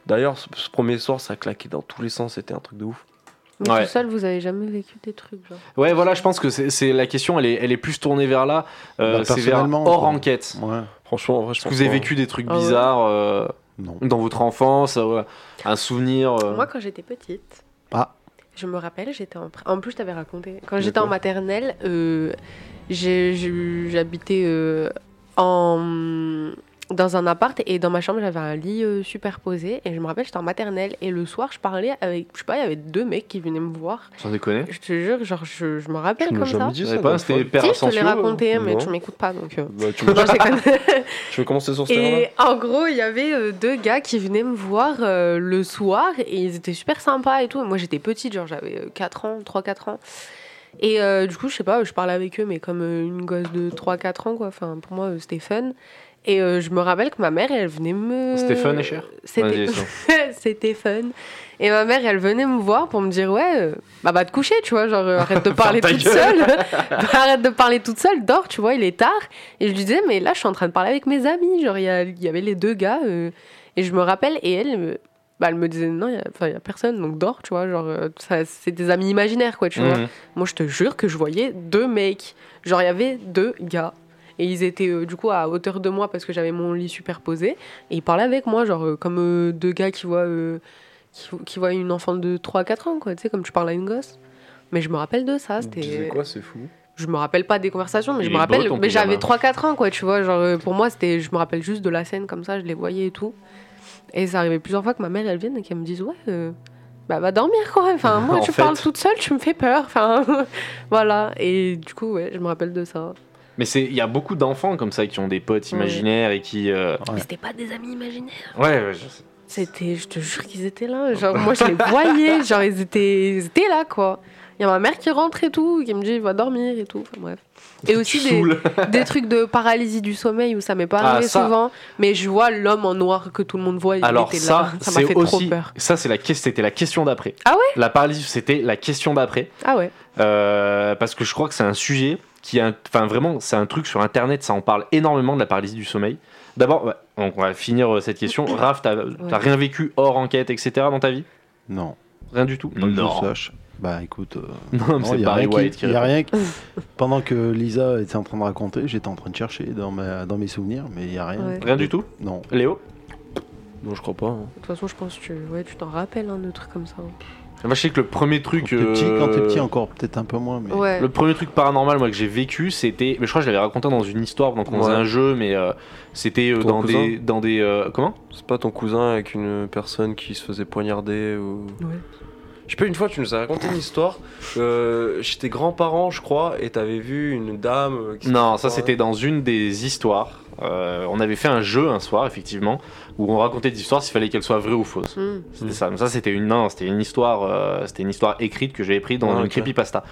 Speaker 3: D'ailleurs, ce, ce premier soir, ça claquait dans tous les sens, c'était un truc de ouf.
Speaker 4: Mais
Speaker 1: Ouais.
Speaker 4: tout seul, vous avez jamais vécu des trucs, genre.
Speaker 1: Ouais, voilà, je pense que c'est c'est- la question, elle est, elle est plus tournée vers là, euh,
Speaker 2: Bah,
Speaker 1: c'est vers
Speaker 2: personnellement,
Speaker 1: hors
Speaker 2: quoi.
Speaker 1: enquête.
Speaker 2: Ouais,
Speaker 3: Franchement, en vrai, je
Speaker 1: Est-ce que
Speaker 3: pense
Speaker 1: vous avez
Speaker 3: pas.
Speaker 1: vécu des trucs
Speaker 4: Ah ouais.
Speaker 1: bizarres euh,
Speaker 2: non.
Speaker 1: dans votre enfance euh, voilà, Un souvenir euh,
Speaker 4: Moi, quand j'étais petite.
Speaker 2: Ah.
Speaker 4: Je me rappelle, j'étais en. pr- En plus, je t'avais raconté. Quand j'étais en maternelle, euh, j'ai- j'ai- j'habitais euh, en. Dans un appart et dans ma chambre j'avais un lit euh, superposé et je me rappelle j'étais en maternelle et le soir je parlais avec je sais pas il y avait deux mecs qui venaient me voir
Speaker 1: Sans déconner
Speaker 4: je te jure genre je, je me rappelle
Speaker 3: Tu m'as
Speaker 4: comme
Speaker 3: jamais
Speaker 4: ça
Speaker 3: dit
Speaker 1: Vous
Speaker 3: ça
Speaker 1: savez
Speaker 3: dans
Speaker 1: pas,
Speaker 3: le
Speaker 1: c'était
Speaker 3: fond
Speaker 1: hyper
Speaker 4: si je te l'ai
Speaker 1: sensuel, ou-
Speaker 4: raconté mais
Speaker 3: Non.
Speaker 4: tu m'écoutes pas donc euh,
Speaker 3: Bah, tu, veux,
Speaker 4: non, je déconne.
Speaker 3: tu veux commencer sur ce terrain-là
Speaker 4: Et en gros, il y avait euh, deux gars qui venaient me voir euh, le soir et ils étaient super sympas et tout. Et moi, j'étais petite, genre j'avais euh, 4 ans, 3-4 ans. Et euh, du coup, je sais pas, je parlais avec eux, mais comme euh, une gosse de 3-4 ans, quoi. Enfin, pour moi, euh, c'était fun. Et euh, je me rappelle que ma mère, elle venait me.
Speaker 1: C'était fun et cher
Speaker 4: C'était-
Speaker 1: Vas-y, ça.
Speaker 4: C'était fun. Et ma mère, elle venait me voir pour me dire Ouais, euh, bah va te coucher, tu vois, genre euh, arrête de parler
Speaker 1: ta
Speaker 4: toute
Speaker 1: gueule.
Speaker 4: seule. Bah, arrête de parler toute seule, dors, tu vois, il est tard. Et je lui disais Mais là, je suis en train de parler avec mes amis. Genre, il y, a- il y avait les deux gars. euh, et je me rappelle, et elle, euh, bah, elle me disait Non, il y a- enfin, il y a personne, donc dors, tu vois, genre, euh, ça, c'est des amis imaginaires, quoi, tu vois.
Speaker 1: Mhm.
Speaker 4: Moi, je te jure que je voyais deux mecs. Genre, il y avait deux gars. Et ils étaient euh, du coup à hauteur de moi parce que j'avais mon lit superposé. Et ils parlaient avec moi, genre euh, comme euh, deux gars qui voient, euh, qui, qui voient une enfant de 3-4 ans, quoi. Tu sais, comme tu parles à une gosse. Mais je me rappelle de ça.
Speaker 3: Tu disais
Speaker 4: ah, C'était.
Speaker 3: quoi, c'est fou
Speaker 4: je me rappelle pas des conversations, mais
Speaker 1: Il est
Speaker 4: je me
Speaker 1: beau,
Speaker 4: rappelle.
Speaker 1: ton
Speaker 4: Mais j'avais
Speaker 1: pyjama.
Speaker 4: 3-4 ans, quoi, tu vois. Genre, euh, pour moi, c'était, je me rappelle juste de la scène comme ça, je les voyais et tout. Et ça arrivait plusieurs fois que ma mère, elle vienne et qu'elle me dise, ouais, euh, bah va dormir, quoi. Enfin, moi,
Speaker 1: En
Speaker 4: tu
Speaker 1: fait.
Speaker 4: parles toute seule, tu me fais peur. Enfin, voilà. Et du coup, ouais, je me rappelle de ça.
Speaker 1: Mais c'est- il y a beaucoup d'enfants comme ça qui ont des potes
Speaker 4: Ouais.
Speaker 1: imaginaires et qui. euh,
Speaker 4: Mais c'était pas des amis imaginaires.
Speaker 1: Ouais, ouais, je sais.
Speaker 4: C'était, je te jure qu'ils étaient là. Genre, moi, je les voyais. Genre, ils étaient, ils étaient là, quoi. Il y a ma mère qui rentre et tout, qui me dit, va dormir et tout. Enfin, bref. Et aussi des,
Speaker 1: Saoul.
Speaker 4: des trucs de paralysie du sommeil où ça m'est pas
Speaker 1: Ah,
Speaker 4: arrivé
Speaker 1: ça.
Speaker 4: souvent. Mais je vois l'homme en noir que tout le monde voit. il
Speaker 1: Alors
Speaker 4: était
Speaker 1: ça,
Speaker 4: là. ça m'a
Speaker 1: c'est
Speaker 4: fait trop
Speaker 1: aussi.
Speaker 4: peur.
Speaker 1: Ça, c'est la que- c'était la question d'après.
Speaker 4: Ah ouais
Speaker 1: La paralysie, c'était la question d'après.
Speaker 4: Ah ouais.
Speaker 1: Euh, parce que je crois que c'est un sujet qui, a- enfin vraiment, c'est un truc sur Internet, ça en parle énormément de la paralysie du sommeil. D'abord, ouais, on on va finir euh, cette question. Raph, t'as t'as rien vécu hors enquête, etc. dans ta vie
Speaker 2: Non.
Speaker 1: Rien du tout
Speaker 2: Pas que je sache. Bah écoute, euh,
Speaker 1: Non, mais
Speaker 2: non,
Speaker 1: c'est
Speaker 2: y a
Speaker 1: Barry
Speaker 2: rien qui-
Speaker 1: White qui
Speaker 2: y a
Speaker 1: répond.
Speaker 2: rien qui- Pendant que Lisa était en train de raconter, j'étais en train de chercher dans, ma- dans mes souvenirs, mais il y a rien.
Speaker 4: Ouais.
Speaker 1: Rien du tout
Speaker 2: Non.
Speaker 1: Léo
Speaker 3: Non, je crois pas. hein.
Speaker 4: De toute façon, je pense que tu ouais, tu t'en rappelles, hein, de trucs comme ça.
Speaker 1: Moi, je sais que le premier
Speaker 2: Quand
Speaker 1: truc.
Speaker 2: t'es petit, quand t'es
Speaker 1: euh,
Speaker 2: petit encore, peut-être un peu moins, mais.
Speaker 4: Ouais.
Speaker 1: Le premier truc paranormal moi que j'ai vécu c'était mais je crois que je l'avais raconté dans une histoire donc on faisait
Speaker 3: Ouais.
Speaker 1: un jeu mais euh, c'était euh,
Speaker 3: Ton
Speaker 1: dans
Speaker 3: cousin
Speaker 1: des dans des euh, comment
Speaker 3: C'est pas ton cousin avec une personne qui se faisait poignarder ou.
Speaker 4: Ouais.
Speaker 3: Je sais pas, une fois, tu nous as raconté une histoire. Euh, chez tes grands-parents, je crois, et t'avais vu une dame. euh, qui se
Speaker 1: Non,
Speaker 3: faisait
Speaker 1: ça c'était dans une des histoires. Euh, on avait fait un jeu un soir, effectivement, où on racontait des histoires s'il fallait qu'elles soient vraies ou fausses.
Speaker 4: Hmm.
Speaker 1: C'était ça. Mais ça c'était une non, c'était une histoire, euh, c'était une histoire écrite que j'avais prise dans
Speaker 3: Ah,
Speaker 1: une
Speaker 3: ok.
Speaker 1: creepypasta.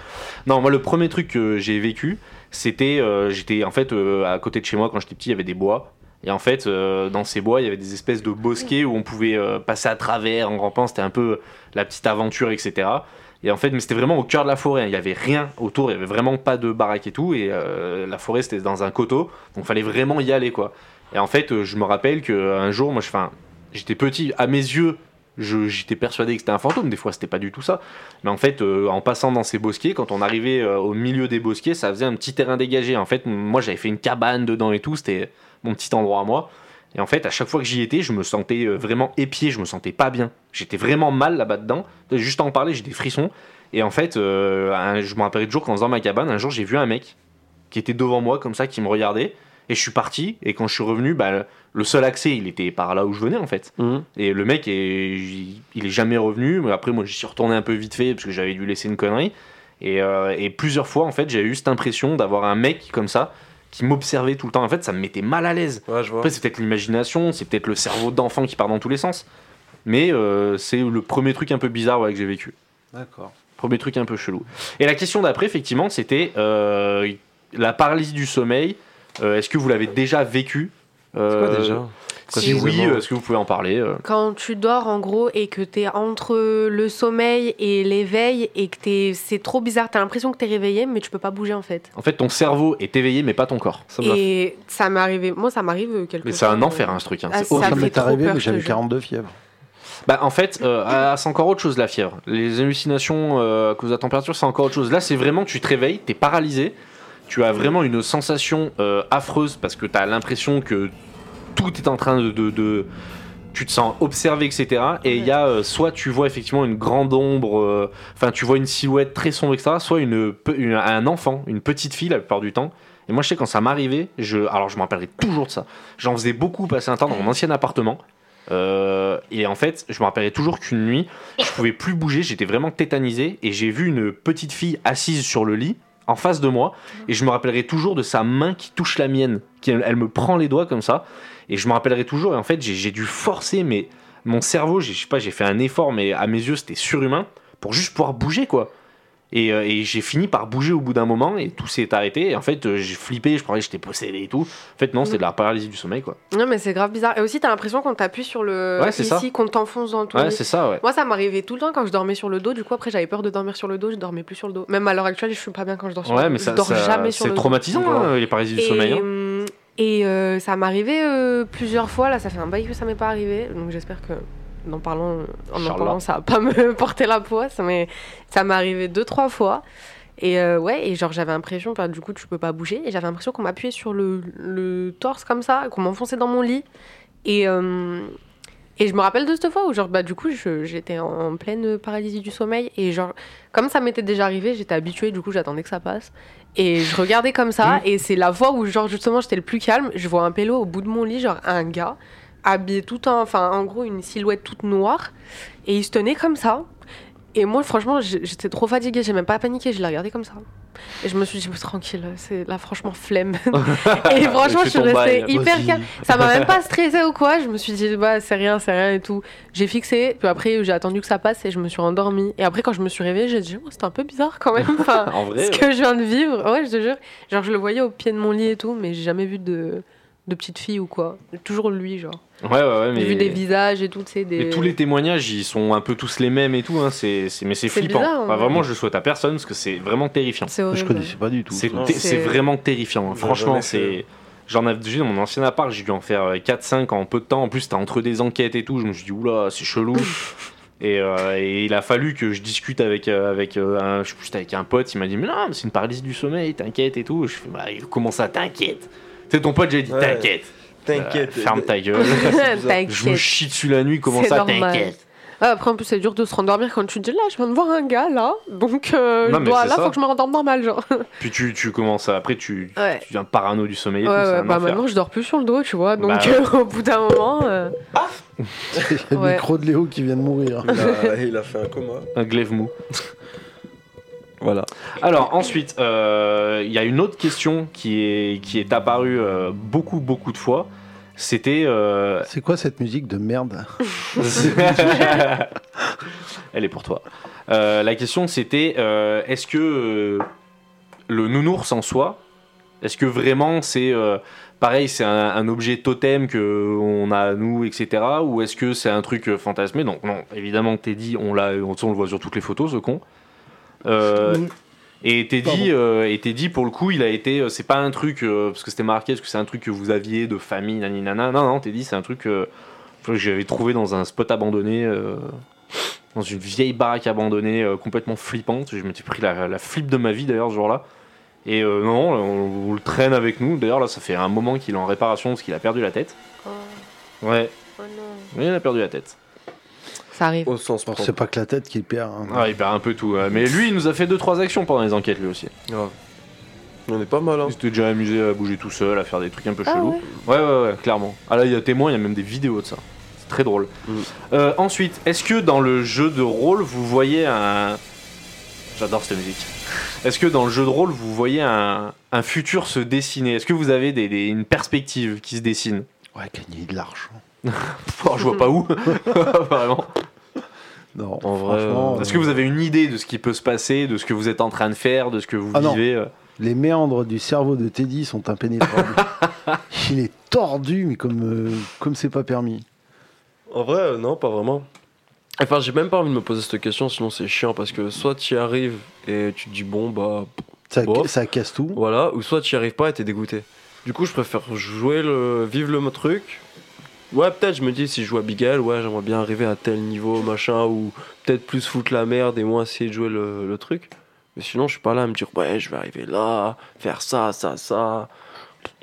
Speaker 1: Non, moi le premier truc que j'ai vécu, c'était euh, j'étais en fait euh, à côté de chez moi quand j'étais petit, il y avait des bois. Et en fait, euh, dans ces bois, il y avait des espèces de bosquets où on pouvait euh, passer à travers en rampant. C'était un peu la petite aventure, etc. Et en fait, mais c'était vraiment au cœur de la forêt. hein. Il y avait rien autour. Il y avait vraiment pas de baraque et tout. Et euh, la forêt, c'était dans un coteau. Donc, fallait vraiment y aller, quoi. Et en fait, euh, je me rappelle qu'un jour, moi, je, 'fin, j'étais petit. À mes yeux, je- j'étais persuadé que c'était un fantôme. Des fois, c'était pas du tout ça. Mais en fait, euh, en passant dans ces bosquets, quand on arrivait euh, au milieu des bosquets, ça faisait un petit terrain dégagé. En fait, moi, j'avais fait une cabane dedans et tout. C'était mon petit endroit à moi. Et en fait, à chaque fois que j'y étais, je me sentais euh, vraiment épié, je me sentais pas bien. J'étais vraiment mal là-bas dedans. Juste à en parler, j'ai des frissons. Et en fait, euh, un- je me rappelle toujours qu'en faisant ma cabane, un jour, j'ai vu un mec qui était devant moi, comme ça, qui me regardait. Et je suis parti. Et quand je suis revenu, bah, le- le seul accès, il était par là où je venais, en fait.
Speaker 3: Mhm.
Speaker 1: Et le mec, est, il- il est jamais revenu. Mais après, moi, j'y suis retourné un peu vite fait parce que j'avais dû laisser une connerie. Et, euh, et plusieurs fois, en fait, j'ai eu cette impression d'avoir un mec comme ça qui m'observait tout le temps. En fait, ça me mettait mal à l'aise.
Speaker 3: Ouais, je vois.
Speaker 1: Après, c'est peut-être l'imagination, c'est peut-être le cerveau d'enfant qui part dans tous les sens. Mais euh, c'est le premier truc un peu bizarre ouais, que j'ai vécu.
Speaker 2: D'accord.
Speaker 1: Premier truc un peu chelou. Et la question d'après, effectivement, c'était euh, la paralysie du sommeil. Euh, Est-ce que vous l'avez déjà vécu
Speaker 3: C'est
Speaker 1: Euh,
Speaker 3: quoi déjà
Speaker 1: Si oui,
Speaker 3: Précisément.
Speaker 1: euh, est-ce que vous pouvez en parler euh
Speaker 4: Quand tu dors en gros et que t'es entre le sommeil et l'éveil et que t'es, c'est trop bizarre. T'as l'impression que t'es réveillé, mais tu peux pas bouger en fait.
Speaker 1: En fait, ton cerveau est éveillé, mais pas ton corps. Ça me l'a fait.
Speaker 4: Et ça m'est arrivé. Moi, ça m'arrive euh, quelquefois.
Speaker 1: mais c'est un
Speaker 4: euh,
Speaker 1: enfer, hein, ce truc. hein.
Speaker 4: Ah,
Speaker 1: C'est
Speaker 4: ça
Speaker 1: horrible.
Speaker 2: Oh, ça
Speaker 4: fait
Speaker 2: m'est
Speaker 4: trop
Speaker 2: arrivé,
Speaker 4: peur,
Speaker 2: mais
Speaker 4: je
Speaker 2: j'avais
Speaker 4: te jure.
Speaker 2: 42 fièvres.
Speaker 1: Bah, en fait, euh, ah, c'est encore autre chose la fièvre. Les hallucinations euh, à cause de la température, c'est encore autre chose. Là, c'est vraiment, tu te réveilles, t'es paralysé, tu as vraiment une sensation euh, affreuse parce que t'as l'impression que tout est en train de. de- de- tu te sens observé, etc. Et il y a euh, soit tu vois effectivement une grande ombre, euh, enfin tu vois une silhouette très sombre, etc. Soit une, pe- une- un enfant, une petite fille la plupart du temps. Et moi je sais quand ça m'arrivait, je, alors je me rappellerai toujours de ça. J'en faisais beaucoup passer un temps dans mon ancien appartement. Euh, et en fait, je me rappellerai toujours qu'une nuit, je pouvais plus bouger, j'étais vraiment tétanisé et j'ai vu une petite fille assise sur le lit en face de moi et je me rappellerai toujours de sa main qui touche la mienne, qui elle, elle me prend les doigts comme ça et je me rappellerai toujours et en fait j'ai- j'ai dû forcer mais mon cerveau, j'ai- je sais pas, j'ai fait un effort mais à mes yeux c'était surhumain pour juste pouvoir bouger quoi. Et, euh, et j'ai fini par bouger au bout d'un moment et tout s'est arrêté et en fait euh, j'ai flippé, je croyais que j'étais possédé et tout. En fait non, c'était de la paralysie du sommeil quoi.
Speaker 4: Non, mais c'est grave bizarre. Et aussi, t'as l'impression qu'on t'appuie sur le.
Speaker 1: Ouais, c'est ça.
Speaker 4: Ici, qu'on t'enfonce dans ton
Speaker 1: Ouais,
Speaker 4: lit.
Speaker 1: c'est ça ouais.
Speaker 4: Moi, ça m'arrivait tout le temps quand je dormais sur le dos. Du coup, après, j'avais peur de dormir sur le dos. Je dormais plus sur le dos. Même à l'heure actuelle, je suis pas bien quand je dors sur le
Speaker 1: Ouais,
Speaker 4: dos.
Speaker 1: mais
Speaker 4: je
Speaker 1: ça,
Speaker 4: dors
Speaker 1: ça-
Speaker 4: jamais sur
Speaker 1: c'est
Speaker 4: le dos.
Speaker 1: traumatisant, hein, les paralysies du
Speaker 4: et,
Speaker 1: sommeil. hein.
Speaker 4: hum, Et euh, ça m'arrivait euh, plusieurs fois. Là, ça fait un bail que ça m'est pas arrivé. Donc j'espère que, en parlant, en en
Speaker 1: Inch'Allah.
Speaker 4: parlant, ça va pas me porter la poisse. Mais ça m'est arrivé deux, trois fois. Et euh, ouais, et genre j'avais l'impression, bah, du coup tu peux pas bouger, et j'avais l'impression qu'on m'appuyait sur le, le torse comme ça, qu'on m'enfonçait dans mon lit. Et, euh, Et je me rappelle de cette fois où, genre, bah, du coup, je- j'étais en pleine paralysie du sommeil. Et, genre, comme ça m'était déjà arrivé, j'étais habituée, du coup, j'attendais que ça passe. Et je regardais comme ça.
Speaker 1: Mmh.
Speaker 4: Et c'est la fois où, genre, justement, j'étais le plus calme. Je vois un pélo au bout de mon lit, genre, un gars, habillé tout en. Enfin, en gros, une silhouette toute noire. Et il se tenait comme ça. Et moi, franchement, j'- j'étais trop fatiguée, j'ai même pas paniqué, je l'ai regardé comme ça. Et je me suis dit, Oh, tranquille, c'est là, franchement, flemme. et franchement,
Speaker 1: fais
Speaker 4: je suis
Speaker 1: ton
Speaker 4: restée
Speaker 1: bail,
Speaker 4: hyper
Speaker 2: vas-y.
Speaker 4: calme. Ça m'a même pas stressée ou quoi. Je me suis dit, bah, c'est rien, c'est rien et tout. J'ai fixé, puis après, j'ai attendu que ça passe et je me suis endormie. Et après, quand je me suis réveillée, j'ai dit, oh, c'était un peu bizarre quand même. Enfin,
Speaker 1: En vrai,
Speaker 4: ce que je viens de vivre, ouais, je te jure. Genre, je le voyais au pied de mon lit et tout, mais j'ai jamais vu de, de petite fille ou quoi. Toujours lui, genre.
Speaker 1: ouais, ouais, ouais,
Speaker 4: J'ai
Speaker 1: mais.
Speaker 4: vu des visages et tout, tu sais, des.
Speaker 1: mais tous les témoignages, ils sont un peu tous les mêmes et tout, hein, c'est, c'est- mais c'est
Speaker 4: C'est
Speaker 1: flippant.
Speaker 4: bizarre, hein.
Speaker 1: Enfin,
Speaker 4: ouais.
Speaker 1: vraiment, je le souhaite à personne parce que c'est vraiment terrifiant.
Speaker 4: C'est
Speaker 2: Je
Speaker 4: horrible.
Speaker 2: connaissais pas du tout.
Speaker 1: C'est,
Speaker 2: ça.
Speaker 1: c'est-
Speaker 4: C'est-
Speaker 1: c'est vraiment terrifiant. hein.
Speaker 3: J'ai
Speaker 1: Franchement,
Speaker 3: jamais
Speaker 1: c'est.
Speaker 3: fait.
Speaker 1: J'en avais déjà dans mon ancien appart, j'ai dû en faire euh, 4-5 en peu de temps. En plus, t'as entre des enquêtes et tout. Je me suis dit, oula, c'est chelou. et, euh, et il a fallu que je discute avec, euh, avec, euh, un, je sais plus, j'étais avec un pote. Il m'a dit, mais non, mais c'est une paralysie du sommeil, t'inquiète et tout. Je fais, bah, comment ça, t'inquiète C'est ton pote, j'ai dit,
Speaker 3: Ouais.
Speaker 1: t'inquiète.
Speaker 3: T'inquiète.
Speaker 1: Euh, ferme ta gueule. je me
Speaker 4: T'inquiète.
Speaker 1: chie dessus la nuit, comment
Speaker 4: C'est
Speaker 1: ça,
Speaker 4: normal.
Speaker 1: t'inquiète
Speaker 4: Ah, après, en plus, c'est dur de se rendormir quand tu te dis là, je viens de voir un gars là, donc euh,
Speaker 1: Non,
Speaker 4: je
Speaker 1: mais
Speaker 4: dois,
Speaker 1: c'est
Speaker 4: là,
Speaker 1: ça.
Speaker 4: faut que je me rendorme normal, genre.
Speaker 1: Puis tu, tu commences à. Après, tu,
Speaker 4: Ouais.
Speaker 1: tu deviens parano du sommeil et
Speaker 4: ouais,
Speaker 1: tout. c'est
Speaker 4: ouais,
Speaker 1: un
Speaker 4: bah
Speaker 1: enfer.
Speaker 4: maintenant, je dors plus sur le dos, tu vois, donc
Speaker 1: Bah,
Speaker 4: au bout d'un moment. euh,
Speaker 2: le
Speaker 4: Ouais.
Speaker 2: micro de Léo qui vient de mourir.
Speaker 3: Il a, il a fait un coma.
Speaker 1: Un glaive mou.
Speaker 3: Voilà.
Speaker 1: Alors ensuite, euh, il y a une autre question qui est, qui est apparue euh, beaucoup beaucoup de fois. C'était... euh,
Speaker 2: C'est quoi cette musique de merde
Speaker 1: Elle est pour toi. Euh, la question c'était euh, est-ce que euh, le nounours en soi, est-ce que vraiment c'est... euh, Pareil, c'est un, un objet totem que on a à nous, etc. Ou est-ce que c'est un truc euh, fantasmé Donc non, évidemment Teddy, on l'a, on, on le voit sur toutes les photos, ce con. Euh, Et
Speaker 2: Pardon.
Speaker 1: Teddy, euh, et Teddy, pour le coup, il a été. euh, c'est pas un truc. euh, parce que c'était marqué, est-ce que c'est un truc que vous aviez de famille, naninana Non, non, Teddy, c'est un truc euh, que j'avais trouvé dans un spot abandonné. euh, dans une vieille baraque abandonnée, euh, complètement flippante. Je m'étais pris la, la flippe de ma vie d'ailleurs ce jour-là. Et euh, non, on, on le traîne avec nous. D'ailleurs, là, ça fait un moment qu'il est en réparation parce qu'il a perdu la tête.
Speaker 4: Oh,
Speaker 1: Ouais,
Speaker 4: oh non.
Speaker 1: il a perdu la tête.
Speaker 4: Ça arrive.
Speaker 1: Oh,
Speaker 3: Au sens
Speaker 2: Bon,
Speaker 3: propre.
Speaker 2: C'est pas que la tête qui perd. hein.
Speaker 1: Ah, il perd un peu tout. ouais. Mais lui, il nous a fait 2-3 actions pendant les enquêtes, lui aussi.
Speaker 3: Grave. On est pas mal, hein.
Speaker 1: Il s'était déjà amusé à bouger tout seul, à faire des trucs un peu
Speaker 4: Ah
Speaker 1: chelous.
Speaker 4: ouais.
Speaker 1: Ouais, ouais, ouais, clairement. Ah là, il y a témoin, il y a même des vidéos de ça. C'est très drôle.
Speaker 3: Mm.
Speaker 1: Euh, ensuite, est-ce que dans le jeu de rôle, vous voyez un. J'adore cette musique. Est-ce que dans le jeu de rôle, vous voyez un, un futur se dessiner Est-ce que vous avez des, des- une perspective qui se dessine
Speaker 2: Ouais, gagner de l'argent.
Speaker 1: Oh, Je vois pas où. Vraiment.
Speaker 2: Non,
Speaker 3: En vrai, euh,
Speaker 2: franchement,
Speaker 1: Est-ce que vous avez une idée de ce qui peut se passer, de ce que vous êtes en train de faire, de ce que vous
Speaker 2: Ah non.
Speaker 1: vivez euh
Speaker 2: les méandres du cerveau de Teddy sont impénétrables. Il est tordu, mais comme euh, comme c'est pas permis.
Speaker 3: En vrai, euh, non, pas vraiment. Enfin, j'ai même pas envie de me poser cette question, sinon c'est chiant parce que soit tu y arrives et tu te dis bon bah
Speaker 2: Ça,
Speaker 3: Bon.
Speaker 2: ça casse tout.
Speaker 3: voilà, ou soit tu y arrives pas et t'es dégoûté. Du coup, je préfère jouer le vivre le truc. Ouais, peut-être je me dis si je joue à Bigel, ouais, j'aimerais bien arriver à tel niveau machin ou peut-être plus foutre la merde et moins essayer de jouer le, le truc. Mais sinon, je suis pas là à me dire ouais, je vais arriver là, faire ça, ça, ça.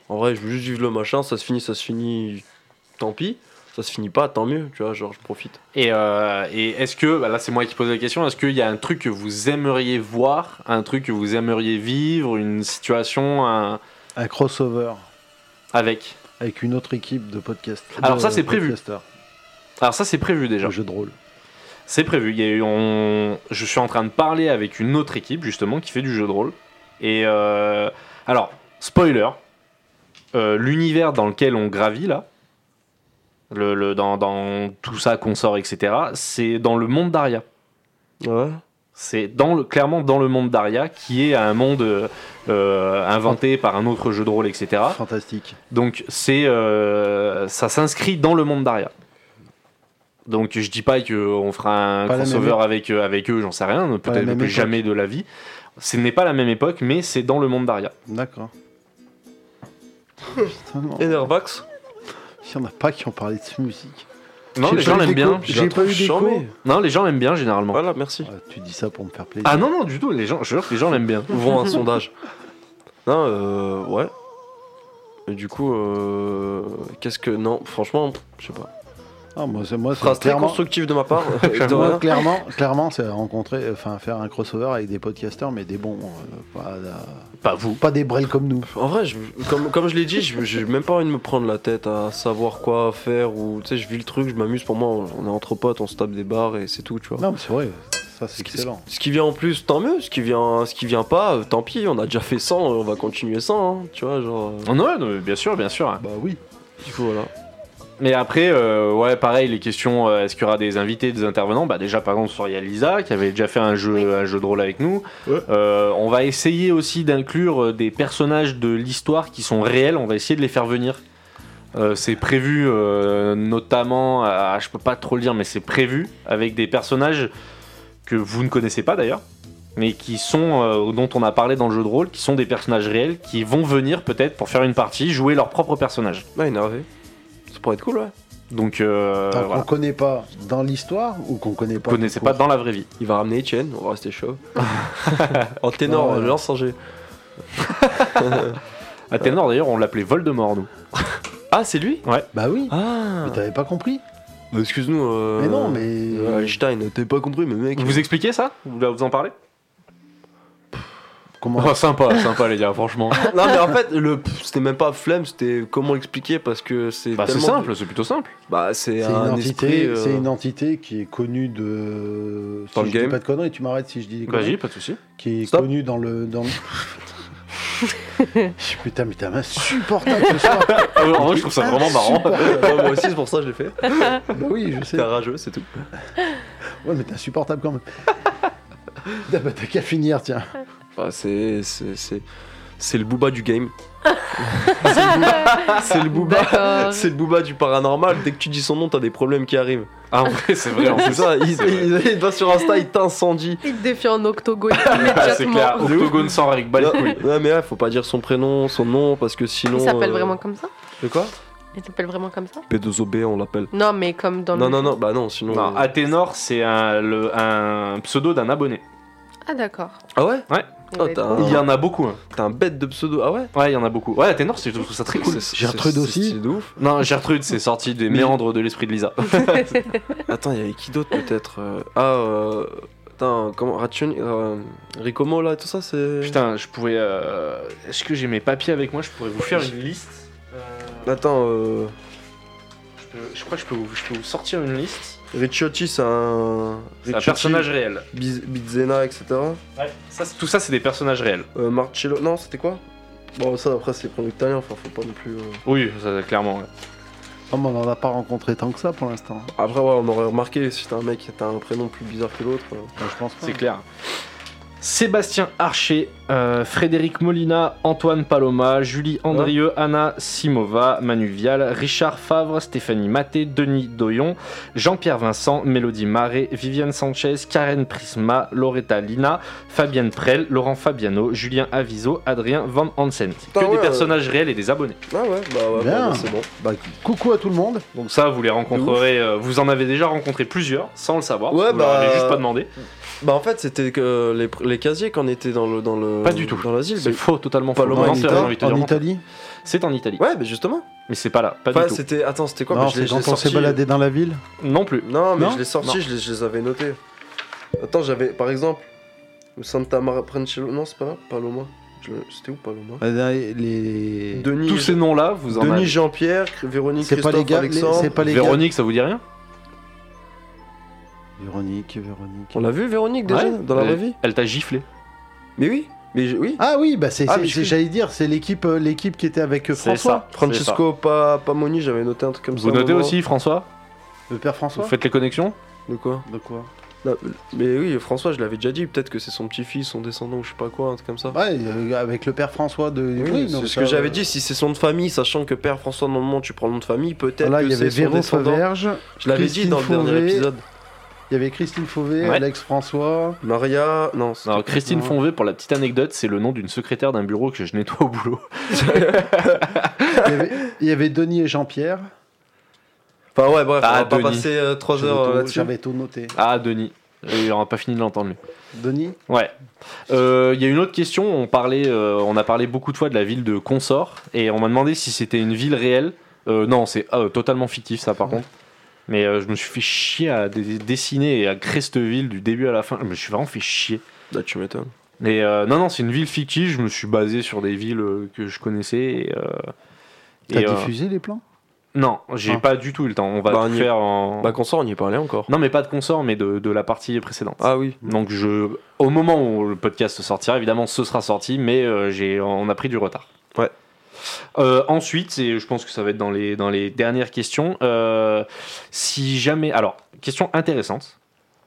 Speaker 3: En vrai, je veux juste vivre le machin, ça se finit, ça se finit, tant pis. Ça se finit pas, tant mieux, tu vois, genre je profite.
Speaker 1: Et, euh, et est-ce que, bah là c'est moi qui pose la question, est-ce qu'il y a un truc que vous aimeriez voir, un truc que vous aimeriez vivre, une situation un-
Speaker 2: Un crossover
Speaker 1: avec
Speaker 2: avec une autre équipe de podcast.
Speaker 1: Alors
Speaker 2: de
Speaker 1: ça, c'est prévu.
Speaker 2: podcasteurs.
Speaker 1: Alors ça c'est prévu déjà.
Speaker 2: Le jeu de rôle.
Speaker 1: C'est prévu. Il y a eu- on- Je suis en train de parler avec une autre équipe justement qui fait du jeu de rôle. Et euh, alors, spoiler, euh, l'univers dans lequel on gravit là, le, le- dans, dans tout ça qu'on sort, etc., c'est dans le monde d'Aria.
Speaker 3: Ouais.
Speaker 1: C'est dans le, clairement dans le monde d'Aria, qui est un monde euh, euh, inventé par un autre jeu de rôle, etc.
Speaker 2: Ah. Fantastique.
Speaker 1: Donc c'est, euh, ça s'inscrit dans le monde d'Aria. Donc je dis pas qu'on fera un
Speaker 2: Pas la même
Speaker 1: crossover
Speaker 2: époque.
Speaker 1: avec, euh, avec eux, j'en sais rien,
Speaker 2: la
Speaker 1: peut-être
Speaker 2: même
Speaker 1: plus
Speaker 2: époque.
Speaker 1: jamais de la vie. Ce n'est pas la même époque, mais c'est dans le monde d'Aria.
Speaker 2: D'accord. Putain, non. Il
Speaker 3: Enervax
Speaker 2: y en a pas qui ont parlé de cette musique.
Speaker 1: Non,
Speaker 2: J'ai
Speaker 1: les
Speaker 2: pas
Speaker 1: gens
Speaker 2: eu
Speaker 1: l'aiment
Speaker 2: d'écho.
Speaker 1: bien.
Speaker 2: J'ai pas eu d'écho.
Speaker 3: Chambé.
Speaker 1: Non, les gens l'aiment bien généralement.
Speaker 3: Voilà, merci.
Speaker 2: Ouais, Ah, tu dis ça pour me faire plaisir.
Speaker 1: Ah non, non, du tout, les gens, je jure que les gens l'aiment bien.
Speaker 3: Ouvrons un sondage. Non, euh, ouais. Et du coup, euh, qu'est-ce que. Non, franchement, je sais pas.
Speaker 2: Ah, moi, c'est moi, c'est
Speaker 3: Phrase très
Speaker 2: clairement-
Speaker 3: constructive hein. de ma part. de
Speaker 2: Moi,
Speaker 3: rien.
Speaker 2: clairement, clairement, c'est rencontrer, enfin faire un crossover avec des podcasters, mais des bons, euh, pas, la-
Speaker 1: Pas vous.
Speaker 2: pas des brels comme nous.
Speaker 3: En vrai, je- comme, comme je l'ai dit, je- j'ai même pas envie de me prendre la tête à savoir quoi faire ou tu sais, je vis le truc, je m'amuse. Pour moi, on, on est entre potes, on se tape des bars et c'est tout, tu vois.
Speaker 2: Non, mais c'est vrai, ça c'est
Speaker 3: Ce qui-
Speaker 2: excellent.
Speaker 3: Ce qui vient en plus, tant mieux. Ce qui vient, ce qui vient pas, euh, tant pis. On a déjà fait 100, on va continuer 100, hein, tu vois, genre. euh,
Speaker 1: Non, non, bien sûr, bien sûr.
Speaker 2: Bah oui.
Speaker 3: du coup, voilà.
Speaker 1: Mais après, euh, ouais, pareil, les questions, euh, est-ce qu'il y aura des invités, des intervenants Bah déjà, par exemple, sur Yael Lisa, qui avait déjà fait un jeu, un jeu de rôle avec nous.
Speaker 2: Ouais.
Speaker 1: Euh, on va essayer aussi d'inclure euh, des personnages de l'histoire qui sont réels, on va essayer de les faire venir. Euh, c'est prévu, euh, notamment, à- je peux pas trop le dire, mais c'est prévu, avec des personnages que vous ne connaissez pas d'ailleurs, mais qui sont, euh, dont on a parlé dans le jeu de rôle, qui sont des personnages réels, qui vont venir peut-être pour faire une partie, jouer leur propre personnage.
Speaker 3: Ah, énervé. Ça pourrait être cool, ouais.
Speaker 1: Donc, euh,
Speaker 2: Tant
Speaker 1: voilà.
Speaker 2: qu'on connaît pas dans l'histoire ou qu'on connaît pas.
Speaker 1: Vous connaissez pas dans la vraie vie.
Speaker 3: Il va ramener Etienne, on va rester chaud. en ténor,
Speaker 2: Ouais.
Speaker 3: Laurent Sanger.
Speaker 1: À Ténor d'ailleurs, on l'appelait Voldemort, nous.
Speaker 3: Ah, c'est lui
Speaker 2: Bah oui.
Speaker 3: Ah
Speaker 2: Mais t'avais pas compris.
Speaker 3: Bah, Excuse-nous. euh,
Speaker 2: Mais non, mais
Speaker 3: euh, Einstein, t'as pas compris, mais mec.
Speaker 1: Vous expliquez ça Vous là, vous en parlez
Speaker 2: comment
Speaker 3: Oh,
Speaker 1: Oh, Sympa, sympa les gars, franchement.
Speaker 3: non, mais en fait, le pff, c'était même pas flemme, c'était comment expliquer parce que c'est.
Speaker 1: Bah, c'est
Speaker 3: tellement-
Speaker 1: simple, c'est plutôt simple.
Speaker 3: Bah, c'est
Speaker 2: C'est une,
Speaker 3: un esprit.
Speaker 2: entité,
Speaker 3: euh,
Speaker 2: c'est une entité qui est connue de. Si
Speaker 3: Dans le
Speaker 2: je
Speaker 3: game.
Speaker 2: dis pas de conneries, tu m'arrêtes si je dis des conneries.
Speaker 1: Bah, Vas-y, pas de soucis.
Speaker 2: qui est
Speaker 3: Stop.
Speaker 2: connu dans le. Dans le- Putain, mais t'as insupportable ce soir.
Speaker 1: Ah ouais, en vrai, je trouve ça vraiment marrant.
Speaker 3: Ouais, moi aussi, c'est pour ça que je l'ai fait.
Speaker 2: Bah oui, je sais.
Speaker 3: T'es rageux, c'est tout.
Speaker 2: Ouais, mais t'es insupportable quand même. Ah bah, t'as qu'à finir, tiens.
Speaker 3: Bah, c'est. c'est- C'est c'est le booba du game. c'est le booba, c'est le booba,
Speaker 4: D'accord.
Speaker 3: c'est le Booba du paranormal. Dès que tu dis son nom, t'as des problèmes qui arrivent.
Speaker 1: Ah, en vrai, c'est vrai. en
Speaker 3: C'est
Speaker 1: plus.
Speaker 3: ça, il,
Speaker 1: c'est
Speaker 3: il- il va sur Insta, il t'incendie.
Speaker 4: Il te défie en octogone
Speaker 1: Ah, c'est clair,
Speaker 4: immédiatement.
Speaker 1: Octogone sans Bah, règle, bat les
Speaker 3: Non,
Speaker 1: couilles.
Speaker 3: non, mais ouais, faut pas dire son prénom, son nom, parce que sinon.
Speaker 4: Il s'appelle
Speaker 3: euh,
Speaker 4: vraiment comme ça
Speaker 3: De quoi
Speaker 4: Il s'appelle vraiment comme ça
Speaker 3: P2OB, on l'appelle.
Speaker 4: Non, mais comme dans
Speaker 3: Non,
Speaker 4: le.
Speaker 3: non, non, bah non, sinon.
Speaker 1: Non,
Speaker 3: euh,
Speaker 1: Athénor, c'est un, le- un pseudo d'un abonné.
Speaker 4: Ah, d'accord.
Speaker 3: Ah ouais
Speaker 4: Il
Speaker 3: Ah,
Speaker 4: va être
Speaker 3: t'as un-
Speaker 4: bon.
Speaker 1: Il y en a beaucoup. hein.
Speaker 3: T'as un bête de pseudo. Ah ouais
Speaker 1: Ouais, il y en a beaucoup. Ouais, Athénor, c'est- je trouve ça très cool.
Speaker 3: C'est-
Speaker 2: Gertrude
Speaker 3: c'est-
Speaker 2: aussi
Speaker 3: C'est de ouf.
Speaker 1: Non, Gertrude, c'est sorti des
Speaker 3: Mais-
Speaker 1: méandres de l'esprit de Lisa.
Speaker 3: Attends, il y avait qui d'autre peut-être euh, Ah, euh. Putain, comment Ratchun. Euh, Ricomo là, tout ça, c'est.
Speaker 1: Putain, je pourrais. euh, Est-ce que j'ai mes papiers avec moi Je pourrais vous faire une liste. Euh,
Speaker 3: Attends, euh.
Speaker 1: je, peux- Euh, je crois que je peux, vous, je peux vous sortir une liste.
Speaker 3: Ricciotti, c'est un.
Speaker 1: C'est un
Speaker 3: Ricciotti,
Speaker 1: personnage réel.
Speaker 3: Biz- Bizena, etc.
Speaker 1: Ouais. Ça, c'est- tout ça, c'est des personnages réels.
Speaker 3: Euh, Marcello. Non, c'était quoi Bon, ça après, c'est pour l'italien, enfin, faut pas non plus. euh.
Speaker 1: Oui, ça, clairement. ouais.
Speaker 2: Oh, mais on en a pas rencontré tant que ça pour l'instant.
Speaker 3: Après, ouais, on aurait remarqué si t'as un mec qui a un prénom plus bizarre que l'autre. euh.
Speaker 2: Enfin, je pense pas.
Speaker 1: C'est clair. Sébastien Archer, euh, Frédéric Molina, Antoine Paloma, Julie Andrieux, Anna Simova, Manu Vial, Richard Favre, Stéphanie Maté, Denis Doyon, Jean-Pierre Vincent, Mélodie Marais, Viviane Sanchez, Karen Prisma, Loretta Lina, Fabienne Prel, Laurent Fabiano, Julien Aviso, Adrien Van Hansen. C'est Que
Speaker 3: Putain, ouais,
Speaker 1: des personnages réels et des abonnés.
Speaker 3: Ah ouais, bah ouais,
Speaker 2: Bien.
Speaker 3: bah, c'est bon.
Speaker 2: Bah, coucou à tout le monde.
Speaker 1: Donc ça, vous les rencontrerez, euh, vous en avez déjà rencontré plusieurs, sans le savoir, parce
Speaker 3: Ouais,
Speaker 1: que vous leur avez
Speaker 3: bah,
Speaker 1: juste pas demandé.
Speaker 3: Bah, en fait, c'était que les, pr- les casiers qu'on était dans le. Dans le
Speaker 1: Pas du tout.
Speaker 3: Dans l'asile. bah,
Speaker 1: C'est
Speaker 3: mais-
Speaker 1: faux, totalement faux.
Speaker 3: Paloma
Speaker 1: Non,
Speaker 2: en
Speaker 1: c'est- j'ai envie
Speaker 2: Italie.
Speaker 1: de te dire,
Speaker 2: en Italie.
Speaker 1: C'est en Italie.
Speaker 3: Ouais, mais justement.
Speaker 1: Mais c'est pas là, pas
Speaker 3: Enfin,
Speaker 1: du tout.
Speaker 3: c'était. Attends, c'était quoi
Speaker 2: non,
Speaker 3: mais je l'ai-
Speaker 2: c'est
Speaker 3: je l'ai
Speaker 2: quand on s'est
Speaker 3: sorti- euh,
Speaker 2: baladé dans la ville.
Speaker 1: Non plus.
Speaker 3: Non, mais
Speaker 2: Non
Speaker 3: je l'ai
Speaker 1: Non.
Speaker 3: sorti, je les, je les avais notés. Attends, j'avais par exemple Santa Maria Prancello. Non, c'est pas là, Paloma. Je le- C'était où Paloma
Speaker 2: Euh, Les.
Speaker 3: Denis,
Speaker 1: Tous ces noms-là, vous en
Speaker 3: Denis
Speaker 1: avez.
Speaker 3: Jean-Pierre, Véronique
Speaker 2: C'est pas
Speaker 3: Christophe,
Speaker 2: les gars. les-
Speaker 3: Alexandre.
Speaker 2: C'est pas les gars.
Speaker 1: Véronique, ça vous dit rien
Speaker 2: Véronique, Véronique.
Speaker 3: On l'a vu Véronique déjà
Speaker 1: Ouais.
Speaker 3: dans la
Speaker 1: Elle-
Speaker 3: vraie vie
Speaker 1: Elle t'a giflé.
Speaker 3: Mais oui, mais je- oui.
Speaker 2: Ah oui, bah c'est,
Speaker 3: Ah,
Speaker 2: c'est-
Speaker 3: mais je
Speaker 2: c'est-
Speaker 3: suis-
Speaker 2: j'allais dire, c'est l'équipe, euh, l'équipe qui était avec euh,
Speaker 1: C'est
Speaker 2: François,
Speaker 1: ça.
Speaker 3: Francesco Pa- Pamoni, j'avais noté un truc comme ça.
Speaker 1: Vous
Speaker 3: à un
Speaker 1: notez
Speaker 3: moment.
Speaker 1: aussi François
Speaker 2: le père
Speaker 1: Vous
Speaker 2: François.
Speaker 1: faites les connexions
Speaker 3: De quoi
Speaker 2: De quoi
Speaker 3: Non, Mais oui, François, je l'avais déjà dit. Peut-être que c'est son petit-fils, son descendant ou je sais pas quoi, un truc comme ça.
Speaker 2: Ouais, euh, avec le père François de.
Speaker 3: Oui,
Speaker 2: Oui,
Speaker 3: c'est
Speaker 2: donc
Speaker 3: ce
Speaker 2: ça,
Speaker 3: que j'avais
Speaker 2: euh,
Speaker 3: dit. Si c'est son nom de famille, sachant que Père François, normalement, tu prends le nom de famille, peut-être
Speaker 2: Voilà,
Speaker 3: que
Speaker 2: euh, il y avait
Speaker 3: c'est son
Speaker 2: Véro
Speaker 3: descendant.
Speaker 2: Fauverge,
Speaker 3: Je l'avais dit
Speaker 2: Christine
Speaker 3: dans le dernier
Speaker 2: Fauvet.
Speaker 3: épisode.
Speaker 2: il y avait Christine Fauvet,
Speaker 1: Ouais.
Speaker 2: Alex François.
Speaker 3: Maria, non. c'était-
Speaker 1: Non, Christine Fonvé, pour la petite anecdote, c'est le nom d'une secrétaire d'un bureau que je nettoie au boulot.
Speaker 2: Il y avait, il y avait Denis et Jean-Pierre.
Speaker 3: Enfin ouais, bref,
Speaker 1: Ah,
Speaker 3: on va pas
Speaker 1: Denis.
Speaker 3: passer 3
Speaker 2: J'avais
Speaker 3: heures euh,
Speaker 2: tout-
Speaker 3: là-dessus.
Speaker 2: J'avais tout noté.
Speaker 1: Ah, Denis. Il n'aura pas fini de l'entendre, lui.
Speaker 2: Denis
Speaker 1: Ouais. Euh, Il y a une autre question. On, parlait, euh, on a parlé beaucoup de fois de la ville de Consort. Et on m'a demandé si c'était une ville réelle. Euh, non, c'est euh, totalement fictif, ah, ça, par contre. Mais euh, je me suis fait chier à dé- dessiner et à Cresteville du début à la fin. Je me suis vraiment fait chier.
Speaker 3: Là, Bah, tu m'étonnes.
Speaker 1: Mais euh, non, non, c'est une ville fictive. Je me suis basé sur des villes euh, que je connaissais. Et, euh,
Speaker 2: T'as
Speaker 1: et, euh,
Speaker 2: diffusé les plans
Speaker 1: Non, j'ai
Speaker 2: Ah.
Speaker 1: pas du tout eu le temps. On va
Speaker 3: Bah,
Speaker 1: tout
Speaker 3: on y-
Speaker 1: faire en.
Speaker 3: Bah, qu'on sort, on y parlait encore.
Speaker 1: non, mais pas de consort, mais de, de la partie précédente.
Speaker 3: Ah oui.
Speaker 1: Mmh. Donc, je, au moment où le podcast sortira, évidemment, ce sera sorti, mais euh, j'ai, on a pris du retard.
Speaker 3: Ouais.
Speaker 1: Euh, ensuite, et je pense que ça va être dans les, dans les dernières questions, euh, si jamais. Alors, question intéressante.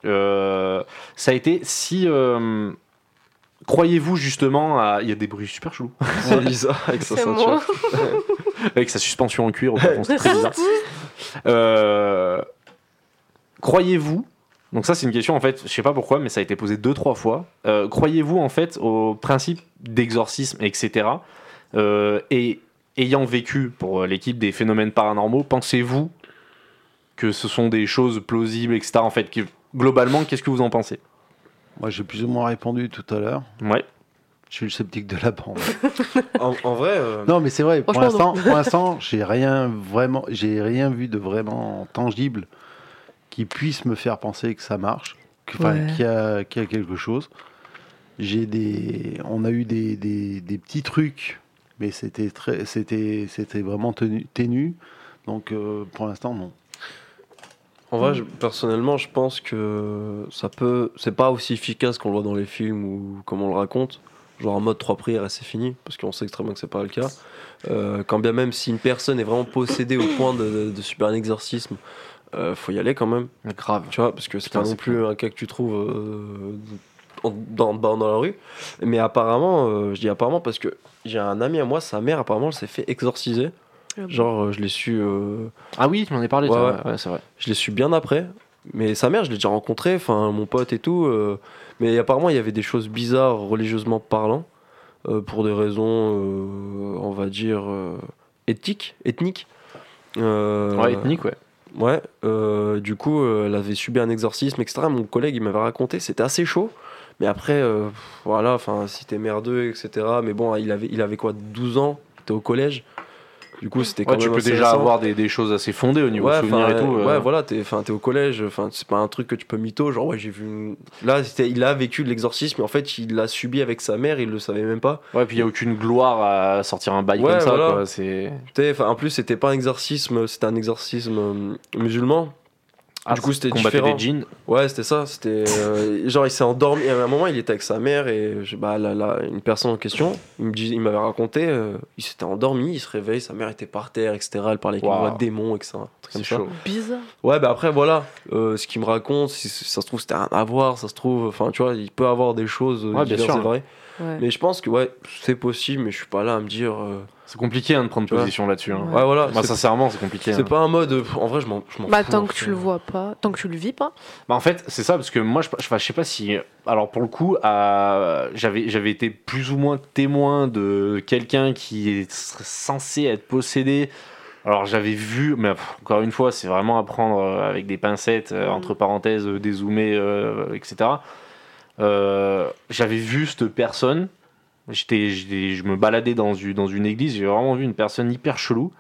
Speaker 1: Euh, ça a été si. euh, Croyez-vous justement à. Il y a des bruits super chelous.
Speaker 3: C'est Lisa avec sa
Speaker 4: C'est
Speaker 3: ceinture.
Speaker 4: moi.
Speaker 1: Avec sa suspension en cuir, au plafond, c'est très bizarre. Euh, croyez-vous, donc ça c'est une question en fait, je sais pas pourquoi, mais ça a été posé deux trois fois. Euh, croyez-vous en fait au principe d'exorcisme, etc. Euh, et ayant vécu pour euh, l'équipe des phénomènes paranormaux, pensez-vous que ce sont des choses plausibles, etc. En fait, que- globalement, qu'est-ce que vous en pensez
Speaker 2: Moi, j'ai plus ou moins répondu tout à l'heure.
Speaker 1: Ouais.
Speaker 2: Je suis le sceptique de la bande.
Speaker 3: En, en vrai, euh,
Speaker 2: Non, mais c'est vrai. Pour
Speaker 4: Franchement,
Speaker 2: l'instant, pour l'instant, j'ai rien vraiment, j'ai rien vu de vraiment tangible qui puisse me faire penser que ça marche, que- enfin,
Speaker 4: Ouais.
Speaker 2: qu'il y, a- qu'il y a quelque chose. J'ai des, on a eu des, des- des petits trucs, mais c'était très, c'était, c'était vraiment tenu, ténu. Donc, euh, pour l'instant, non.
Speaker 3: en vrai je- personnellement, je pense que ça peut. C'est pas aussi efficace qu'on le voit dans les films ou comme on le raconte. Genre en mode trois prières et c'est fini, parce qu'on sait extrêmement que c'est pas le cas. Euh, quand bien même si une personne est vraiment possédée au point de, de, de subir un exorcisme, euh, faut y aller quand même.
Speaker 1: Grave.
Speaker 3: Tu vois, parce que c'est
Speaker 1: Putain,
Speaker 3: pas non
Speaker 1: c'est
Speaker 3: plus un cas que tu trouves euh, en- dans, dans, dans la rue. Mais apparemment, euh, je dis apparemment parce que j'ai un ami à moi, sa mère apparemment, elle s'est fait exorciser.
Speaker 4: Ah bon.
Speaker 3: Genre, euh, je l'ai su, euh,
Speaker 1: Ah oui, tu m'en ai parlé.
Speaker 3: Ouais,
Speaker 1: toi.
Speaker 3: ouais.
Speaker 1: Ouais, c'est vrai.
Speaker 3: je l'ai su bien après. Mais sa mère, je l'ai déjà rencontrée, enfin mon pote et tout. euh, mais apparemment, il y avait des choses bizarres religieusement parlant, euh, pour des raisons, euh, on va dire, euh, éthiques, ethniques. Euh,
Speaker 1: Ouais, ethnique, ouais.
Speaker 3: Ouais, euh, du coup, euh, elle avait subi un exorcisme, etc. Mon collègue, il m'avait raconté, c'était assez chaud. Mais après, euh, pff, voilà, enfin, si t'es merdeux, etc. Mais bon, il avait, il avait quoi, 12 ans T'es au collège Du coup, c'était quand
Speaker 1: Ouais, tu
Speaker 3: même
Speaker 1: peux
Speaker 3: assez
Speaker 1: déjà
Speaker 3: récent.
Speaker 1: avoir des, des choses assez fondées au niveau
Speaker 3: Ouais,
Speaker 1: souvenir
Speaker 3: enfin,
Speaker 1: et tout.
Speaker 3: Ouais,
Speaker 1: euh.
Speaker 3: voilà, t'es enfin, t'es au collège, enfin, c'est pas un truc que tu peux mytho, genre, ouais, j'ai vu. une- Là, c'était- il a vécu de l'exorcisme, mais en fait, il l'a subi avec sa mère, il le savait même pas.
Speaker 1: Ouais, puis il n'y a aucune gloire à sortir un bail
Speaker 3: Ouais,
Speaker 1: comme ça.
Speaker 3: voilà.
Speaker 1: quoi, C'est.
Speaker 3: T'sais, enfin, en plus, c'était pas un exorcisme, c'était un exorcisme euh, musulman. du coup, c'était
Speaker 1: combattre
Speaker 3: différent.
Speaker 1: des jeans.
Speaker 3: Ouais, c'était ça. C'était euh, genre il s'est endormi. À un moment, il était avec sa mère et je- bah là, là, une personne en question, il me dis- il m'avait raconté, euh, il s'était endormi, il se réveille, sa mère était par terre, etc. Elle parlait avec une
Speaker 1: Waouh.
Speaker 3: voix de démon, etc. un truc
Speaker 1: C'est
Speaker 3: comme ça.
Speaker 1: chaud.
Speaker 4: Bizarre.
Speaker 3: Ouais, bah après voilà, euh, ce qu'il me raconte, si, si ça se trouve c'était un avoir, ça se trouve, enfin tu vois, il peut avoir des choses euh,
Speaker 1: Ouais, bien
Speaker 3: diverses
Speaker 1: sûr.
Speaker 3: et vraies.
Speaker 4: Ouais.
Speaker 3: Mais je pense que ouais, c'est possible, mais je suis pas là à me dire. euh,
Speaker 1: C'est compliqué hein, de prendre
Speaker 3: Tu vois.
Speaker 1: position là-dessus. hein.
Speaker 4: Ouais.
Speaker 3: Ouais, voilà.
Speaker 1: Moi,
Speaker 3: c'est-
Speaker 1: sincèrement, c'est compliqué.
Speaker 3: c'est
Speaker 1: hein.
Speaker 3: pas un mode. euh, En vrai, je m'en, je m'en
Speaker 4: Bah,
Speaker 3: fous,
Speaker 4: tant
Speaker 3: en
Speaker 4: que
Speaker 3: fait.
Speaker 4: tu le vois pas, tant que tu le vis pas.
Speaker 1: Bah, en fait, c'est ça, parce que moi, je, je, enfin, je sais pas si. Alors, pour le coup, à- j'avais j'avais été plus ou moins témoin de quelqu'un qui est censé être possédé. Alors, j'avais vu, mais pff, encore une fois, c'est vraiment à prendre euh, avec des pincettes, euh,
Speaker 3: Mm.
Speaker 4: Mhm.
Speaker 1: entre parenthèses, euh, dézoomer, euh, etc. Euh, j'avais vu cette personne. J'étais, j'étais- je me baladais dans une, dans une église, j'ai vraiment vu une personne hyper chelou.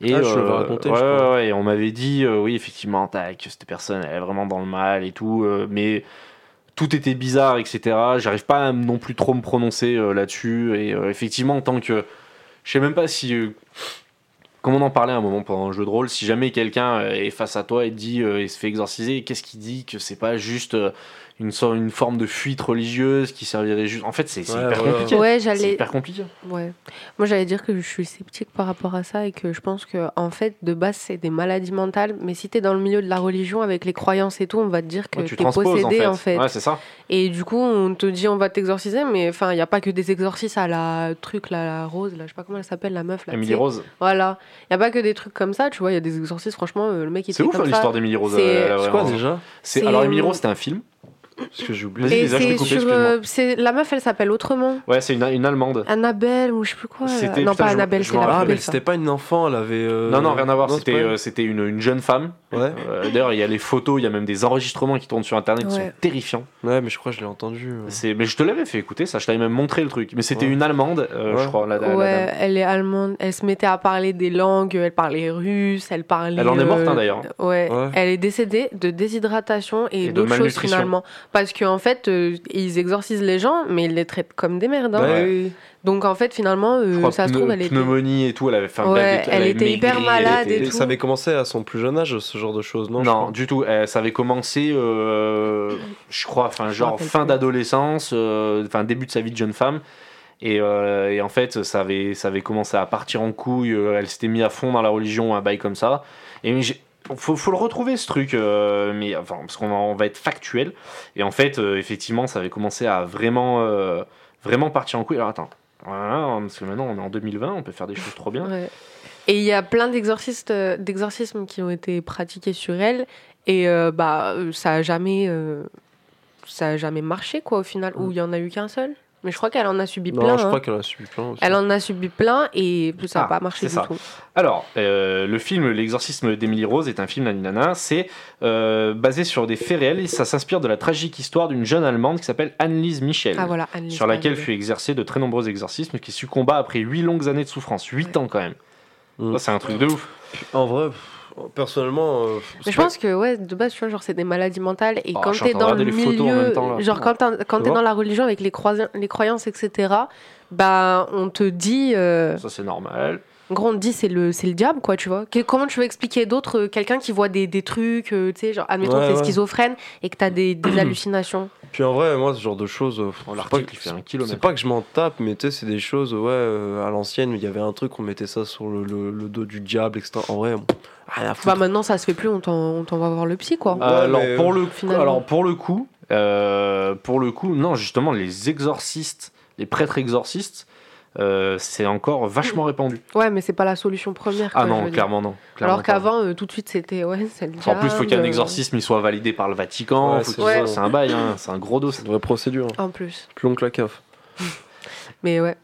Speaker 1: Et, euh,
Speaker 3: Ah, je l'avais raconté, je
Speaker 1: ouais,
Speaker 3: crois.
Speaker 1: ouais, ouais, et on m'avait dit, euh, oui, effectivement, tac, cette personne, elle est vraiment dans le mal et tout, euh, mais tout était bizarre, etc. J'arrive pas à m- non plus trop me prononcer euh, là-dessus. Et euh, effectivement, tant que. Je sais même pas si. euh, comme on en parlait à un moment pendant un jeu de rôle, si jamais quelqu'un euh, est face à toi et te dit euh, et se fait exorciser, qu'est-ce qu'il dit que c'est pas juste euh, une, sorte- une forme de fuite religieuse qui servirait juste. En fait, c'est c'est
Speaker 3: Ouais,
Speaker 1: hyper
Speaker 3: voilà.
Speaker 1: compliqué.
Speaker 4: Ouais,
Speaker 1: C'est
Speaker 4: j'allais.
Speaker 1: hyper compliqué.
Speaker 4: Ouais. Moi, j'allais dire que je suis sceptique par rapport à ça et que je pense que, en fait, de base, c'est des maladies mentales. Mais si t'es dans le milieu de la religion avec les croyances et tout, on va te dire que
Speaker 1: Ouais, tu
Speaker 4: t'es
Speaker 1: transposes
Speaker 4: possédé, Bah,
Speaker 1: en fait. Ouais, c'est ça.
Speaker 4: Et du coup, on te dit on va t'exorciser, mais enfin, il n'y a pas que des exorcismes à la truc, là, la rose, là, je sais pas comment elle s'appelle, la meuf, là. tu
Speaker 1: Emily
Speaker 4: sais.
Speaker 1: Rose.
Speaker 4: Voilà. Il n'y a pas que des trucs comme ça, tu vois, il y a des exorcismes, franchement, euh, le mec, il
Speaker 1: C'est
Speaker 4: était
Speaker 1: ouf hein,
Speaker 4: comme ça.
Speaker 1: l'histoire d'Emily Rose.
Speaker 4: C'est-
Speaker 1: euh,
Speaker 4: C'est
Speaker 1: ouais,
Speaker 3: C'est quoi
Speaker 1: en-
Speaker 3: déjà
Speaker 1: c'est-
Speaker 4: C'est,
Speaker 1: Alors, Emily
Speaker 4: euh,
Speaker 1: Rose, c'était un film.
Speaker 3: Parce que j'ai oublié.
Speaker 1: Vas-y,
Speaker 4: Et
Speaker 1: Lisa, je t'ai
Speaker 4: c'est
Speaker 1: coupé,
Speaker 4: sur.
Speaker 1: excuse-moi.
Speaker 4: euh, c'est- la meuf, elle s'appelle autrement.
Speaker 1: Ouais, c'est une, une Allemande.
Speaker 4: Annabelle ou je sais plus quoi. là.
Speaker 1: C'était- putain,
Speaker 4: Non, pas
Speaker 1: je m'en-
Speaker 4: Annabelle,
Speaker 1: je
Speaker 4: c'est
Speaker 1: m'en
Speaker 4: la
Speaker 1: rappelle,
Speaker 3: Ah, mais
Speaker 4: poupée. ça.
Speaker 3: c'était pas une enfant, elle avait. euh,
Speaker 1: non, non, rien à voir.
Speaker 3: c'est
Speaker 1: C'était
Speaker 3: pas
Speaker 1: euh, c'était une, une jeune femme.
Speaker 3: elle. Ouais.
Speaker 1: Euh, D'ailleurs, il y a les photos, il y a même des enregistrements qui tournent sur internet qui
Speaker 4: Ouais.
Speaker 1: sont terrifiants.
Speaker 3: ouais, mais je crois que je l'ai entendu. euh.
Speaker 1: C'est- Mais je te l'avais fait écouter ça, je t'avais même montré le truc. Mais c'était
Speaker 3: Ouais.
Speaker 1: une Allemande, euh,
Speaker 3: Ouais.
Speaker 1: je crois, la, la- la dame.
Speaker 4: Ouais, elle est allemande. Elle se mettait à parler des langues. Elle parlait russe. Elle parlait.
Speaker 1: Elle en est morte hein,
Speaker 4: euh,
Speaker 1: d'ailleurs.
Speaker 4: Ouais.
Speaker 3: Ouais.
Speaker 4: Elle est décédée de déshydratation
Speaker 1: Et
Speaker 4: et,
Speaker 1: de
Speaker 4: d'autres choses
Speaker 1: malnutrition.
Speaker 4: finalement. Parce qu'en fait, euh, ils exorcisent les gens, mais ils les traitent comme des
Speaker 3: Bah
Speaker 4: merdes. hein.
Speaker 1: Ouais.
Speaker 4: Donc en fait, finalement, euh,
Speaker 1: Je crois
Speaker 4: ça se
Speaker 1: pneu-
Speaker 4: trouve, elle était.
Speaker 1: pneumonie et tout, elle avait fait un
Speaker 4: Ouais,
Speaker 1: bel-
Speaker 4: elle
Speaker 1: avait
Speaker 4: était hyper
Speaker 1: maigri,
Speaker 4: malade et
Speaker 1: était-
Speaker 3: Et
Speaker 4: tout.
Speaker 3: ça avait commencé à son plus jeune âge, ce genre de choses, non
Speaker 1: Non,
Speaker 3: je crois.
Speaker 1: du tout. Elle, ça avait commencé, euh, je crois, enfin,
Speaker 4: me
Speaker 1: genre
Speaker 4: rappelle
Speaker 1: fin
Speaker 4: plus.
Speaker 1: d'adolescence, euh, enfin début de sa vie de jeune femme. Et, euh, et en fait, ça avait, ça avait commencé à partir en couille. euh, elle s'était mise à fond dans la religion, un bail comme ça. Et j'ai- faut, faut le retrouver ce truc, euh, mais enfin, parce qu'on en- on va être factuel. Et en fait, euh, effectivement, ça avait commencé à vraiment, euh, vraiment partir en couille. Alors attends, Voilà, parce que maintenant on est en 2020, on peut faire des choses trop bien.
Speaker 4: Ouais. Et il y a plein d'exorcistes, euh, d'exorcismes qui ont été pratiqués sur elle et euh, bah euh, ça a jamais, euh, ça a jamais marché quoi au final.
Speaker 1: Mm.
Speaker 4: Ou il y en a eu qu'un seul. Mais je crois qu'elle en a subi
Speaker 3: Non,
Speaker 4: plein.
Speaker 3: je
Speaker 4: hein.
Speaker 3: crois qu'elle a subi plein aussi.
Speaker 4: Elle en a subi plein et ça n'a
Speaker 1: Ah,
Speaker 4: pas marché
Speaker 1: c'est
Speaker 4: du
Speaker 1: ça.
Speaker 4: tout.
Speaker 1: Alors, euh, le film L'exorcisme d'Emily Rose est un film naninana. C'est euh, basé sur des faits réels et ça s'inspire de la tragique histoire d'une jeune Allemande qui s'appelle Annelise Michel.
Speaker 4: Ah voilà. Annelise
Speaker 1: Sur laquelle
Speaker 4: Mandel.
Speaker 1: fut exercé de très nombreux exorcismes, qui succomba après huit longues années de souffrance. 8 ans quand même.
Speaker 3: Mm.
Speaker 1: Ça, c'est un truc de ouf.
Speaker 3: En vrai, pff, personnellement. euh,
Speaker 4: Mais
Speaker 3: c'est
Speaker 4: je pense que ouais, de base, tu vois, genre c'est des maladies mentales et
Speaker 1: Oh,
Speaker 4: quand
Speaker 1: je suis
Speaker 4: t'es
Speaker 1: en train
Speaker 4: dans
Speaker 1: de
Speaker 4: le
Speaker 1: regarder les photos en même
Speaker 4: milieu,
Speaker 1: temps, là.
Speaker 4: genre quand t'es quand
Speaker 3: Tu
Speaker 4: t'es
Speaker 3: vois
Speaker 4: dans la religion avec les, croisi- les croyances, etc. Bah on te dit, euh,
Speaker 1: Ça, c'est normal.
Speaker 4: en gros on te dit c'est le c'est le diable quoi, tu vois. Que- comment tu veux expliquer d'autres euh, quelqu'un qui voit des, des trucs, euh, tu sais, genre admettons
Speaker 3: Ouais,
Speaker 4: que t'es
Speaker 3: ouais.
Speaker 4: schizophrène et que t'as des, des hallucinations. Bah,
Speaker 3: Puis en vrai, moi, ce genre de choses. euh,
Speaker 1: Bon,
Speaker 3: c'est
Speaker 1: L'article,
Speaker 3: pas-
Speaker 1: il fait un
Speaker 3: C'est
Speaker 1: kilomètre.
Speaker 3: pas que je m'en tape, mais tu sais, c'est des choses, ouais, euh, à l'ancienne, il y avait un truc, on mettait ça sur le, le- le dos du diable, etc. En vrai, bon, rien à
Speaker 4: Bah
Speaker 3: foutre.
Speaker 4: maintenant ça se fait plus, on t'en on t'envoie voir le psy quoi.
Speaker 3: Ah, Ouais,
Speaker 1: alors,
Speaker 3: mais,
Speaker 1: pour le coup,
Speaker 4: finalement.
Speaker 1: alors, pour le coup, euh, pour le coup, non, justement, les exorcistes, les prêtres exorcistes, euh, c'est encore vachement répandu.
Speaker 4: Ouais mais c'est pas la solution première.
Speaker 1: Ah
Speaker 4: quoi, je
Speaker 1: non,
Speaker 4: veux dire.
Speaker 1: clairement non. clairement
Speaker 4: Alors
Speaker 1: pas.
Speaker 4: qu'avant euh, tout de suite c'était ouais c'est le
Speaker 1: En
Speaker 4: diable.
Speaker 1: plus, il faut qu'un
Speaker 4: euh,
Speaker 1: exorcisme il soit validé par le Vatican.
Speaker 3: Ouais,
Speaker 1: faut
Speaker 3: c'est
Speaker 1: qu'il
Speaker 4: ça.
Speaker 1: soit- C'est un bail, hein, c'est un gros dos.
Speaker 3: C'est une vraie procédure, hein.
Speaker 4: En plus,
Speaker 3: plus long que la CAF.
Speaker 4: mais ouais.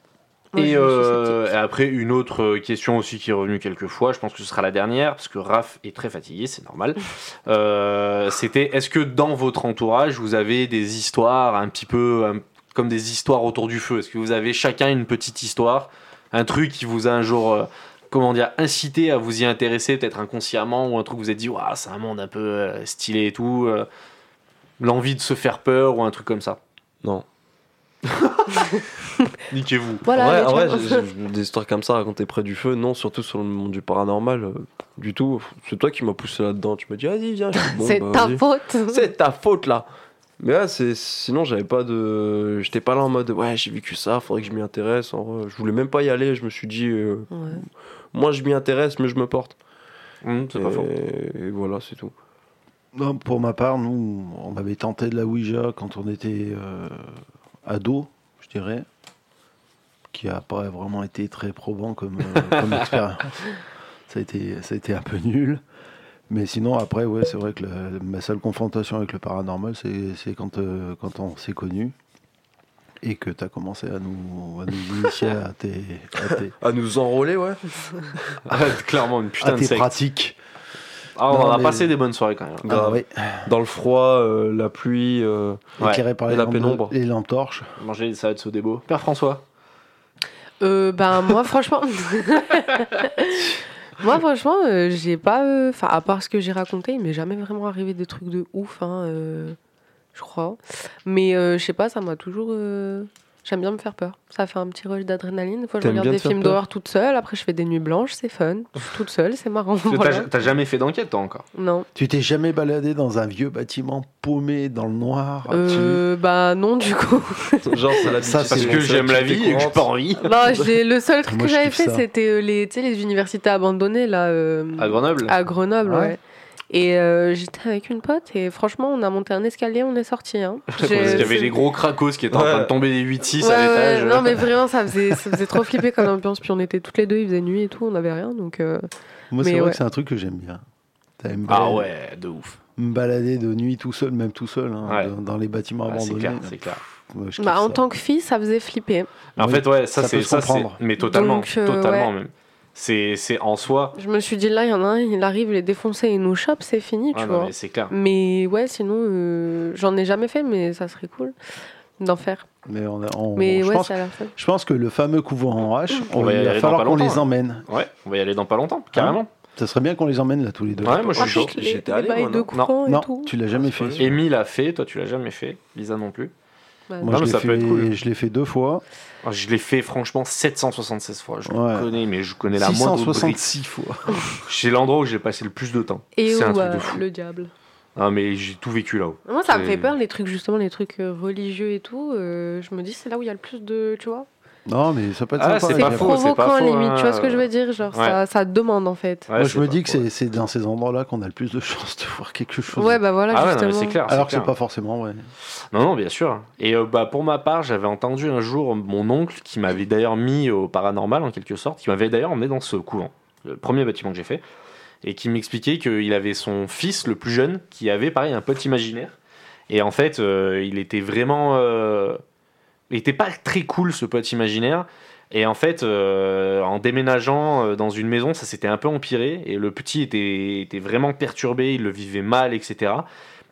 Speaker 4: Moi,
Speaker 1: et,
Speaker 4: je me suis
Speaker 1: euh,
Speaker 4: sceptique.
Speaker 1: et après, une autre euh, question aussi qui est revenue quelques fois, je pense que ce sera la dernière, parce que Raph est très fatigué, c'est normal. Euh, C'était est-ce que dans votre entourage, vous avez des histoires un petit peu un- comme des histoires autour du feu Est-ce que vous avez chacun une petite histoire Un truc qui vous a un jour. euh, Comment dire, incité à vous y intéresser, peut-être inconsciemment, ou un truc que vous êtes dit, Ouah, c'est un monde un peu euh, stylé et tout, euh, l'envie de se faire peur, ou un truc comme ça.
Speaker 3: Non.
Speaker 1: Niquez-vous.
Speaker 4: Voilà,
Speaker 3: en
Speaker 4: les
Speaker 3: vrai, en
Speaker 4: gens-
Speaker 3: vrai, j'ai- j'ai des histoires comme ça racontées près du feu, non, surtout sur le monde du paranormal, euh, du tout. C'est toi qui m'as poussé là-dedans, tu m'as dit, vas-y, viens. Je dis, Bon,
Speaker 4: c'est
Speaker 3: bah,
Speaker 4: ta
Speaker 3: vas-y.
Speaker 4: faute.
Speaker 3: C'est ta faute là. Mais ouais, c'est sinon j'avais pas de j'étais pas là en mode ouais, j'ai vécu ça, faudrait que je m'y intéresse. En vrai, je voulais même pas y aller, je me suis dit euh,
Speaker 4: Ouais.
Speaker 3: moi je m'y intéresse mais je me porte.
Speaker 1: Hum, c'est
Speaker 3: Et,
Speaker 1: pas faux.
Speaker 3: et voilà, c'est tout.
Speaker 2: Non, pour ma part, nous, on avait tenté de la Ouija quand on était euh, ado, je dirais, qui a pas vraiment été très probant comme, euh, comme expérience. Ça a, été, ça a été un peu nul. Mais sinon, après, ouais, c'est vrai que la- ma seule confrontation avec le paranormal, c'est c'est quand, euh, quand on s'est connus et que tu as commencé à nous, à nous initier à tes, à tes-
Speaker 3: À nous enrôler, ouais.
Speaker 1: Ah, clairement, une
Speaker 2: à
Speaker 1: putain de
Speaker 2: tes
Speaker 1: secte.
Speaker 2: pratiques.
Speaker 1: Ah, on
Speaker 2: Non,
Speaker 1: a
Speaker 2: mais-
Speaker 1: passé des bonnes soirées quand même.
Speaker 3: Grave.
Speaker 2: oui,
Speaker 3: Dans le froid, euh, la pluie, euh,
Speaker 1: Ouais.
Speaker 2: éclairé par
Speaker 3: Et
Speaker 2: les,
Speaker 3: la
Speaker 2: lampes-
Speaker 3: pénombre.
Speaker 2: les lampes torches.
Speaker 1: Manger des salades sous des beaux. Père François.
Speaker 4: Euh, ben moi franchement, moi franchement, euh, j'ai pas, euh, enfin à part ce que j'ai raconté, il m'est jamais vraiment arrivé des trucs de ouf, hein, euh, je crois. Mais euh, je sais pas, ça m'a toujours, euh, j'aime bien me faire peur. Ça fait un petit rush d'adrénaline. Des fois, je
Speaker 3: T'aimes
Speaker 4: regarde
Speaker 3: bien
Speaker 4: des
Speaker 3: te faire
Speaker 4: films
Speaker 3: peur
Speaker 4: d'horreur toute seule. Après, je fais des nuits blanches, c'est fun, toute seule, c'est marrant.
Speaker 1: T'as-
Speaker 4: voilà.
Speaker 1: T'as jamais fait d'enquête toi encore
Speaker 4: Non,
Speaker 2: Tu t'es jamais baladé dans un vieux bâtiment paumé dans le
Speaker 3: Ah,
Speaker 2: noir
Speaker 4: euh, bah non du coup.
Speaker 3: genre c'est l'habitude.
Speaker 2: Ça, c'est
Speaker 1: Parce
Speaker 2: bon,
Speaker 1: que
Speaker 2: ça,
Speaker 1: j'aime la vie et que j'ai pas envie.
Speaker 4: Non, j'ai- le seul truc
Speaker 2: Moi,
Speaker 4: que
Speaker 2: je
Speaker 4: j'avais
Speaker 2: kiffe
Speaker 4: fait,
Speaker 2: ça.
Speaker 4: c'était euh, les, tu sais, les universités abandonnées là. euh,
Speaker 3: Ah,
Speaker 1: À Grenoble
Speaker 4: À Grenoble,
Speaker 2: Ah
Speaker 4: ouais.
Speaker 2: ouais.
Speaker 4: Et euh, j'étais avec une pote et franchement, on a monté un escalier, on est sorti. Hein.
Speaker 1: Parce
Speaker 4: J'ai-
Speaker 1: qu'il y avait
Speaker 4: c'est-
Speaker 1: des gros cracos qui étaient en train de tomber des 8-6
Speaker 4: Ouais,
Speaker 1: à
Speaker 4: ouais,
Speaker 1: l'étage.
Speaker 4: non mais vraiment ça faisait, ça faisait trop flipper comme ambiance puis on était toutes les deux il faisait nuit et tout on avait rien donc euh,
Speaker 2: Moi, c'est
Speaker 4: Mais
Speaker 2: vrai
Speaker 4: ouais.
Speaker 2: que c'est un truc que j'aime bien. T'as aimé-
Speaker 1: Ah Bah ouais, de ouf.
Speaker 2: me balader de nuit tout seul, même tout seul, hein,
Speaker 1: Ouais.
Speaker 2: dans, dans les bâtiments
Speaker 1: Ah, c'est
Speaker 2: abandonnés.
Speaker 1: clair, c'est clair.
Speaker 2: Moi, je kiffe
Speaker 4: Bah, en
Speaker 2: ça.
Speaker 4: tant que fille, ça faisait flipper.
Speaker 1: Mais en
Speaker 2: Oui,
Speaker 1: fait, ouais, ça,
Speaker 2: ça
Speaker 1: c'est
Speaker 2: peut se
Speaker 1: ça, c'est-
Speaker 2: comprendre.
Speaker 1: Mais totalement,
Speaker 4: Donc, euh,
Speaker 1: totalement
Speaker 4: ouais.
Speaker 1: même. C'est c'est en soi.
Speaker 4: Je me suis dit, là, il y en a un, il arrive, il est défoncé, il nous chope, c'est fini,
Speaker 1: Ah
Speaker 4: tu
Speaker 1: non,
Speaker 4: vois.
Speaker 1: mais c'est clair.
Speaker 4: Mais... ouais, sinon, euh, j'en ai jamais fait, mais ça serait cool d'en faire.
Speaker 2: Mais, on a- on-
Speaker 4: Mais
Speaker 2: je,
Speaker 4: ouais,
Speaker 2: pense,
Speaker 4: ça a l'air fun.
Speaker 2: je pense que le fameux couvent en H,
Speaker 1: On
Speaker 2: on
Speaker 1: va y
Speaker 2: il
Speaker 1: aller
Speaker 2: va
Speaker 1: dans
Speaker 2: falloir
Speaker 1: pas
Speaker 2: qu'on les
Speaker 1: longtemps, hein.
Speaker 4: Mm.
Speaker 2: emmène.
Speaker 1: Ouais, on va y aller dans pas longtemps, carrément.
Speaker 2: Ça serait bien qu'on les emmène là tous les deux.
Speaker 1: Ouais, moi je
Speaker 4: Ah,
Speaker 1: suis chaud.
Speaker 4: puis les-
Speaker 3: J'étais
Speaker 4: les
Speaker 3: allé,
Speaker 4: bails
Speaker 3: moi,
Speaker 4: de
Speaker 3: non
Speaker 4: courant et
Speaker 2: non,
Speaker 4: tout.
Speaker 2: tu l'as jamais fait.
Speaker 3: Ouais.
Speaker 1: Amy l'a fait, toi tu l'as jamais fait, Lisa non plus.
Speaker 4: Bah,
Speaker 2: Moi,
Speaker 1: Non,
Speaker 2: je
Speaker 1: mais
Speaker 2: l'ai
Speaker 1: ça peut
Speaker 2: fait,
Speaker 1: être cool.
Speaker 2: je l'ai fait deux fois.
Speaker 1: Ah, Je l'ai fait franchement 776 fois. Je le
Speaker 2: Ouais.
Speaker 1: connais, mais je connais la moindre brique.
Speaker 2: 666 fois.
Speaker 1: C'est l'endroit où j'ai passé le plus de temps.
Speaker 4: et
Speaker 1: c'est un
Speaker 4: ou,
Speaker 1: truc de
Speaker 4: euh,
Speaker 1: fou.
Speaker 4: le diable.
Speaker 1: Ah, mais j'ai tout vécu là-haut.
Speaker 4: Moi, ça me
Speaker 1: C'est-
Speaker 4: fait peur, les trucs, justement, les trucs euh, religieux et tout. euh, je me dis, c'est là où il y a le plus de. Tu vois
Speaker 2: Non, mais ça peut être
Speaker 1: Ah,
Speaker 2: sympa.
Speaker 1: c'est
Speaker 4: C'est
Speaker 1: pas
Speaker 2: Moi,
Speaker 1: faux, c'est
Speaker 4: provoquant,
Speaker 1: pas faux,
Speaker 4: limite. Tu
Speaker 1: hein.
Speaker 4: vois ce que je veux dire Genre,
Speaker 1: Ouais.
Speaker 4: ça, ça demande, en fait.
Speaker 1: Ouais,
Speaker 2: je me dis
Speaker 1: pas
Speaker 2: que
Speaker 1: faux.
Speaker 2: c'est- c'est dans ces endroits-là qu'on a le plus de chances de voir quelque chose.
Speaker 4: Ouais, bah voilà,
Speaker 1: Ah ouais, non, mais
Speaker 4: justement.
Speaker 1: c'est clair.
Speaker 2: Alors que
Speaker 1: c'est
Speaker 2: c'est
Speaker 1: clair.
Speaker 2: pas forcément vrai.
Speaker 1: Non, non, bien sûr. Et euh, bah, pour ma part, j'avais entendu un jour mon oncle qui m'avait d'ailleurs mis au paranormal en quelque sorte, qui m'avait d'ailleurs emmené dans ce couvent, le premier bâtiment que j'ai fait, et qui m'expliquait qu'il avait son fils le plus jeune qui avait pareil un pote imaginaire. Et en fait, euh, il était vraiment. euh, il était pas très cool ce pote imaginaire. Et en fait, euh, en déménageant euh, dans une maison, ça s'était un peu empiré. Et le petit était, était vraiment perturbé, il le vivait mal, etc.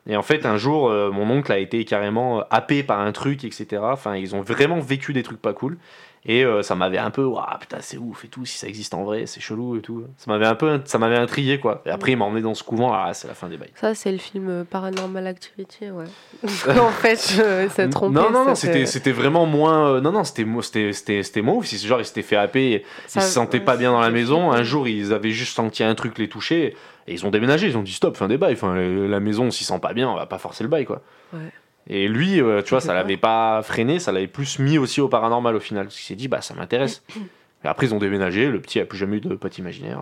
Speaker 1: Et en fait, un jour, euh, mon oncle a été carrément euh, happé par un truc, etc. Enfin, ils ont vraiment vécu des trucs pas cool. Et euh, ça m'avait un peu, waouh, putain, c'est ouf et tout, si ça existe en vrai, c'est chelou et tout. Ça m'avait un peu, ça m'avait intrigué, quoi. Et après, il m'a emmené dans ce couvent, ah, c'est la fin des bails.
Speaker 4: Ça, c'est le film euh, Paranormal Activity, ouais. en fait, euh, c'est trompé.
Speaker 1: non, non, non, c'était, c'était vraiment moins. euh, non, non, c'était, mo- c'était, c'était, c'était moins ouf. Si ce genre, ils s'étaient fait happer,
Speaker 4: ça-
Speaker 1: ils se sentaient
Speaker 4: ouais,
Speaker 1: pas bien dans la
Speaker 4: c'est-
Speaker 1: maison. Un jour, ils avaient juste senti un truc les toucher. Et ils ont déménagé, ils ont dit stop, fin des bails. Enfin, le- la maison, on s'y sent pas bien, on va pas forcer le bail, quoi.
Speaker 4: Ouais.
Speaker 1: Et lui, euh, tu vois, ça
Speaker 4: Ouais.
Speaker 1: l'avait pas freiné, ça l'avait plus mis aussi au paranormal au final. Parce qu'il s'est dit, bah, ça m'intéresse. Et après, ils ont déménagé, le petit a plus jamais eu de pote imaginaire.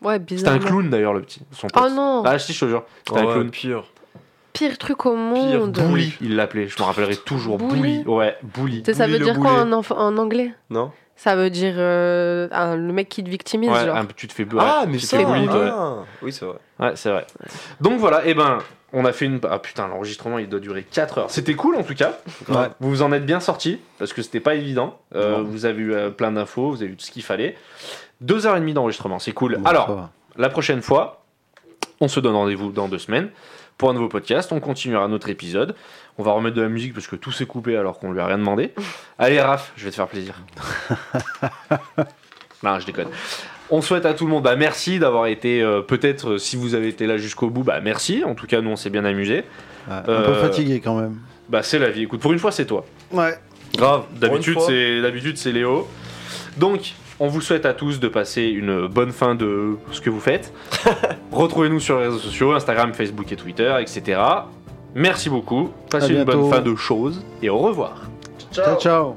Speaker 4: Ouais,
Speaker 1: C'était
Speaker 4: bizarre.
Speaker 1: un clown d'ailleurs, le petit. Son pote.
Speaker 4: Oh non,
Speaker 1: Ah, si, je te jure. C'était
Speaker 3: Oh,
Speaker 1: un clown.
Speaker 3: pire.
Speaker 4: pire truc au
Speaker 3: Pire
Speaker 4: monde.
Speaker 1: Bouli, il l'appelait, je me rappellerai toujours. Bouli.
Speaker 4: Bouli
Speaker 1: Ouais, Bouli.
Speaker 4: Tu sais, ça
Speaker 3: Bouli
Speaker 4: veut
Speaker 3: le
Speaker 4: dire quoi hein
Speaker 3: boulet.
Speaker 4: en, enf- en anglais
Speaker 3: Non
Speaker 4: Ça veut dire euh, un- le mec qui te victimise,
Speaker 1: Ouais,
Speaker 4: genre.
Speaker 1: un peu, tu te fais ouais,
Speaker 3: Ah, mais
Speaker 1: tu te
Speaker 3: ça
Speaker 1: fais bully, toi, ouais.
Speaker 3: ah. Oui, c'est vrai.
Speaker 1: Ouais, c'est vrai. Donc voilà, et ben, on a fait une. Ah putain, l'enregistrement il doit durer 4 heures. C'était cool en tout cas.
Speaker 3: Ouais.
Speaker 1: Vous vous en êtes bien sortis parce que c'était pas évident. Euh,
Speaker 3: Non.
Speaker 1: vous avez eu euh, plein d'infos, vous avez eu tout ce qu'il fallait. 2h30 d'enregistrement, c'est cool.
Speaker 2: Bon, ça
Speaker 1: Alors,
Speaker 2: va.
Speaker 1: la prochaine fois, on se donne rendez-vous dans deux semaines pour un nouveau podcast. On continuera notre épisode. On va remettre de la musique parce que tout s'est coupé alors qu'on lui a rien demandé. Allez, Raph, je vais te faire plaisir. non, je déconne. On souhaite à tout le monde bah, merci d'avoir été, euh, peut-être euh, si vous avez été là jusqu'au bout, bah, merci. En tout cas, nous on s'est bien amusé.
Speaker 2: Ouais, un peu
Speaker 1: euh,
Speaker 2: fatigué quand même.
Speaker 1: Bah, c'est la vie. Écoute, pour une fois, c'est toi.
Speaker 2: Ouais.
Speaker 1: Grave.
Speaker 3: Pour une
Speaker 1: D'habitude,
Speaker 3: fois.
Speaker 1: c'est d'habitude c'est Léo. Donc, on vous souhaite à tous de passer une bonne fin de ce que vous faites. Retrouvez-nous sur les réseaux sociaux, Instagram, Facebook et Twitter, etc. Merci beaucoup. Passez une
Speaker 2: bientôt.
Speaker 1: bonne fin de choses et au revoir.
Speaker 2: Ciao, ciao.